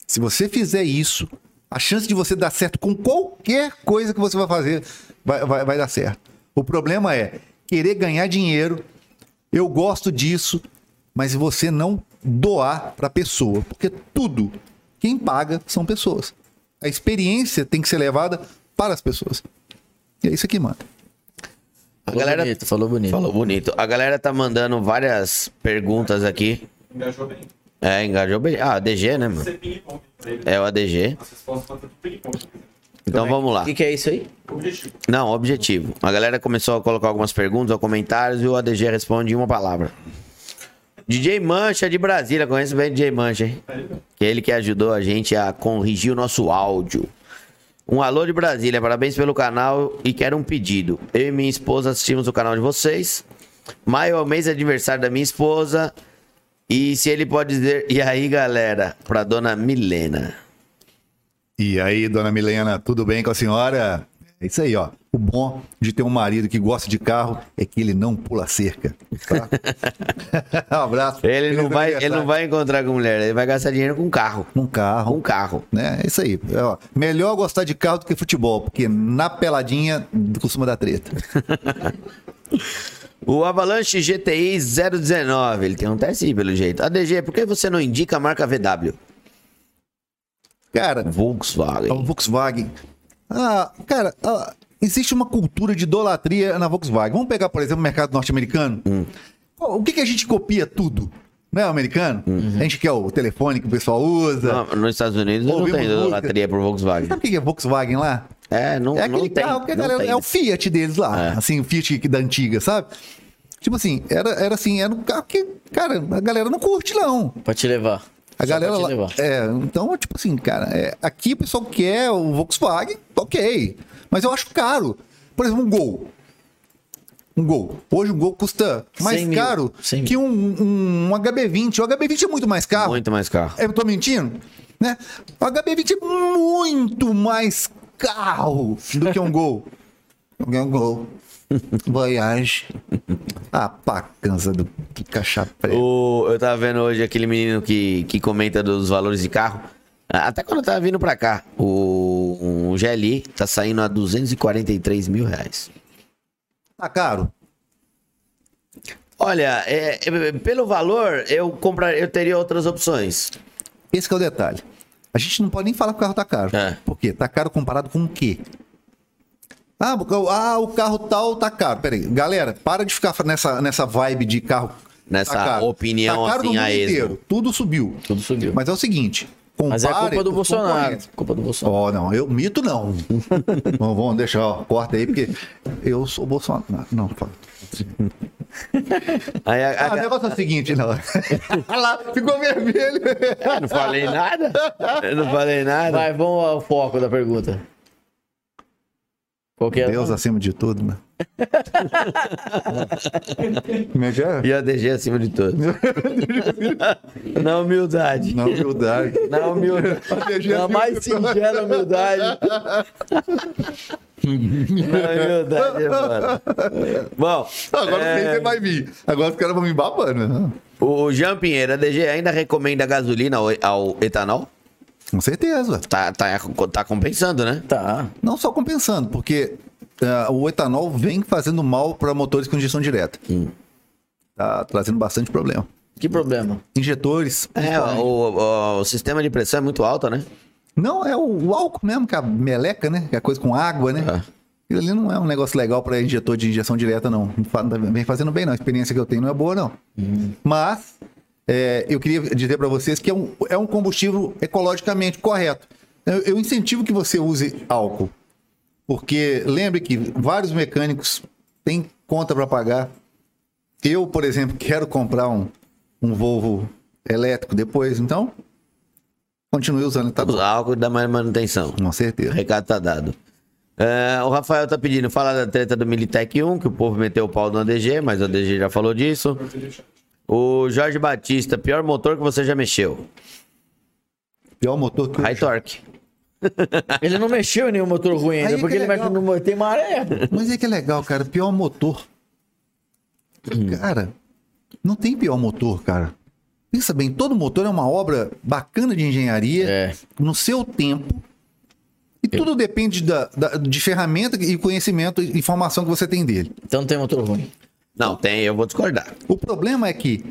Speaker 4: Se você fizer isso, a chance de você dar certo com qualquer coisa que você vai fazer vai, vai, vai dar certo. O problema é querer ganhar dinheiro, eu gosto disso, mas você não doar para a pessoa, porque tudo quem paga são pessoas. A experiência tem que ser levada para as pessoas. E é isso que manda.
Speaker 2: A
Speaker 6: Falou
Speaker 2: galera
Speaker 6: bonito, falou bonito.
Speaker 2: Falou bonito. A galera tá mandando várias perguntas aqui.
Speaker 5: Engajou bem.
Speaker 2: É, engajou bem. Ah, ADG, né, mano?
Speaker 5: Você ping-pong pra ele.
Speaker 2: É o ADG.
Speaker 5: As respostas do ping-pong.
Speaker 2: Então vamos lá.
Speaker 6: O que, que é isso aí?
Speaker 5: um Objetivo.
Speaker 2: Não, objetivo. A galera começou a colocar algumas perguntas ou comentários e o ADG responde em uma palavra. DJ Mancha de Brasília, conheço bem o DJ Mancha, hein? Que é ele que ajudou a gente a corrigir o nosso áudio. Um alô de Brasília, parabéns pelo canal e quero um pedido. Eu e minha esposa assistimos o canal de vocês. Maio é o mês de aniversário da minha esposa. E se ele pode dizer, e aí galera, pra dona Milena.
Speaker 4: E aí, dona Milena, tudo bem com a senhora? É isso aí, ó. O bom de ter um marido que gosta de carro é que ele não pula cerca. Tá? um abraço.
Speaker 2: Ele não,
Speaker 4: Feliz
Speaker 2: vai, ele
Speaker 4: aniversário.
Speaker 2: não vai encontrar com mulher, ele vai gastar dinheiro com carro.
Speaker 4: Num carro.
Speaker 2: Com carro.
Speaker 4: Né? É isso aí. É, ó, melhor gostar de carro do que futebol, porque na peladinha costuma dar treta.
Speaker 2: O Avalanche GTI 019, ele tem um TSI pelo jeito. ADG, por que você não indica a marca VW?
Speaker 4: Cara, a
Speaker 2: Volkswagen.
Speaker 4: Então, Volkswagen. Ah, cara, ah, existe uma cultura de idolatria na Volkswagen. Vamos pegar, por exemplo, o mercado norte-americano.
Speaker 2: Hum.
Speaker 4: O que, que a gente copia tudo? Não é o americano? A gente quer o telefone que o pessoal usa.
Speaker 2: Uhum. Não, nos Estados Unidos não
Speaker 4: Ouvimos
Speaker 2: tem
Speaker 4: música.
Speaker 2: idolatria por Volkswagen.
Speaker 4: Sabe o que que é Volkswagen lá?
Speaker 2: É, não,
Speaker 4: É
Speaker 2: não
Speaker 4: aquele
Speaker 2: tem.
Speaker 4: carro que a
Speaker 2: não
Speaker 4: galera.
Speaker 2: tem.
Speaker 4: É o Fiat deles lá.
Speaker 2: É.
Speaker 4: Assim, o Fiat que- da antiga, sabe? Tipo assim, era, era assim, era um carro que, cara, a galera não curte, não.
Speaker 6: Pra te levar.
Speaker 4: A
Speaker 6: Só
Speaker 4: galera
Speaker 6: pra te
Speaker 4: lá.
Speaker 6: levar.
Speaker 4: É, então, tipo assim, cara, é, aqui o pessoal quer o Volkswagen, ok. Mas eu acho caro. Por exemplo, um gol. Um gol. Hoje um gol custa mais
Speaker 6: 100 mil,
Speaker 4: caro
Speaker 6: 100 mil.
Speaker 4: que um, um, um HB20. O HB20 é muito mais caro. É,
Speaker 2: Muito mais carro.
Speaker 4: Eu tô mentindo? Né? O HB20 é muito mais carro do que um gol. Do que um gol. Voyage. Ah, pá, cansa do que caixa preta.
Speaker 2: O- eu tava vendo hoje aquele menino que, que comenta dos valores de carro. Ah, Até quando eu tava vindo pra cá, o, o GLI tá saindo a 243 mil reais.
Speaker 4: Tá caro?
Speaker 2: Olha, é, é, pelo valor, eu, comprar, eu teria outras opções.
Speaker 4: Esse que é o detalhe. A gente não pode nem falar que o carro tá caro.
Speaker 2: É.
Speaker 4: Por quê? Tá caro comparado com o quê? Ah, porque o- ah, o carro tal tá caro. Peraí, galera, para de ficar nessa, nessa vibe de carro. tá
Speaker 2: Nessa
Speaker 4: caro.
Speaker 2: opinião,
Speaker 4: tá caro no
Speaker 2: assim, a
Speaker 4: mundo
Speaker 2: esmo.
Speaker 4: inteiro. Tudo subiu.
Speaker 6: Tudo subiu.
Speaker 4: Mas é o seguinte.
Speaker 6: Mas é a
Speaker 4: compare
Speaker 6: culpa do
Speaker 4: os
Speaker 6: Bolsonaro.
Speaker 4: concorrentes.
Speaker 6: Culpa do Bolsonaro.
Speaker 4: Ó, não, eu mito não. Bom, vamos deixar, ó, corta aí, porque eu sou Bolsonaro. Não, não fala.
Speaker 2: Aí, a-
Speaker 4: Ah,
Speaker 2: a-
Speaker 4: o negócio é o seguinte, não. Olha Tá lá, ficou vermelho.
Speaker 2: eu não falei nada. Eu não falei nada.
Speaker 6: Vai, vamos ao foco da pergunta. Qual que é?
Speaker 4: Deus acima de tudo, né? Como é que é?
Speaker 2: E a DG acima de tudo. Na humildade.
Speaker 4: Na humildade.
Speaker 2: Na humildade.
Speaker 4: A DG
Speaker 6: Na
Speaker 4: acima
Speaker 6: mais
Speaker 4: de tudo.
Speaker 6: singela humildade.
Speaker 2: Na humildade, mano. Bom,
Speaker 4: Agora
Speaker 2: é,
Speaker 4: é... você vai vir. Agora os caras vão me babando. né?
Speaker 2: o Jean Pinheiro, a DG ainda recomenda a gasolina ao, ao etanol?
Speaker 4: Com certeza.
Speaker 2: Tá, tá, tá compensando, né?
Speaker 6: Tá.
Speaker 4: Não só compensando, porque ah, o etanol vem fazendo mal para motores com injeção direta. Tá trazendo bastante problema.
Speaker 6: Que problema?
Speaker 4: Injetores.
Speaker 2: É, o, o- o sistema de pressão é muito alto, né?
Speaker 4: Não, é o, o álcool mesmo, que é a meleca, né? Que é a coisa com água, né?
Speaker 2: É.
Speaker 4: Aquilo ali não é um negócio legal para injetor de injeção direta, não. Não fa- não Vem fazendo bem, não. A experiência que eu tenho não é boa, não. Mas é, eu queria dizer para vocês que é um, é um combustível ecologicamente correto. Eu, eu incentivo que você use álcool. Porque lembre que vários mecânicos têm conta para pagar. Eu, por exemplo, quero comprar um, um Volvo elétrico depois, então continue usando, tá bom?
Speaker 2: O álcool dá mais manutenção.
Speaker 4: Com
Speaker 2: O
Speaker 4: certeza.
Speaker 2: recado tá dado. É, o Rafael tá pedindo, fala da treta do Militec 1, que o povo meteu o pau no ADG, mas o ADG já falou disso. O Jorge Batista, pior motor que você já mexeu.
Speaker 4: Pior motor que eu
Speaker 2: High torque.
Speaker 6: Ele não mexeu em nenhum motor ruim ainda,
Speaker 4: Aí,
Speaker 6: porque
Speaker 4: que
Speaker 6: ele mexe
Speaker 4: legal.
Speaker 6: no motor. Tem maré.
Speaker 4: Mas é que é legal, cara. Pior motor.
Speaker 2: Hum.
Speaker 4: Cara, não tem pior motor, cara. Pensa bem, todo motor é uma obra bacana de engenharia,
Speaker 6: É.
Speaker 4: no seu tempo. E
Speaker 2: É.
Speaker 4: tudo depende da, da- de ferramenta e conhecimento e informação que você tem dele.
Speaker 6: Então não tem motor ruim.
Speaker 2: Não, tem, eu vou discordar.
Speaker 4: O problema é que,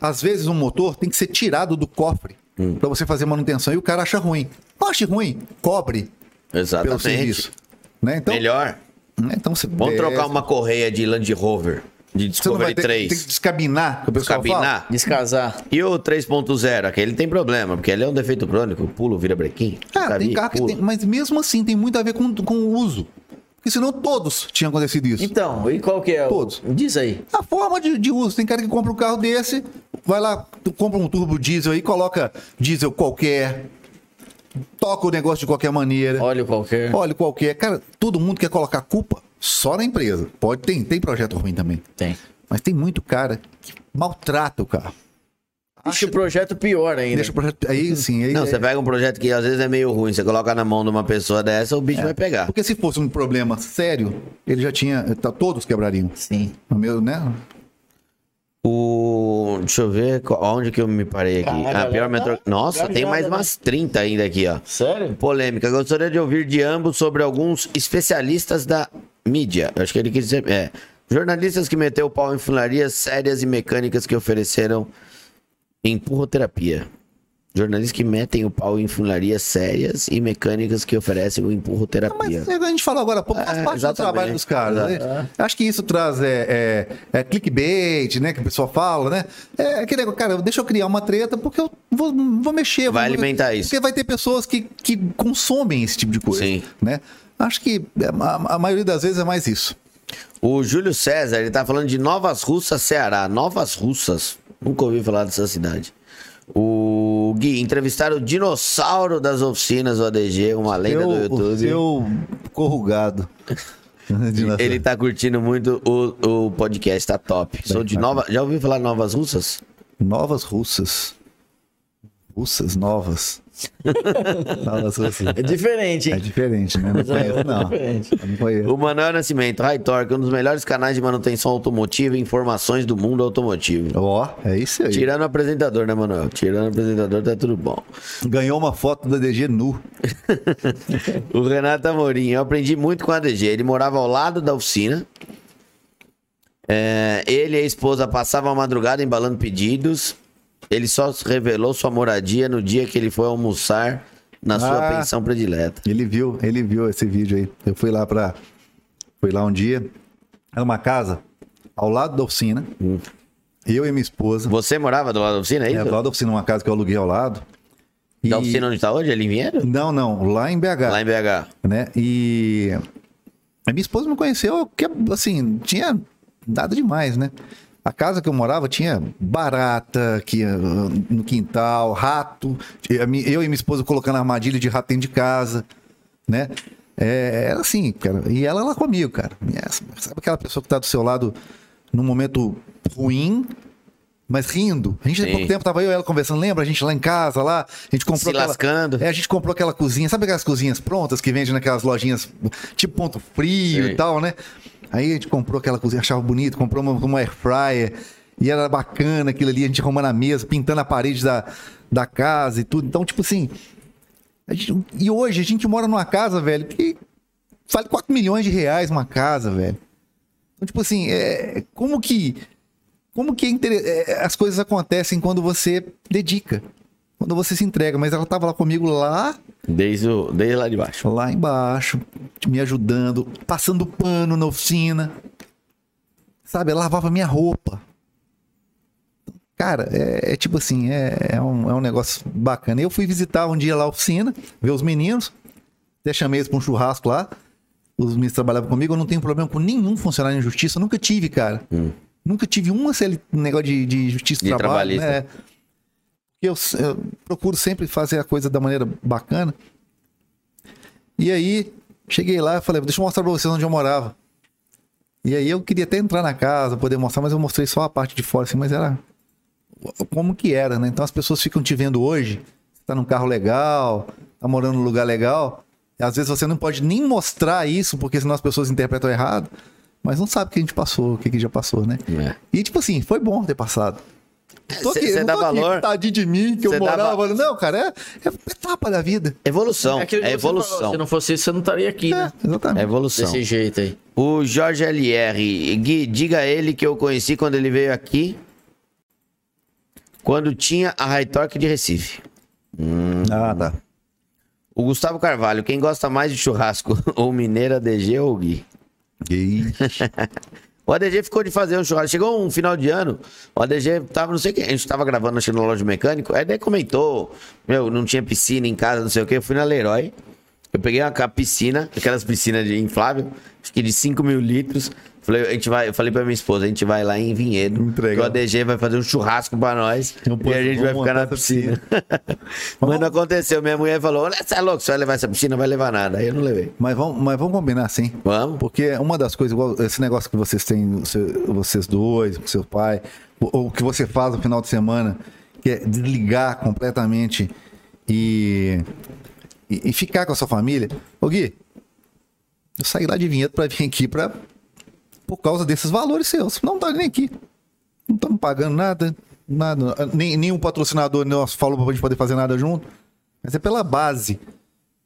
Speaker 4: às vezes, um motor tem que ser tirado do cofre
Speaker 2: Hum.
Speaker 4: pra você fazer manutenção e o cara acha ruim. Não ache ruim, cobre pelo
Speaker 2: Exatamente.
Speaker 4: serviço. Né? Então,
Speaker 2: Melhor.
Speaker 4: né? então você
Speaker 2: Vamos trocar
Speaker 4: desce,
Speaker 2: uma correia de Land Rover, de
Speaker 4: Você não
Speaker 2: Discovery
Speaker 4: vai ter, tem que
Speaker 2: 3.
Speaker 4: descabinar, que o pessoal fala.
Speaker 2: Cabinar.
Speaker 6: Descasar.
Speaker 2: E o 3.0, aquele tem problema, porque ele é um defeito crônico. Pulo, vira brequim.
Speaker 4: Cara, Ah, tem
Speaker 2: Cabi,
Speaker 4: carro que
Speaker 2: pulo.
Speaker 4: tem, mas mesmo assim tem muito a ver com, com o uso. Porque senão todos tinham acontecido isso.
Speaker 6: Então, e qual que é? o-
Speaker 4: Todos.
Speaker 6: Diz aí.
Speaker 4: A forma de, de uso, tem cara que compra um carro desse, vai lá, tu compra um turbo diesel aí, coloca diesel qualquer, toca o negócio de qualquer maneira,
Speaker 6: Óleo qualquer.
Speaker 4: óleo qualquer. Cara, todo mundo quer colocar culpa só na empresa. Pode, tem, tem projeto ruim também.
Speaker 6: Tem.
Speaker 4: Mas tem muito cara que maltrata o carro.
Speaker 6: Deixa o projeto pior ainda.
Speaker 4: Deixa o projeto. Aí sim, aí. é-
Speaker 2: Não, você pega um projeto que às vezes é meio ruim, você coloca na mão de uma pessoa dessa, o
Speaker 4: É.
Speaker 2: bicho vai pegar.
Speaker 4: Porque se fosse um problema sério, ele já tinha. tá- Todos quebrariam.
Speaker 6: Sim.
Speaker 4: No meu, né?
Speaker 2: O... Deixa eu ver qual- onde que eu me parei aqui.
Speaker 6: Caralho,
Speaker 2: Ah, pior
Speaker 6: ela
Speaker 2: mentor...
Speaker 6: tá
Speaker 2: Nossa, tem mais
Speaker 6: engajada, né?
Speaker 2: umas 30 ainda aqui, ó.
Speaker 6: Sério?
Speaker 2: Polêmica. Gostaria de ouvir de ambos sobre alguns especialistas da mídia. Eu Acho que ele quis dizer. É. Jornalistas que meteu o pau em funarias sérias e mecânicas que ofereceram empurroterapia. Jornalistas que metem o pau em funarias sérias e mecânicas que oferecem o
Speaker 4: Mas
Speaker 2: empurroterapia.
Speaker 4: é o que a gente falou agora há pouco, faz
Speaker 2: É,
Speaker 4: parte do
Speaker 2: exatamente.
Speaker 4: trabalho dos caras. né? Acho que isso traz é, é, é clickbait, né? Que a pessoa fala, né? É aquele negócio, cara, deixa eu criar uma treta porque eu vou, vou mexer. vou-
Speaker 2: Vai alimentar isso.
Speaker 4: Porque vai ter pessoas que, que consomem esse tipo de coisa.
Speaker 2: Sim.
Speaker 4: Né? Acho que a, a maioria das vezes é mais isso.
Speaker 2: O Júlio César, ele tá falando de Novas Russas, Ceará. Novas Russas. Nunca ouvi falar dessa cidade. O Gui, entrevistaram o dinossauro das oficinas do ADG, uma lenda do
Speaker 4: Eu,
Speaker 2: YouTube.
Speaker 4: o seu corrugado.
Speaker 2: Ele tá curtindo muito o, o podcast, tá top. Sou de Nova. Já ouviu falar de Novas Russas?
Speaker 4: Novas russas. Russas novas. Fala, sou assim.
Speaker 6: É diferente,
Speaker 4: É
Speaker 6: hein?
Speaker 4: diferente, né? Não conheço, não.
Speaker 6: diferente.
Speaker 4: Eu Não conheço.
Speaker 2: O Manuel Nascimento, Torque, um dos melhores canais de manutenção automotiva e informações do mundo automotivo.
Speaker 4: Ó, é isso aí.
Speaker 2: Tirando o apresentador, né, Manuel? Tirando o apresentador, tá tudo bom.
Speaker 4: Ganhou uma foto da DG nu.
Speaker 2: O Renato Amorim, eu aprendi muito com a DG. Ele morava ao lado da oficina. É, ele e a esposa passavam a madrugada embalando pedidos. Ele só revelou sua moradia no dia que ele foi almoçar na sua
Speaker 4: Ah.
Speaker 2: pensão predileta.
Speaker 4: Ele viu, ele viu esse vídeo aí. Eu fui lá pra. Fui lá um dia. Era uma casa ao lado da oficina.
Speaker 2: Hum.
Speaker 4: Eu e minha esposa.
Speaker 2: Você morava do lado da oficina, é
Speaker 4: É,
Speaker 2: isso?
Speaker 4: do lado da oficina, uma casa que eu aluguei ao lado. E-
Speaker 2: Da oficina onde tá hoje, ali em Vinhedo?
Speaker 4: Não, não, lá em BH.
Speaker 2: Lá em BH.
Speaker 4: né? E a minha esposa me conheceu, que assim, não tinha nada demais, né? A casa que eu morava tinha barata que, ah, no quintal, rato. Eu mi- eu e minha esposa colocando armadilha de rato dentro de casa, né? É, era assim, cara. E ela lá comigo, cara. E essa- Sabe aquela pessoa que tá do seu lado num momento ruim, mas rindo? A gente, há
Speaker 2: Sim.
Speaker 4: pouco tempo, tava eu e ela conversando. Lembra? A gente lá em casa, lá. A gente comprou
Speaker 2: Se lascando.
Speaker 4: é, a gente comprou aquela cozinha, sabe aquelas cozinhas prontas que vende naquelas lojinhas tipo ponto frio
Speaker 2: Sei.
Speaker 4: e tal, né? Aí a gente comprou aquela cozinha, achava bonito, comprou uma, uma air fryer e era bacana aquilo ali, a gente arrumando a mesa, pintando a parede da, da casa e tudo. Então, tipo assim. a gente- e hoje a gente mora numa casa, velho, que vale 4 milhões de reais uma casa, velho. Então, tipo assim, é, como que. Como que é inter- é, as coisas acontecem quando você dedica? Quando você se entrega, mas ela tava lá comigo lá,
Speaker 2: Desde, o- desde lá de baixo.
Speaker 4: lá embaixo, me ajudando, passando pano na oficina. Sabe, ela lavava minha roupa. Cara, é, é tipo assim, é, é um, é um negócio bacana. Eu fui visitar um dia lá a oficina, ver os meninos, até chamei eles pra um churrasco lá. Os meninos trabalhavam comigo, eu não tenho problema com nenhum funcionário em justiça, eu nunca tive, cara. Nunca tive um negócio de, de justiça do
Speaker 2: Hum. De
Speaker 4: trabalho,
Speaker 2: trabalhista.
Speaker 4: né? Eu, eu procuro sempre fazer a coisa da maneira bacana. E aí, cheguei lá e falei, deixa eu mostrar pra vocês onde eu morava. E aí eu queria até entrar na casa, poder mostrar, mas eu mostrei só a parte de fora, assim, mas era como que era, né? Então as pessoas ficam te vendo hoje, você tá num carro legal, tá morando num lugar legal, e às vezes você não pode nem mostrar isso, porque senão as pessoas interpretam errado, mas não sabe o que a gente passou, o que, que já passou, né?
Speaker 2: É.
Speaker 4: E tipo assim, foi bom ter passado. Tô
Speaker 2: Cê-
Speaker 4: aqui,
Speaker 2: cê
Speaker 4: não
Speaker 2: dá
Speaker 4: tô aqui,
Speaker 2: valor?
Speaker 4: tadinho de mim, que
Speaker 2: Cê dá
Speaker 4: eu morava.
Speaker 2: va-
Speaker 4: Não, cara, é, é etapa da vida.
Speaker 2: Evolução.
Speaker 6: aquilo que assim,
Speaker 2: É
Speaker 6: você falou,
Speaker 2: evolução.
Speaker 6: Se não fosse isso, você não estaria aqui, né?
Speaker 4: É, exatamente.
Speaker 2: É evolução.
Speaker 6: Desse jeito aí.
Speaker 2: O Jorge LR, Gui, diga a ele que eu conheci quando ele veio aqui. Quando tinha a High Torque de Recife.
Speaker 4: Ah, tá.
Speaker 2: O Gustavo Carvalho, quem gosta mais de churrasco? Ou Mineira, DG ou Gui?
Speaker 4: Ih,
Speaker 2: O ADG ficou de fazer um churrasco. Chegou um final de ano, o ADG tava, não sei o que, a gente tava gravando acho que no loja mecânico, aí daí comentou, meu, não tinha piscina em casa, não sei o que, eu fui na Leroy, eu peguei uma ca- piscina, aquelas piscinas de inflável, acho que de 5 mil litros, falei, a gente vai, eu falei pra minha esposa, a gente vai lá em Vinhedo,
Speaker 4: Entrega.
Speaker 2: que o ADG vai fazer um churrasco pra nós,
Speaker 4: Então, pô,
Speaker 2: e a gente
Speaker 4: vamos
Speaker 2: vai ficar na
Speaker 4: montar essa
Speaker 2: piscina. Mas não aconteceu, minha mulher falou, olha, você é louco, você vai levar essa piscina, não vai levar nada, aí eu não levei.
Speaker 4: Mas vamos, mas vamos combinar sim.
Speaker 2: Vamos.
Speaker 4: Porque uma das coisas, igual esse negócio que vocês têm, você- vocês dois, com seu pai, ou- ou que você faz no final de semana, que é desligar completamente e, e, e ficar com a sua família. Ô Gui, eu saí lá de vinheta pra vir aqui pra, por causa desses valores seus. Não tá nem aqui. Não estamos pagando nada, nada. Nem, nenhum patrocinador nosso falou pra gente poder fazer nada junto. Mas é pela base.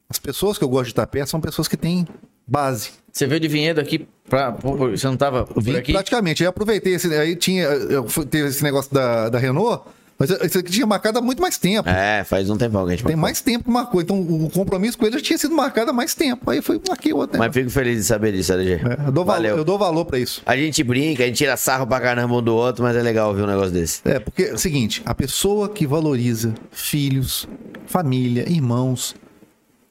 Speaker 4: As pessoas que eu gosto de estar perto são pessoas que têm base.
Speaker 6: Você veio de Vinhedo aqui pra... pô, Você não tava por
Speaker 4: Vim
Speaker 6: aqui?
Speaker 4: praticamente. Aí aproveitei esse. Aí tinha. Eu fui- teve esse negócio da, da Renault, mas isso aqui tinha marcado há muito mais tempo.
Speaker 2: É, faz um tempão que a gente
Speaker 4: Tem mais tempo que marcou. Então o compromisso com ele já tinha sido marcado há mais tempo. Aí foi marquei outro. né?
Speaker 2: Mas fico feliz de saber disso, ADG.
Speaker 4: É, eu, dou valor,
Speaker 2: Valeu.
Speaker 4: eu dou valor pra isso.
Speaker 2: A gente brinca, a gente tira sarro pra caramba um do outro, mas é legal ouvir um negócio desse.
Speaker 4: É, porque é o seguinte, a pessoa que valoriza filhos, família, irmãos,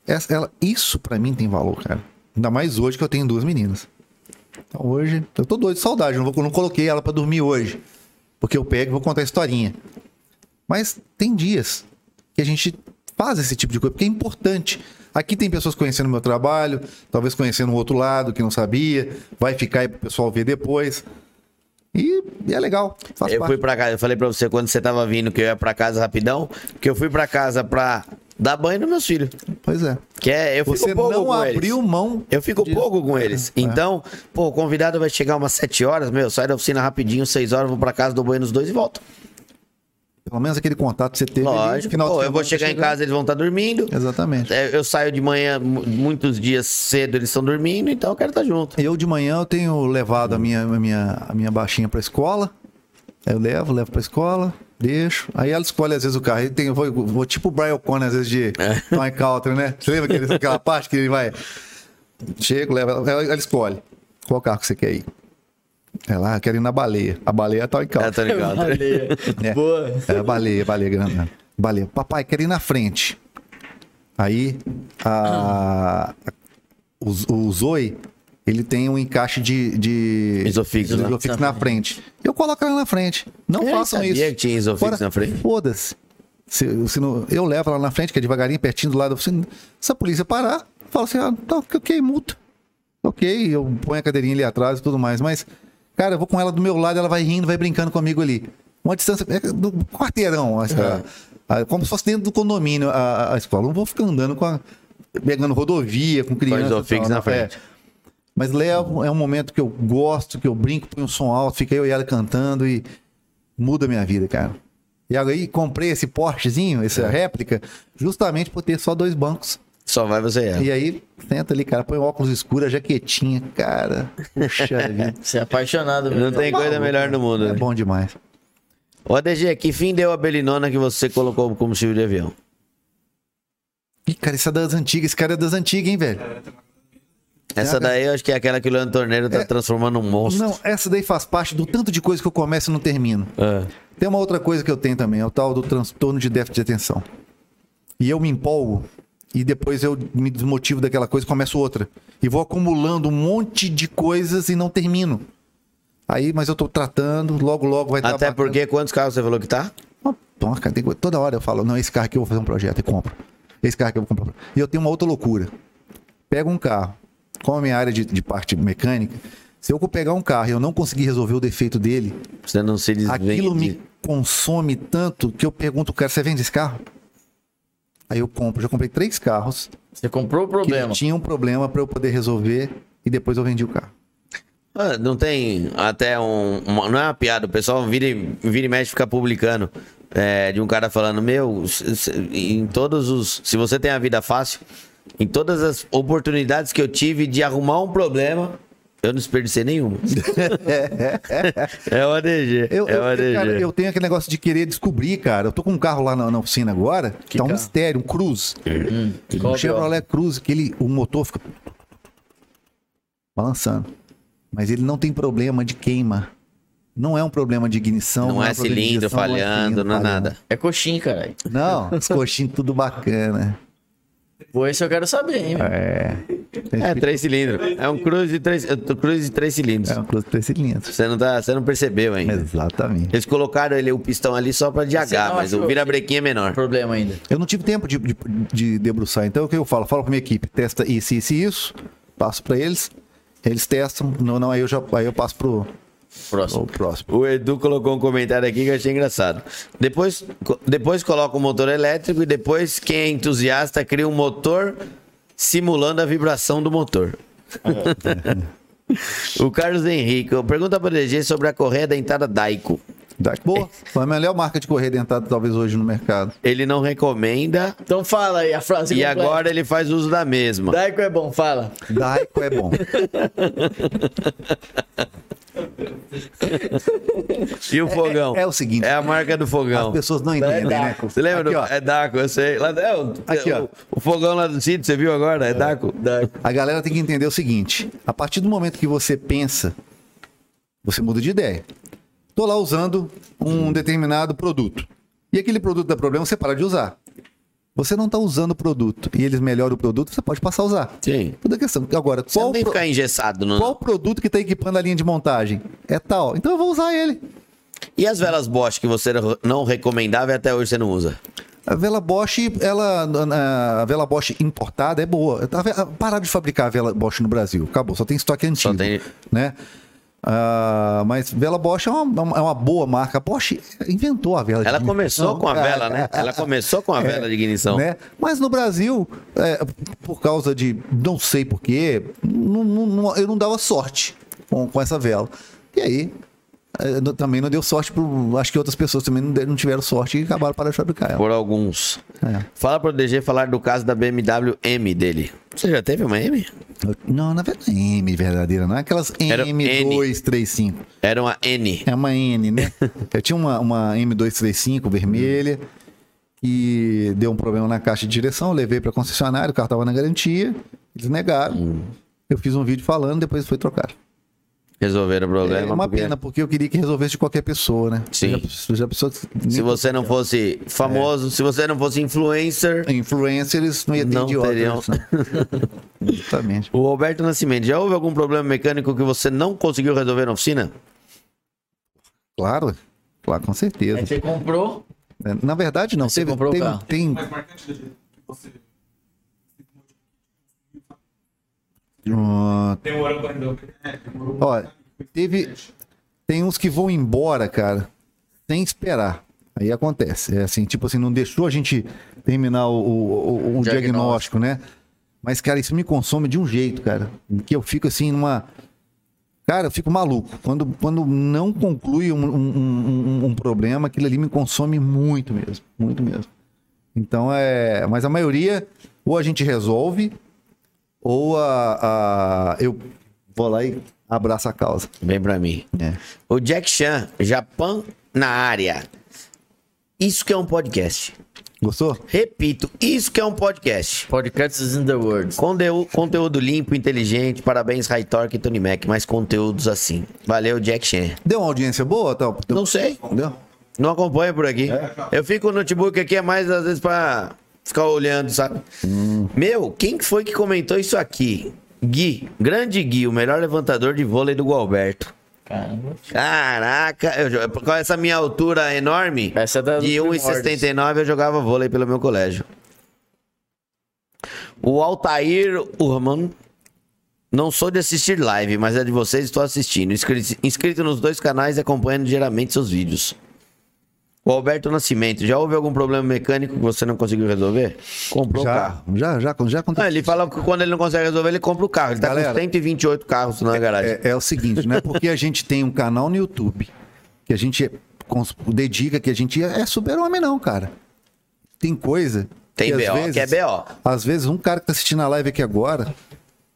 Speaker 4: essa- ela, isso pra mim tem valor, cara. Ainda mais hoje que eu tenho duas meninas. Então hoje, eu tô doido de saudade, não, vou, não coloquei ela pra dormir hoje. Porque eu pego e vou contar a historinha. Mas tem dias que a gente faz esse tipo de coisa, porque é importante. Aqui tem pessoas conhecendo meu trabalho, talvez conhecendo o outro lado que não sabia, vai ficar aí pro pessoal ver depois. E, e é legal. Faz
Speaker 2: eu
Speaker 4: parte.
Speaker 2: fui pra casa, eu falei pra você quando você tava vindo que eu ia pra casa rapidão, que eu fui pra casa pra dar banho nos meus filhos.
Speaker 4: Pois é.
Speaker 2: Que é, eu fico
Speaker 4: Você
Speaker 2: pouco
Speaker 4: não
Speaker 2: com
Speaker 4: abriu
Speaker 2: eles.
Speaker 4: mão.
Speaker 2: Eu fico
Speaker 4: de- É,
Speaker 2: pouco com eles. Então, pô, o convidado vai chegar umas 7 horas, meu, sai da oficina rapidinho, 6 horas, vou pra casa, dou banho nos dois e volto.
Speaker 4: Pelo menos aquele contato que você teve. ali,
Speaker 2: Lógico.
Speaker 4: final de
Speaker 2: pô, eu
Speaker 4: semana
Speaker 2: vou
Speaker 4: tá
Speaker 2: chegar em
Speaker 4: chegando.
Speaker 2: casa, eles vão estar dormindo.
Speaker 4: Exatamente.
Speaker 2: É, Eu saio de manhã, mu- muitos dias cedo eles estão dormindo, então eu quero estar junto.
Speaker 4: Eu de manhã eu tenho levado a minha, a minha, a minha baixinha pra escola. Aí Eu levo, levo pra escola, deixo. Aí ela escolhe às vezes o carro. Aí tem, eu vou, vou tipo o Brian O'Connor às vezes de Tom Country, né? Você lembra aquele, aquela parte que ele vai. Chego, leva. Ela, ela escolhe. Qual carro que você quer ir? Ela, ah, quero ir na baleia. A baleia é Tom
Speaker 2: É, tá
Speaker 4: Country.
Speaker 2: ligado?
Speaker 4: É.
Speaker 6: Boa.
Speaker 4: É, baleia, baleia, grana. Baleia. Papai, quero ir na frente. Aí, a, o, o Zoe, ele tem um encaixe de, de
Speaker 2: Isofix,
Speaker 4: de
Speaker 2: né?
Speaker 4: isofix na frente. Eu coloco ela na frente. Não
Speaker 2: Eu nem
Speaker 4: façam
Speaker 2: sabia
Speaker 4: isso.
Speaker 2: que tinha isofix na frente.
Speaker 4: Foda-se. Se, se não, eu levo ela na frente, que é devagarinho, pertinho do lado. Se, se a polícia parar, fala assim, ah, tá, ok, multa. Ok, eu ponho a cadeirinha ali atrás e tudo mais, mas, cara, eu vou com ela do meu lado, ela vai rindo, vai brincando comigo ali. Uma distância é do quarteirão,
Speaker 2: É.
Speaker 4: essa- a- como se fosse dentro do condomínio a, a escola. Eu Não vou ficar andando com a, pegando rodovia, com criança. e
Speaker 2: isofix
Speaker 4: tal,
Speaker 2: na
Speaker 4: não,
Speaker 2: frente.
Speaker 4: é. Mas levo, é um momento que eu gosto, que eu brinco, põe um som alto, fica eu e ela cantando e muda a minha vida, cara. E aí comprei esse Porschezinho,
Speaker 2: É.
Speaker 4: essa réplica, justamente por ter só dois bancos.
Speaker 2: Só vai você e ela.
Speaker 4: E aí, senta ali, cara, põe o óculos escuros, a jaquetinha, cara. Puxa vida.
Speaker 6: Você é apaixonado.
Speaker 2: Não
Speaker 6: mesmo.
Speaker 2: tem coisa melhor no mundo.
Speaker 4: É
Speaker 2: né?
Speaker 4: bom demais.
Speaker 2: Ô, DG, que fim deu a belinona que você colocou como combustível de avião?
Speaker 4: Ih, cara, esse é das antigas, esse cara é das antigas, hein, velho?
Speaker 2: Essa daí eu acho que é aquela que o Leandro Torneiro tá transformando num monstro.
Speaker 4: Não, essa daí faz parte do tanto de coisa que eu começo e não termino.
Speaker 2: É.
Speaker 4: Tem uma outra coisa que eu tenho também, é o tal do transtorno de déficit de atenção. E eu me empolgo e depois eu me desmotivo daquela coisa e começo outra. E vou acumulando um monte de coisas e não termino. Aí, mas eu tô tratando, logo, logo vai estar
Speaker 2: Até porque quantos carros você falou que tá?
Speaker 4: Uma uma categoria. Toda hora eu falo, não, esse carro aqui eu vou fazer um projeto e compro. Esse carro aqui eu vou comprar. um E eu tenho uma outra loucura. Pego um carro, como a minha área de, de parte mecânica, se eu pegar um carro e eu não conseguir resolver o defeito dele,
Speaker 2: Você não se desvende.
Speaker 4: aquilo me consome tanto que eu pergunto o cara, você vende esse carro? Aí eu compro. Já comprei três carros
Speaker 6: Você comprou o
Speaker 4: que
Speaker 6: problema.
Speaker 4: tinham um problema para eu poder resolver e depois eu vendi o carro.
Speaker 2: Ah, não tem até um. uma- não é uma piada, o pessoal vira, e- vira e mexe fica publicando. é, de um cara falando, meu, se- se- em todos os. Se você tem a vida fácil, em todas as oportunidades que eu tive de arrumar um problema, eu não desperdicei nenhuma. é o ADG.
Speaker 4: Eu,
Speaker 2: é
Speaker 4: eu-
Speaker 2: o ADG.
Speaker 4: cara, eu tenho aquele negócio de querer descobrir, cara. Eu tô com um carro lá na, na oficina agora, que tá um
Speaker 6: carro?
Speaker 4: mistério, um Cruz.
Speaker 6: Qual
Speaker 4: Um
Speaker 6: o
Speaker 4: Chevrolet Cruze que ele, o motor fica balançando. Mas ele não tem problema de queima. Não é um problema de ignição.
Speaker 2: não,
Speaker 4: é
Speaker 2: é
Speaker 4: um problema de
Speaker 2: cilindro
Speaker 4: injeção, não é
Speaker 2: falhando,
Speaker 4: cilindro
Speaker 2: não é
Speaker 4: falhando.
Speaker 2: nada.
Speaker 6: É coxinha, caralho.
Speaker 4: Não, os coxinhos tudo bacana.
Speaker 6: Pô, isso eu quero saber, hein? meu?
Speaker 4: É.
Speaker 2: É, três cilindros. É um cruze de três, é um cruze de três cilindros.
Speaker 4: É um Cruze três cilindros.
Speaker 2: Você, não tá, você não percebeu ainda.
Speaker 4: Exatamente.
Speaker 2: Eles colocaram ele, o pistão ali só pra DH,
Speaker 6: Você não
Speaker 2: mas o
Speaker 6: achou?
Speaker 2: virabrequim é menor.
Speaker 6: Problema ainda.
Speaker 4: Eu não tive tempo de, de, de debruçar, então o que eu falo? Falo pra minha equipe, testa isso, isso e isso, passo pra eles, eles testam, não, não, aí eu, já, aí eu passo pro, pro
Speaker 6: Próximo.
Speaker 4: próximo.
Speaker 2: O Edu colocou um comentário aqui que eu achei engraçado. Depois, co- depois coloca o motor elétrico e depois quem é entusiasta cria um motor simulando a vibração do motor.
Speaker 4: É.
Speaker 2: o Carlos Henrique, pergunta para o DG sobre a correia dentada Daico.
Speaker 4: Dá boa. Foi a melhor marca de correia dentada, talvez, hoje no mercado.
Speaker 2: Ele não recomenda
Speaker 6: Então fala aí a frase.
Speaker 2: e
Speaker 6: completa.
Speaker 4: é.
Speaker 2: agora ele faz uso da mesma.
Speaker 6: Daico é bom, fala.
Speaker 4: Daico é bom.
Speaker 2: E o fogão?
Speaker 4: é- é o seguinte.
Speaker 2: É a marca do fogão.
Speaker 4: As pessoas não entendem, né?
Speaker 6: Daico.
Speaker 2: Você lembra?
Speaker 4: Aqui,
Speaker 2: do-
Speaker 4: ó.
Speaker 2: É Daco, eu sei. Lá, é, o,
Speaker 4: Aqui,
Speaker 2: o-
Speaker 4: ó.
Speaker 2: o fogão lá do sítio, você viu agora? É Daco.
Speaker 6: Daico.
Speaker 4: A galera tem que entender o seguinte: a partir do momento que você pensa, você muda de ideia. Tô lá usando um determinado produto. E aquele produto dá problema, você para de usar. Você não tá usando o produto e eles melhoram o produto, você pode passar a usar.
Speaker 2: Sim.
Speaker 4: Toda a questão. Agora,
Speaker 2: Você
Speaker 4: qual,
Speaker 2: não tem que
Speaker 4: pro-
Speaker 2: ficar engessado. Não. né?
Speaker 4: qual produto que tá equipando a linha de montagem? É tal. Então eu vou usar ele.
Speaker 2: E as velas Bosch que você não recomendava e até hoje você não usa?
Speaker 4: A vela Bosch, ela, na- a vela Bosch importada é boa. A ve- Pararam de fabricar a vela Bosch no Brasil. Acabou, só tem estoque antigo.
Speaker 2: tem-
Speaker 4: Né? Ah, mas Vela Bosch é uma, é uma boa marca. A Bosch inventou a vela. de
Speaker 2: Ela
Speaker 4: ignição,
Speaker 2: começou com a
Speaker 4: cara.
Speaker 2: vela, né? Ela começou com a vela de ignição.
Speaker 4: Né? Mas no Brasil, é, por causa de não sei porquê, não, não- não- eu não dava sorte com, com essa vela. E aí, é, não- também não deu sorte. Pro, acho que outras pessoas também não, de- não tiveram sorte e acabaram para de fabricar ela.
Speaker 2: Por alguns.
Speaker 4: É.
Speaker 2: Fala pro DG falar do caso da BMW M dele. Você já teve uma M?
Speaker 4: Não, na verdade, não é M verdadeira, não é aquelas
Speaker 2: Era um
Speaker 4: M235.
Speaker 2: Era uma N.
Speaker 4: É uma N, né? Eu tinha uma, uma M235 vermelha e deu um problema na caixa de direção. Eu levei para concessionária, o carro estava na garantia. Eles negaram.
Speaker 2: Hum.
Speaker 4: Eu fiz um vídeo falando, depois foi trocado.
Speaker 2: Resolveram o
Speaker 4: É
Speaker 2: problema.
Speaker 4: uma
Speaker 2: porque
Speaker 4: pena, porque eu queria que resolvesse de qualquer pessoa, né?
Speaker 2: Sim.
Speaker 4: Já, já pessoa,
Speaker 2: Se você não fosse
Speaker 4: É.
Speaker 2: famoso, se você não fosse influencer.
Speaker 4: Influencers não ia ter
Speaker 2: Não
Speaker 4: idiotas. né?
Speaker 2: teriam.
Speaker 4: não. Exatamente.
Speaker 2: O Roberto Nascimento, já houve algum problema mecânico que você não conseguiu resolver na oficina?
Speaker 4: Claro, claro, com certeza.
Speaker 6: Aí você comprou.
Speaker 2: É,
Speaker 4: Na verdade, não.
Speaker 6: Aí você
Speaker 4: Teve,
Speaker 6: comprou o
Speaker 4: teve,
Speaker 6: carro.
Speaker 4: tem
Speaker 5: mais marcante DG, que você
Speaker 4: ah,
Speaker 5: demorou pra resolver. É, demorou.
Speaker 4: Olha, teve. Tem uns que vão embora, cara, sem esperar. Aí acontece. É assim, tipo assim, não deixou a gente terminar o, o- o- o
Speaker 6: Diagnóstico.
Speaker 4: diagnóstico, né? Mas, cara, isso me consome de um jeito, cara. Que eu fico assim numa. Cara, eu fico maluco. Quando, quando não conclui um, um- um- um- um problema, aquilo ali me consome muito mesmo. Muito mesmo. Então é. Mas a maioria, ou a gente resolve, ou a, a- eu vou lá e abraço a causa.
Speaker 2: Vem pra mim. O Jack Chan, Japão na área. Isso que é um podcast.
Speaker 4: Gostou?
Speaker 2: Repito, isso que é um podcast.
Speaker 6: Podcasts in the World.
Speaker 2: Condeu- Conteúdo limpo, inteligente. Parabéns, Hightorque e Tony Mac. Mais conteúdos assim. Valeu, Jack Chan.
Speaker 4: Deu uma audiência boa, tal?
Speaker 2: Não sei.
Speaker 4: Deu?
Speaker 2: Não acompanho por aqui.
Speaker 6: É?
Speaker 2: Eu fico no notebook aqui, é mais às vezes pra ficar olhando, sabe?
Speaker 6: Hum.
Speaker 2: Meu, quem que foi que comentou isso aqui? Gui, grande Gui, o melhor levantador de vôlei do Gualberto.
Speaker 6: Caramba.
Speaker 2: Caraca, eu, jo- com essa minha altura enorme,
Speaker 6: Essa é da-
Speaker 2: de
Speaker 6: dos
Speaker 2: 1,69 eu jogava vôlei pelo meu colégio. O Altair Urman, não sou de assistir live, mas é de vocês estou assistindo. Inscri- inscrito nos dois canais e acompanhando geralmente seus vídeos. O Alberto Nascimento, já houve algum problema mecânico que você não conseguiu resolver? Comprou o carro.
Speaker 4: Já, já, já, já aconteceu.
Speaker 2: Ah, ele fala que quando ele não consegue resolver, ele compra o carro. Ele tá
Speaker 4: Galera,
Speaker 2: com 128 carros na garagem.
Speaker 4: É, é o seguinte, não é porque a gente tem um canal no YouTube que a gente cons- dedica, que a gente é, é super-homem, não, cara. Tem coisa.
Speaker 2: Tem
Speaker 4: às
Speaker 2: BO, que é BO.
Speaker 4: Às vezes, um cara que tá assistindo a live aqui agora,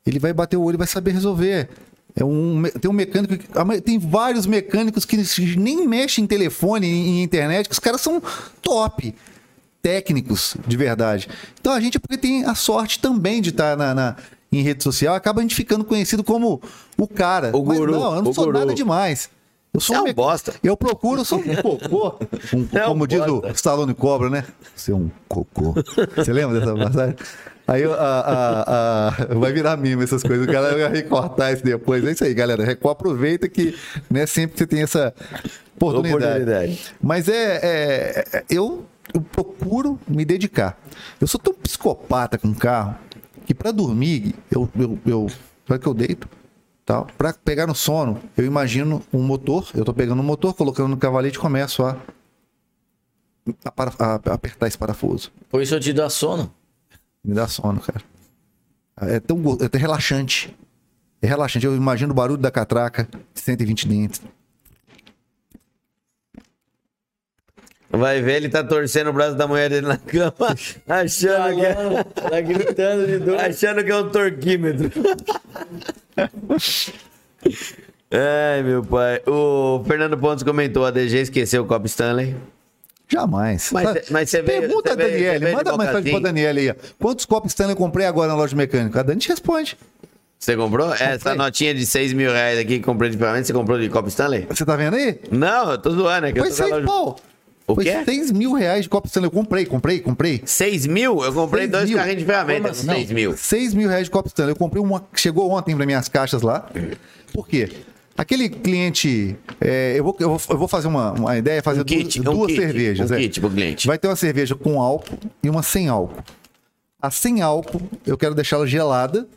Speaker 4: ele vai bater o olho e vai saber resolver. É um, me- tem um mecânico. que- a ma- Tem vários mecânicos que nem mexem em telefone, em, em internet, que os caras são top. Técnicos, de verdade. Então a gente, porque tem a sorte também de estar na, na- em rede social, acaba a gente ficando conhecido como o cara.
Speaker 2: O
Speaker 4: Mas
Speaker 2: guru,
Speaker 4: não, eu não
Speaker 2: o
Speaker 4: sou
Speaker 2: guru.
Speaker 4: nada demais. Eu sou
Speaker 2: Você é um
Speaker 4: mec-
Speaker 2: bosta.
Speaker 4: Eu procuro, eu sou um cocô. Um-
Speaker 2: É um
Speaker 4: como diz o
Speaker 2: bosta.
Speaker 4: Stallone Cobra, né? Você é um cocô. Você lembra dessa passagem? Aí a- a- a- vai virar meme essas coisas. O cara vai recortar isso depois. É isso aí, galera. Record, aproveita que não é sempre que você tem essa oportunidade.
Speaker 2: Oportunidade.
Speaker 4: Mas é. é- é- eu, eu procuro me dedicar. Eu sou tão psicopata com carro que pra dormir, Gui, eu. eu, eu sabe que eu deito? Tal. Pra pegar no sono, eu imagino um motor. Eu tô pegando um motor, colocando no cavalete e começo a, a para- a- a apertar esse parafuso.
Speaker 6: Por isso eu te dou sono.
Speaker 4: Me dá sono, cara. É tão, go- é tão relaxante. É relaxante. Eu imagino o barulho da catraca, 120 dentes.
Speaker 2: Vai ver, ele tá torcendo o braço da mulher dele na cama, achando que é,
Speaker 6: Tá gritando de dor.
Speaker 2: achando que é um torquímetro. Ai, meu pai. O Fernando Pontes comentou, a DG esqueceu o copo Stanley.
Speaker 4: Jamais.
Speaker 2: Mas
Speaker 4: Sabe?
Speaker 2: cê- mas cê veio-
Speaker 4: Pergunta
Speaker 2: cê
Speaker 4: a
Speaker 2: veio- cê
Speaker 4: Daniele,
Speaker 2: veio de
Speaker 4: manda uma mensagem pra
Speaker 2: Bocatim?
Speaker 4: Daniele aí. ó. Quantos copos Stanley eu comprei agora na loja mecânica? A Dani te responde.
Speaker 2: Você comprou? Essa notinha de 6 mil reais aqui que comprei de ferramenta, você comprou de copo Stanley?
Speaker 4: Você tá vendo aí?
Speaker 2: Não, eu tô zoando, é que
Speaker 4: Foi
Speaker 2: eu tô na
Speaker 4: 6
Speaker 2: loja-
Speaker 4: pau.
Speaker 2: O
Speaker 4: Foi
Speaker 2: quê?
Speaker 4: 6 mil reais de copo Stanley. Eu comprei, comprei, comprei.
Speaker 2: 6 mil? Eu comprei
Speaker 4: Seis
Speaker 2: dois
Speaker 4: mil?
Speaker 2: carrinhos de ferramenta,
Speaker 6: Como assim?
Speaker 2: 6 mil.
Speaker 4: 6 mil reais de copo Stanley. Eu comprei uma que chegou ontem para minhas caixas lá. Por quê? Aquele cliente. é, eu, vou, eu, vou, eu vou fazer uma, uma ideia, fazer
Speaker 2: Um kit,
Speaker 4: duas,
Speaker 2: um
Speaker 4: duas
Speaker 2: kit,
Speaker 4: cervejas.
Speaker 2: um
Speaker 4: é.
Speaker 2: kit pro cliente.
Speaker 4: Vai ter uma cerveja com álcool e uma sem álcool. A sem álcool, eu quero deixá-la gelada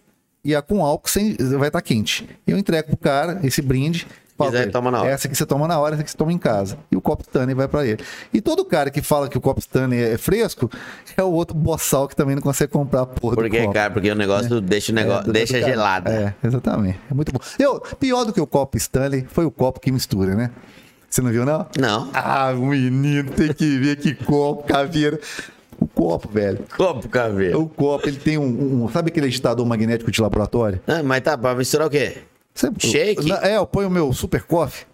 Speaker 4: e a com álcool sem, vai estar quente. Eu entrego pro cara esse brinde.
Speaker 2: quiser,
Speaker 4: falo pra ele, "É
Speaker 2: toma na hora.
Speaker 4: Essa que você toma na hora, essa que você toma em casa. E o copo Stanley vai para ele. E todo cara que fala que o copo Stanley é fresco é o outro boçal que também não consegue comprar a porra do
Speaker 2: Porque,
Speaker 4: copo.
Speaker 2: cara, porque o negócio deixa o
Speaker 4: É,
Speaker 2: negócio,
Speaker 4: do-
Speaker 2: deixa
Speaker 4: do cara.
Speaker 2: gelado.
Speaker 4: É, exatamente. É muito bom. Eu, pior do que o copo Stanley foi o copo que mistura, né? Você não viu, não?
Speaker 2: Não.
Speaker 4: Ah, menino, tem que ver que copo, caveira. O copo, velho.
Speaker 2: Copo, cabelo.
Speaker 4: O copo, ele tem um. um- sabe aquele agitador magnético de laboratório?
Speaker 2: Ah, mas tá, pra misturar o quê?
Speaker 4: Você-
Speaker 2: Shake?
Speaker 4: Na- É, eu ponho o meu super coffee.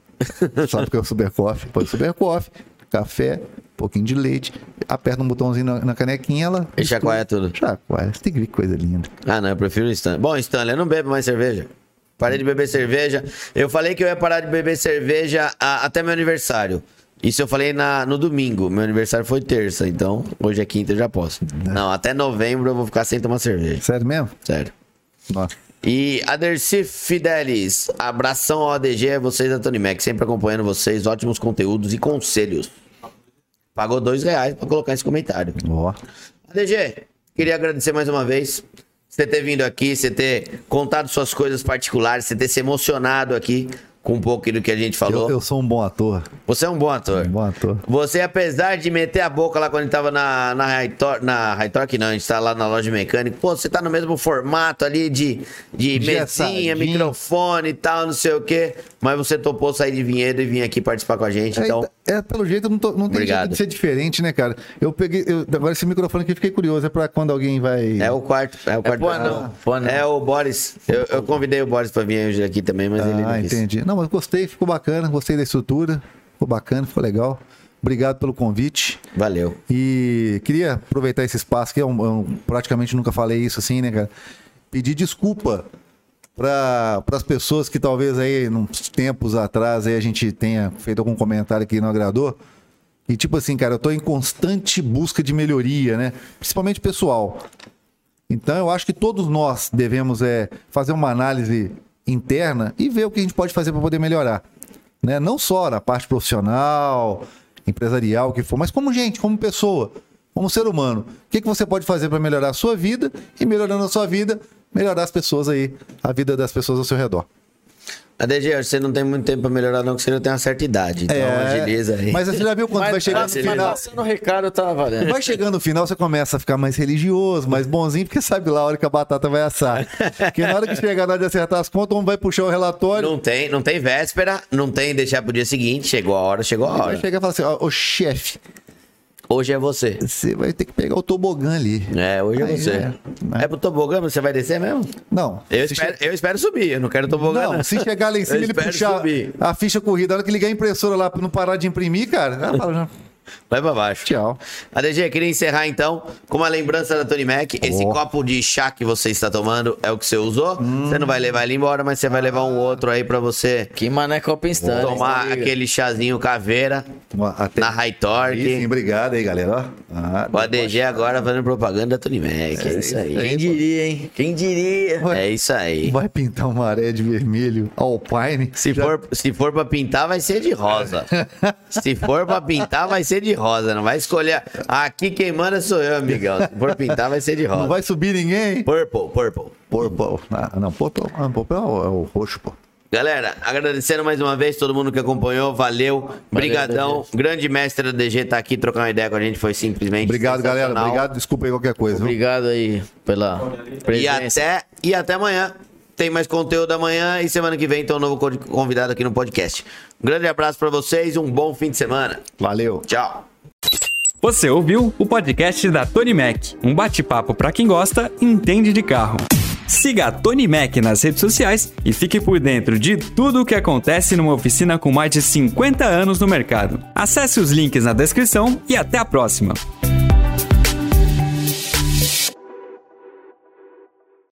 Speaker 4: sabe o que é o super coffee? Põe o super coffee, café, um pouquinho de leite, aperta um botãozinho na, na canequinha, ela.
Speaker 2: E chacoalha é tudo.
Speaker 4: Chacoalha. Você tem que ver que coisa linda.
Speaker 2: Ah, não, eu prefiro o Stanley. Bom, Stanley, eu não bebo mais cerveja. Parei de beber cerveja. Eu falei que eu ia parar de beber cerveja a- até meu aniversário. Isso eu falei na- no domingo. Meu aniversário foi terça, então hoje é quinta eu já posso. Não, até novembro eu vou ficar sem tomar cerveja.
Speaker 4: Sério mesmo?
Speaker 2: Sério.
Speaker 4: Nossa.
Speaker 2: E Aderci Fidelis, abração ao ADG, é vocês da Tony Mac, sempre acompanhando vocês, ótimos conteúdos e conselhos. Pagou dois reais pra colocar esse comentário.
Speaker 4: Ó.
Speaker 2: ADG, queria agradecer mais uma vez você ter vindo aqui, você ter contado suas coisas particulares, você ter se emocionado aqui com um pouco do que a gente falou.
Speaker 4: Eu, eu sou um bom ator.
Speaker 2: Você é um bom ator.
Speaker 4: Um bom ator.
Speaker 2: Você, apesar de meter a boca lá quando a gente tava na, na High Tor- na High Torque, não, a gente tá lá na loja de mecânico, pô, você tá no mesmo formato ali de, de mesinha,
Speaker 4: Engessadinho.
Speaker 2: microfone e tal, não sei o quê, mas você topou sair de Vinhedo e vir aqui participar com a gente, então...
Speaker 4: é, é, pelo jeito não, tô- não tem
Speaker 2: Obrigado.
Speaker 4: jeito de ser diferente, né, cara? Eu peguei. eu- agora esse microfone aqui eu fiquei curioso. É pra quando alguém vai.
Speaker 2: É o quarto, é o quarto.
Speaker 6: pro anão,
Speaker 2: personagem.
Speaker 6: pro anão.
Speaker 2: É o Boris. Eu, eu convidei o Boris pra vir hoje aqui também, mas ele
Speaker 4: Ah,
Speaker 2: não quis.
Speaker 4: entendi. Não, mas gostei, ficou bacana, gostei da estrutura, ficou bacana, ficou legal. Obrigado pelo convite.
Speaker 2: Valeu.
Speaker 4: E queria aproveitar esse espaço que é eu, eu um, praticamente nunca falei isso assim, né, cara? Pedir desculpa para as pessoas que talvez aí, uns tempos atrás, aí a gente tenha feito algum comentário que não agradou. E tipo assim, cara, eu tô em constante busca de melhoria, né? Principalmente pessoal. Então eu acho que todos nós devemos é, fazer uma análise interna e ver o que a gente pode fazer para poder melhorar. Né? Não só na parte profissional, empresarial, o que for, mas como gente, como pessoa, como ser humano. O que, que você pode fazer para melhorar a sua vida e melhorando a sua vida, melhorar as pessoas aí, a vida das pessoas ao seu redor.
Speaker 2: ADG, você não tem muito tempo pra melhorar não, que você já tem uma certa idade, então agiliza aí.
Speaker 4: É, Mas você já viu quando vai chegar no
Speaker 2: facilita.
Speaker 4: final?
Speaker 6: tá Passando o recado, tá valendo.
Speaker 4: Vai chegando no final, você começa a ficar mais religioso, mais bonzinho, porque sabe lá a hora que a batata vai assar. Porque na hora que chegar na hora de acertar as contas, um vai puxar o relatório,
Speaker 2: Não tem, não tem véspera, não tem deixar pro dia seguinte, chegou a hora, chegou a
Speaker 4: vai
Speaker 2: hora.
Speaker 4: chegar e falar assim, ó, ô chefe,
Speaker 2: Hoje é você.
Speaker 4: você vai ter que pegar o tobogã ali.
Speaker 2: É, hoje é
Speaker 4: Aí
Speaker 2: você.
Speaker 4: é,
Speaker 2: É.
Speaker 4: né?
Speaker 2: pro tobogã, mas você vai descer mesmo?
Speaker 4: Não.
Speaker 2: Eu
Speaker 4: se
Speaker 2: espero, eu espero subir, eu não quero tobogã.
Speaker 4: Não, se chegar lá em cima
Speaker 2: Eu
Speaker 4: ele
Speaker 2: espero
Speaker 4: puxar
Speaker 2: subir.
Speaker 4: a ficha corrida, a hora que ligar a impressora lá pra não parar de imprimir, cara, ela fala, já,
Speaker 2: Vai pra baixo.
Speaker 4: tchau.
Speaker 2: ADG, queria encerrar então com uma lembrança da Tony Mac. Esse
Speaker 4: Ó.
Speaker 2: copo de chá que você está tomando é o que você usou.
Speaker 4: Hum.
Speaker 2: Você não vai levar ele embora, mas você vai levar um outro aí pra você
Speaker 6: Que mané Copa Stanley.
Speaker 2: tomar
Speaker 6: tá ligado?
Speaker 2: aquele chazinho caveira
Speaker 4: Ó, Até...
Speaker 2: na High
Speaker 4: Sim,
Speaker 2: Torque.
Speaker 4: obrigado aí, galera. ó. Ah,
Speaker 2: O ADG agora fazendo propaganda da Tony Mac. É isso aí.
Speaker 6: Quem diria, hein? Quem diria?
Speaker 2: É isso aí.
Speaker 4: Vai pintar uma areia de vermelho, alpine.
Speaker 2: Se
Speaker 4: Já-
Speaker 2: for, se for pra pintar, vai ser de rosa. se for pra pintar, vai ser de rosa. Não vai escolher. "Ah, Aqui quem manda sou eu, amigão. Se for pintar, vai ser de rosa.
Speaker 4: Não vai subir ninguém?
Speaker 2: Purple, purple.
Speaker 4: Purple. Ah, não, purple, ah, purple é, o, é o roxo, pô.
Speaker 2: Galera, agradecendo mais uma vez todo mundo que acompanhou, valeu, brigadão, grande mestre da DG tá aqui trocando uma ideia com a gente, foi simplesmente
Speaker 4: Obrigado, galera.
Speaker 2: sensacional.
Speaker 4: Obrigado. Desculpa aí qualquer coisa. viu?
Speaker 6: Obrigado aí pela
Speaker 2: E
Speaker 6: presença.
Speaker 2: até, e até amanhã, tem mais conteúdo amanhã e semana que vem tem um novo co- convidado aqui no podcast. Um grande abraço pra vocês, um bom fim de semana,
Speaker 4: Valeu.
Speaker 2: tchau.
Speaker 1: Você ouviu o podcast da Tony Mac, um bate-papo para quem gosta e entende de carro. Siga a Tony Mac nas redes sociais e fique por dentro de tudo o que acontece numa oficina com mais de 50 anos no mercado. Acesse os links na descrição e até a próxima.